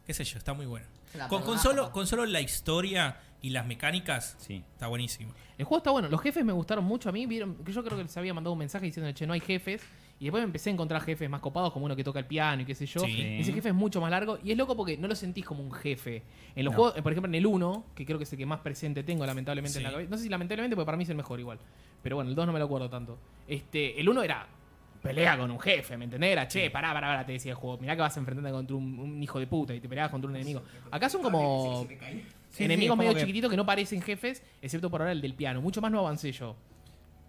[SPEAKER 3] qué sé yo, está muy bueno.
[SPEAKER 5] La
[SPEAKER 3] Con, con
[SPEAKER 5] perdonás,
[SPEAKER 3] solo,
[SPEAKER 5] papá.
[SPEAKER 3] con solo la historia y las mecánicas,
[SPEAKER 4] Sí.
[SPEAKER 3] está buenísimo.
[SPEAKER 1] El juego está bueno. Los jefes me gustaron mucho a mí. Vieron que yo creo que les había mandado un mensaje diciendo, che, no hay jefes. Y después me empecé a encontrar jefes más copados, como uno que toca el piano y qué sé yo.
[SPEAKER 3] Sí.
[SPEAKER 1] Ese jefe es mucho más largo y es loco porque no lo sentís como un jefe. En los
[SPEAKER 4] No.
[SPEAKER 1] juegos, eh, por ejemplo, en el 1, que creo que es el que más presente tengo, lamentablemente, en la
[SPEAKER 3] Sí.
[SPEAKER 1] cabeza. No sé si lamentablemente, porque para mí es el mejor igual. Pero bueno, el 2 no me lo acuerdo tanto. Este, el 1 era pelea con un jefe, ¿me entendés? Era, che, pará, pará, pará, te decía el juego. Mirá que vas a enfrentarte contra un, un hijo de puta y te peleabas contra un enemigo. Acá son como
[SPEAKER 4] Sí, sí,
[SPEAKER 1] enemigos
[SPEAKER 4] es
[SPEAKER 1] medio
[SPEAKER 4] como que-
[SPEAKER 1] chiquititos que no parecen jefes, excepto por ahora el del piano. Mucho más no avancé yo.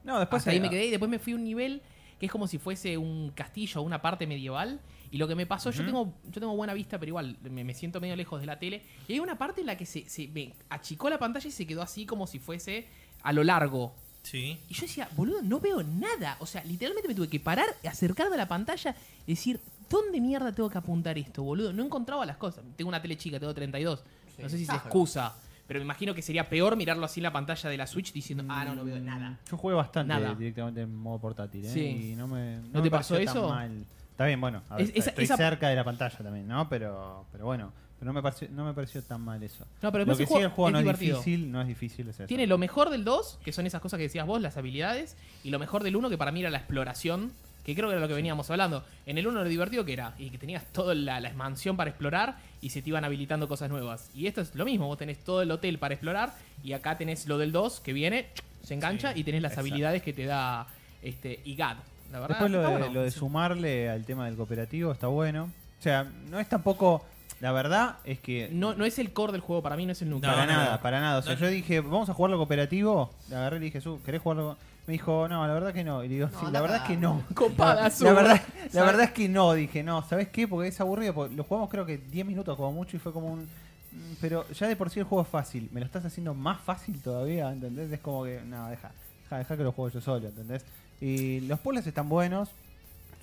[SPEAKER 4] No, después
[SPEAKER 1] Hasta Pues ahí
[SPEAKER 4] eh,
[SPEAKER 1] me quedé y después me fui a un nivel que es como si fuese un castillo o una parte medieval. Y lo que me pasó, yo tengo yo tengo buena vista, pero igual me, me siento medio lejos de la tele. Y hay una parte en la que se, se me achicó la pantalla y se quedó así como si fuese a lo largo.
[SPEAKER 3] Sí.
[SPEAKER 1] Y yo decía, boludo, no veo nada. O sea, literalmente me tuve que parar, acercarme a la pantalla y decir, ¿dónde mierda tengo que apuntar esto, boludo? No encontraba las cosas. Tengo una tele chica, tengo 32. No
[SPEAKER 5] Sí.
[SPEAKER 1] sé si se
[SPEAKER 5] Ah.
[SPEAKER 1] excusa. Pero me imagino que sería peor mirarlo así en la pantalla de la Switch diciendo, ah, no, no veo nada.
[SPEAKER 4] Yo jugué bastante
[SPEAKER 1] Nada.
[SPEAKER 4] directamente en modo portátil, ¿eh?
[SPEAKER 1] Sí.
[SPEAKER 4] Y no me.
[SPEAKER 1] ¿No
[SPEAKER 4] me
[SPEAKER 1] te pasó
[SPEAKER 4] pareció tan
[SPEAKER 1] eso?
[SPEAKER 4] mal. Está bien, bueno. a ver,
[SPEAKER 1] Es- esa-
[SPEAKER 4] estoy
[SPEAKER 1] esa-
[SPEAKER 4] cerca de la pantalla también, ¿no? Pero, pero bueno. Pero no me, pareció, no me pareció tan mal eso.
[SPEAKER 1] No, pero después
[SPEAKER 4] Lo que
[SPEAKER 1] el
[SPEAKER 4] sí,
[SPEAKER 1] juego
[SPEAKER 4] el juego
[SPEAKER 1] es
[SPEAKER 4] no
[SPEAKER 1] divertido.
[SPEAKER 4] es difícil, no es difícil. Es eso.
[SPEAKER 1] Tiene lo mejor del 2, que son esas cosas que decías vos, las habilidades, y lo mejor del 1, que para mí era la exploración, que creo que era lo que veníamos hablando. En el 1 lo divertido que era, y que tenías toda la, la expansión para explorar y se te iban habilitando cosas nuevas. Y esto es lo mismo, vos tenés todo el hotel para explorar, y acá tenés lo del 2 que viene, se engancha,
[SPEAKER 3] Sí,
[SPEAKER 1] y tenés las
[SPEAKER 4] exacto.
[SPEAKER 1] habilidades que te da este IGAD. La verdad,
[SPEAKER 4] Después lo
[SPEAKER 1] Ah, está
[SPEAKER 4] de,
[SPEAKER 1] bueno.
[SPEAKER 4] lo de sumarle al tema del cooperativo está bueno. O sea, no es tampoco. La verdad es que.
[SPEAKER 1] no, no es el core del juego, para mí no es el núcleo.
[SPEAKER 4] para
[SPEAKER 3] no,
[SPEAKER 4] nada,
[SPEAKER 3] no.
[SPEAKER 4] para nada. O sea,
[SPEAKER 3] No.
[SPEAKER 4] yo dije, vamos a jugarlo cooperativo. Le agarré y le dije, Su, ¿querés jugarlo? co-?" Me dijo, no, la verdad que no. Y le digo,
[SPEAKER 5] No,
[SPEAKER 4] "Sí, la
[SPEAKER 5] anda
[SPEAKER 4] verdad es que no.
[SPEAKER 1] Copada,
[SPEAKER 4] La-
[SPEAKER 1] Su.
[SPEAKER 4] la, verdad, la
[SPEAKER 1] Sa-
[SPEAKER 4] verdad es que no, dije, no. ¿Sabes qué? Porque es aburrido. porque lo jugamos creo que 10 minutos como mucho y fue como un. "Mm, Pero ya de por sí el juego es fácil. Me lo estás haciendo más fácil todavía, ¿entendés? Es como que, no, deja, deja, deja que lo juego yo solo, ¿entendés? Y los puzzles están buenos.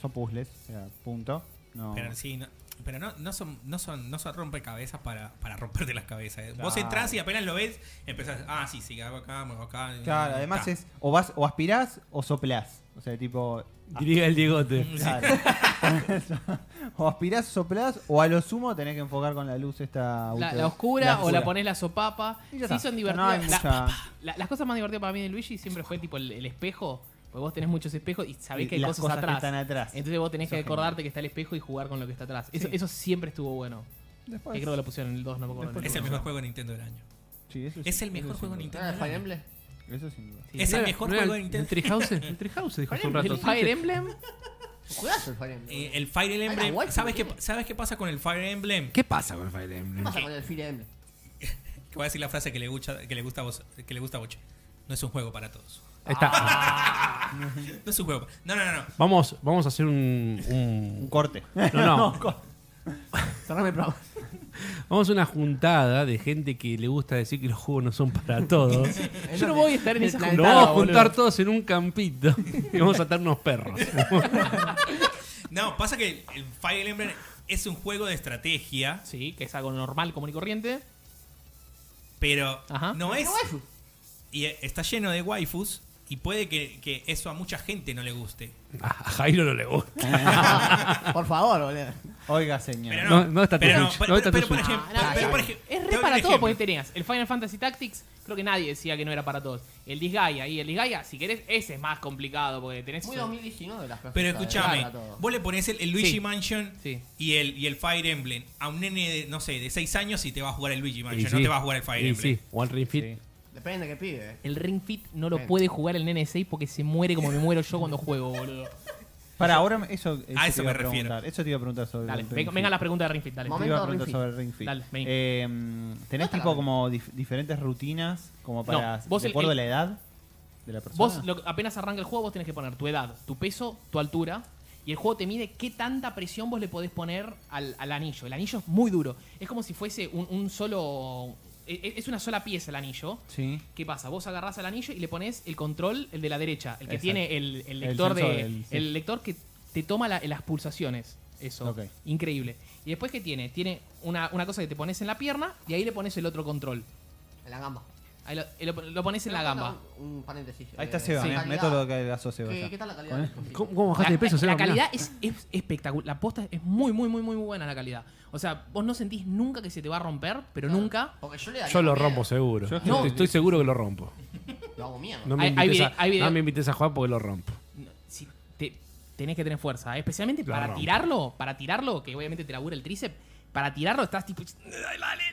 [SPEAKER 4] Son puzzles, o sea, punto. No.
[SPEAKER 3] Pero sí, no, pero no, no son, no son, no son rompecabezas para, para romperte las cabezas. eh. Vos
[SPEAKER 4] Claro.
[SPEAKER 3] entras y apenas lo ves, empezás, ah, sí, sí, hago acá, muevo acá.
[SPEAKER 4] Claro,
[SPEAKER 3] eh,
[SPEAKER 4] además
[SPEAKER 3] ta".
[SPEAKER 4] es o vas o aspirás o soplás. O sea, tipo,
[SPEAKER 2] Diría el Diegote.
[SPEAKER 4] Claro.
[SPEAKER 1] Ah,
[SPEAKER 4] o aspirás, soplás, o a lo sumo tenés que enfocar con la luz esta
[SPEAKER 1] La,
[SPEAKER 4] ultra-
[SPEAKER 1] la oscura
[SPEAKER 4] la
[SPEAKER 1] o la pones la sopapa.
[SPEAKER 4] Y
[SPEAKER 1] Sí
[SPEAKER 4] ya está.
[SPEAKER 1] son
[SPEAKER 4] No
[SPEAKER 1] divertidas.
[SPEAKER 4] hay
[SPEAKER 1] La-
[SPEAKER 4] mucha-
[SPEAKER 1] la- las cosas más divertidas para mí de Luigi siempre fue tipo el, el espejo. Porque vos tenés muchos espejos y sabés que hay
[SPEAKER 4] Las
[SPEAKER 1] cosas,
[SPEAKER 4] cosas que
[SPEAKER 1] atrás. Eh,
[SPEAKER 4] están atrás.
[SPEAKER 1] Entonces vos tenés
[SPEAKER 4] Eso
[SPEAKER 1] que
[SPEAKER 4] es genial.
[SPEAKER 1] acordarte que está el espejo y jugar con lo que está atrás. Eso,
[SPEAKER 4] Sí.
[SPEAKER 1] eso siempre estuvo bueno.
[SPEAKER 4] Después-
[SPEAKER 1] que creo que lo pusieron en el 2, no me acuerdo.
[SPEAKER 4] Después-
[SPEAKER 3] Es
[SPEAKER 1] en
[SPEAKER 3] el
[SPEAKER 1] el
[SPEAKER 3] mejor juego de Nintendo del año.
[SPEAKER 4] Sí, eso
[SPEAKER 3] Es
[SPEAKER 4] sí,
[SPEAKER 3] el mejor
[SPEAKER 4] eso
[SPEAKER 3] juego de
[SPEAKER 4] sin duda.
[SPEAKER 3] Nintendo.
[SPEAKER 5] ¿Era el Fire Emblem?
[SPEAKER 4] Eso sin duda.
[SPEAKER 1] Sí.
[SPEAKER 3] Es el
[SPEAKER 2] ¿No era-
[SPEAKER 3] mejor
[SPEAKER 2] no era
[SPEAKER 3] juego de
[SPEAKER 2] el-
[SPEAKER 3] Nintendo.
[SPEAKER 2] ¿El Treehouse? El Treehouse, dijo hace un
[SPEAKER 1] uno.
[SPEAKER 2] rato.
[SPEAKER 1] ¿El Fire Emblem?
[SPEAKER 5] Juegazo el Fire Emblem.
[SPEAKER 3] Eh, el Fire
[SPEAKER 5] la
[SPEAKER 3] Emblem.
[SPEAKER 5] guay,
[SPEAKER 3] ¿sabes,
[SPEAKER 5] ¿por
[SPEAKER 3] qué,
[SPEAKER 5] qué?
[SPEAKER 3] ¿Sabes qué pasa con el Fire Emblem?
[SPEAKER 2] ¿Qué pasa con Fire Emblem?
[SPEAKER 5] ¿Qué pasa con el Fire Emblem?
[SPEAKER 3] Que voy a decir la frase que le gusta, que le gusta a vos, que le gusta a Bocha. No es un juego para todos.
[SPEAKER 2] Ahí está.
[SPEAKER 3] Ah. No es un juego. pa- No, no, no, no.
[SPEAKER 2] Vamos, vamos a hacer un,
[SPEAKER 4] Un
[SPEAKER 2] un-
[SPEAKER 4] corte.
[SPEAKER 2] No, no.
[SPEAKER 5] Cerrame el programa.
[SPEAKER 2] Vamos a una juntada de gente que le gusta decir que los juegos no son para todos.
[SPEAKER 1] Yo no voy a estar en esa
[SPEAKER 2] Lo
[SPEAKER 1] juntada.
[SPEAKER 2] vamos a
[SPEAKER 1] boludo.
[SPEAKER 2] juntar todos en un campito y vamos a atar unos perros.
[SPEAKER 3] No, pasa que el Fire Emblem es un juego de estrategia,
[SPEAKER 1] Sí, que es algo normal, común y corriente.
[SPEAKER 3] pero
[SPEAKER 1] Ajá.
[SPEAKER 3] no es.
[SPEAKER 5] No, waifu.
[SPEAKER 3] Y eh, está lleno de waifus. Y puede que, que eso a mucha gente no le guste.
[SPEAKER 2] A Jairo no le gusta.
[SPEAKER 5] Por favor, boludo.
[SPEAKER 4] Oiga, señor.
[SPEAKER 3] Pero
[SPEAKER 2] No,
[SPEAKER 3] no,
[SPEAKER 2] no está tu
[SPEAKER 3] pero, no,
[SPEAKER 2] Switch,
[SPEAKER 3] pero,
[SPEAKER 2] no está tu
[SPEAKER 3] pero por
[SPEAKER 2] Switch.
[SPEAKER 3] ejemplo,
[SPEAKER 1] Ah,
[SPEAKER 3] pero
[SPEAKER 1] no,
[SPEAKER 3] por
[SPEAKER 1] es-
[SPEAKER 3] ej-
[SPEAKER 1] es
[SPEAKER 3] te
[SPEAKER 1] re
[SPEAKER 3] doy
[SPEAKER 1] para
[SPEAKER 3] un
[SPEAKER 1] todo, porque
[SPEAKER 3] ejemplo.
[SPEAKER 1] tenías el Final Fantasy Tactics, creo que nadie decía que no era para todos. El Disgaea y el Disgaea, si querés, ese es más complicado porque tenés...
[SPEAKER 5] Muy 2019 las cosas.
[SPEAKER 3] Pero escúchame, vos le pones el, el Luigi
[SPEAKER 1] Sí.
[SPEAKER 3] Mansion
[SPEAKER 1] Sí.
[SPEAKER 3] y, el, y el Fire Emblem a un nene, de, no sé, de 6 años y te va a jugar el Luigi
[SPEAKER 2] Y
[SPEAKER 3] Mansion,
[SPEAKER 2] sí.
[SPEAKER 3] no te va a jugar el Fire
[SPEAKER 2] Y
[SPEAKER 3] Emblem.
[SPEAKER 2] sí, o el Ring Fit.
[SPEAKER 5] Depende de qué pibe. eh.
[SPEAKER 1] El Ring Fit no lo
[SPEAKER 5] Bien.
[SPEAKER 1] puede jugar el nene 6 porque se muere como me muero yo cuando juego, boludo.
[SPEAKER 4] Para ahora, me- eso, eso,
[SPEAKER 3] A eso
[SPEAKER 4] te iba
[SPEAKER 3] me refiero.
[SPEAKER 4] preguntar. Eso te iba a preguntar sobre.
[SPEAKER 1] Dale,
[SPEAKER 4] el Ring
[SPEAKER 1] venga,
[SPEAKER 4] Fit.
[SPEAKER 1] venga la pregunta de Ring Fit, dale.
[SPEAKER 4] Te
[SPEAKER 5] Momento
[SPEAKER 4] iba a preguntar
[SPEAKER 5] Ring Fit.
[SPEAKER 4] sobre el Ring Fit.
[SPEAKER 1] Dale, vení.
[SPEAKER 4] Eh, mm, ¿Tenés
[SPEAKER 5] No te la
[SPEAKER 4] tipo
[SPEAKER 5] ven.
[SPEAKER 4] como dif- diferentes rutinas como para.
[SPEAKER 1] No, vos
[SPEAKER 4] de
[SPEAKER 1] el-
[SPEAKER 4] acuerdo
[SPEAKER 1] el-
[SPEAKER 4] a la edad de la persona?
[SPEAKER 1] Vos lo- apenas arranca el juego, vos tenés que poner tu edad, tu peso, tu altura. Y el juego te mide qué tanta presión vos le podés poner al, al anillo. El anillo es muy duro. Es como si fuese un, un solo... e- e- Es una sola pieza el anillo.
[SPEAKER 4] Sí.
[SPEAKER 1] ¿Qué pasa? Vos agarrás el anillo y le pones el control, el de la derecha, el que
[SPEAKER 4] Exacto.
[SPEAKER 1] tiene el, el
[SPEAKER 4] El
[SPEAKER 1] lector
[SPEAKER 4] sensor,
[SPEAKER 1] de.
[SPEAKER 4] el-
[SPEAKER 1] El,
[SPEAKER 4] sí.
[SPEAKER 1] lector que te toma la- las pulsaciones. Eso.
[SPEAKER 4] Ok.
[SPEAKER 1] Increíble. Y después, ¿qué tiene? Tiene una, una cosa que te pones en la pierna y ahí le pones el otro control.
[SPEAKER 5] En la gamba.
[SPEAKER 1] Ahí lo, lo pon- lo pones en la gamba.
[SPEAKER 5] Un, un paréntesis.
[SPEAKER 4] Ahí está
[SPEAKER 5] eh,
[SPEAKER 4] Seba,
[SPEAKER 5] la
[SPEAKER 4] mirá,
[SPEAKER 5] calidad.
[SPEAKER 4] meto lo que gasó Seba.
[SPEAKER 5] ¿Qué,
[SPEAKER 4] ya.
[SPEAKER 5] ¿Qué tal la calidad? del dispositivo?
[SPEAKER 2] ¿Cómo, cómo
[SPEAKER 1] La,
[SPEAKER 2] bajaste de peso,
[SPEAKER 1] la
[SPEAKER 2] Seba? Mirá.
[SPEAKER 1] calidad es, es espectacular. La posta es muy, muy, muy, muy buena la calidad. O sea, vos no sentís nunca que se te va a romper, pero
[SPEAKER 5] Claro.
[SPEAKER 1] nunca.
[SPEAKER 5] Porque yo le daría
[SPEAKER 2] Yo lo
[SPEAKER 5] miedo.
[SPEAKER 2] rompo seguro.
[SPEAKER 4] Yo-
[SPEAKER 2] Yo estoy, estoy seguro que lo rompo.
[SPEAKER 5] Lo hago mierda.
[SPEAKER 2] No
[SPEAKER 1] Hay-
[SPEAKER 2] me,
[SPEAKER 1] hay
[SPEAKER 2] invites,
[SPEAKER 1] vide- hay
[SPEAKER 2] a,
[SPEAKER 1] video-
[SPEAKER 2] no me invites a jugar porque lo rompo.
[SPEAKER 1] No, si te- tenés que tener fuerza, ¿eh? especialmente
[SPEAKER 2] La
[SPEAKER 1] para
[SPEAKER 2] rompo.
[SPEAKER 1] tirarlo, para tirarlo, que obviamente te labura el tríceps, para tirarlo estás tipo, dale, dale,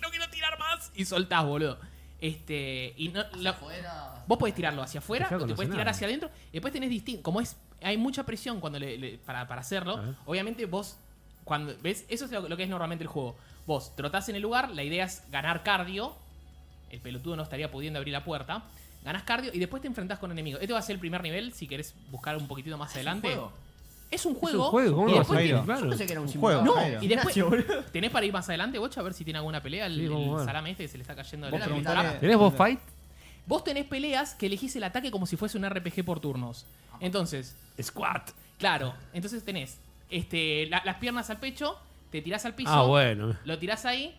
[SPEAKER 1] no quiero tirar más, y soltás, boludo. Este, y no, la-
[SPEAKER 5] Afuera.
[SPEAKER 1] vos podés tirarlo hacia afuera,
[SPEAKER 2] Claro,
[SPEAKER 1] o te
[SPEAKER 2] no
[SPEAKER 1] podés
[SPEAKER 2] sé
[SPEAKER 1] tirar
[SPEAKER 2] nada.
[SPEAKER 1] hacia adentro, y después tenés distinto, como es, hay mucha presión cuando le- le- para, para hacerlo,
[SPEAKER 2] Ajá.
[SPEAKER 1] obviamente vos, cuando, ¿ves? Eso es lo, lo que es normalmente el juego. Vos trotás en el lugar, la idea es ganar cardio. El pelotudo no estaría pudiendo abrir la puerta. Ganás cardio y después te enfrentás con enemigos. Este va a ser el primer nivel si querés buscar un poquitito más adelante.
[SPEAKER 5] juego?
[SPEAKER 1] Es un
[SPEAKER 2] Es
[SPEAKER 1] juego.
[SPEAKER 2] un juego, ¿cómo
[SPEAKER 1] y
[SPEAKER 2] no vas
[SPEAKER 1] después
[SPEAKER 2] a ir?
[SPEAKER 1] tiene-
[SPEAKER 2] Claro.
[SPEAKER 5] Yo pensé que era un
[SPEAKER 4] Un
[SPEAKER 5] simulador.
[SPEAKER 4] juego,
[SPEAKER 1] no,
[SPEAKER 4] claro.
[SPEAKER 1] y después
[SPEAKER 5] Ignacio, boludo.
[SPEAKER 1] tenés para ir más adelante, Bocha, a ver si tiene alguna pelea el,
[SPEAKER 2] Sí,
[SPEAKER 1] el
[SPEAKER 2] vamos a ver.
[SPEAKER 1] salame este que se le está cayendo de
[SPEAKER 4] Vos
[SPEAKER 1] la
[SPEAKER 4] preguntale-
[SPEAKER 1] cara.
[SPEAKER 2] ¿Tenés boss fight?
[SPEAKER 1] Vos tenés peleas que elegís el ataque como si fuese un RPG por turnos. Entonces,
[SPEAKER 2] Squat.
[SPEAKER 1] claro, entonces tenés este, la- las piernas al pecho, te tirás al piso,
[SPEAKER 2] Ah, bueno.
[SPEAKER 1] lo tirás ahí.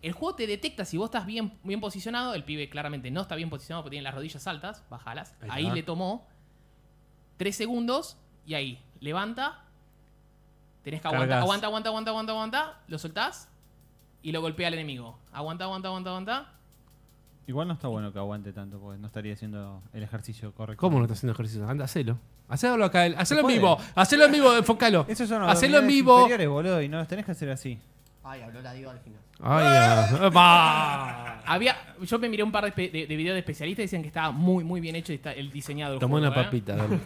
[SPEAKER 1] El juego te detecta si vos estás bien, bien posicionado. El pibe claramente no está bien posicionado porque tiene las rodillas altas, bajalas.
[SPEAKER 2] Ahí
[SPEAKER 1] Ahí
[SPEAKER 2] está.
[SPEAKER 1] le tomó tres segundos y ahí levanta. Tenés que aguantar,
[SPEAKER 2] Cargas.
[SPEAKER 1] aguanta, aguanta, aguanta, aguanta, aguanta. Lo soltás y lo golpea al enemigo. Aguanta, aguanta, aguanta, aguanta.
[SPEAKER 4] Igual no está bueno que aguante tanto, porque no estaría haciendo el ejercicio correcto.
[SPEAKER 2] ¿Cómo no estás haciendo ejercicio? Anda, hacelo. Hacelo acá. el- Hacelo en
[SPEAKER 4] puede.
[SPEAKER 2] vivo. Hacelo en vivo. Enfócalo.
[SPEAKER 4] Esos son los
[SPEAKER 2] Hacelo en vivo.
[SPEAKER 4] inferiores, boludo, y no los tenés que hacer así.
[SPEAKER 5] Ay, habló la diva al final.
[SPEAKER 2] Ay, ah, va.
[SPEAKER 1] Había, yo me miré un par de, espe- de- de videos de especialistas y decían que estaba muy, muy bien hecho y está, el diseñado del
[SPEAKER 2] Tomó
[SPEAKER 1] juego.
[SPEAKER 2] una
[SPEAKER 1] ¿eh?
[SPEAKER 2] papita. dale.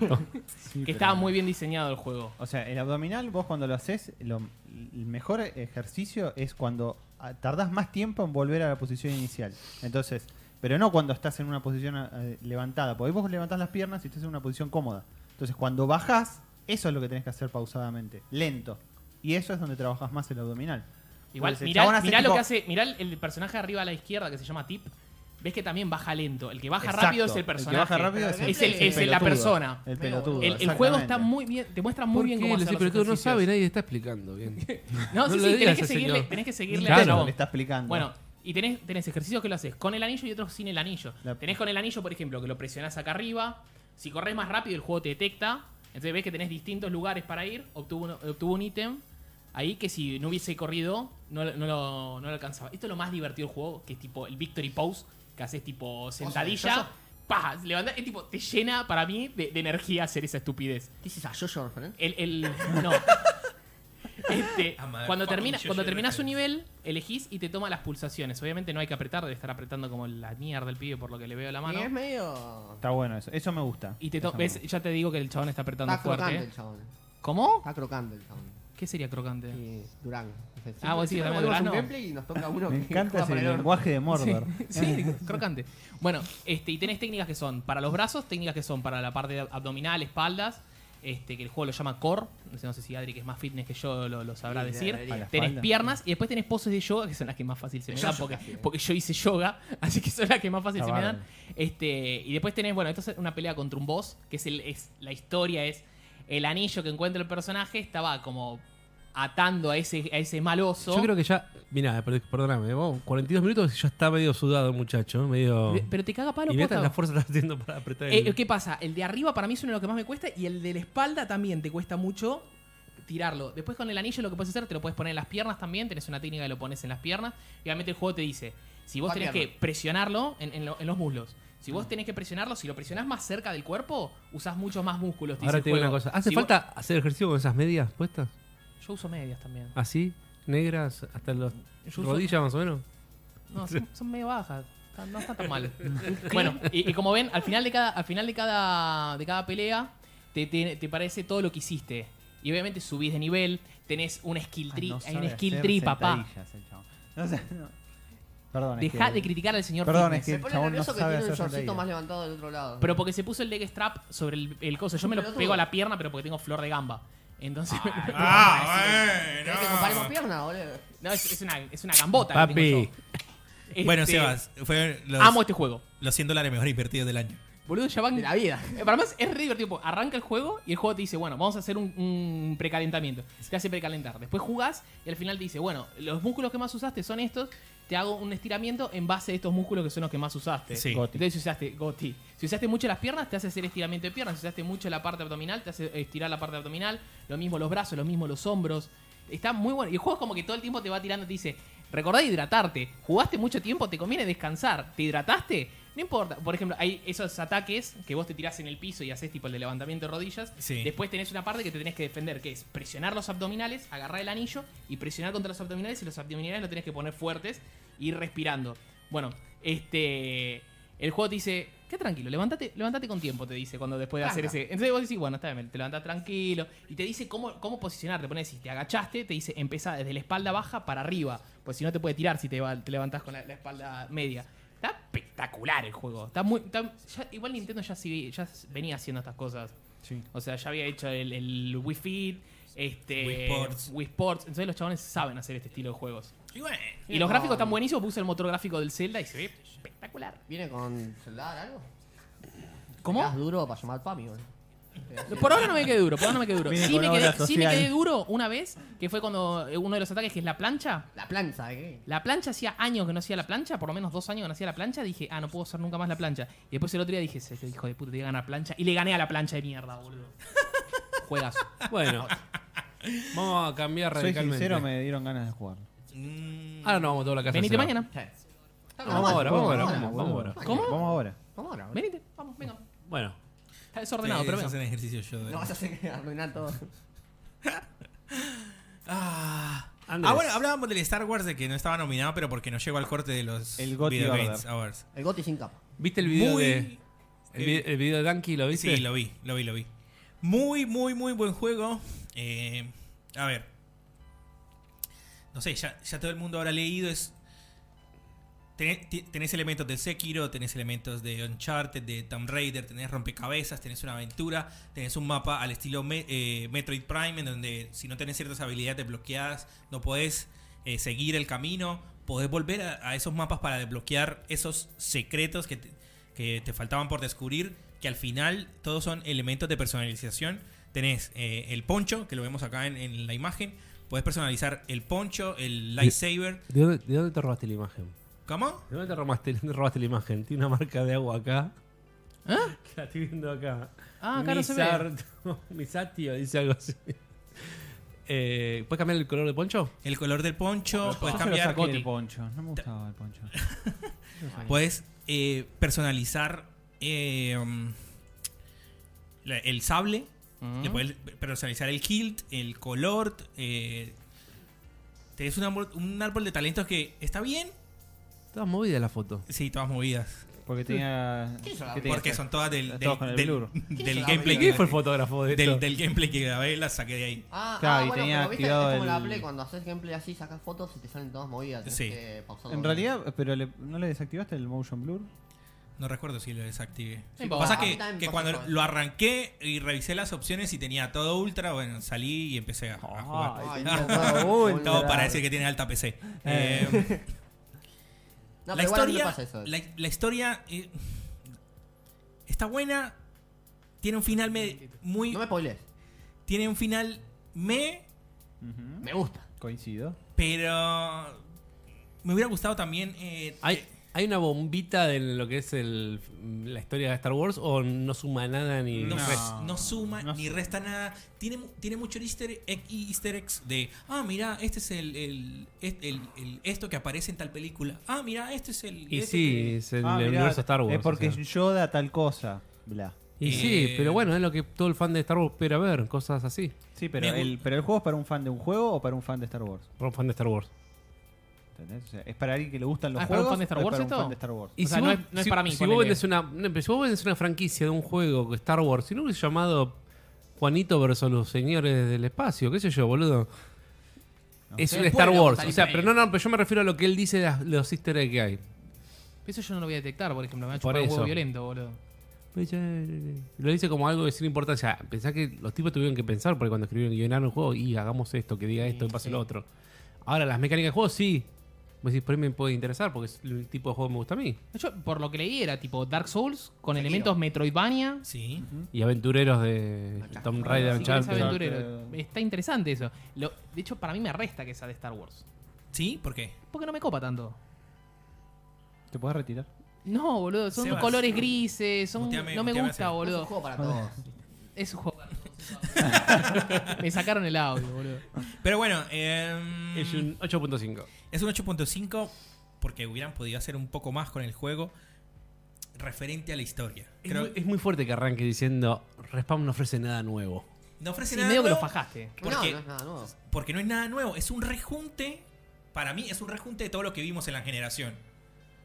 [SPEAKER 1] Que estaba muy bien diseñado el juego.
[SPEAKER 4] O sea, el abdominal, vos cuando lo haces, lo, el mejor ejercicio es cuando ah, tardás más tiempo en volver a la posición inicial. Entonces, pero no cuando estás en una posición eh, levantada, porque ahí vos levantás las piernas y estás en una posición cómoda. Entonces, cuando bajás, eso es lo que tenés que hacer pausadamente, lento. Y eso es donde trabajás más el abdominal.
[SPEAKER 1] Igual,
[SPEAKER 4] Pues el chabón
[SPEAKER 1] mirá,
[SPEAKER 4] hace
[SPEAKER 1] mirá lo
[SPEAKER 4] tipo-
[SPEAKER 1] que hace. Mirá el, el personaje arriba a la izquierda que se llama Tip. Ves que también baja lento. El que baja
[SPEAKER 4] Exacto.
[SPEAKER 1] rápido es el
[SPEAKER 4] que
[SPEAKER 1] personaje.
[SPEAKER 4] baja rápido
[SPEAKER 5] Pero
[SPEAKER 1] es el-
[SPEAKER 4] el
[SPEAKER 1] es el- la
[SPEAKER 4] pelotudo.
[SPEAKER 1] persona.
[SPEAKER 4] El pelotudo.
[SPEAKER 1] El- el,
[SPEAKER 4] exactamente.
[SPEAKER 1] juego está muy bien. Te muestra muy
[SPEAKER 2] ¿Por
[SPEAKER 1] bien
[SPEAKER 2] qué
[SPEAKER 1] cómo
[SPEAKER 2] le
[SPEAKER 1] hacer
[SPEAKER 2] decís,
[SPEAKER 1] los
[SPEAKER 2] pero que no
[SPEAKER 1] ejercicios.
[SPEAKER 2] sabe, nadie está explicando bien.
[SPEAKER 1] No,
[SPEAKER 2] No
[SPEAKER 1] sí,
[SPEAKER 2] lo
[SPEAKER 1] sí, tenés
[SPEAKER 2] digas
[SPEAKER 1] que
[SPEAKER 2] a ese
[SPEAKER 1] seguirle,
[SPEAKER 2] señor.
[SPEAKER 1] tenés que seguirle
[SPEAKER 2] Claro.
[SPEAKER 1] el
[SPEAKER 4] Nintendo
[SPEAKER 1] juego.
[SPEAKER 4] le está explicando.
[SPEAKER 1] Bueno, y tenés, tenés ejercicios que lo haces con el anillo y otros sin el anillo.
[SPEAKER 4] La-
[SPEAKER 1] Tenés con el anillo, por ejemplo, que lo presionás acá arriba. Si corres más rápido, el juego te detecta. Entonces ves que tenés distintos lugares para ir. Obtuvo un, obtuvo un ítem ahí que si no hubiese corrido, no, lo- no lo, no lo alcanzaba. Esto es lo más divertido del juego, que es tipo el Victory Pose, que haces tipo sentadilla.
[SPEAKER 5] derechazo.
[SPEAKER 1] Pa, levantás, es tipo, te llena para mí de, de energía hacer esa estupidez.
[SPEAKER 5] ¿Qué es esa Jojo referencia?
[SPEAKER 1] El, el- no. Este,
[SPEAKER 3] Ah, madre,
[SPEAKER 1] cuando
[SPEAKER 3] fucking
[SPEAKER 1] termina,
[SPEAKER 3] yo-yo
[SPEAKER 1] cuando
[SPEAKER 3] de
[SPEAKER 1] terminas un
[SPEAKER 3] referencia.
[SPEAKER 1] nivel, elegís y te toma las pulsaciones. Obviamente no hay que apretar, debe estar apretando como la mierda del pibe por lo que le veo la
[SPEAKER 5] Y es
[SPEAKER 1] mano.
[SPEAKER 5] medio.
[SPEAKER 4] Está bueno eso. Eso me gusta.
[SPEAKER 1] Y te to-
[SPEAKER 4] Eso me
[SPEAKER 1] ves,
[SPEAKER 4] gusta.
[SPEAKER 1] ya te digo que el chabón está apretando
[SPEAKER 5] Está crocante
[SPEAKER 1] fuerte. ¿eh?
[SPEAKER 5] el chabón.
[SPEAKER 1] ¿Cómo?
[SPEAKER 5] Está crocante el chabón.
[SPEAKER 1] ¿Qué sería crocante?
[SPEAKER 5] Sí, Durán.
[SPEAKER 1] Ah, vos decís,
[SPEAKER 5] Siempre
[SPEAKER 1] dame
[SPEAKER 5] ponemos
[SPEAKER 1] Durán,
[SPEAKER 5] un
[SPEAKER 1] ¿no?
[SPEAKER 5] gameplay y nos toca uno
[SPEAKER 4] Me
[SPEAKER 5] que
[SPEAKER 4] encanta
[SPEAKER 5] juega
[SPEAKER 4] ese
[SPEAKER 5] para el orto.
[SPEAKER 4] lenguaje de Mordor.
[SPEAKER 1] Sí, crocante. Bueno, este, y tenés técnicas que son para los brazos, técnicas que son para la parte abdominal, espaldas, este, que el juego lo llama core. No sé, no sé si Adri, que es más fitness que yo, lo, lo sabrá
[SPEAKER 5] Sí,
[SPEAKER 1] decir.
[SPEAKER 5] debería.
[SPEAKER 4] A la
[SPEAKER 1] Tenés
[SPEAKER 4] espalda.
[SPEAKER 1] piernas y después tenés poses de yoga, que son las que más fácil se me
[SPEAKER 5] Yo
[SPEAKER 1] dan,
[SPEAKER 5] soy
[SPEAKER 1] porque,
[SPEAKER 5] así, ¿eh?
[SPEAKER 1] porque yo hice yoga, así que son las que más fácil
[SPEAKER 4] Está
[SPEAKER 1] se me dan.
[SPEAKER 4] bárbaro.
[SPEAKER 1] Este, y después tenés, bueno, esto es una pelea contra un boss, que es, el, es la historia, es el anillo que encuentra el personaje, estaba como atando a ese, a ese mal oso.
[SPEAKER 2] Yo creo que ya. Mirá, per- perdóname, vamos, 42 minutos y ya está medio sudado el muchacho, medio.
[SPEAKER 1] Pero te caga palo,
[SPEAKER 2] Y neta,
[SPEAKER 1] posta.
[SPEAKER 2] la fuerza está haciendo para apretar el.
[SPEAKER 1] Eh, ¿Qué pasa? El de arriba para mí es uno de los que más me cuesta y el de la espalda también te cuesta mucho tirarlo. Después con el anillo lo que puedes hacer, te lo puedes poner en las piernas también, tenés una técnica que lo pones en las piernas. Y obviamente el juego te dice, si vos
[SPEAKER 5] Ah,
[SPEAKER 1] tenés que
[SPEAKER 5] pierna.
[SPEAKER 1] presionarlo en, en lo- en los muslos, si
[SPEAKER 2] Mm.
[SPEAKER 1] vos tenés que presionarlo, si lo presionás más cerca del cuerpo, usás muchos más músculos. te
[SPEAKER 2] Ahora
[SPEAKER 1] dice
[SPEAKER 2] te
[SPEAKER 1] el
[SPEAKER 2] digo una
[SPEAKER 1] juego.
[SPEAKER 2] cosa. ¿Hace
[SPEAKER 1] Si vos-
[SPEAKER 2] falta hacer ejercicio con esas medias puestas?
[SPEAKER 1] Yo uso medias también.
[SPEAKER 2] Así, negras, hasta las
[SPEAKER 1] Yo uso-
[SPEAKER 2] rodillas más o menos.
[SPEAKER 1] No, son, son medio bajas. Está- No está tan mal. bueno, y, y como ven, al final de cada, al final de cada, de cada pelea, te, te, te parece todo lo que hiciste. Y obviamente subís de nivel, tenés un skill
[SPEAKER 4] Ah,
[SPEAKER 1] tree.
[SPEAKER 4] no
[SPEAKER 1] hay un
[SPEAKER 4] sabe
[SPEAKER 1] skill
[SPEAKER 4] hacer
[SPEAKER 1] tree, papá.
[SPEAKER 4] sentadillas el chabón. No sé, no. Perdón. es
[SPEAKER 1] Deja
[SPEAKER 4] que-
[SPEAKER 1] de criticar al señor
[SPEAKER 4] Perdón,
[SPEAKER 1] Fitness.
[SPEAKER 4] es
[SPEAKER 5] Se
[SPEAKER 4] el
[SPEAKER 5] pone
[SPEAKER 4] chabón no
[SPEAKER 5] nervioso que
[SPEAKER 4] sabe
[SPEAKER 5] tiene un
[SPEAKER 4] hacer
[SPEAKER 5] shortcito
[SPEAKER 4] sentadillas.
[SPEAKER 5] más levantado del otro lado.
[SPEAKER 1] Pero porque se puso el leg strap sobre el, el coso. Yo me lo
[SPEAKER 5] Pelotudo.
[SPEAKER 1] pego a la pierna, pero porque tengo flor de gamba. Entonces.
[SPEAKER 3] Ah,
[SPEAKER 5] ¿Querés que comparemos
[SPEAKER 3] bueno.
[SPEAKER 5] piernas, boludo?
[SPEAKER 1] no, es, es una, es una gambota. que tengo
[SPEAKER 2] Papi.
[SPEAKER 1] yo. Este,
[SPEAKER 3] Bueno, Sebas, fue los,
[SPEAKER 1] Amo este juego.
[SPEAKER 3] los 100 dólares mejor invertidos del año.
[SPEAKER 1] Boludo, ya van.
[SPEAKER 5] De la vida.
[SPEAKER 1] Eh, Para más es re divertido. porque Arranca el juego y el juego te dice, bueno, vamos a hacer un, un precalentamiento. Te hace precalentar. Después jugás y al final te dice, bueno, los músculos que más usaste son estos. Te hago un estiramiento en base a estos músculos que son los que más usaste.
[SPEAKER 3] Sí.
[SPEAKER 4] Goti.
[SPEAKER 1] Entonces si usaste goti. Si usaste mucho las piernas, te hace hacer estiramiento de piernas. Si usaste mucho la parte abdominal, te hace estirar la parte abdominal. Lo mismo los brazos, lo mismo los hombros. Está muy bueno. Y el juego es como que todo el tiempo te va tirando, te dice, recordá hidratarte. Jugaste mucho tiempo, te conviene descansar. ¿Te hidrataste? No importa. Por ejemplo, hay esos ataques que vos te tirás en el piso y haces tipo el de levantamiento de rodillas.
[SPEAKER 3] Sí.
[SPEAKER 1] Después tenés una parte que te tenés que defender, que es presionar los abdominales, agarrar el anillo y presionar contra los abdominales y los abdominales los tenés que poner fuertes y ir respirando. Bueno, este. El juego te dice. Qué tranquilo, levantate, levantate con tiempo, te dice cuando después de hacer ese. Entonces vos decís, bueno, está bien, te levantás tranquilo. Y te dice cómo, cómo posicionarte. Pones, si te agachaste, te dice, empezá desde la espalda baja para arriba. Pues si no te puede tirar si te, va- te levantás con la, la espalda media. Está espectacular el juego. Está muy, está- ya- igual Nintendo ya, sí- ya venía haciendo estas cosas. O sea, ya había hecho el, el Wii Fit, este,
[SPEAKER 3] Wii Sports.
[SPEAKER 1] Wii Sports. Entonces los chavales saben hacer este estilo de juegos.
[SPEAKER 3] Y bueno,
[SPEAKER 1] Y los gráficos están buenísimos. Puse el motor gráfico del Zelda y se ve espectacular.
[SPEAKER 5] ¿Viene con celular algo? ¿Estás
[SPEAKER 1] ¿Cómo?
[SPEAKER 5] duro para llamar papi, boludo?
[SPEAKER 1] Por ahora no me quedé duro, por ahora no me quedé duro.
[SPEAKER 4] Viene
[SPEAKER 1] Sí
[SPEAKER 4] con
[SPEAKER 1] me quedé,
[SPEAKER 4] obra
[SPEAKER 1] sí me
[SPEAKER 4] social.
[SPEAKER 1] quedé duro una vez, que fue cuando eh, uno de los ataques, que es la plancha.
[SPEAKER 5] La plancha, ¿eh?
[SPEAKER 1] La plancha hacía años que no hacía la plancha, por lo menos dos años que no hacía la plancha. Dije, ah, no puedo usar nunca más la plancha. Y después el otro día dije, "Se- este hijo de puta, te voy a ganar plancha. Y le gané a la plancha de mierda, boludo. Juegas.
[SPEAKER 2] Bueno, vamos a cambiar
[SPEAKER 4] Soy
[SPEAKER 2] radicalmente.
[SPEAKER 4] sincero, me dieron ganas de jugar.
[SPEAKER 3] mm,
[SPEAKER 2] Ahora no vamos a toda la casa.
[SPEAKER 1] Venite
[SPEAKER 2] se va.
[SPEAKER 1] mañana.
[SPEAKER 5] Sí.
[SPEAKER 2] No, vamos ahora, vamos ahora, vamos, vamos
[SPEAKER 5] boludo.
[SPEAKER 2] ahora.
[SPEAKER 1] ¿Cómo?
[SPEAKER 4] Vamos ahora.
[SPEAKER 5] Vamos ahora, boludo.
[SPEAKER 1] Venite, vamos, venga.
[SPEAKER 2] Bueno,
[SPEAKER 1] Está desordenado,
[SPEAKER 3] ustedes
[SPEAKER 1] pero venga.
[SPEAKER 3] hacen ejercicio yo. de-
[SPEAKER 5] No vas a hacer que arruinar todo.
[SPEAKER 3] Ah,
[SPEAKER 2] Andrés.
[SPEAKER 3] Ah, bueno, hablábamos del Star Wars de que no estaba nominado, pero porque no llegó al corte de los
[SPEAKER 4] El GOTY
[SPEAKER 3] Video
[SPEAKER 4] Order.
[SPEAKER 3] Games Awards.
[SPEAKER 5] El goti sin capa.
[SPEAKER 2] ¿viste el video
[SPEAKER 3] Muy-
[SPEAKER 2] de. El,
[SPEAKER 1] eh,
[SPEAKER 2] vi- el video de Danky, ¿lo viste?
[SPEAKER 3] Sí, lo vi, lo vi, lo vi. Muy, muy, muy buen juego. Eh, a ver. No sé, ya, ya todo el mundo habrá leído. Es, tené- ti- tenés elementos del Sekiro, tenés elementos de Uncharted, de Tomb Raider, tenés rompecabezas, tenés una aventura, tenés un mapa al estilo Me- eh, Metroid Prime, en donde si no tenés ciertas habilidades desbloqueadas, no podés eh, seguir el camino. Podés volver a, a esos mapas para desbloquear esos secretos que te, que te faltaban por descubrir, que al final todos son elementos de personalización. Tenés eh, el poncho, que lo vemos acá en, en la imagen. Podés personalizar el poncho, el lightsaber.
[SPEAKER 2] ¿De dónde, de dónde te robaste la imagen?
[SPEAKER 3] ¿Cómo?
[SPEAKER 2] ¿De dónde te robaste, te robaste la imagen? Tiene una marca de agua acá. ¿Ah? La estoy viendo acá.
[SPEAKER 1] ¿Eh? Ah, acá no se ve.
[SPEAKER 2] Misarto- Misatio, dice algo así. Eh, ¿Puedes cambiar el color de poncho?
[SPEAKER 3] El color del poncho, puedes
[SPEAKER 4] Yo se lo
[SPEAKER 3] cambiar,
[SPEAKER 4] saqué
[SPEAKER 1] Goti.
[SPEAKER 4] el poncho. No me gustaba el poncho.
[SPEAKER 3] puedes eh, personalizar eh, um, la- el sable, le puedes personalizar el kilt, el color. Eh, tenés un árbol, un árbol de talentos que está bien.
[SPEAKER 2] Estaba movida la foto.
[SPEAKER 3] Sí, todas movidas.
[SPEAKER 4] Porque tenía.
[SPEAKER 5] ¿Qué hizo la-
[SPEAKER 4] ¿qué tenía
[SPEAKER 3] Porque
[SPEAKER 4] que
[SPEAKER 3] son todas del,
[SPEAKER 4] Todas
[SPEAKER 3] del,
[SPEAKER 4] con el
[SPEAKER 3] del-
[SPEAKER 4] blur.
[SPEAKER 5] ¿Qué
[SPEAKER 3] del
[SPEAKER 5] hizo la
[SPEAKER 3] gameplay
[SPEAKER 2] ¿Quién
[SPEAKER 5] habilidad?
[SPEAKER 3] que,
[SPEAKER 2] fue el fotógrafo de
[SPEAKER 3] del,
[SPEAKER 2] esto?
[SPEAKER 3] del gameplay que grabé, las saqué de ahí.
[SPEAKER 5] Ah,
[SPEAKER 4] Claro,
[SPEAKER 5] ah,
[SPEAKER 4] y
[SPEAKER 5] bueno,
[SPEAKER 4] tenía
[SPEAKER 5] pero viste, es
[SPEAKER 4] activado
[SPEAKER 5] como la
[SPEAKER 4] el-
[SPEAKER 5] Play, cuando haces gameplay así, sacas fotos y te salen todas movidas. tenés
[SPEAKER 3] Sí.
[SPEAKER 5] que pausarlo.
[SPEAKER 4] En realidad, pero le- ¿no le desactivaste el motion blur?
[SPEAKER 3] No recuerdo si lo desactivé.
[SPEAKER 1] Sí,
[SPEAKER 3] Lo que pasa
[SPEAKER 5] a mí
[SPEAKER 3] que,
[SPEAKER 5] también
[SPEAKER 3] que
[SPEAKER 5] me
[SPEAKER 3] cuando
[SPEAKER 5] pasó eso.
[SPEAKER 3] lo arranqué y revisé las opciones y tenía todo ultra, bueno, salí y empecé a, a
[SPEAKER 4] Ah,
[SPEAKER 3] jugar.
[SPEAKER 5] Ay,
[SPEAKER 4] tenía
[SPEAKER 5] no,
[SPEAKER 4] todo
[SPEAKER 5] no,
[SPEAKER 4] ultra.
[SPEAKER 3] Todo para decir que tiene alta PC.
[SPEAKER 4] Eh.
[SPEAKER 3] Eh,
[SPEAKER 5] No,
[SPEAKER 3] la,
[SPEAKER 5] pero igual a mí me
[SPEAKER 3] historia,
[SPEAKER 5] pasa eso.
[SPEAKER 3] la, la historia eh, está buena. Tiene un final me- muy.
[SPEAKER 5] No me spoilees.
[SPEAKER 3] Tiene un final me,
[SPEAKER 4] Ujú.
[SPEAKER 5] Me gusta.
[SPEAKER 4] Coincido.
[SPEAKER 3] pero. Me hubiera gustado también. eh,
[SPEAKER 2] ¿Hay, ¿Hay una bombita de lo que es el, la historia de Star Wars o no suma nada ni...
[SPEAKER 3] No,
[SPEAKER 4] No.
[SPEAKER 3] res- no suma
[SPEAKER 4] No
[SPEAKER 3] ni resta nada. Tiene, mu- tiene mucho easter egg y easter eggs de, ah, mira, este es el, el- est- el- el- esto que aparece en tal película. Ah, mira, este es el...
[SPEAKER 2] Y
[SPEAKER 3] este
[SPEAKER 2] sí,
[SPEAKER 3] que-".
[SPEAKER 2] es el,
[SPEAKER 4] Ah,
[SPEAKER 2] el
[SPEAKER 4] mirá,
[SPEAKER 2] universo Star Wars.
[SPEAKER 4] Es porque
[SPEAKER 2] o sea.
[SPEAKER 4] Yoda tal cosa. Bla.
[SPEAKER 2] Y sí,
[SPEAKER 3] Eh,
[SPEAKER 2] pero bueno, es lo que todo el fan de Star Wars espera ver, cosas así.
[SPEAKER 4] Sí, pero
[SPEAKER 3] Me gu-
[SPEAKER 4] el, pero el juego es para un fan de un juego o para un fan de Star Wars.
[SPEAKER 2] Para un fan de Star Wars.
[SPEAKER 4] ¿Entendés? O sea, ¿Es para alguien que le gustan los
[SPEAKER 1] Ah, ¿es para un
[SPEAKER 4] juegos?
[SPEAKER 1] fan de Star
[SPEAKER 4] o es
[SPEAKER 1] Wars
[SPEAKER 4] para
[SPEAKER 1] esto?
[SPEAKER 4] un fan de Star Wars.
[SPEAKER 1] O sea, no es- no es
[SPEAKER 2] si-
[SPEAKER 1] para mí,
[SPEAKER 2] Si
[SPEAKER 1] ponele.
[SPEAKER 2] vos, vendes una, no, pero si vos vendes una franquicia de un juego que Star Wars, si no hubiese llamado Juanito versus los señores del espacio, qué sé yo, boludo. es
[SPEAKER 5] Sí,
[SPEAKER 2] un
[SPEAKER 5] puede
[SPEAKER 2] Star
[SPEAKER 5] no
[SPEAKER 2] Wars.
[SPEAKER 5] salir
[SPEAKER 2] O sea,
[SPEAKER 5] bien.
[SPEAKER 2] pero no, no, pero yo me refiero a lo que él dice de las- los easter egg que hay.
[SPEAKER 1] Eso yo no lo voy a detectar, por ejemplo. Me va a
[SPEAKER 2] Por
[SPEAKER 1] chupar un
[SPEAKER 2] eso.
[SPEAKER 1] huevo violento, boludo.
[SPEAKER 2] "Eh", Lo dice como algo de sin importancia. Ah, Pensá que los tipos tuvieron que pensar, porque cuando escribieron guionaron el juego, y hagamos esto, que diga esto, que pase lo otro. Ahora, las mecánicas del juego, sí. Vos decís, por ahí me puede interesar, porque es el tipo de juego que me gusta a mí.
[SPEAKER 1] De hecho, por lo que leí era tipo Dark Souls con
[SPEAKER 5] Sekiro.
[SPEAKER 1] elementos Metroidvania.
[SPEAKER 3] Sí.
[SPEAKER 2] Y aventureros de
[SPEAKER 5] Acá.
[SPEAKER 2] Tomb
[SPEAKER 5] Ah,
[SPEAKER 1] Si
[SPEAKER 2] Raider,
[SPEAKER 1] querés
[SPEAKER 2] Uncharted.
[SPEAKER 1] aventurero. Está interesante eso. Lo- de hecho, para mí me resta que sea de Star Wars.
[SPEAKER 3] Sí, ¿por qué?
[SPEAKER 1] Porque no me copa tanto.
[SPEAKER 4] ¿Te puedes retirar?
[SPEAKER 1] No, boludo. Son
[SPEAKER 3] Sebas,
[SPEAKER 1] colores grises. Son,
[SPEAKER 3] muteame,
[SPEAKER 1] no me
[SPEAKER 3] muteame,
[SPEAKER 1] gusta,
[SPEAKER 3] Sebas.
[SPEAKER 5] Es un
[SPEAKER 1] boludo.
[SPEAKER 5] juego para todos.
[SPEAKER 1] Es un juego. me sacaron el audio, boludo.
[SPEAKER 3] Pero bueno, em,
[SPEAKER 2] Es un 8.5.
[SPEAKER 3] Es un 8.5 porque hubieran podido hacer un poco más con el juego referente a la historia.
[SPEAKER 2] Es,
[SPEAKER 3] Creo-
[SPEAKER 2] muy- es muy fuerte que arranque diciendo, Respawn no ofrece nada nuevo.
[SPEAKER 3] no ofrece
[SPEAKER 1] Sí,
[SPEAKER 3] nada
[SPEAKER 1] medio que lo
[SPEAKER 3] nuevo
[SPEAKER 1] fajaste.
[SPEAKER 5] No,
[SPEAKER 3] porque,
[SPEAKER 5] no es nada nuevo.
[SPEAKER 3] porque no es nada nuevo. Es un rejunte, para mí es un rejunte de todo lo que vimos en la generación.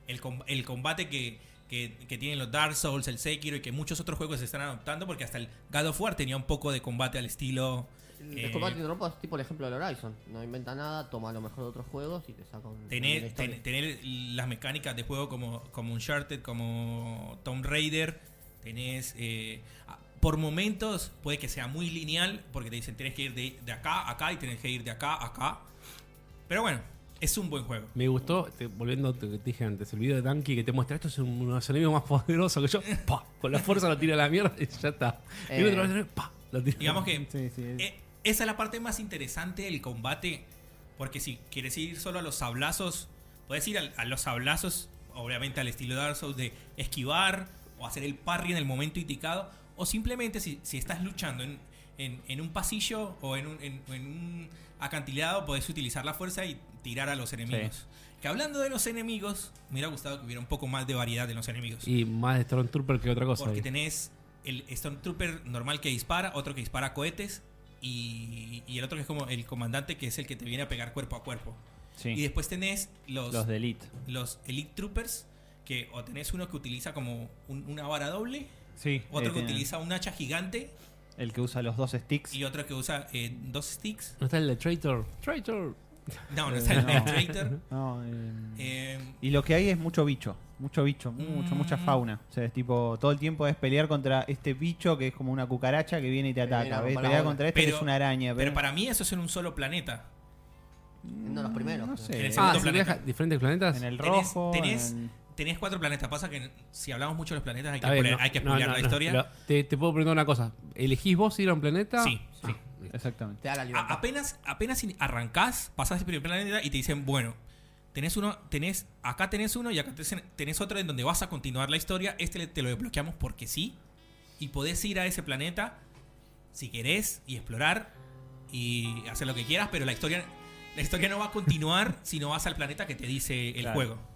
[SPEAKER 3] El, com- el combate que, que, que tienen los Dark Souls, el Sekiro y que muchos otros juegos se están adoptando porque hasta el God of War tenía un poco de combate al estilo... eh,
[SPEAKER 5] Disculpa que te interrumpa, es tipo el ejemplo del Horizon. No inventa nada, toma lo mejor de otros juegos y te saca un. una
[SPEAKER 3] tener,
[SPEAKER 5] historia.
[SPEAKER 3] ten- tener las mecánicas de juego como, como Uncharted, como Tomb Raider, tenés... eh, a- por momentos puede que sea muy lineal porque te dicen tenés que ir de, de acá a acá y tenés que ir de acá a acá. Pero bueno, es un buen juego.
[SPEAKER 2] Me gustó, te- volviendo a lo que te dije antes, el video de Danke que te muestra esto es un, un enemigo más poderoso que yo. pa, Con la fuerza lo tira a la mierda y ya está. Y el
[SPEAKER 5] Eh.
[SPEAKER 2] otro enemigo, pa, lo tira.
[SPEAKER 3] Digamos que
[SPEAKER 4] Sí, sí, es-
[SPEAKER 3] Eh, esa es la parte más interesante del combate. Porque si quieres ir solo a los sablazos, puedes ir al- a, los sablazos, obviamente al estilo Dark Souls, de esquivar o hacer el parry en el momento indicado. O simplemente si, si estás luchando en, en- en un pasillo o en un, en- en un acantilado, podés utilizar la fuerza y tirar a los enemigos. Que hablando de los enemigos, me hubiera gustado que hubiera un poco más de variedad en los enemigos.
[SPEAKER 2] Y más de Stormtrooper que otra cosa.
[SPEAKER 3] Porque
[SPEAKER 2] ahí.
[SPEAKER 3] tenés el Stormtrooper normal que dispara, otro que dispara cohetes y, y el otro que es como el comandante que es el que te viene a pegar cuerpo a cuerpo.
[SPEAKER 6] Sí.
[SPEAKER 3] Y después tenés los,
[SPEAKER 6] Los de Elite.
[SPEAKER 3] los Elite Troopers, que o tenés uno que utiliza como un- una vara doble,
[SPEAKER 4] sí,
[SPEAKER 3] otro
[SPEAKER 4] eh,
[SPEAKER 3] que
[SPEAKER 4] tiene-
[SPEAKER 3] utiliza un hacha gigante
[SPEAKER 4] El que usa los dos sticks.
[SPEAKER 3] y otro que usa eh, dos sticks.
[SPEAKER 2] ¿No está el de Traitor? Traitor.
[SPEAKER 3] No, no
[SPEAKER 4] Eh,
[SPEAKER 3] está el
[SPEAKER 4] no.
[SPEAKER 3] Night Traitor.
[SPEAKER 4] No, eh,
[SPEAKER 3] Eh,
[SPEAKER 4] Y lo que hay es mucho bicho, mucho bicho, mucho,
[SPEAKER 3] Mm.
[SPEAKER 4] mucha fauna. O sea, es tipo, todo el tiempo es pelear contra este bicho que es como una cucaracha que viene y te
[SPEAKER 5] Que viene
[SPEAKER 4] ataca.
[SPEAKER 5] a
[SPEAKER 4] ¿ves?
[SPEAKER 5] romper la
[SPEAKER 4] Pelear
[SPEAKER 5] bola.
[SPEAKER 4] contra este que
[SPEAKER 3] pero,
[SPEAKER 4] es una araña.
[SPEAKER 3] pero
[SPEAKER 4] pero-
[SPEAKER 3] para mí eso es en un solo planeta.
[SPEAKER 5] Uno de los primeros.
[SPEAKER 4] No sé.
[SPEAKER 3] En el
[SPEAKER 2] Ah,
[SPEAKER 3] segundo
[SPEAKER 2] ¿se
[SPEAKER 3] planeta.
[SPEAKER 2] viaja a diferentes planetas?
[SPEAKER 4] En el
[SPEAKER 3] Tenés-
[SPEAKER 4] rojo.
[SPEAKER 3] tenés-
[SPEAKER 4] en el-
[SPEAKER 3] Tenés cuatro planetas. Pasa que si hablamos mucho de los planetas hay que,
[SPEAKER 2] Está bien,
[SPEAKER 3] spoiler-
[SPEAKER 2] no,
[SPEAKER 3] hay que
[SPEAKER 2] no,
[SPEAKER 3] spoilear
[SPEAKER 2] no,
[SPEAKER 3] la
[SPEAKER 2] no,
[SPEAKER 3] historia.
[SPEAKER 2] no. Te, te puedo preguntar una cosa. ¿Elegís vos ir a un planeta? Ah.
[SPEAKER 3] Sí, sí.
[SPEAKER 4] Exactamente.
[SPEAKER 5] Te da la
[SPEAKER 3] A-
[SPEAKER 5] libertad.
[SPEAKER 3] apenas, apenas in- arrancás, pasás el primer planeta y te dicen, bueno, tenés uno, tenés, acá tenés uno y acá tenés, tenés otro en donde vas a continuar la historia. Este le- te lo desbloqueamos porque sí. Y podés ir a ese planeta si querés y explorar y hacer lo que quieras, pero la historia, la historia no va a continuar si no vas al planeta que te dice el
[SPEAKER 6] Claro.
[SPEAKER 3] juego.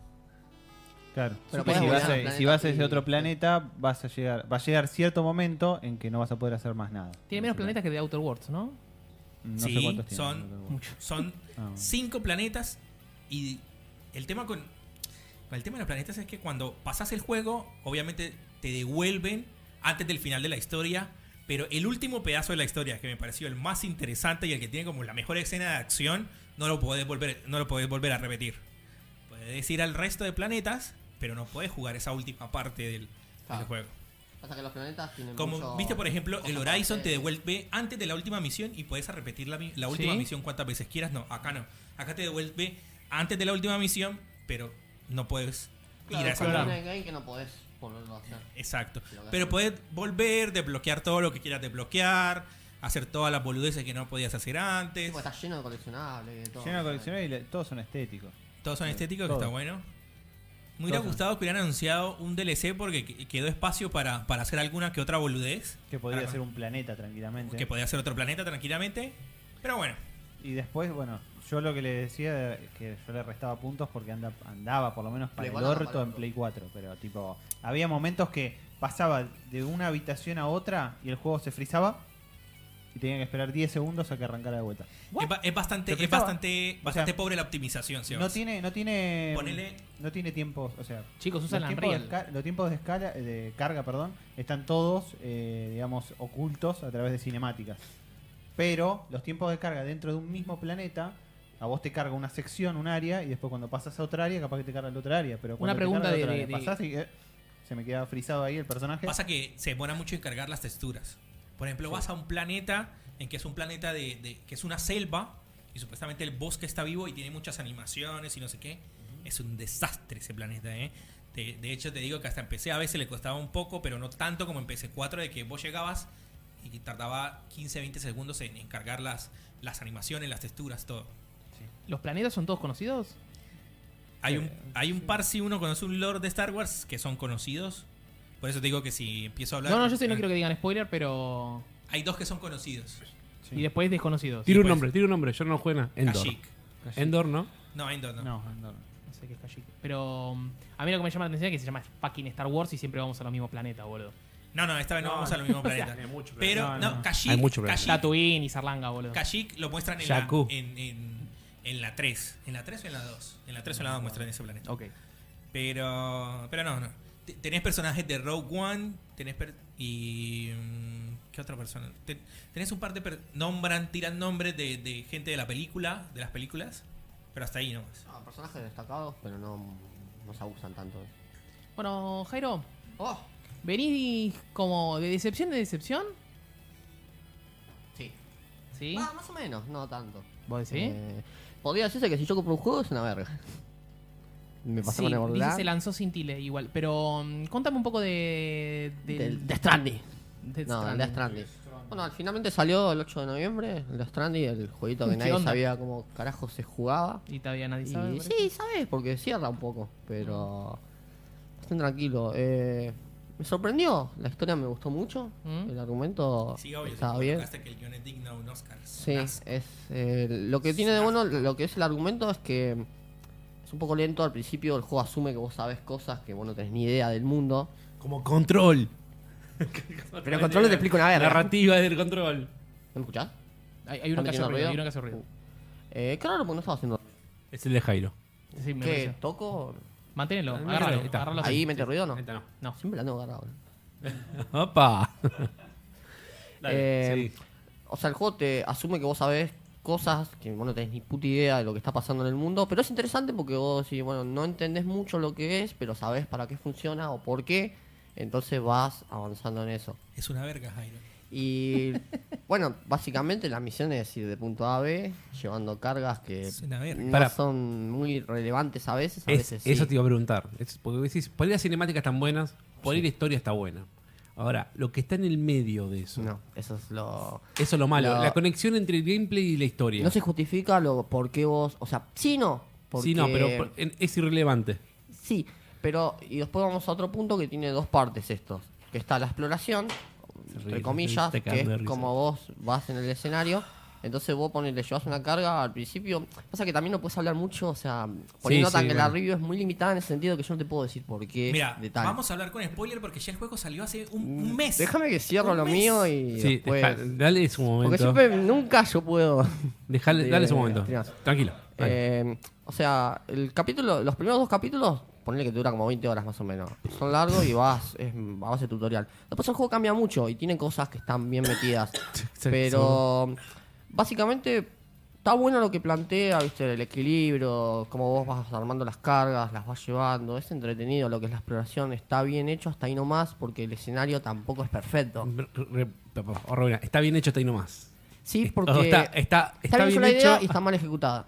[SPEAKER 4] Claro.
[SPEAKER 5] Pero
[SPEAKER 4] Sí,
[SPEAKER 5] podés
[SPEAKER 4] si,
[SPEAKER 5] volar
[SPEAKER 4] vas
[SPEAKER 5] al
[SPEAKER 4] a,
[SPEAKER 5] planeta
[SPEAKER 4] si vas a ese
[SPEAKER 5] y-
[SPEAKER 4] otro planeta, vas a llegar, va a llegar cierto momento en que no vas a poder hacer más nada.
[SPEAKER 1] Tiene menos planetas que The Outer Worlds, ¿no?
[SPEAKER 4] No
[SPEAKER 3] Sí,
[SPEAKER 4] sé cuántos tiene,
[SPEAKER 3] son-
[SPEAKER 4] no tengo-
[SPEAKER 1] Mucho.
[SPEAKER 3] Son
[SPEAKER 4] Ah,
[SPEAKER 3] cinco planetas y el tema con, con el tema de los planetas es que cuando pasas el juego obviamente te devuelven antes del final de la historia pero el último pedazo de la historia que me pareció el más interesante y el que tiene como la mejor escena de acción no lo podés volver no lo podés volver a repetir podés ir al resto de planetas pero no podés jugar esa última parte del, del
[SPEAKER 5] Claro.
[SPEAKER 3] juego
[SPEAKER 5] Pasa que los planetas tienen.
[SPEAKER 3] como
[SPEAKER 5] mucho-
[SPEAKER 3] viste por ejemplo el
[SPEAKER 5] cosas
[SPEAKER 3] Horizon
[SPEAKER 5] aparte.
[SPEAKER 3] te devuelve antes de la última misión y puedes repetir la, mi- la última
[SPEAKER 1] Sí.
[SPEAKER 3] misión cuantas veces quieras no acá no acá te devuelve antes de la última misión pero no puedes
[SPEAKER 5] Claro,
[SPEAKER 3] ir a
[SPEAKER 5] es
[SPEAKER 3] esa
[SPEAKER 5] como
[SPEAKER 1] claro.
[SPEAKER 5] un
[SPEAKER 3] otra.
[SPEAKER 5] endgame que no podés volverlo a hacer.
[SPEAKER 3] exacto
[SPEAKER 5] Lo que
[SPEAKER 3] pero
[SPEAKER 5] hace.
[SPEAKER 3] puedes volver desbloquear todo lo que quieras desbloquear hacer todas las boludeces que no podías hacer
[SPEAKER 5] Sí,
[SPEAKER 3] antes
[SPEAKER 5] porque Está lleno de coleccionables. y de todo.
[SPEAKER 4] Lleno de coleccionables y le- todos son estéticos.
[SPEAKER 3] todos son estéticos que
[SPEAKER 4] todo.
[SPEAKER 3] está bueno me hubiera
[SPEAKER 4] Todo.
[SPEAKER 3] gustado que hubieran anunciado un DLC porque qu- quedó espacio para, para hacer alguna que otra boludez
[SPEAKER 4] Que podría
[SPEAKER 3] Claro.
[SPEAKER 4] ser un planeta tranquilamente.
[SPEAKER 3] que podía ser otro planeta tranquilamente pero bueno
[SPEAKER 4] Y después, bueno, yo lo que le decía es que yo le restaba puntos porque anda, andaba por lo menos para
[SPEAKER 5] Play
[SPEAKER 4] el
[SPEAKER 5] cuatro,
[SPEAKER 4] orto
[SPEAKER 5] para el
[SPEAKER 4] en
[SPEAKER 5] orto.
[SPEAKER 4] Play 4, pero tipo, había momentos que pasaba de una habitación a otra y el juego se frizaba y tenía que esperar 10 segundos a que arrancara de vuelta.
[SPEAKER 3] Es, ba- es bastante,
[SPEAKER 4] ¿Te
[SPEAKER 3] es
[SPEAKER 4] fijabas?
[SPEAKER 3] bastante, bastante
[SPEAKER 4] sea,
[SPEAKER 3] pobre la optimización, ¿sí?
[SPEAKER 4] No tiene, no tiene.
[SPEAKER 3] Ponele-
[SPEAKER 4] No tiene tiempos, o sea.
[SPEAKER 1] Chicos, usan
[SPEAKER 4] los
[SPEAKER 1] la
[SPEAKER 4] tiempos, de,
[SPEAKER 1] Unreal.
[SPEAKER 4] esca- los tiempos de escala, eh, de carga, perdón, están todos, eh, digamos, ocultos a través de cinemáticas. Pero los tiempos de carga dentro de un mismo planeta, a vos te carga una sección, un área, y después cuando pasas a otra área, capaz que te carga la otra área. Pero cuando
[SPEAKER 1] Una
[SPEAKER 4] te
[SPEAKER 1] pregunta
[SPEAKER 4] carga la
[SPEAKER 1] de-
[SPEAKER 4] otra
[SPEAKER 1] de-
[SPEAKER 4] área,
[SPEAKER 1] de-
[SPEAKER 4] pasás y, eh, se me queda frisado ahí el personaje.
[SPEAKER 3] Pasa que se demora mucho en cargar las texturas. Por ejemplo, vas a un planeta en que es un planeta de, de- que es una selva y supuestamente el bosque está vivo y tiene muchas animaciones y no sé qué. Es un desastre ese planeta, ¿eh? Te- de hecho, te digo que hasta empecé a veces le costaba un poco, pero no tanto como en PC4, de que vos llegabas y tardaba 15, 20 segundos en, en cargar las, las animaciones, las texturas, todo.
[SPEAKER 1] ¿Los planetas son todos conocidos?
[SPEAKER 3] Hay un, hay un par si uno conoce un lore de Star Wars que son conocidos. Por eso te digo que si empiezo a hablar. eh,
[SPEAKER 1] No, no, yo sé, no quiero que digan spoiler, pero.
[SPEAKER 3] Hay dos que son conocidos.
[SPEAKER 4] Sí.
[SPEAKER 1] Y después desconocidos.
[SPEAKER 2] Tira un
[SPEAKER 3] pues.
[SPEAKER 2] nombre, tira un nombre. Yo no juego nada. Endor.
[SPEAKER 3] Kashyyyk.
[SPEAKER 2] Endor, ¿no?
[SPEAKER 3] No, Endor no.
[SPEAKER 4] No, no.
[SPEAKER 1] No sé qué es Kashyyyk. Pero um, a mí lo que me llama la atención es que se llama fucking Star Wars y siempre vamos a los mismos planetas, boludo.
[SPEAKER 3] No, no, esta vez no, vamos al mismo planeta. Pero,
[SPEAKER 4] No,
[SPEAKER 3] no,
[SPEAKER 4] no.
[SPEAKER 3] Kashyyyk.
[SPEAKER 2] Hay mucho planeta.
[SPEAKER 3] Kashyyyk-
[SPEAKER 1] Tatooine y Sarlanga, boludo.
[SPEAKER 3] Kashyyyk lo muestran en la,
[SPEAKER 2] Jakku.
[SPEAKER 3] en, en- en la 3. ¿En la 3 o en la 2? En la 3 o en la 2 muestran ese planeta.
[SPEAKER 1] Ok.
[SPEAKER 3] Pero, pero no, no. te- tenés personajes de Rogue One, tenés per- y mm, ¿qué otra persona? Te- tenés un par de per- nombran, tiran nombres de, de gente de la película, de las películas, pero hasta ahí nomás.
[SPEAKER 5] No, personajes destacados, pero no, no se abusan tanto. de eso.
[SPEAKER 1] Bueno, Jairo,
[SPEAKER 5] ¡Oh!
[SPEAKER 1] ¿venís como de decepción de decepción?
[SPEAKER 5] Sí.
[SPEAKER 1] ¿Sí?
[SPEAKER 5] Ah, más o menos, no tanto.
[SPEAKER 1] ¿Vos decís?
[SPEAKER 5] Eh, podría decirse que si yo compro un juego es una verga. Me pasó
[SPEAKER 1] Sí,
[SPEAKER 5] con el
[SPEAKER 1] dice,
[SPEAKER 5] Borderlands.
[SPEAKER 1] se lanzó sin tile igual. Pero mm, contame un poco de.
[SPEAKER 5] Del Death Stranding.
[SPEAKER 1] Death
[SPEAKER 5] no, el
[SPEAKER 1] Stranding.
[SPEAKER 5] Death Stranding. Bueno, finalmente salió el 8 de noviembre, el Death Stranding, el jueguito que
[SPEAKER 1] ¿Qué
[SPEAKER 5] nadie
[SPEAKER 1] onda?
[SPEAKER 5] sabía cómo carajo se jugaba.
[SPEAKER 1] Y todavía nadie sabe.
[SPEAKER 5] Y
[SPEAKER 1] por
[SPEAKER 5] sí, sabes, porque cierra un poco, pero
[SPEAKER 1] Ah.
[SPEAKER 5] bastante tranquilo. Eh, me sorprendió, la historia me gustó mucho,
[SPEAKER 1] Mm.
[SPEAKER 5] el argumento
[SPEAKER 3] Sí, obvio,
[SPEAKER 5] estaba
[SPEAKER 3] si
[SPEAKER 5] bien.
[SPEAKER 3] colocaste que el guion es digno de un Oscar.
[SPEAKER 5] Sí,
[SPEAKER 3] Las-
[SPEAKER 5] es eh, lo que tiene de bueno, lo que es el argumento es que es un poco lento al principio, el juego asume que vos sabes cosas que vos no tenés ni idea del mundo.
[SPEAKER 2] Como control.
[SPEAKER 5] Pero control no te explico una verga.
[SPEAKER 2] Narrativa del control.
[SPEAKER 5] ¿Me escuchás?
[SPEAKER 1] Hay, hay uno que
[SPEAKER 5] ¿Están
[SPEAKER 1] hace
[SPEAKER 5] metiendo
[SPEAKER 1] ruido,
[SPEAKER 5] ruido?
[SPEAKER 1] hay uno que hace ruido.
[SPEAKER 5] Eh, claro, porque no estaba haciendo.
[SPEAKER 2] Es el de Jairo.
[SPEAKER 1] Sí, me
[SPEAKER 5] ¿Qué?
[SPEAKER 1] parece.
[SPEAKER 5] ¿Toco?
[SPEAKER 1] Manténlo,
[SPEAKER 2] Ahí
[SPEAKER 1] agárralo,
[SPEAKER 2] está.
[SPEAKER 1] agárralo así.
[SPEAKER 5] ¿Ahí mete ruido o no?
[SPEAKER 2] Ahí está, no.
[SPEAKER 1] No.
[SPEAKER 5] Siempre la tengo agarrada.
[SPEAKER 2] Opa.
[SPEAKER 5] Eh, O sea, el juego te asume que vos sabés cosas que vos no tenés ni puta idea de lo que está pasando en el mundo, pero es interesante porque vos decís, bueno, no entendés mucho lo que es, pero sabés para qué funciona o por qué, entonces vas avanzando en eso.
[SPEAKER 3] Es una verga, Jairo.
[SPEAKER 5] Y bueno, básicamente la misión es ir de punto A a B, llevando cargas que
[SPEAKER 3] Es una verga.
[SPEAKER 5] no
[SPEAKER 2] Pará.
[SPEAKER 5] son muy relevantes a veces, a
[SPEAKER 2] Es-
[SPEAKER 5] veces sí.
[SPEAKER 2] Eso te iba a preguntar. Es- porque decís, por ahí las cinemáticas están buenas, por ahí la historia está buena. Ahora, lo que está en el medio de eso.
[SPEAKER 5] No, eso es lo...
[SPEAKER 2] Eso es lo malo.
[SPEAKER 5] Lo-
[SPEAKER 2] La conexión entre el gameplay y la historia.
[SPEAKER 5] No se justifica lo por qué vos... O sea, sí no. Porque...
[SPEAKER 2] Sí, no, pero por- en- es irrelevante.
[SPEAKER 5] Sí, pero y después vamos a otro punto que tiene dos partes estos, que está la exploración,
[SPEAKER 2] ríe,
[SPEAKER 5] entre comillas,
[SPEAKER 2] se está
[SPEAKER 5] que
[SPEAKER 2] cagando de
[SPEAKER 5] es
[SPEAKER 2] risa.
[SPEAKER 5] como vos vas en el escenario, entonces vos pones, le llevas una carga al principio, pasa que también no puedes hablar mucho, o sea, poniendo
[SPEAKER 2] sí,
[SPEAKER 5] tan que la
[SPEAKER 2] bueno.
[SPEAKER 5] review es muy limitada en el sentido que yo no te puedo decir por qué
[SPEAKER 3] Mira,
[SPEAKER 5] de tal. Mm,
[SPEAKER 3] vamos a hablar con spoiler porque ya el juego salió hace un, un mes.
[SPEAKER 5] Déjame que cierro
[SPEAKER 3] Un
[SPEAKER 5] lo
[SPEAKER 3] mes.
[SPEAKER 5] mío y
[SPEAKER 2] Sí,
[SPEAKER 5] después-
[SPEAKER 2] deja- dale su
[SPEAKER 5] porque
[SPEAKER 2] momento.
[SPEAKER 5] siempre nunca yo puedo
[SPEAKER 2] Dejale- dale su
[SPEAKER 5] Eh,
[SPEAKER 2] momento.
[SPEAKER 5] tira.
[SPEAKER 2] Tranquilo. dale.
[SPEAKER 5] Eh, o sea, el capítulo, los primeros dos capítulos, ponle que dura como 20 horas más o menos. Son largos y vas es a base de tutorial. Después el juego cambia mucho y tiene cosas que están bien metidas. pero básicamente está bueno lo que plantea, ¿viste? El equilibrio, cómo vos vas armando las cargas, las vas llevando. Es entretenido lo que es la exploración. Está bien hecho hasta ahí nomás porque el escenario tampoco es perfecto.
[SPEAKER 2] Re- re- papá, oh, Robina, está bien hecho hasta ahí nomás.
[SPEAKER 5] Sí,
[SPEAKER 2] Está-
[SPEAKER 5] porque
[SPEAKER 2] está, está,
[SPEAKER 5] está
[SPEAKER 2] está
[SPEAKER 5] bien hecho
[SPEAKER 2] bien,
[SPEAKER 5] la idea
[SPEAKER 2] hecho.
[SPEAKER 5] y está mal ejecutada.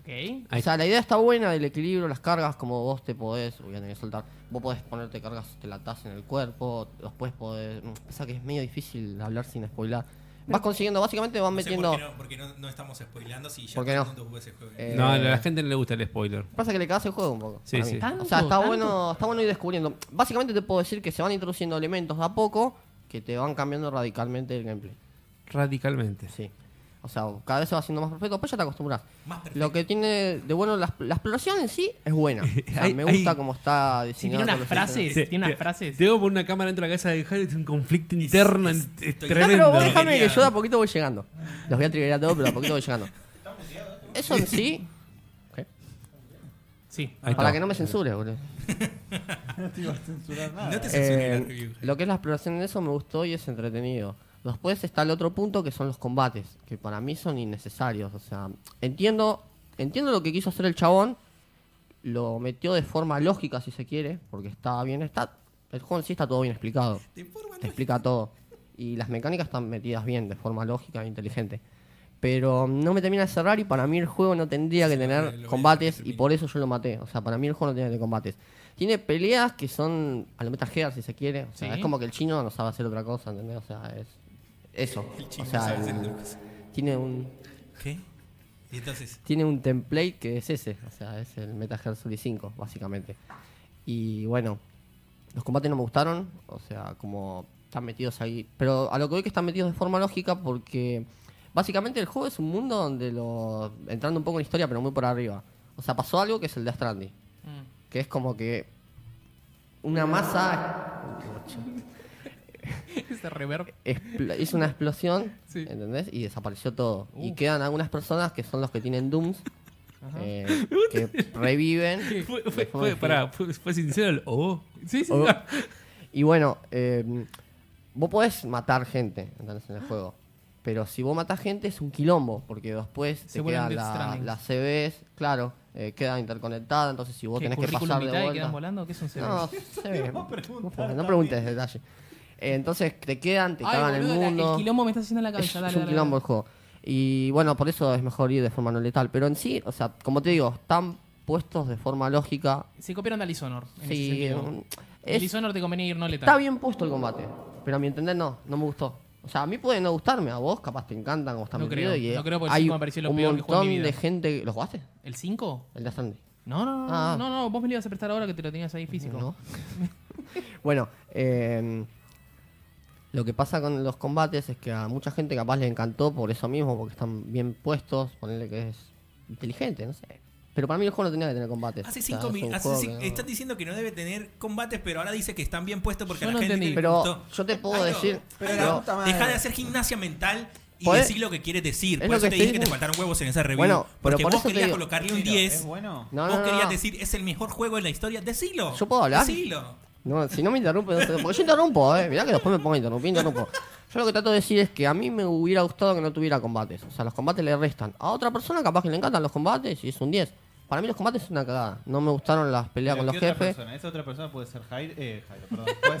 [SPEAKER 1] Ok.
[SPEAKER 2] Ahí
[SPEAKER 5] o sea, la idea está buena del equilibrio, las cargas, como vos te podés, voy a tener que soltar, vos podés ponerte cargas, te la atás en el cuerpo, después podés, mm, pasa que es medio difícil hablar sin spoilar. Vas consiguiendo, básicamente vas
[SPEAKER 3] No sé por qué
[SPEAKER 5] metiendo,
[SPEAKER 3] no- porque no, no estamos spoilando si ya
[SPEAKER 5] ¿Por qué
[SPEAKER 3] todo
[SPEAKER 5] no?
[SPEAKER 3] el mundo jugó ese juego.
[SPEAKER 5] Eh,
[SPEAKER 2] No, a la gente no le gusta el spoiler.
[SPEAKER 5] pasa que le cagás el juego un poco.
[SPEAKER 2] Sí,
[SPEAKER 5] para mí.
[SPEAKER 2] sí.
[SPEAKER 5] O sea,
[SPEAKER 1] ¿Tanto?
[SPEAKER 5] está
[SPEAKER 1] ¿Tanto?
[SPEAKER 5] bueno, está bueno ir descubriendo. Básicamente te puedo decir que se van introduciendo elementos de a poco que te van cambiando radicalmente el gameplay.
[SPEAKER 2] Radicalmente.
[SPEAKER 5] Sí. O sea, cada vez se va haciendo más perfecto, después ya te acostumbras.
[SPEAKER 3] Más perfecto.
[SPEAKER 5] Lo que tiene de bueno la, la exploración en sí es buena. O sea,
[SPEAKER 2] Hay-
[SPEAKER 5] me gusta
[SPEAKER 2] hay-
[SPEAKER 5] cómo está
[SPEAKER 1] Sí,
[SPEAKER 5] diseñado.
[SPEAKER 1] tiene unas
[SPEAKER 5] todo lo que
[SPEAKER 1] frases.
[SPEAKER 5] hicieron.
[SPEAKER 1] tiene unas
[SPEAKER 2] Te-
[SPEAKER 1] frates.
[SPEAKER 2] Te debo poner una cámara dentro de la casa de Jairo, es un conflicto interno
[SPEAKER 3] es-
[SPEAKER 2] en- es
[SPEAKER 3] estoy-
[SPEAKER 5] No, pero
[SPEAKER 2] tremendo.
[SPEAKER 5] vos déjame que
[SPEAKER 3] Genial.
[SPEAKER 5] yo de a poquito voy llegando. Los voy a triggerar a todos, pero de a poquito voy llegando. Eso en sí, ¿eh?
[SPEAKER 1] Sí.
[SPEAKER 2] Ahí
[SPEAKER 5] para
[SPEAKER 2] está.
[SPEAKER 5] que no me censures, boludo.
[SPEAKER 4] No te iba a censurar
[SPEAKER 3] no te censuré la
[SPEAKER 5] Eh,
[SPEAKER 3] review.
[SPEAKER 5] lo que es la exploración de eso me gustó y es entretenido. Después está el otro punto que son los combates, que para mí son innecesarios. O sea, entiendo, entiendo lo que quiso hacer el chabón, lo metió de forma lógica si se quiere, porque está bien, está, el juego en sí está todo bien explicado.
[SPEAKER 3] Te informan,
[SPEAKER 5] te
[SPEAKER 3] ¿no?
[SPEAKER 5] explica todo. Y las mecánicas están metidas bien, de forma lógica e inteligente. Pero no me termina de cerrar y para mí el juego no tendría que
[SPEAKER 3] lo voy a
[SPEAKER 5] tener
[SPEAKER 3] dejar que
[SPEAKER 5] combates y
[SPEAKER 3] termine.
[SPEAKER 5] por eso yo lo maté. O sea, para mí el juego no tiene que tener combates. Tiene peleas que son a lo Metal Gear, si se quiere. O sea,
[SPEAKER 1] Sí.
[SPEAKER 5] es como que el chino no sabe hacer otra cosa, ¿entendés? O sea, es eso.
[SPEAKER 3] El chino
[SPEAKER 5] O sea,
[SPEAKER 3] sabe hacer
[SPEAKER 5] el-
[SPEAKER 3] otra cosa.
[SPEAKER 5] tiene un
[SPEAKER 3] ¿Qué? Y entonces,
[SPEAKER 5] tiene un template que es ese, o sea, es el Metal Gear Solid 5, básicamente. Y bueno, los combates no me gustaron, o sea, como están metidos ahí, pero a lo que voy que están metidos de forma lógica porque básicamente el juego es un mundo donde lo entrando un poco en historia, pero muy por arriba. O sea, pasó algo que es el de Stranding,
[SPEAKER 1] Mm.
[SPEAKER 5] que es como que una masa
[SPEAKER 1] Ese reverb.
[SPEAKER 5] expl- hizo una explosión,
[SPEAKER 1] Sí.
[SPEAKER 5] ¿entendés? Y desapareció todo. Y
[SPEAKER 1] Uh.
[SPEAKER 5] quedan algunas personas que son los que tienen Dooms, eh, que reviven.
[SPEAKER 2] Fue,
[SPEAKER 5] de
[SPEAKER 2] fue,
[SPEAKER 5] forma
[SPEAKER 2] fue-
[SPEAKER 5] diferente.
[SPEAKER 2] pará, fue, fue sincero el oh.
[SPEAKER 1] Sí, sí.
[SPEAKER 5] Oh.
[SPEAKER 1] no.
[SPEAKER 5] Y bueno, eh, vos podés matar gente ¿entendés? en el juego. Pero si vos matás gente es un quilombo, porque después
[SPEAKER 1] Se
[SPEAKER 5] te
[SPEAKER 1] vuelven
[SPEAKER 5] quedan
[SPEAKER 1] Death
[SPEAKER 5] la,
[SPEAKER 1] Stranding.
[SPEAKER 5] las CVs, claro, eh, quedan interconectadas, entonces si vos
[SPEAKER 1] ¿Qué,
[SPEAKER 5] tenés que
[SPEAKER 1] currículum
[SPEAKER 5] pasar de
[SPEAKER 1] vitae
[SPEAKER 5] vuelta...
[SPEAKER 1] quedan volando? ¿Qué es un CB?
[SPEAKER 5] No, se ve.
[SPEAKER 4] iba a preguntar
[SPEAKER 5] Ufa, No
[SPEAKER 4] también.
[SPEAKER 5] preguntes detalle. Eh, Entonces te quedan, te cagan el
[SPEAKER 1] boludo, la-
[SPEAKER 5] mundo.
[SPEAKER 1] el quilombo me está haciendo la
[SPEAKER 5] es,
[SPEAKER 1] cabeza.
[SPEAKER 5] es
[SPEAKER 1] dale,
[SPEAKER 5] un
[SPEAKER 1] dale,
[SPEAKER 5] quilombo el
[SPEAKER 1] dale.
[SPEAKER 5] juego. Y bueno, por eso es mejor ir de forma no letal. Pero en sí, o sea, como te digo, están puestos de forma lógica.
[SPEAKER 1] Se copiaron de Dishonor. En ese
[SPEAKER 5] Sí,
[SPEAKER 1] sentido.
[SPEAKER 5] un-
[SPEAKER 1] El
[SPEAKER 5] es-
[SPEAKER 1] Dishonor te convenía ir no letal.
[SPEAKER 5] está bien puesto el combate. Pero a mi entender, no, no me gustó. O sea, a mí puede no gustarme, a vos capaz te encantan como está
[SPEAKER 1] No
[SPEAKER 5] metido
[SPEAKER 1] creo,
[SPEAKER 5] y, eh,
[SPEAKER 1] no creo porque el
[SPEAKER 5] hay
[SPEAKER 1] cinco me pareció lo
[SPEAKER 5] un
[SPEAKER 1] peor que jugué en
[SPEAKER 5] montón
[SPEAKER 1] mi vida.
[SPEAKER 5] de gente. ¿Lo jugaste?
[SPEAKER 1] ¿El 5?
[SPEAKER 5] El de Sandy.
[SPEAKER 1] No, no, no,
[SPEAKER 5] Ah.
[SPEAKER 1] no, no, vos me lo ibas a prestar ahora que te lo tenías ahí físico.
[SPEAKER 5] No. bueno, eh, lo que pasa con los combates es que a mucha gente capaz les encantó por eso mismo, porque están bien puestos, ponerle que es inteligente, no sé. Pero para mí el juego no tenía que tener combates.
[SPEAKER 3] Hace
[SPEAKER 5] O sea,
[SPEAKER 3] cinco
[SPEAKER 5] es un
[SPEAKER 3] minutos.
[SPEAKER 5] juego que no-
[SPEAKER 3] Están diciendo que no debe tener combates, pero ahora dice que están bien puestos porque
[SPEAKER 1] Yo
[SPEAKER 3] a la
[SPEAKER 1] no
[SPEAKER 3] gente
[SPEAKER 1] entendí.
[SPEAKER 3] le
[SPEAKER 5] Pero
[SPEAKER 3] gustó.
[SPEAKER 5] yo te puedo
[SPEAKER 3] Ay, no.
[SPEAKER 5] decir.
[SPEAKER 4] Pero la
[SPEAKER 5] pero-
[SPEAKER 4] puta madre.
[SPEAKER 3] Deja de hacer gimnasia mental y
[SPEAKER 5] Podés-
[SPEAKER 3] decir lo que quieres decir.
[SPEAKER 5] Es
[SPEAKER 3] Por
[SPEAKER 5] lo
[SPEAKER 3] eso
[SPEAKER 5] que
[SPEAKER 3] te
[SPEAKER 5] estoy
[SPEAKER 3] dije que te
[SPEAKER 5] diciendo.
[SPEAKER 3] faltaron huevos en esa review.
[SPEAKER 5] Bueno, pero
[SPEAKER 3] porque
[SPEAKER 5] por
[SPEAKER 3] vos
[SPEAKER 5] eso te
[SPEAKER 3] querías
[SPEAKER 5] digo.
[SPEAKER 3] colocarle un
[SPEAKER 4] ¿Es
[SPEAKER 3] 10.
[SPEAKER 4] bueno?
[SPEAKER 5] no,
[SPEAKER 3] vos
[SPEAKER 5] no, no,
[SPEAKER 3] querías
[SPEAKER 5] no.
[SPEAKER 3] decir, es el mejor juego de la historia. Decilo.
[SPEAKER 5] ¿Yo puedo hablar?
[SPEAKER 3] Decilo.
[SPEAKER 5] No, si no me interrumpen, no sé- porque yo interrumpo, eh. Mirá que después me pongo a interrumpir, interrumpo. Yo lo que trato de decir es que a mí me hubiera gustado que no tuviera combates. O sea, los combates le restan. A otra persona capaz que le encantan los combates y es un 10. Para mí los combates es una cagada. No me gustaron las peleas
[SPEAKER 4] Pero
[SPEAKER 5] con los
[SPEAKER 4] ¿qué otra
[SPEAKER 5] jefes.
[SPEAKER 4] persona? Esa otra persona puede ser Jairo. Eh, Jairo, perdón. Puede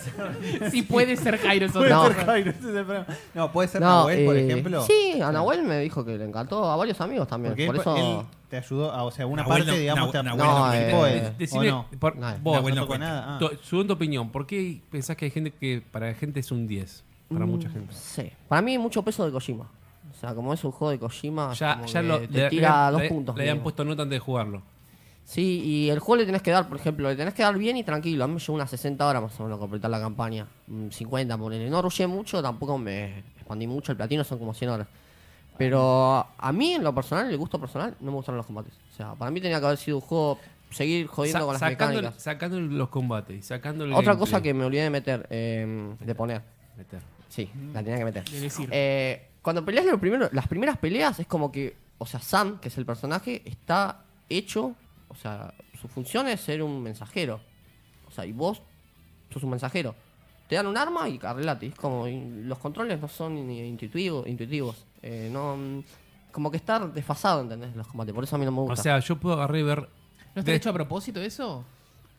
[SPEAKER 4] ser.
[SPEAKER 1] Sí puede ser Jairo
[SPEAKER 4] Puede
[SPEAKER 1] Soto.
[SPEAKER 4] ser Jairo, ese es el problema. No, puede ser
[SPEAKER 5] No,
[SPEAKER 4] Nahuel, por
[SPEAKER 5] eh,
[SPEAKER 4] ejemplo.
[SPEAKER 5] Sí, a Nahuel me dijo que le encantó a varios amigos también.
[SPEAKER 4] Porque
[SPEAKER 5] por
[SPEAKER 4] él-
[SPEAKER 5] eso.
[SPEAKER 4] Pues, él te ayudó, a- o sea, una
[SPEAKER 3] Nahuel
[SPEAKER 4] parte,
[SPEAKER 3] no-
[SPEAKER 4] digamos,
[SPEAKER 3] Nahu-
[SPEAKER 4] te
[SPEAKER 3] Nahuel
[SPEAKER 5] no
[SPEAKER 4] te
[SPEAKER 5] eh,
[SPEAKER 4] apoyó,
[SPEAKER 5] de-
[SPEAKER 4] ¿o
[SPEAKER 2] Decime,
[SPEAKER 4] no?
[SPEAKER 2] por-
[SPEAKER 5] Nadie.
[SPEAKER 2] vos,
[SPEAKER 3] Nahuel
[SPEAKER 4] no
[SPEAKER 3] no
[SPEAKER 4] tocó
[SPEAKER 3] cuenta.
[SPEAKER 4] nada. ah.
[SPEAKER 2] tu, según tu opinión, ¿por qué pensás que hay gente que para la gente es un 10? Para mucha
[SPEAKER 5] Mm.
[SPEAKER 2] gente.
[SPEAKER 5] Sí. Para mí mucho peso de Kojima. O sea, como es un juego de Kojima,
[SPEAKER 2] Ya,
[SPEAKER 5] Ah, como
[SPEAKER 2] ya
[SPEAKER 5] que
[SPEAKER 2] lo, le-
[SPEAKER 5] te tira
[SPEAKER 2] le habían-
[SPEAKER 5] dos
[SPEAKER 2] le-
[SPEAKER 5] puntos.
[SPEAKER 2] Le habían
[SPEAKER 5] mínimo.
[SPEAKER 2] puesto nota antes de jugarlo.
[SPEAKER 5] Sí, y el juego le tenés que dar, por ejemplo, le tenés que dar bien y tranquilo. A mí me llevó unas 60 horas más o menos completar la campaña. Mm, 50, ponele. No rushé mucho, tampoco me expandí mucho. El platino son como 100 horas. Pero a mí, en lo personal, en el gusto personal, no me gustaron los combates. O sea, para mí tenía que haber sido un juego, seguir jodiendo
[SPEAKER 2] Sa-
[SPEAKER 5] con las
[SPEAKER 2] sacando,
[SPEAKER 5] mecánicas.
[SPEAKER 2] sacando los combates, y sacando el
[SPEAKER 5] Otra
[SPEAKER 2] gameplay.
[SPEAKER 5] cosa que me olvidé de meter, eh, de poner.
[SPEAKER 2] Meter.
[SPEAKER 5] Sí, la tenía que meter.
[SPEAKER 1] De decir.
[SPEAKER 5] Eh, cuando peleas lo primero, las primeras peleas es como que, o sea, Sam, que es el personaje, está hecho, o sea, su función es ser un mensajero. O sea, y vos sos un mensajero. Te dan un arma y arreglate. Es como, y los controles no son ni intuitivo- intuitivos. Eh, no, mm, como que está desfasado, ¿entendés? Los combates. Por eso a mí no me
[SPEAKER 2] O
[SPEAKER 5] gusta.
[SPEAKER 2] sea, yo puedo agarrar y ver.
[SPEAKER 1] ¿No está
[SPEAKER 2] de-
[SPEAKER 1] hecho a propósito eso?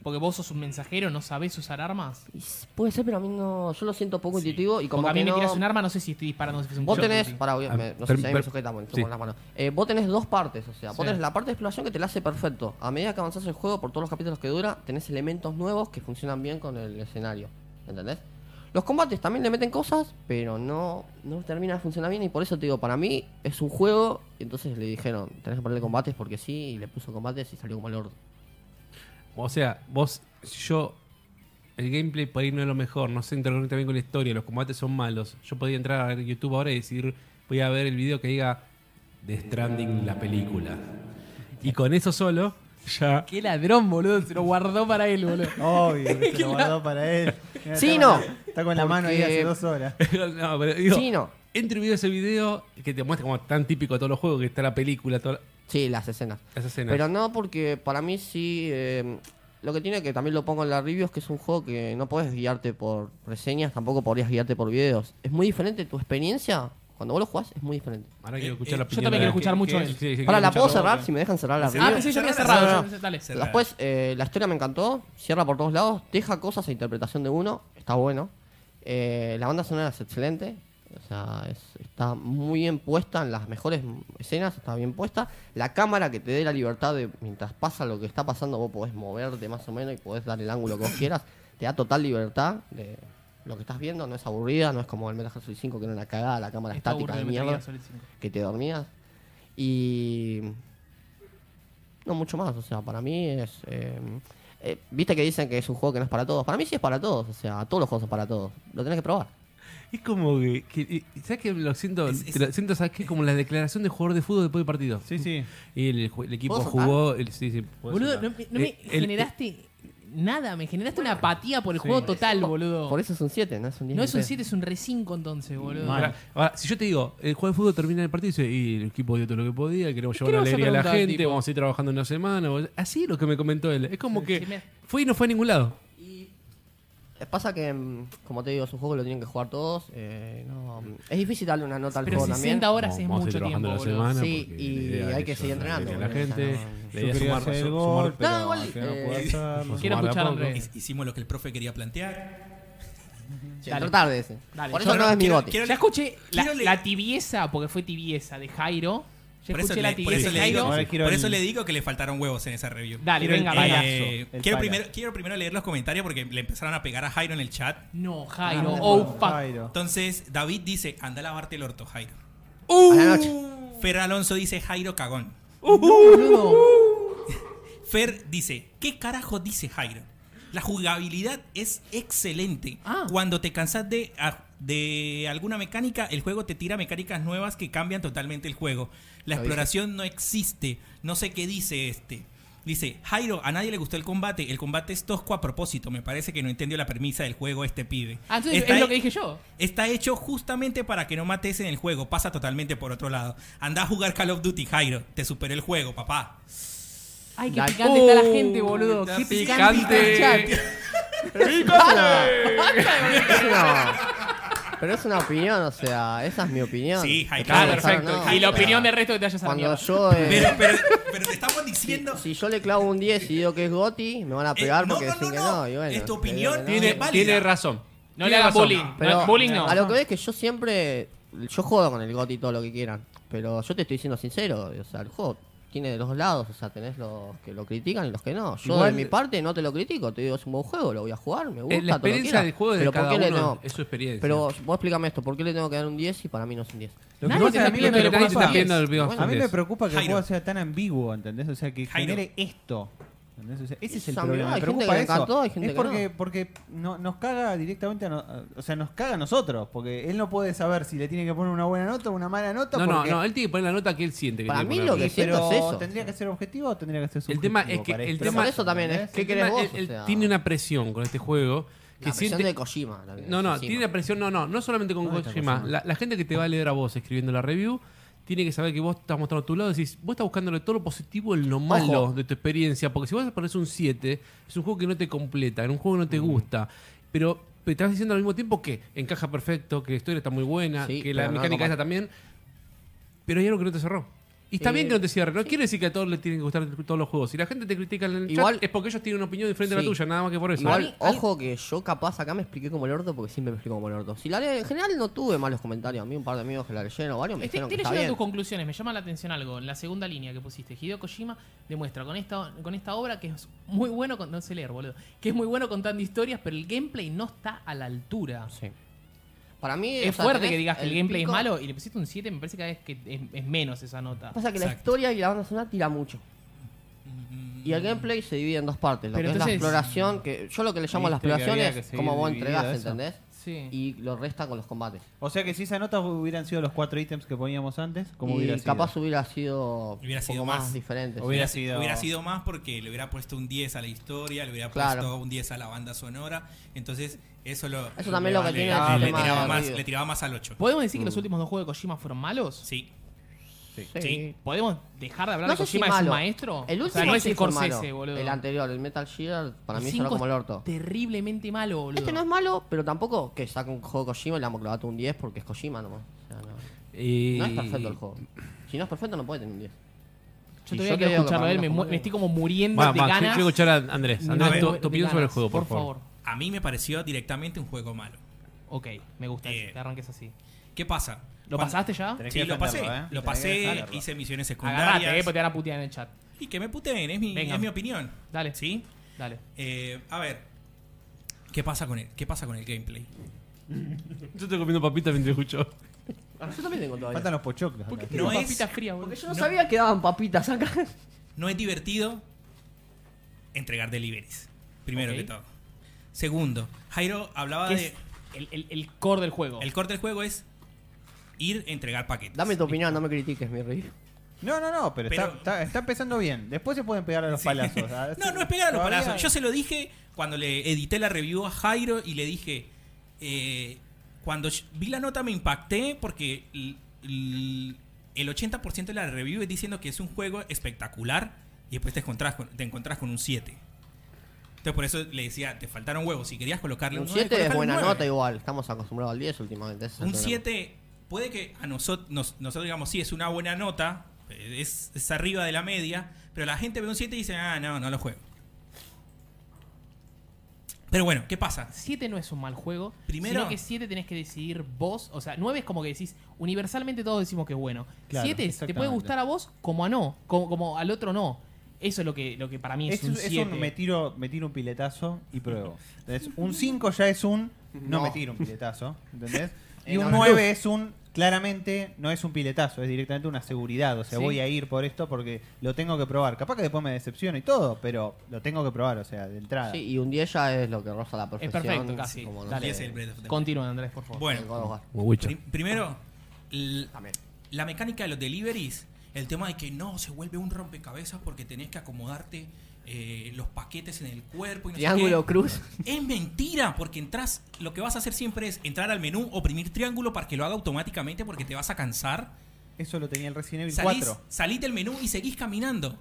[SPEAKER 1] Porque vos sos un mensajero, no sabés usar armas.
[SPEAKER 5] Y s- puede ser, pero a mí no. Yo lo siento poco intuitivo y como
[SPEAKER 1] Porque a mí
[SPEAKER 5] que
[SPEAKER 1] me
[SPEAKER 5] no-
[SPEAKER 1] tiras un arma, no sé si estoy disparando. No sé si es un
[SPEAKER 5] Vos
[SPEAKER 1] shotgun,
[SPEAKER 5] tenés,
[SPEAKER 1] sí.
[SPEAKER 5] pará, voy a-
[SPEAKER 2] Ah,
[SPEAKER 5] me- no
[SPEAKER 2] per-
[SPEAKER 5] sé si ahí me
[SPEAKER 2] per-
[SPEAKER 5] sujeta, bueno,
[SPEAKER 2] sí.
[SPEAKER 5] con la mano. Eh, vos tenés dos partes, o sea,
[SPEAKER 1] Sí.
[SPEAKER 5] vos tenés la parte de exploración que te la hace perfecto. A medida que avanzás el juego, por todos los capítulos que dura, tenés elementos nuevos que funcionan bien con el escenario. ¿Entendés? Los combates también le meten cosas, pero no, no termina de funcionar bien y por eso te digo, para mí es un juego, y entonces le dijeron, tenés que ponerle combates porque sí, y le puso combates y salió como el orto.
[SPEAKER 2] O sea, vos, si yo. El gameplay por ahí no es lo mejor, no se interconecta bien con la historia, los combates son malos. Yo podría entrar a YouTube ahora y decir, voy a ver el video que diga The Stranding, la película. Y con eso solo, ya.
[SPEAKER 1] Qué ladrón, boludo. Se lo guardó para él, boludo.
[SPEAKER 4] Obvio, que se lo guardó para él. Mira,
[SPEAKER 5] Sí,
[SPEAKER 4] está
[SPEAKER 5] no.
[SPEAKER 4] con la- Está con la mano ahí
[SPEAKER 5] Porque-
[SPEAKER 4] hace dos horas.
[SPEAKER 2] no, pero digo.
[SPEAKER 5] Sí, no.
[SPEAKER 2] Entre y video ese video que te muestra como tan típico de todos los juegos, que está la película, toda la-
[SPEAKER 5] Sí, las escenas.
[SPEAKER 2] las escenas.
[SPEAKER 5] Pero no, porque para mí sí. eh, lo que tiene que también lo pongo en la review es que es un juego que no puedes guiarte por reseñas, tampoco podrías guiarte por videos. Es muy diferente tu experiencia. Cuando vos lo jugás, es muy diferente.
[SPEAKER 2] Ahora quiero
[SPEAKER 3] Eh,
[SPEAKER 2] escuchar
[SPEAKER 3] eh,
[SPEAKER 2] la
[SPEAKER 3] yo
[SPEAKER 2] opinión
[SPEAKER 1] también
[SPEAKER 2] de-
[SPEAKER 1] quiero escuchar mucho
[SPEAKER 2] Sí,
[SPEAKER 1] eso.
[SPEAKER 2] sí, sí,
[SPEAKER 5] Ahora,
[SPEAKER 2] quiero
[SPEAKER 5] ¿la puedo
[SPEAKER 2] escuchar-
[SPEAKER 5] cerrar si me dejan cerrar la
[SPEAKER 1] Ah,
[SPEAKER 5] review?
[SPEAKER 1] pensé yo había
[SPEAKER 3] Cerrá,
[SPEAKER 1] cerrado.
[SPEAKER 5] cerrá,
[SPEAKER 1] yo- Dale.
[SPEAKER 3] cerrá.
[SPEAKER 5] Después, eh, la historia me encantó. Cierra por todos lados, deja cosas a interpretación de uno. Está bueno. Eh, la banda sonora es excelente. O sea, es- está muy bien puesta en las mejores m- escenas. Está bien puesta. La cámara que te dé la libertad de mientras pasa lo que está pasando, vos podés moverte más o menos y podés dar el ángulo que vos quieras. Te da total libertad de lo que estás viendo. No es aburrida, no es como el Metal Gear Solid 5 que era una cagada, la cámara
[SPEAKER 1] Está
[SPEAKER 5] estática
[SPEAKER 1] aburrido
[SPEAKER 5] de
[SPEAKER 1] el Metal
[SPEAKER 5] mierda
[SPEAKER 1] Gear Solid 5.
[SPEAKER 5] que te dormías. Y. No mucho más, o sea, para mí es. eh, eh, Viste que dicen que es un juego que no es para todos. Para mí sí es para todos, o sea, todos los juegos son para todos. Lo tenés que probar.
[SPEAKER 2] Es como que. que- y- ¿Sabes que lo siento?
[SPEAKER 3] Es- es-
[SPEAKER 2] te lo siento, ¿sabes qué? Como la declaración de jugador de fútbol después del partido.
[SPEAKER 4] Sí, sí.
[SPEAKER 2] Y el, ju- el equipo
[SPEAKER 5] ¿Puedo saltar?
[SPEAKER 2] jugó. el- sí, sí, puedo
[SPEAKER 1] Boludo,
[SPEAKER 2] saltar.
[SPEAKER 1] no, me- no me
[SPEAKER 2] Eh, el-
[SPEAKER 1] generaste nada, me generaste una apatía por el juego total, boludo.
[SPEAKER 5] Por eso es un 7, no es un 10.
[SPEAKER 1] no
[SPEAKER 5] ni
[SPEAKER 1] es un
[SPEAKER 5] pedo.
[SPEAKER 1] 7, es un re 5 entonces, boludo.
[SPEAKER 4] Mal.
[SPEAKER 2] Ahora, ahora, si yo te digo, el juego de fútbol termina el partido y dice, y el equipo dio todo lo que podía, queremos llevar
[SPEAKER 1] le
[SPEAKER 2] una
[SPEAKER 1] vas a
[SPEAKER 2] alegría a la
[SPEAKER 1] preguntar,
[SPEAKER 2] gente,
[SPEAKER 1] tipo?
[SPEAKER 2] vamos a ir trabajando una semana. o- Así es lo que me comentó él. Es como
[SPEAKER 1] Sí, sí,
[SPEAKER 2] que
[SPEAKER 1] me-
[SPEAKER 2] fue y no fue a ningún lado.
[SPEAKER 5] Y pasa que, mm, como te digo, es un juego que lo tienen que jugar todos. eh, no, es difícil darle una nota al
[SPEAKER 1] Pero
[SPEAKER 5] juego
[SPEAKER 1] 60
[SPEAKER 5] también.
[SPEAKER 1] horas es
[SPEAKER 2] Vamos a ir
[SPEAKER 1] mucho
[SPEAKER 2] trabajando
[SPEAKER 1] tiempo,
[SPEAKER 2] la
[SPEAKER 1] boludo.
[SPEAKER 2] semana.
[SPEAKER 5] Sí,
[SPEAKER 2] porque
[SPEAKER 5] y
[SPEAKER 2] la idea
[SPEAKER 5] hay
[SPEAKER 2] es
[SPEAKER 5] que
[SPEAKER 2] eso,
[SPEAKER 5] seguir
[SPEAKER 2] la alegría
[SPEAKER 5] entrenando,
[SPEAKER 2] a
[SPEAKER 5] boludo,
[SPEAKER 2] la
[SPEAKER 5] ya
[SPEAKER 2] gente,
[SPEAKER 5] no-
[SPEAKER 2] la
[SPEAKER 4] Yo
[SPEAKER 2] idea es
[SPEAKER 4] quería
[SPEAKER 2] sumar-
[SPEAKER 4] hacer el
[SPEAKER 2] sumar-
[SPEAKER 4] gol,
[SPEAKER 2] sumar-
[SPEAKER 4] pero
[SPEAKER 5] No, igual,
[SPEAKER 4] al final no
[SPEAKER 5] eh,
[SPEAKER 4] pude hacerlo.
[SPEAKER 1] Quiero
[SPEAKER 2] Sumar
[SPEAKER 1] escuchar
[SPEAKER 2] a
[SPEAKER 1] a
[SPEAKER 2] poco.
[SPEAKER 1] Andrés.
[SPEAKER 3] Hicimos lo que el profe quería plantear.
[SPEAKER 5] Sí,
[SPEAKER 1] Dale.
[SPEAKER 5] entró tarde ese.
[SPEAKER 1] Dale.
[SPEAKER 5] Por eso
[SPEAKER 1] Yo
[SPEAKER 5] no,
[SPEAKER 3] no-
[SPEAKER 5] es mi
[SPEAKER 3] quiero-
[SPEAKER 5] goti.
[SPEAKER 3] quiero-
[SPEAKER 1] Ya escuché la,
[SPEAKER 3] Quiero le-
[SPEAKER 1] la tibieza, porque fue tibieza de Jairo. Ya
[SPEAKER 3] Por eso,
[SPEAKER 1] escuché la
[SPEAKER 3] le, por eso
[SPEAKER 1] tibieza de
[SPEAKER 3] le digo,
[SPEAKER 1] Jairo.
[SPEAKER 4] Ahora quiero
[SPEAKER 3] por
[SPEAKER 4] el-
[SPEAKER 3] eso le digo que le faltaron huevos en esa review.
[SPEAKER 1] Dale,
[SPEAKER 4] Quiero el
[SPEAKER 1] venga,
[SPEAKER 4] palazo.
[SPEAKER 1] vaya.
[SPEAKER 3] Eh,
[SPEAKER 4] El
[SPEAKER 3] quiero,
[SPEAKER 4] pala.
[SPEAKER 3] primero, quiero primero leer los comentarios porque le empezaron a pegar a Jairo en el chat.
[SPEAKER 1] No, Jairo.
[SPEAKER 4] Ah,
[SPEAKER 1] oh,
[SPEAKER 4] bueno,
[SPEAKER 1] fuck.
[SPEAKER 4] Jairo.
[SPEAKER 3] Entonces, David dice, anda a lavarte el orto, Jairo.
[SPEAKER 4] ¡Uh!
[SPEAKER 5] A la noche.
[SPEAKER 3] Fer Alonso dice, Jairo cagón. Fer dice, ¿qué carajo dice Jairo? La jugabilidad es excelente.
[SPEAKER 1] Ah.
[SPEAKER 3] Cuando te cansas de, a- de alguna mecánica, el juego te tira mecánicas nuevas que cambian totalmente el juego. La
[SPEAKER 5] Lo
[SPEAKER 3] exploración no existe. No sé qué dice este. Dice, Jairo, a nadie le gustó el combate. El combate es tosco a propósito. Me parece que no entendió la premisa del juego este pibe.
[SPEAKER 1] Ah, entonces
[SPEAKER 3] Está
[SPEAKER 1] es lo
[SPEAKER 3] he-
[SPEAKER 1] que dije yo.
[SPEAKER 3] Está hecho justamente para que no mates en el juego. Pasa totalmente por otro lado. Anda a jugar Call of Duty, Jairo. Te superó el juego, papá.
[SPEAKER 1] Ay, qué
[SPEAKER 5] Dale.
[SPEAKER 1] picante está la gente,
[SPEAKER 2] Uh,
[SPEAKER 1] boludo.
[SPEAKER 2] está
[SPEAKER 1] Qué picante. está el
[SPEAKER 2] picante.
[SPEAKER 1] chat.
[SPEAKER 5] Es una- Pero es una opinión, o sea, esa es mi opinión.
[SPEAKER 3] Sí, Jairo.
[SPEAKER 5] Está
[SPEAKER 1] Ah,
[SPEAKER 3] Claro,
[SPEAKER 1] perfecto.
[SPEAKER 5] no,
[SPEAKER 1] y la
[SPEAKER 5] o sea,
[SPEAKER 1] opinión del resto que te hayas a la
[SPEAKER 5] Cuando
[SPEAKER 1] mierda.
[SPEAKER 5] yo. eh,
[SPEAKER 3] Pero, pero, pero te estamos
[SPEAKER 5] si,
[SPEAKER 3] diciendo.
[SPEAKER 5] si yo le clavo un 10 y digo que es Goti, me van a pegar
[SPEAKER 3] Eh, no,
[SPEAKER 5] porque
[SPEAKER 3] no,
[SPEAKER 5] dicen
[SPEAKER 3] no,
[SPEAKER 5] que
[SPEAKER 3] no.
[SPEAKER 5] no. y bueno,
[SPEAKER 3] Es tu
[SPEAKER 5] le digo
[SPEAKER 3] opinión.
[SPEAKER 5] que no.
[SPEAKER 2] Tiene,
[SPEAKER 3] válida.
[SPEAKER 2] tiene razón.
[SPEAKER 1] No
[SPEAKER 2] Tiene
[SPEAKER 1] le hagan
[SPEAKER 2] razón. Eh,
[SPEAKER 1] bullying.
[SPEAKER 5] Pero
[SPEAKER 1] bullying no.
[SPEAKER 5] a lo que ves que yo siempre. Yo jodo con el GOTI todo lo que quieran. Pero yo te estoy siendo sincero. O sea, el juego tiene de los lados. O sea, tenés los que lo critican y los que no. Yo
[SPEAKER 2] Igual-
[SPEAKER 5] de mi parte no te lo critico. Te digo, es un buen juego, lo voy a jugar, me gusta.
[SPEAKER 2] Eh, La
[SPEAKER 5] todo lo que
[SPEAKER 2] experiencia
[SPEAKER 5] quiera.
[SPEAKER 2] del juego de
[SPEAKER 5] Pero
[SPEAKER 2] cada
[SPEAKER 5] ¿por qué le
[SPEAKER 2] uno
[SPEAKER 5] no?
[SPEAKER 2] es su experiencia.
[SPEAKER 5] Pero vos explícame esto. ¿Por qué le tengo que dar un 10 y para mí no es un 10?
[SPEAKER 2] Lo que
[SPEAKER 1] Nadie
[SPEAKER 2] pasa
[SPEAKER 1] te
[SPEAKER 2] es
[SPEAKER 1] está
[SPEAKER 2] que
[SPEAKER 1] pidiendo que le
[SPEAKER 2] nadie está
[SPEAKER 1] pongas
[SPEAKER 2] pidiendo
[SPEAKER 1] diez.
[SPEAKER 2] el video
[SPEAKER 5] Bueno,
[SPEAKER 4] A mí me
[SPEAKER 2] antes.
[SPEAKER 4] preocupa que el
[SPEAKER 3] Jairo.
[SPEAKER 4] juego sea tan ambiguo, ¿entendés? O sea, que
[SPEAKER 3] Jairo.
[SPEAKER 4] genere esto. ¿entendés? O sea, ese es el
[SPEAKER 5] Esa
[SPEAKER 4] problema.
[SPEAKER 5] mirada,
[SPEAKER 4] Me
[SPEAKER 5] hay gente
[SPEAKER 4] preocupa
[SPEAKER 5] que le
[SPEAKER 4] eso.
[SPEAKER 5] encantó, hay gente
[SPEAKER 4] es
[SPEAKER 5] que no.
[SPEAKER 4] porque, porque no- nos caga directamente a, no- a- O sea, nos caga a nosotros. Porque él no puede saber si le tiene que poner una buena nota o una mala nota.
[SPEAKER 2] No, no,
[SPEAKER 4] porque-
[SPEAKER 2] no, él tiene que poner la nota que él siente. que
[SPEAKER 5] Para
[SPEAKER 2] tiene
[SPEAKER 5] mí
[SPEAKER 2] poner.
[SPEAKER 5] lo que
[SPEAKER 4] Y,
[SPEAKER 5] siento
[SPEAKER 4] pero
[SPEAKER 5] es eso.
[SPEAKER 4] ¿Tendría que ser objetivo o tendría que ser subjetivo?
[SPEAKER 2] tema es que
[SPEAKER 4] para
[SPEAKER 2] el
[SPEAKER 4] esto?
[SPEAKER 5] Pero
[SPEAKER 2] tema-
[SPEAKER 5] por eso también ¿eh? es.
[SPEAKER 4] ¿Entendés?
[SPEAKER 5] ¿Qué
[SPEAKER 2] El
[SPEAKER 5] querés
[SPEAKER 2] tema-
[SPEAKER 5] vos?
[SPEAKER 2] él-
[SPEAKER 5] O
[SPEAKER 2] él
[SPEAKER 5] sea,
[SPEAKER 2] tiene una presión con este juego que
[SPEAKER 5] la presión
[SPEAKER 2] siente
[SPEAKER 5] de Kojima. la que
[SPEAKER 2] No, no,
[SPEAKER 5] encima.
[SPEAKER 2] tiene la presión, no, no, no solamente con
[SPEAKER 4] No, esta
[SPEAKER 2] Kojima.
[SPEAKER 4] cosa no.
[SPEAKER 2] La, la gente que te va a leer a vos escribiendo la review tiene que saber que vos estás mostrando tu lado. Decís, vos estás buscándole todo lo positivo en lo malo de tu experiencia. Porque si vos pones un 7, es un juego que no te completa, es un juego que no te
[SPEAKER 5] Mm.
[SPEAKER 2] gusta. Pero te estás diciendo al mismo tiempo que encaja perfecto, que la historia está muy buena,
[SPEAKER 5] Sí,
[SPEAKER 2] que la
[SPEAKER 5] pero no
[SPEAKER 2] mecánica
[SPEAKER 5] es
[SPEAKER 2] esa también. Pero hay algo que no te cerró. Y está
[SPEAKER 5] Eh,
[SPEAKER 2] bien que no te cierre. No quiere decir que a todos les tienen que gustar todos los juegos. Si la gente te critica en el
[SPEAKER 5] Igual-
[SPEAKER 2] chat, es porque ellos tienen una opinión diferente a la
[SPEAKER 5] Sí.
[SPEAKER 2] tuya, nada más que por eso.
[SPEAKER 5] Igual, ojo que yo capaz acá me expliqué como el orto porque siempre me explico como el orto. Si la leo, en general no tuve malos comentarios. A mí un par de amigos que la leyeron, varios me
[SPEAKER 1] Estoy,
[SPEAKER 5] dijeron que
[SPEAKER 1] estoy
[SPEAKER 5] está
[SPEAKER 1] leyendo
[SPEAKER 5] bien.
[SPEAKER 1] tus conclusiones, me llama la atención algo. En la segunda línea que pusiste, Hideo Kojima demuestra con esta, con esta obra que es muy bueno con. No sé leer, boludo. Que es muy bueno contando historias, pero el gameplay no está a la altura.
[SPEAKER 5] Sí. Para mí
[SPEAKER 1] Es
[SPEAKER 5] o sea,
[SPEAKER 1] fuerte
[SPEAKER 5] tenés
[SPEAKER 1] que digas que el gameplay
[SPEAKER 5] pico-
[SPEAKER 1] es malo y le pusiste un 7, me parece cada vez que es, es menos esa nota.
[SPEAKER 5] Pasa que la
[SPEAKER 3] Exacto.
[SPEAKER 5] historia y la banda sonora tira mucho. Y el gameplay se divide en dos partes. Lo
[SPEAKER 1] Mm. Pero
[SPEAKER 5] que
[SPEAKER 1] entonces-
[SPEAKER 5] es la exploración, que yo lo que le llamo la
[SPEAKER 4] Viste que
[SPEAKER 5] exploración
[SPEAKER 4] había que
[SPEAKER 5] es
[SPEAKER 4] seguir
[SPEAKER 5] como vos
[SPEAKER 4] dividido
[SPEAKER 5] entregás,
[SPEAKER 4] eso.
[SPEAKER 5] ¿entendés?
[SPEAKER 1] Sí.
[SPEAKER 5] Y lo resta con los combates.
[SPEAKER 4] O sea que si esas notas hubieran sido los cuatro ítems que poníamos antes, ¿cómo hubiera
[SPEAKER 5] y
[SPEAKER 4] sido?
[SPEAKER 5] capaz hubiera sido un
[SPEAKER 3] Hubiera
[SPEAKER 5] poco
[SPEAKER 3] sido
[SPEAKER 5] más,
[SPEAKER 3] más.
[SPEAKER 5] diferente. sí.
[SPEAKER 4] Hubiera sido-
[SPEAKER 3] Hubiera sido más porque le hubiera puesto un 10 a la historia, le hubiera
[SPEAKER 5] Claro.
[SPEAKER 3] puesto un 10 a la banda sonora. Entonces, eso lo.
[SPEAKER 5] Eso también lo que
[SPEAKER 3] le-
[SPEAKER 5] tiene
[SPEAKER 3] le-
[SPEAKER 5] el
[SPEAKER 3] le,
[SPEAKER 5] tema
[SPEAKER 3] tiraba
[SPEAKER 5] de
[SPEAKER 3] más,
[SPEAKER 5] Río.
[SPEAKER 3] le tiraba más al 8.
[SPEAKER 1] ¿Podemos decir
[SPEAKER 5] Mm.
[SPEAKER 1] que los últimos dos juegos de Kojima fueron malos?
[SPEAKER 3] Sí.
[SPEAKER 5] Sí.
[SPEAKER 3] Sí.
[SPEAKER 1] ¿Podemos dejar de hablar
[SPEAKER 5] No
[SPEAKER 1] de
[SPEAKER 5] sé si
[SPEAKER 1] Kojima es
[SPEAKER 5] malo.
[SPEAKER 1] un maestro?
[SPEAKER 5] El último
[SPEAKER 1] O sea, no es
[SPEAKER 5] sí fue
[SPEAKER 1] Scorsese,
[SPEAKER 5] malo.
[SPEAKER 1] boludo.
[SPEAKER 5] El anterior, el Metal Gear, para mí sonó
[SPEAKER 1] cinco
[SPEAKER 5] como el orto.
[SPEAKER 1] es Terriblemente malo, boludo.
[SPEAKER 5] Este no es malo, pero tampoco que saca un juego de Kojima y le aclobata un 10 porque es Kojima nomás. O sea, no,
[SPEAKER 2] ¿eh? Y-
[SPEAKER 5] no es perfecto el juego. Si no es perfecto, no puede tener un 10.
[SPEAKER 1] Yo todavía
[SPEAKER 5] Y yo
[SPEAKER 1] quiero
[SPEAKER 5] creo que
[SPEAKER 1] escucharlo a
[SPEAKER 5] para
[SPEAKER 1] él,
[SPEAKER 5] mí
[SPEAKER 1] me,
[SPEAKER 5] no
[SPEAKER 1] mu-
[SPEAKER 5] fue
[SPEAKER 1] me estoy como muriendo
[SPEAKER 2] Va,
[SPEAKER 1] de
[SPEAKER 2] va,
[SPEAKER 1] ganas.
[SPEAKER 2] quiero escuchar a Andrés.
[SPEAKER 1] Me
[SPEAKER 2] Andrés,
[SPEAKER 1] muero
[SPEAKER 2] tu,
[SPEAKER 1] de
[SPEAKER 2] tu opinión
[SPEAKER 1] ganas,
[SPEAKER 2] sobre el juego, por, favor.
[SPEAKER 1] favor.
[SPEAKER 3] A mí me pareció directamente un juego malo.
[SPEAKER 1] Ok, me gusta
[SPEAKER 3] Eh,
[SPEAKER 1] eso, que arranques así.
[SPEAKER 3] ¿Qué pasa?
[SPEAKER 1] ¿Lo
[SPEAKER 3] Cuando-
[SPEAKER 1] pasaste ya?
[SPEAKER 4] Tenés
[SPEAKER 3] Sí,
[SPEAKER 4] que
[SPEAKER 3] lo pasé.
[SPEAKER 4] defenderlo, ¿eh?
[SPEAKER 3] Lo
[SPEAKER 4] Tenés que
[SPEAKER 3] pasé,
[SPEAKER 4] defenderlo.
[SPEAKER 3] hice misiones
[SPEAKER 1] Agarrate, eh,
[SPEAKER 3] secundarias.
[SPEAKER 1] porque te van a putear en el chat.
[SPEAKER 3] y que me puteen, es mi,
[SPEAKER 1] Venga.
[SPEAKER 3] es mi opinión.
[SPEAKER 1] Dale.
[SPEAKER 3] ¿Sí?
[SPEAKER 1] Dale.
[SPEAKER 3] Eh, a ver. ¿Qué pasa con el, qué pasa con el gameplay?
[SPEAKER 2] Yo estoy comiendo papitas mientras escucho.
[SPEAKER 5] Ah, Yo también tengo todavía.
[SPEAKER 4] Faltan los pochoclos.
[SPEAKER 1] ¿Por qué
[SPEAKER 3] No
[SPEAKER 1] no
[SPEAKER 3] es-
[SPEAKER 1] papitas frías, boludo?
[SPEAKER 5] Porque yo no, sabía que daban papitas acá.
[SPEAKER 3] No es divertido entregar deliveries. Primero
[SPEAKER 1] Ok.
[SPEAKER 3] que todo. Segundo, Jairo hablaba
[SPEAKER 1] Que
[SPEAKER 3] de.
[SPEAKER 1] es el, el, el core del juego.
[SPEAKER 3] El corte del juego es ir a entregar paquetes.
[SPEAKER 5] Dame tu opinión, no me critiques, mi rey.
[SPEAKER 4] No, no, no, pero,
[SPEAKER 3] Pero-
[SPEAKER 4] Está, está- está empezando bien. Después se pueden pegar a los
[SPEAKER 3] Sí.
[SPEAKER 4] palazos. Ah,
[SPEAKER 3] No, no es pegar a los
[SPEAKER 4] todavía-
[SPEAKER 3] palazos. Yo se lo dije cuando le edité la review a Jairo y le dije. eh, cuando yo- vi la nota me impacté porque l- l- el 80% de la review es diciendo que es un juego espectacular y después te encontrás con, te encontrás con un 7. Entonces por eso le decía, te faltaron huevos. Si querías colocarle
[SPEAKER 5] Un
[SPEAKER 3] un 9,
[SPEAKER 5] 7 es
[SPEAKER 3] colocale un
[SPEAKER 5] buena
[SPEAKER 3] 9.
[SPEAKER 5] nota igual. Estamos acostumbrados al 10 últimamente. ese es el
[SPEAKER 3] Un
[SPEAKER 5] problema.
[SPEAKER 3] 7 puede que a nosotros, nosotros digamos, sí, es una buena nota, eh, es, es arriba de la media, pero la gente ve un 7 y dice, ah, no, no lo juego. Pero bueno, ¿qué pasa?
[SPEAKER 1] 7 no es un mal juego.
[SPEAKER 3] Primero-
[SPEAKER 1] Sino que 7 tenés que decidir vos. O sea, 9 es como que decís, universalmente todos decimos que es bueno.
[SPEAKER 4] Claro,
[SPEAKER 1] 7 te puede
[SPEAKER 4] exactamente.
[SPEAKER 1] gustar a vos como a no, como, como al otro no. Eso es lo que, lo que para mí es,
[SPEAKER 4] Es, un-
[SPEAKER 1] un
[SPEAKER 4] es un me
[SPEAKER 1] 7.
[SPEAKER 4] tiro, me tiro un piletazo y pruebo. ¿Entendés? Un 5 ya es un no,
[SPEAKER 5] No.
[SPEAKER 4] me tiro un piletazo. ¿Entendés? Y
[SPEAKER 5] Eh,
[SPEAKER 4] un
[SPEAKER 5] no,
[SPEAKER 4] 9 es un claramente no es un piletazo, es directamente una seguridad. O sea,
[SPEAKER 1] Sí.
[SPEAKER 4] voy a ir por esto porque lo tengo que probar. Capaz que después me decepciona y todo, pero lo tengo que probar, o sea, de entrada.
[SPEAKER 5] Sí, y un 10 ya es lo que roza la perfección.
[SPEAKER 1] perfecto, casi.
[SPEAKER 5] como no
[SPEAKER 1] Dale.
[SPEAKER 3] Y
[SPEAKER 5] sé,
[SPEAKER 3] es el Breath of the
[SPEAKER 1] Continúa, Andrés, por favor.
[SPEAKER 5] el God
[SPEAKER 3] Bueno,
[SPEAKER 5] of War.
[SPEAKER 2] Como Witcher.
[SPEAKER 3] pri- primero, l-
[SPEAKER 5] También.
[SPEAKER 3] la mecánica de los deliveries, el tema de que no, se vuelve un rompecabezas porque tenés que acomodarte eh, los paquetes en el cuerpo y no sé
[SPEAKER 5] Triángulo
[SPEAKER 3] qué.
[SPEAKER 5] Cruz.
[SPEAKER 3] Es mentira, porque entras, lo que vas a hacer siempre es entrar al menú, oprimir triángulo para que lo haga automáticamente porque te vas a cansar.
[SPEAKER 4] Eso lo tenía el Resident Evil
[SPEAKER 3] Salís,
[SPEAKER 4] 4.
[SPEAKER 3] salís del menú y seguís caminando.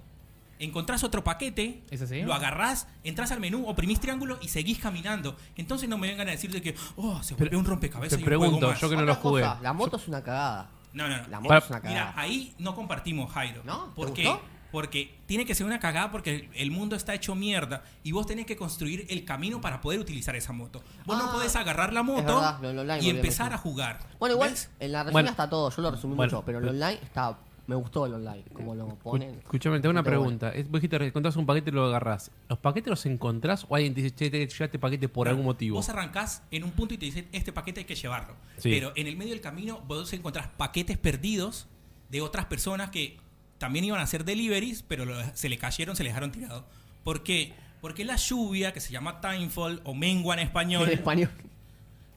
[SPEAKER 3] Encontrás otro paquete,
[SPEAKER 1] ¿Es así?
[SPEAKER 3] lo agarrás, entras al menú, oprimís triángulo y seguís caminando. Entonces no me vengan a decir de que, oh, se volvió un rompecabezas.
[SPEAKER 2] te
[SPEAKER 3] y un juego
[SPEAKER 2] pregunto,
[SPEAKER 3] más".
[SPEAKER 2] yo que no
[SPEAKER 5] Otra
[SPEAKER 2] lo jugué.
[SPEAKER 5] cosa, la moto es una cagada.
[SPEAKER 3] No, no, no.
[SPEAKER 5] La moto
[SPEAKER 2] Para-
[SPEAKER 5] es una
[SPEAKER 3] Mira,
[SPEAKER 5] cagada.
[SPEAKER 3] ahí no compartimos, Jairo.
[SPEAKER 5] ¿No? ¿Te
[SPEAKER 3] ¿Por qué?
[SPEAKER 5] gustó?
[SPEAKER 3] Porque tiene que ser una cagada porque el- el mundo está hecho mierda y vos tenés que construir el camino para poder utilizar esa moto. Vos no
[SPEAKER 5] Ah,
[SPEAKER 3] podés agarrar la moto
[SPEAKER 5] verdad, lo- lo online
[SPEAKER 3] y
[SPEAKER 5] volvemos,
[SPEAKER 3] empezar
[SPEAKER 5] sí.
[SPEAKER 3] a jugar.
[SPEAKER 5] Bueno, igual
[SPEAKER 3] ¿Ves?
[SPEAKER 5] en la reseña
[SPEAKER 2] Bueno.
[SPEAKER 5] está todo, yo lo resumí
[SPEAKER 2] Bueno,
[SPEAKER 5] mucho, pero el
[SPEAKER 2] pero-
[SPEAKER 5] online está. Me gustó el online, como lo ponen.
[SPEAKER 2] Escuchame, tengo una
[SPEAKER 5] Pero
[SPEAKER 2] pregunta. Es, vos dijiste, encontrás un paquete y lo agarrás. ¿Los paquetes los encontrás o alguien te dice, che, te lleva este paquete por algún motivo?
[SPEAKER 3] Vos arrancás en un punto y te dicen, este paquete hay que llevarlo.
[SPEAKER 2] Sí.
[SPEAKER 3] Pero en el medio del camino vos encontrás paquetes perdidos de otras personas que también iban a hacer deliveries, pero lo- se le cayeron, se le dejaron tirado. ¿Por qué? Porque la lluvia, que se llama timefall o mengua en
[SPEAKER 5] En
[SPEAKER 3] español,
[SPEAKER 5] español.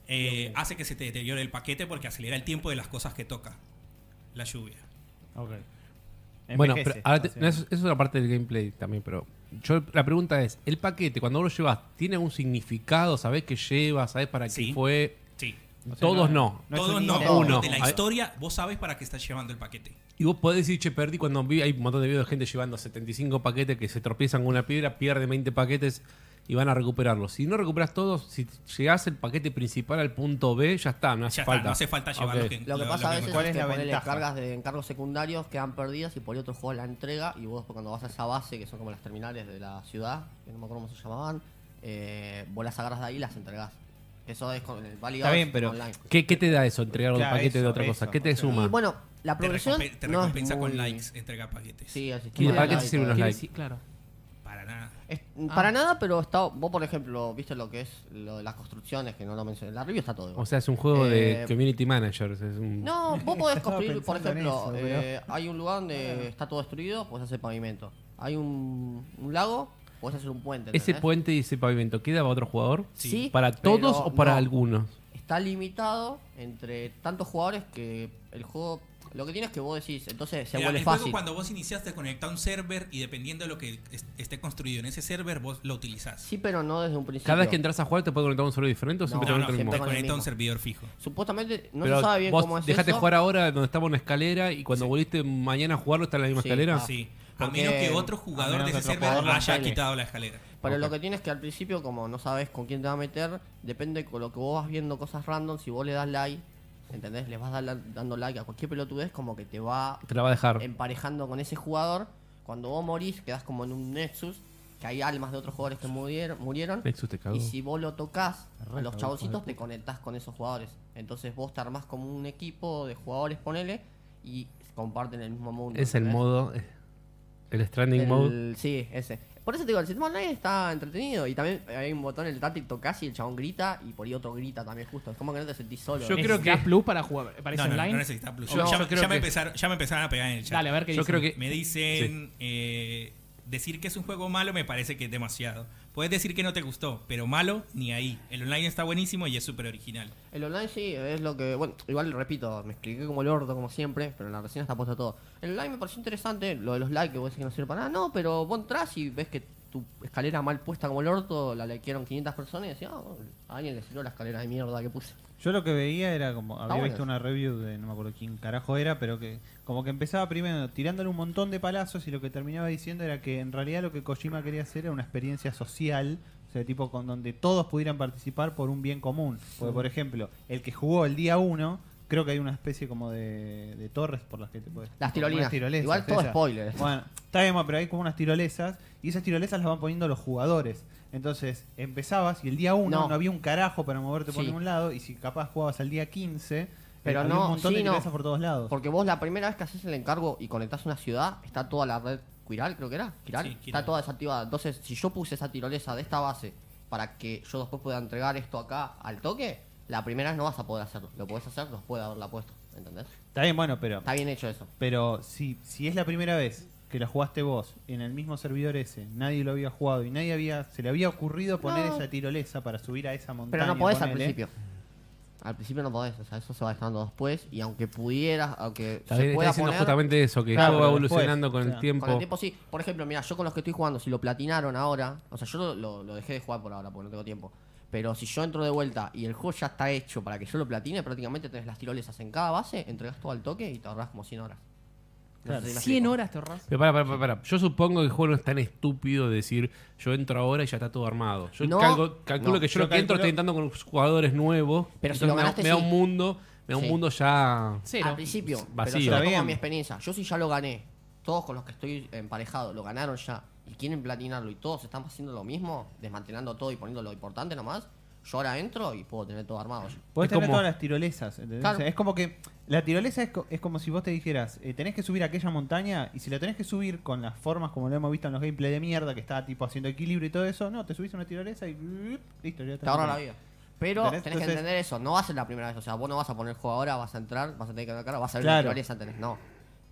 [SPEAKER 3] eh, hace que se te deteriore el paquete porque acelera el tiempo de las cosas que toca la lluvia.
[SPEAKER 2] Bueno,
[SPEAKER 4] Envejece,
[SPEAKER 2] pero ahora te-
[SPEAKER 4] así.
[SPEAKER 2] no, eso, eso es una parte del gameplay también, pero yo la pregunta es, ¿el paquete cuando vos lo llevas tiene algún significado? ¿Sabés qué lleva? ¿Sabés para
[SPEAKER 3] Sí.
[SPEAKER 2] qué fue?
[SPEAKER 3] Sí.
[SPEAKER 4] O sea,
[SPEAKER 2] Todos
[SPEAKER 4] no-
[SPEAKER 2] no.
[SPEAKER 4] no es
[SPEAKER 3] Todos
[SPEAKER 4] un
[SPEAKER 3] no.
[SPEAKER 4] ítem.
[SPEAKER 2] Uno.
[SPEAKER 3] De la
[SPEAKER 2] Hay-
[SPEAKER 3] historia, vos sabes para qué estás llevando el paquete.
[SPEAKER 2] Y vos podés decir, che, perdí cuando vi, hay un montón de videos de gente llevando 75 paquetes que se tropiezan con una piedra, pierden 20 paquetes y van a recuperarlos. Si no recuperas todos, si llegás el paquete principal al punto B, ya está, no hace
[SPEAKER 3] Ya está,
[SPEAKER 2] falta.
[SPEAKER 3] no hace falta llevar
[SPEAKER 2] Ok.
[SPEAKER 3] lo que-
[SPEAKER 5] Lo que
[SPEAKER 3] lo-
[SPEAKER 5] pasa
[SPEAKER 3] lo
[SPEAKER 5] a
[SPEAKER 3] que
[SPEAKER 5] veces
[SPEAKER 4] ¿Cuál
[SPEAKER 5] es
[SPEAKER 4] es
[SPEAKER 5] que
[SPEAKER 4] la
[SPEAKER 5] ponele
[SPEAKER 4] ventaja?
[SPEAKER 5] cargas de encargos secundarios quedan perdidas y por otro juego la entrega y vos después cuando vas a esa base, que son como las terminales de la ciudad, que no me acuerdo cómo se llamaban, eh, vos las agarras de ahí y las entregás. Eso es con el válido
[SPEAKER 4] Está bien, pero-
[SPEAKER 5] online.
[SPEAKER 2] ¿Qué, qué te da eso, entregar un
[SPEAKER 4] Claro,
[SPEAKER 2] paquete de
[SPEAKER 4] eso,
[SPEAKER 2] otra cosa?
[SPEAKER 4] eso,
[SPEAKER 2] ¿Qué te
[SPEAKER 4] o sea.
[SPEAKER 2] suma?
[SPEAKER 5] Y bueno, la
[SPEAKER 3] Te,
[SPEAKER 5] progresión
[SPEAKER 3] recompe- te
[SPEAKER 5] no es
[SPEAKER 3] recompensa
[SPEAKER 5] muy-
[SPEAKER 3] con likes, entrega paquetes.
[SPEAKER 5] Sí, así
[SPEAKER 2] ¿Y para qué te
[SPEAKER 5] like,
[SPEAKER 2] sirven los
[SPEAKER 5] todo.
[SPEAKER 1] Quiero
[SPEAKER 2] likes?
[SPEAKER 1] decir- Claro.
[SPEAKER 3] Para nada.
[SPEAKER 5] Es-
[SPEAKER 1] Ah.
[SPEAKER 5] Para nada, pero está, vos por ejemplo, viste lo que es lo de las construcciones, que no lo mencioné, la review está todo. igual.
[SPEAKER 2] O sea, es un juego de
[SPEAKER 5] Eh,
[SPEAKER 2] community manager. Es un...
[SPEAKER 5] No, vos podés
[SPEAKER 4] Estaba
[SPEAKER 5] construir, por
[SPEAKER 4] pensando en
[SPEAKER 5] ejemplo,
[SPEAKER 4] eso, pero-
[SPEAKER 5] eh, hay un lugar donde está todo destruido, podés hacer pavimento. Hay un, un lago, podés hacer un puente.
[SPEAKER 2] Ese
[SPEAKER 5] ¿entendés?
[SPEAKER 2] puente y ese pavimento, ¿queda para otro jugador?
[SPEAKER 5] Sí,
[SPEAKER 2] ¿Para todos
[SPEAKER 5] pero
[SPEAKER 2] o para
[SPEAKER 5] no.
[SPEAKER 2] algunos?
[SPEAKER 5] Está limitado entre tantos jugadores que el juego. Lo que tiene es que vos decís, entonces se
[SPEAKER 3] Mira,
[SPEAKER 5] vuelve
[SPEAKER 3] el juego
[SPEAKER 5] fácil.
[SPEAKER 3] cuando vos iniciaste conecta un server y dependiendo de lo que es- esté construido en ese server, vos lo utilizás.
[SPEAKER 5] Sí, pero no desde un principio.
[SPEAKER 2] ¿Cada vez que entras a jugar te puede conectar un servidor diferente o
[SPEAKER 5] No,
[SPEAKER 2] siempre
[SPEAKER 3] no,
[SPEAKER 2] te
[SPEAKER 3] no,
[SPEAKER 2] conecta el mismo?
[SPEAKER 3] te
[SPEAKER 5] siempre con el
[SPEAKER 3] conecta a un
[SPEAKER 5] mismo.
[SPEAKER 3] servidor fijo.
[SPEAKER 5] Supuestamente no
[SPEAKER 2] Pero
[SPEAKER 5] se sabe bien
[SPEAKER 2] vos
[SPEAKER 5] cómo es
[SPEAKER 2] dejate
[SPEAKER 5] eso.
[SPEAKER 2] jugar ahora donde estaba una escalera y cuando volviste mañana a jugarlo está en la misma
[SPEAKER 5] Sí,
[SPEAKER 2] escalera.
[SPEAKER 5] Ah,
[SPEAKER 3] Sí. A
[SPEAKER 5] porque-
[SPEAKER 3] menos que otro
[SPEAKER 4] a
[SPEAKER 3] jugador de
[SPEAKER 4] menos
[SPEAKER 3] ese
[SPEAKER 4] que otro
[SPEAKER 3] server
[SPEAKER 5] jugador
[SPEAKER 3] haya
[SPEAKER 5] cancele.
[SPEAKER 3] quitado la escalera.
[SPEAKER 5] Pero
[SPEAKER 2] Ok.
[SPEAKER 5] lo que tienes que al principio, como no sabes con quién te va a meter, depende con lo que vos vas viendo cosas random, si vos le das like, ¿entendés? Les vas dala- dando like a cualquier pelotudez, como que te va
[SPEAKER 2] Te la va a dejar.
[SPEAKER 5] Em, emparejando con ese jugador. Cuando vos morís, quedás como en un Nexus, que hay almas de otros jugadores que murieron. murieron
[SPEAKER 2] Nexus te cagó.
[SPEAKER 5] y si vos lo tocas,
[SPEAKER 4] Arranca,
[SPEAKER 5] los
[SPEAKER 4] hijo
[SPEAKER 5] chaboncitos
[SPEAKER 4] de
[SPEAKER 5] te conectás con esos jugadores. Entonces vos te armás como un equipo de jugadores, ponele, y comparten el mismo mundo.
[SPEAKER 2] Es el
[SPEAKER 5] ¿entendés?
[SPEAKER 2] modo. eh, El Stranding
[SPEAKER 5] El-
[SPEAKER 2] Mode.
[SPEAKER 5] Sí, ese. Por eso te digo, el sistema online está entretenido. Y también hay un botón en el táctil tocas y el chabón grita y por ahí otro grita también justo. Es como que no te sentís solo.
[SPEAKER 2] Yo
[SPEAKER 5] ¿no?
[SPEAKER 2] creo
[SPEAKER 1] ¿Necesitas
[SPEAKER 2] que-
[SPEAKER 1] Plus para jugar, para ese
[SPEAKER 3] No, no, no,
[SPEAKER 1] online.
[SPEAKER 3] necesitas plus.
[SPEAKER 2] Yo-
[SPEAKER 3] ya,
[SPEAKER 2] yo creo
[SPEAKER 3] ya me
[SPEAKER 2] que-
[SPEAKER 3] empezaron, ya me empezaron a pegar en el chat.
[SPEAKER 1] Dale, a ver qué
[SPEAKER 2] Yo
[SPEAKER 1] dice.
[SPEAKER 2] creo que.
[SPEAKER 3] Me dicen eh, Decir que es un juego malo me parece que es demasiado. Puedes decir que no te gustó, pero malo ni ahí. El online está buenísimo y es súper original.
[SPEAKER 5] El online sí, es lo que. Bueno, igual repito, me expliqué como el orto, como siempre, pero en la resina está puesto todo. El online me pareció interesante, lo de los likes, que vos decís que no sirve para nada, no, pero vos entras y ves que tu escalera mal puesta como el orto, la lequearon 500 personas y decías, ah, bueno, a alguien le sirvió la escalera de mierda que puse.
[SPEAKER 4] Yo lo que veía era como. Había
[SPEAKER 5] bueno.
[SPEAKER 4] visto una review de no me acuerdo quién carajo era, pero que. Como que empezaba primero tirándole un montón de palazos y lo que terminaba diciendo era que en realidad lo que Kojima quería hacer era una experiencia social. O sea, tipo con donde todos pudieran participar por un bien común. Porque, por ejemplo, el que jugó el día 1, creo que hay una especie como de, de torres por las que te puedes.
[SPEAKER 5] Las
[SPEAKER 4] como unas
[SPEAKER 5] tirolinas. Igual todo
[SPEAKER 4] esas.
[SPEAKER 5] spoiler.
[SPEAKER 4] Bueno, está bien, pero hay como unas tirolesas y esas tirolesas las van poniendo los jugadores. Entonces empezabas y el día 1 no.
[SPEAKER 5] No.
[SPEAKER 4] había un carajo para moverte por
[SPEAKER 5] Sí.
[SPEAKER 4] ningún lado y si capaz jugabas al día 15,
[SPEAKER 5] Pero
[SPEAKER 4] había
[SPEAKER 5] no,
[SPEAKER 4] un montón
[SPEAKER 5] sí,
[SPEAKER 4] de
[SPEAKER 5] no.
[SPEAKER 4] tirolesas por todos lados.
[SPEAKER 5] Porque vos la primera vez que haces el encargo y conectás una ciudad, está toda la red Quiral, creo que era. Quiral.
[SPEAKER 3] Sí, Quiral.
[SPEAKER 5] Está toda desactivada. Entonces, si yo puse esa tirolesa de esta base para que yo después pueda entregar esto acá al toque, la primera vez no vas a poder hacerlo. Lo podés hacer después de haberla puesto. ¿Entendés?
[SPEAKER 4] Está bien, bueno, pero
[SPEAKER 5] Está bien hecho eso.
[SPEAKER 4] pero si si es la primera vez que la jugaste vos en el mismo servidor ese, nadie lo había jugado y nadie había se le había ocurrido poner
[SPEAKER 5] No.
[SPEAKER 4] esa tirolesa para subir a esa montaña.
[SPEAKER 5] Pero no podés al
[SPEAKER 4] ponele.
[SPEAKER 5] principio. Al principio no podés, o sea, eso se va dejando después. Y aunque pudieras, aunque
[SPEAKER 2] Está,
[SPEAKER 5] se
[SPEAKER 2] bien, está
[SPEAKER 5] pueda
[SPEAKER 2] diciendo
[SPEAKER 5] poner.
[SPEAKER 2] justamente eso, que el
[SPEAKER 4] Claro,
[SPEAKER 2] juego va
[SPEAKER 4] pero después,
[SPEAKER 2] evolucionando con
[SPEAKER 4] o
[SPEAKER 2] el
[SPEAKER 4] sea,
[SPEAKER 2] tiempo.
[SPEAKER 5] Con el tiempo sí. Por ejemplo, mira, yo con los que estoy jugando, si lo platinaron ahora, o sea, yo lo, lo- lo dejé de jugar por ahora porque no tengo tiempo. Pero si yo entro de vuelta y el juego ya está hecho para que yo lo platine, prácticamente tenés las tirolesas en cada base, entregas todo al toque y te ahorras como 100 horas. No
[SPEAKER 4] Claro.
[SPEAKER 5] sé si me
[SPEAKER 1] 100
[SPEAKER 5] explico.
[SPEAKER 1] horas te ahorras.
[SPEAKER 2] Pero para, para, para, para. Yo supongo que el juego no es tan estúpido de decir yo entro ahora y ya está todo armado. Yo
[SPEAKER 5] No,
[SPEAKER 2] calco- calculo
[SPEAKER 5] no.
[SPEAKER 2] que yo,
[SPEAKER 4] Yo
[SPEAKER 2] lo que entro
[SPEAKER 4] calculo-
[SPEAKER 2] estoy entrando con jugadores nuevos.
[SPEAKER 5] Pero si
[SPEAKER 2] entonces
[SPEAKER 5] lo
[SPEAKER 2] me da-
[SPEAKER 5] ganaste,
[SPEAKER 2] me da
[SPEAKER 5] sí.
[SPEAKER 2] un mundo, me da un
[SPEAKER 5] Sí.
[SPEAKER 2] mundo ya.
[SPEAKER 1] Cero.
[SPEAKER 5] Al principio,
[SPEAKER 2] Vacío.
[SPEAKER 5] pero Ah, yo
[SPEAKER 4] Está
[SPEAKER 5] lo tomo
[SPEAKER 4] bien.
[SPEAKER 5] a mi experiencia. Yo sí ya lo gané. Todos con los que estoy emparejado lo ganaron ya y quieren platinarlo y todos están haciendo lo mismo, desmantelando todo y poniendo lo importante nomás. Yo ahora entro y puedo tener todo armado. ya.
[SPEAKER 4] Podés
[SPEAKER 2] Es
[SPEAKER 4] tener
[SPEAKER 2] como-
[SPEAKER 4] todas las tirolesas, ¿entendés?
[SPEAKER 5] Claro.
[SPEAKER 4] O sea, es como que la tirolesa es, co- es como si vos te dijeras, eh, tenés que subir aquella montaña y si la tenés que subir con las formas como lo hemos visto en los gameplay de mierda, que está tipo haciendo equilibrio y todo eso, no, te subís a una tirolesa y ¡blup! listo, ya
[SPEAKER 5] Te ahorra la
[SPEAKER 4] terminé.
[SPEAKER 5] vida. Pero
[SPEAKER 4] ¿Entendés?
[SPEAKER 5] tenés que
[SPEAKER 4] Entonces-
[SPEAKER 5] entender eso, no va a ser la primera vez. O sea, vos no vas a poner juego ahora, vas a entrar, vas a tener que dar cara, vas a ver
[SPEAKER 4] Claro.
[SPEAKER 5] la tirolesa, tenés. No.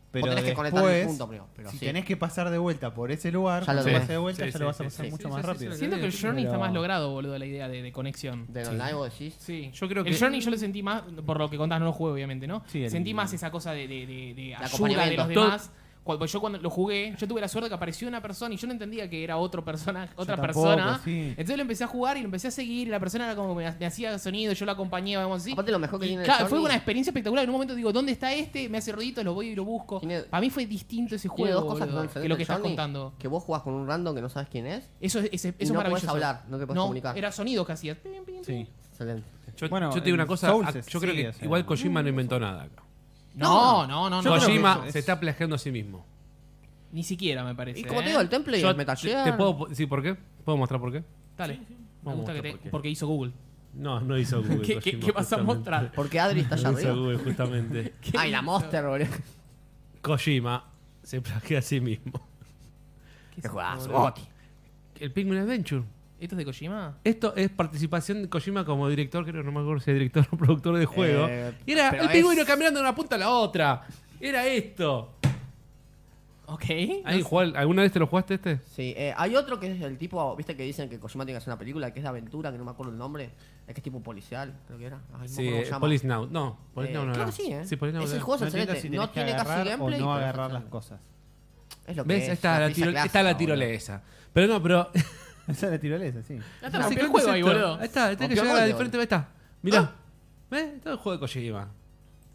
[SPEAKER 4] Pero
[SPEAKER 5] Vos tenés que
[SPEAKER 4] después,
[SPEAKER 5] conectar el punto primero, pero
[SPEAKER 4] si
[SPEAKER 5] sí.
[SPEAKER 4] tenés que pasar de vuelta por ese lugar,
[SPEAKER 5] Ya lo
[SPEAKER 4] cuando
[SPEAKER 5] tenés.
[SPEAKER 4] pases de vuelta
[SPEAKER 2] Sí,
[SPEAKER 4] ya
[SPEAKER 2] sí,
[SPEAKER 4] lo vas a
[SPEAKER 2] sí,
[SPEAKER 4] pasar
[SPEAKER 2] sí,
[SPEAKER 4] mucho
[SPEAKER 2] sí,
[SPEAKER 4] más
[SPEAKER 2] sí, sí,
[SPEAKER 4] rápido.
[SPEAKER 2] sí,
[SPEAKER 1] Siento que el Journey
[SPEAKER 4] Pero-
[SPEAKER 1] está más logrado, boludo, la idea de, de conexión.
[SPEAKER 5] Del online vos decís.
[SPEAKER 1] Sí,
[SPEAKER 2] Yo creo
[SPEAKER 1] El
[SPEAKER 2] que-
[SPEAKER 1] Journey yo lo sentí más, por lo que contás, no lo jugué, obviamente, ¿no?
[SPEAKER 4] Sí, el-
[SPEAKER 1] Sentí más esa cosa de, de, de- de ayuda de
[SPEAKER 5] acompañamiento.
[SPEAKER 1] los demás. Cuando, yo cuando lo jugué, yo tuve la suerte que apareció una persona y yo no entendía que era otro personaje, otra
[SPEAKER 4] tampoco,
[SPEAKER 1] persona.
[SPEAKER 4] sí.
[SPEAKER 1] Entonces lo empecé a jugar y lo empecé a seguir y la persona era como que me, ha- me hacía sonido, yo la acompañaba, vamos así.
[SPEAKER 5] Aparte, lo mejor que
[SPEAKER 1] Y
[SPEAKER 5] tiene el
[SPEAKER 1] claro, fue
[SPEAKER 5] Journey-
[SPEAKER 1] una experiencia espectacular. En un momento digo, ¿dónde está este? Me hace ruiditos, lo voy y lo busco.
[SPEAKER 5] Tiene-
[SPEAKER 1] Para mí fue distinto ese
[SPEAKER 5] Tiene
[SPEAKER 1] juego
[SPEAKER 5] dos cosas
[SPEAKER 1] boludo,
[SPEAKER 5] que
[SPEAKER 1] que
[SPEAKER 5] son diferentes
[SPEAKER 1] lo
[SPEAKER 5] al
[SPEAKER 1] que estás
[SPEAKER 5] Journey,
[SPEAKER 1] contando.
[SPEAKER 5] Que vos jugás con un random que no sabes quién es.
[SPEAKER 1] Eso, es- ese- eso
[SPEAKER 5] Y
[SPEAKER 1] es
[SPEAKER 5] no podés
[SPEAKER 1] maravilloso.
[SPEAKER 5] hablar, no te podés comunicar.
[SPEAKER 1] Era sonido que hacías. Pim, pim, pim.
[SPEAKER 4] Sí.
[SPEAKER 5] Excelente.
[SPEAKER 2] Yo,
[SPEAKER 4] Bueno,
[SPEAKER 2] yo te digo
[SPEAKER 4] en
[SPEAKER 2] una cosa,
[SPEAKER 4] Souls
[SPEAKER 2] a-
[SPEAKER 4] es-
[SPEAKER 2] yo creo
[SPEAKER 4] sí,
[SPEAKER 2] que
[SPEAKER 4] o sea,
[SPEAKER 2] igual Kojima
[SPEAKER 5] Mm.
[SPEAKER 2] no inventó nada acá.
[SPEAKER 1] No, no, no, no. no.
[SPEAKER 2] Kojima
[SPEAKER 4] creo que
[SPEAKER 2] se
[SPEAKER 4] es-
[SPEAKER 2] está plagiando a sí mismo.
[SPEAKER 1] Ni siquiera me parece.
[SPEAKER 5] Y como te
[SPEAKER 1] ¿eh?
[SPEAKER 5] digo, el temple y
[SPEAKER 2] Yo
[SPEAKER 5] el Metal
[SPEAKER 2] te,
[SPEAKER 5] Gear.
[SPEAKER 2] te puedo sí, ¿por qué? ¿Puedo mostrar por qué?
[SPEAKER 1] Dale. Me
[SPEAKER 2] Vamos
[SPEAKER 1] gusta
[SPEAKER 2] a
[SPEAKER 1] que
[SPEAKER 2] mostrar
[SPEAKER 1] te-
[SPEAKER 2] por qué.
[SPEAKER 1] porque hizo Google.
[SPEAKER 2] No, no hizo Google.
[SPEAKER 1] ¿Qué, qué,
[SPEAKER 2] Kojima,
[SPEAKER 1] qué vas a
[SPEAKER 2] justamente.
[SPEAKER 1] mostrar?
[SPEAKER 5] Porque Adri está allá
[SPEAKER 2] No hizo
[SPEAKER 5] arriba.
[SPEAKER 2] Google, justamente.
[SPEAKER 5] Ay, la monster, boludo.
[SPEAKER 2] Kojima se plagia a sí mismo.
[SPEAKER 5] Qué juegazo,
[SPEAKER 1] boludo?
[SPEAKER 5] Gotti.
[SPEAKER 2] El Pikmin Adventure.
[SPEAKER 1] ¿Esto es de Kojima?
[SPEAKER 2] Esto es participación de Kojima como director, creo, no me acuerdo si es director o productor de juego.
[SPEAKER 5] Eh,
[SPEAKER 2] y era
[SPEAKER 5] pero
[SPEAKER 2] el pingüino
[SPEAKER 5] es-
[SPEAKER 2] caminando de una punta a la otra. Era esto.
[SPEAKER 1] Ok.
[SPEAKER 2] ¿Alguien jugó- ¿Alguna vez te lo jugaste este?
[SPEAKER 5] Sí, eh, hay otro que es el tipo, viste que dicen que Kojima tiene que hacer una película que es de aventura, que no me acuerdo el nombre, es que es tipo policial, creo que era. Ay, no me
[SPEAKER 2] Sí,
[SPEAKER 5] acuerdo cómo se llama.
[SPEAKER 2] Police Now. No, Police
[SPEAKER 5] Eh,
[SPEAKER 2] Now no
[SPEAKER 5] claro
[SPEAKER 2] era.
[SPEAKER 5] que sí, ¿eh?
[SPEAKER 2] Police Now
[SPEAKER 5] es
[SPEAKER 2] era.
[SPEAKER 5] el juego es
[SPEAKER 4] No entiendo
[SPEAKER 5] excelente,
[SPEAKER 4] si tenés
[SPEAKER 5] no
[SPEAKER 4] que
[SPEAKER 5] tiene casi
[SPEAKER 4] agarrar o
[SPEAKER 5] gameplay.
[SPEAKER 4] no
[SPEAKER 5] pero es
[SPEAKER 4] agarrar las
[SPEAKER 5] excelente.
[SPEAKER 4] cosas.
[SPEAKER 5] Es lo que
[SPEAKER 2] ¿Ves?
[SPEAKER 5] es,
[SPEAKER 2] Ahí está
[SPEAKER 5] una
[SPEAKER 2] la,
[SPEAKER 5] pieza
[SPEAKER 2] tiro-
[SPEAKER 5] clásica,
[SPEAKER 2] está la
[SPEAKER 5] boludo.
[SPEAKER 2] tirolesa. Pero no, pero.
[SPEAKER 4] Esa es la tirolesa, sí.
[SPEAKER 1] Ya te
[SPEAKER 2] No sé,
[SPEAKER 1] rompí el
[SPEAKER 2] ¿cuánto
[SPEAKER 1] juego
[SPEAKER 2] es
[SPEAKER 1] ahí,
[SPEAKER 2] esto?
[SPEAKER 1] boludo.
[SPEAKER 2] Ahí está, tenés que
[SPEAKER 5] Rompió el
[SPEAKER 2] llegar a
[SPEAKER 5] molde,
[SPEAKER 2] diferente. Ahí está. Mirá. ¿Ves? Todo el juego de Kojima.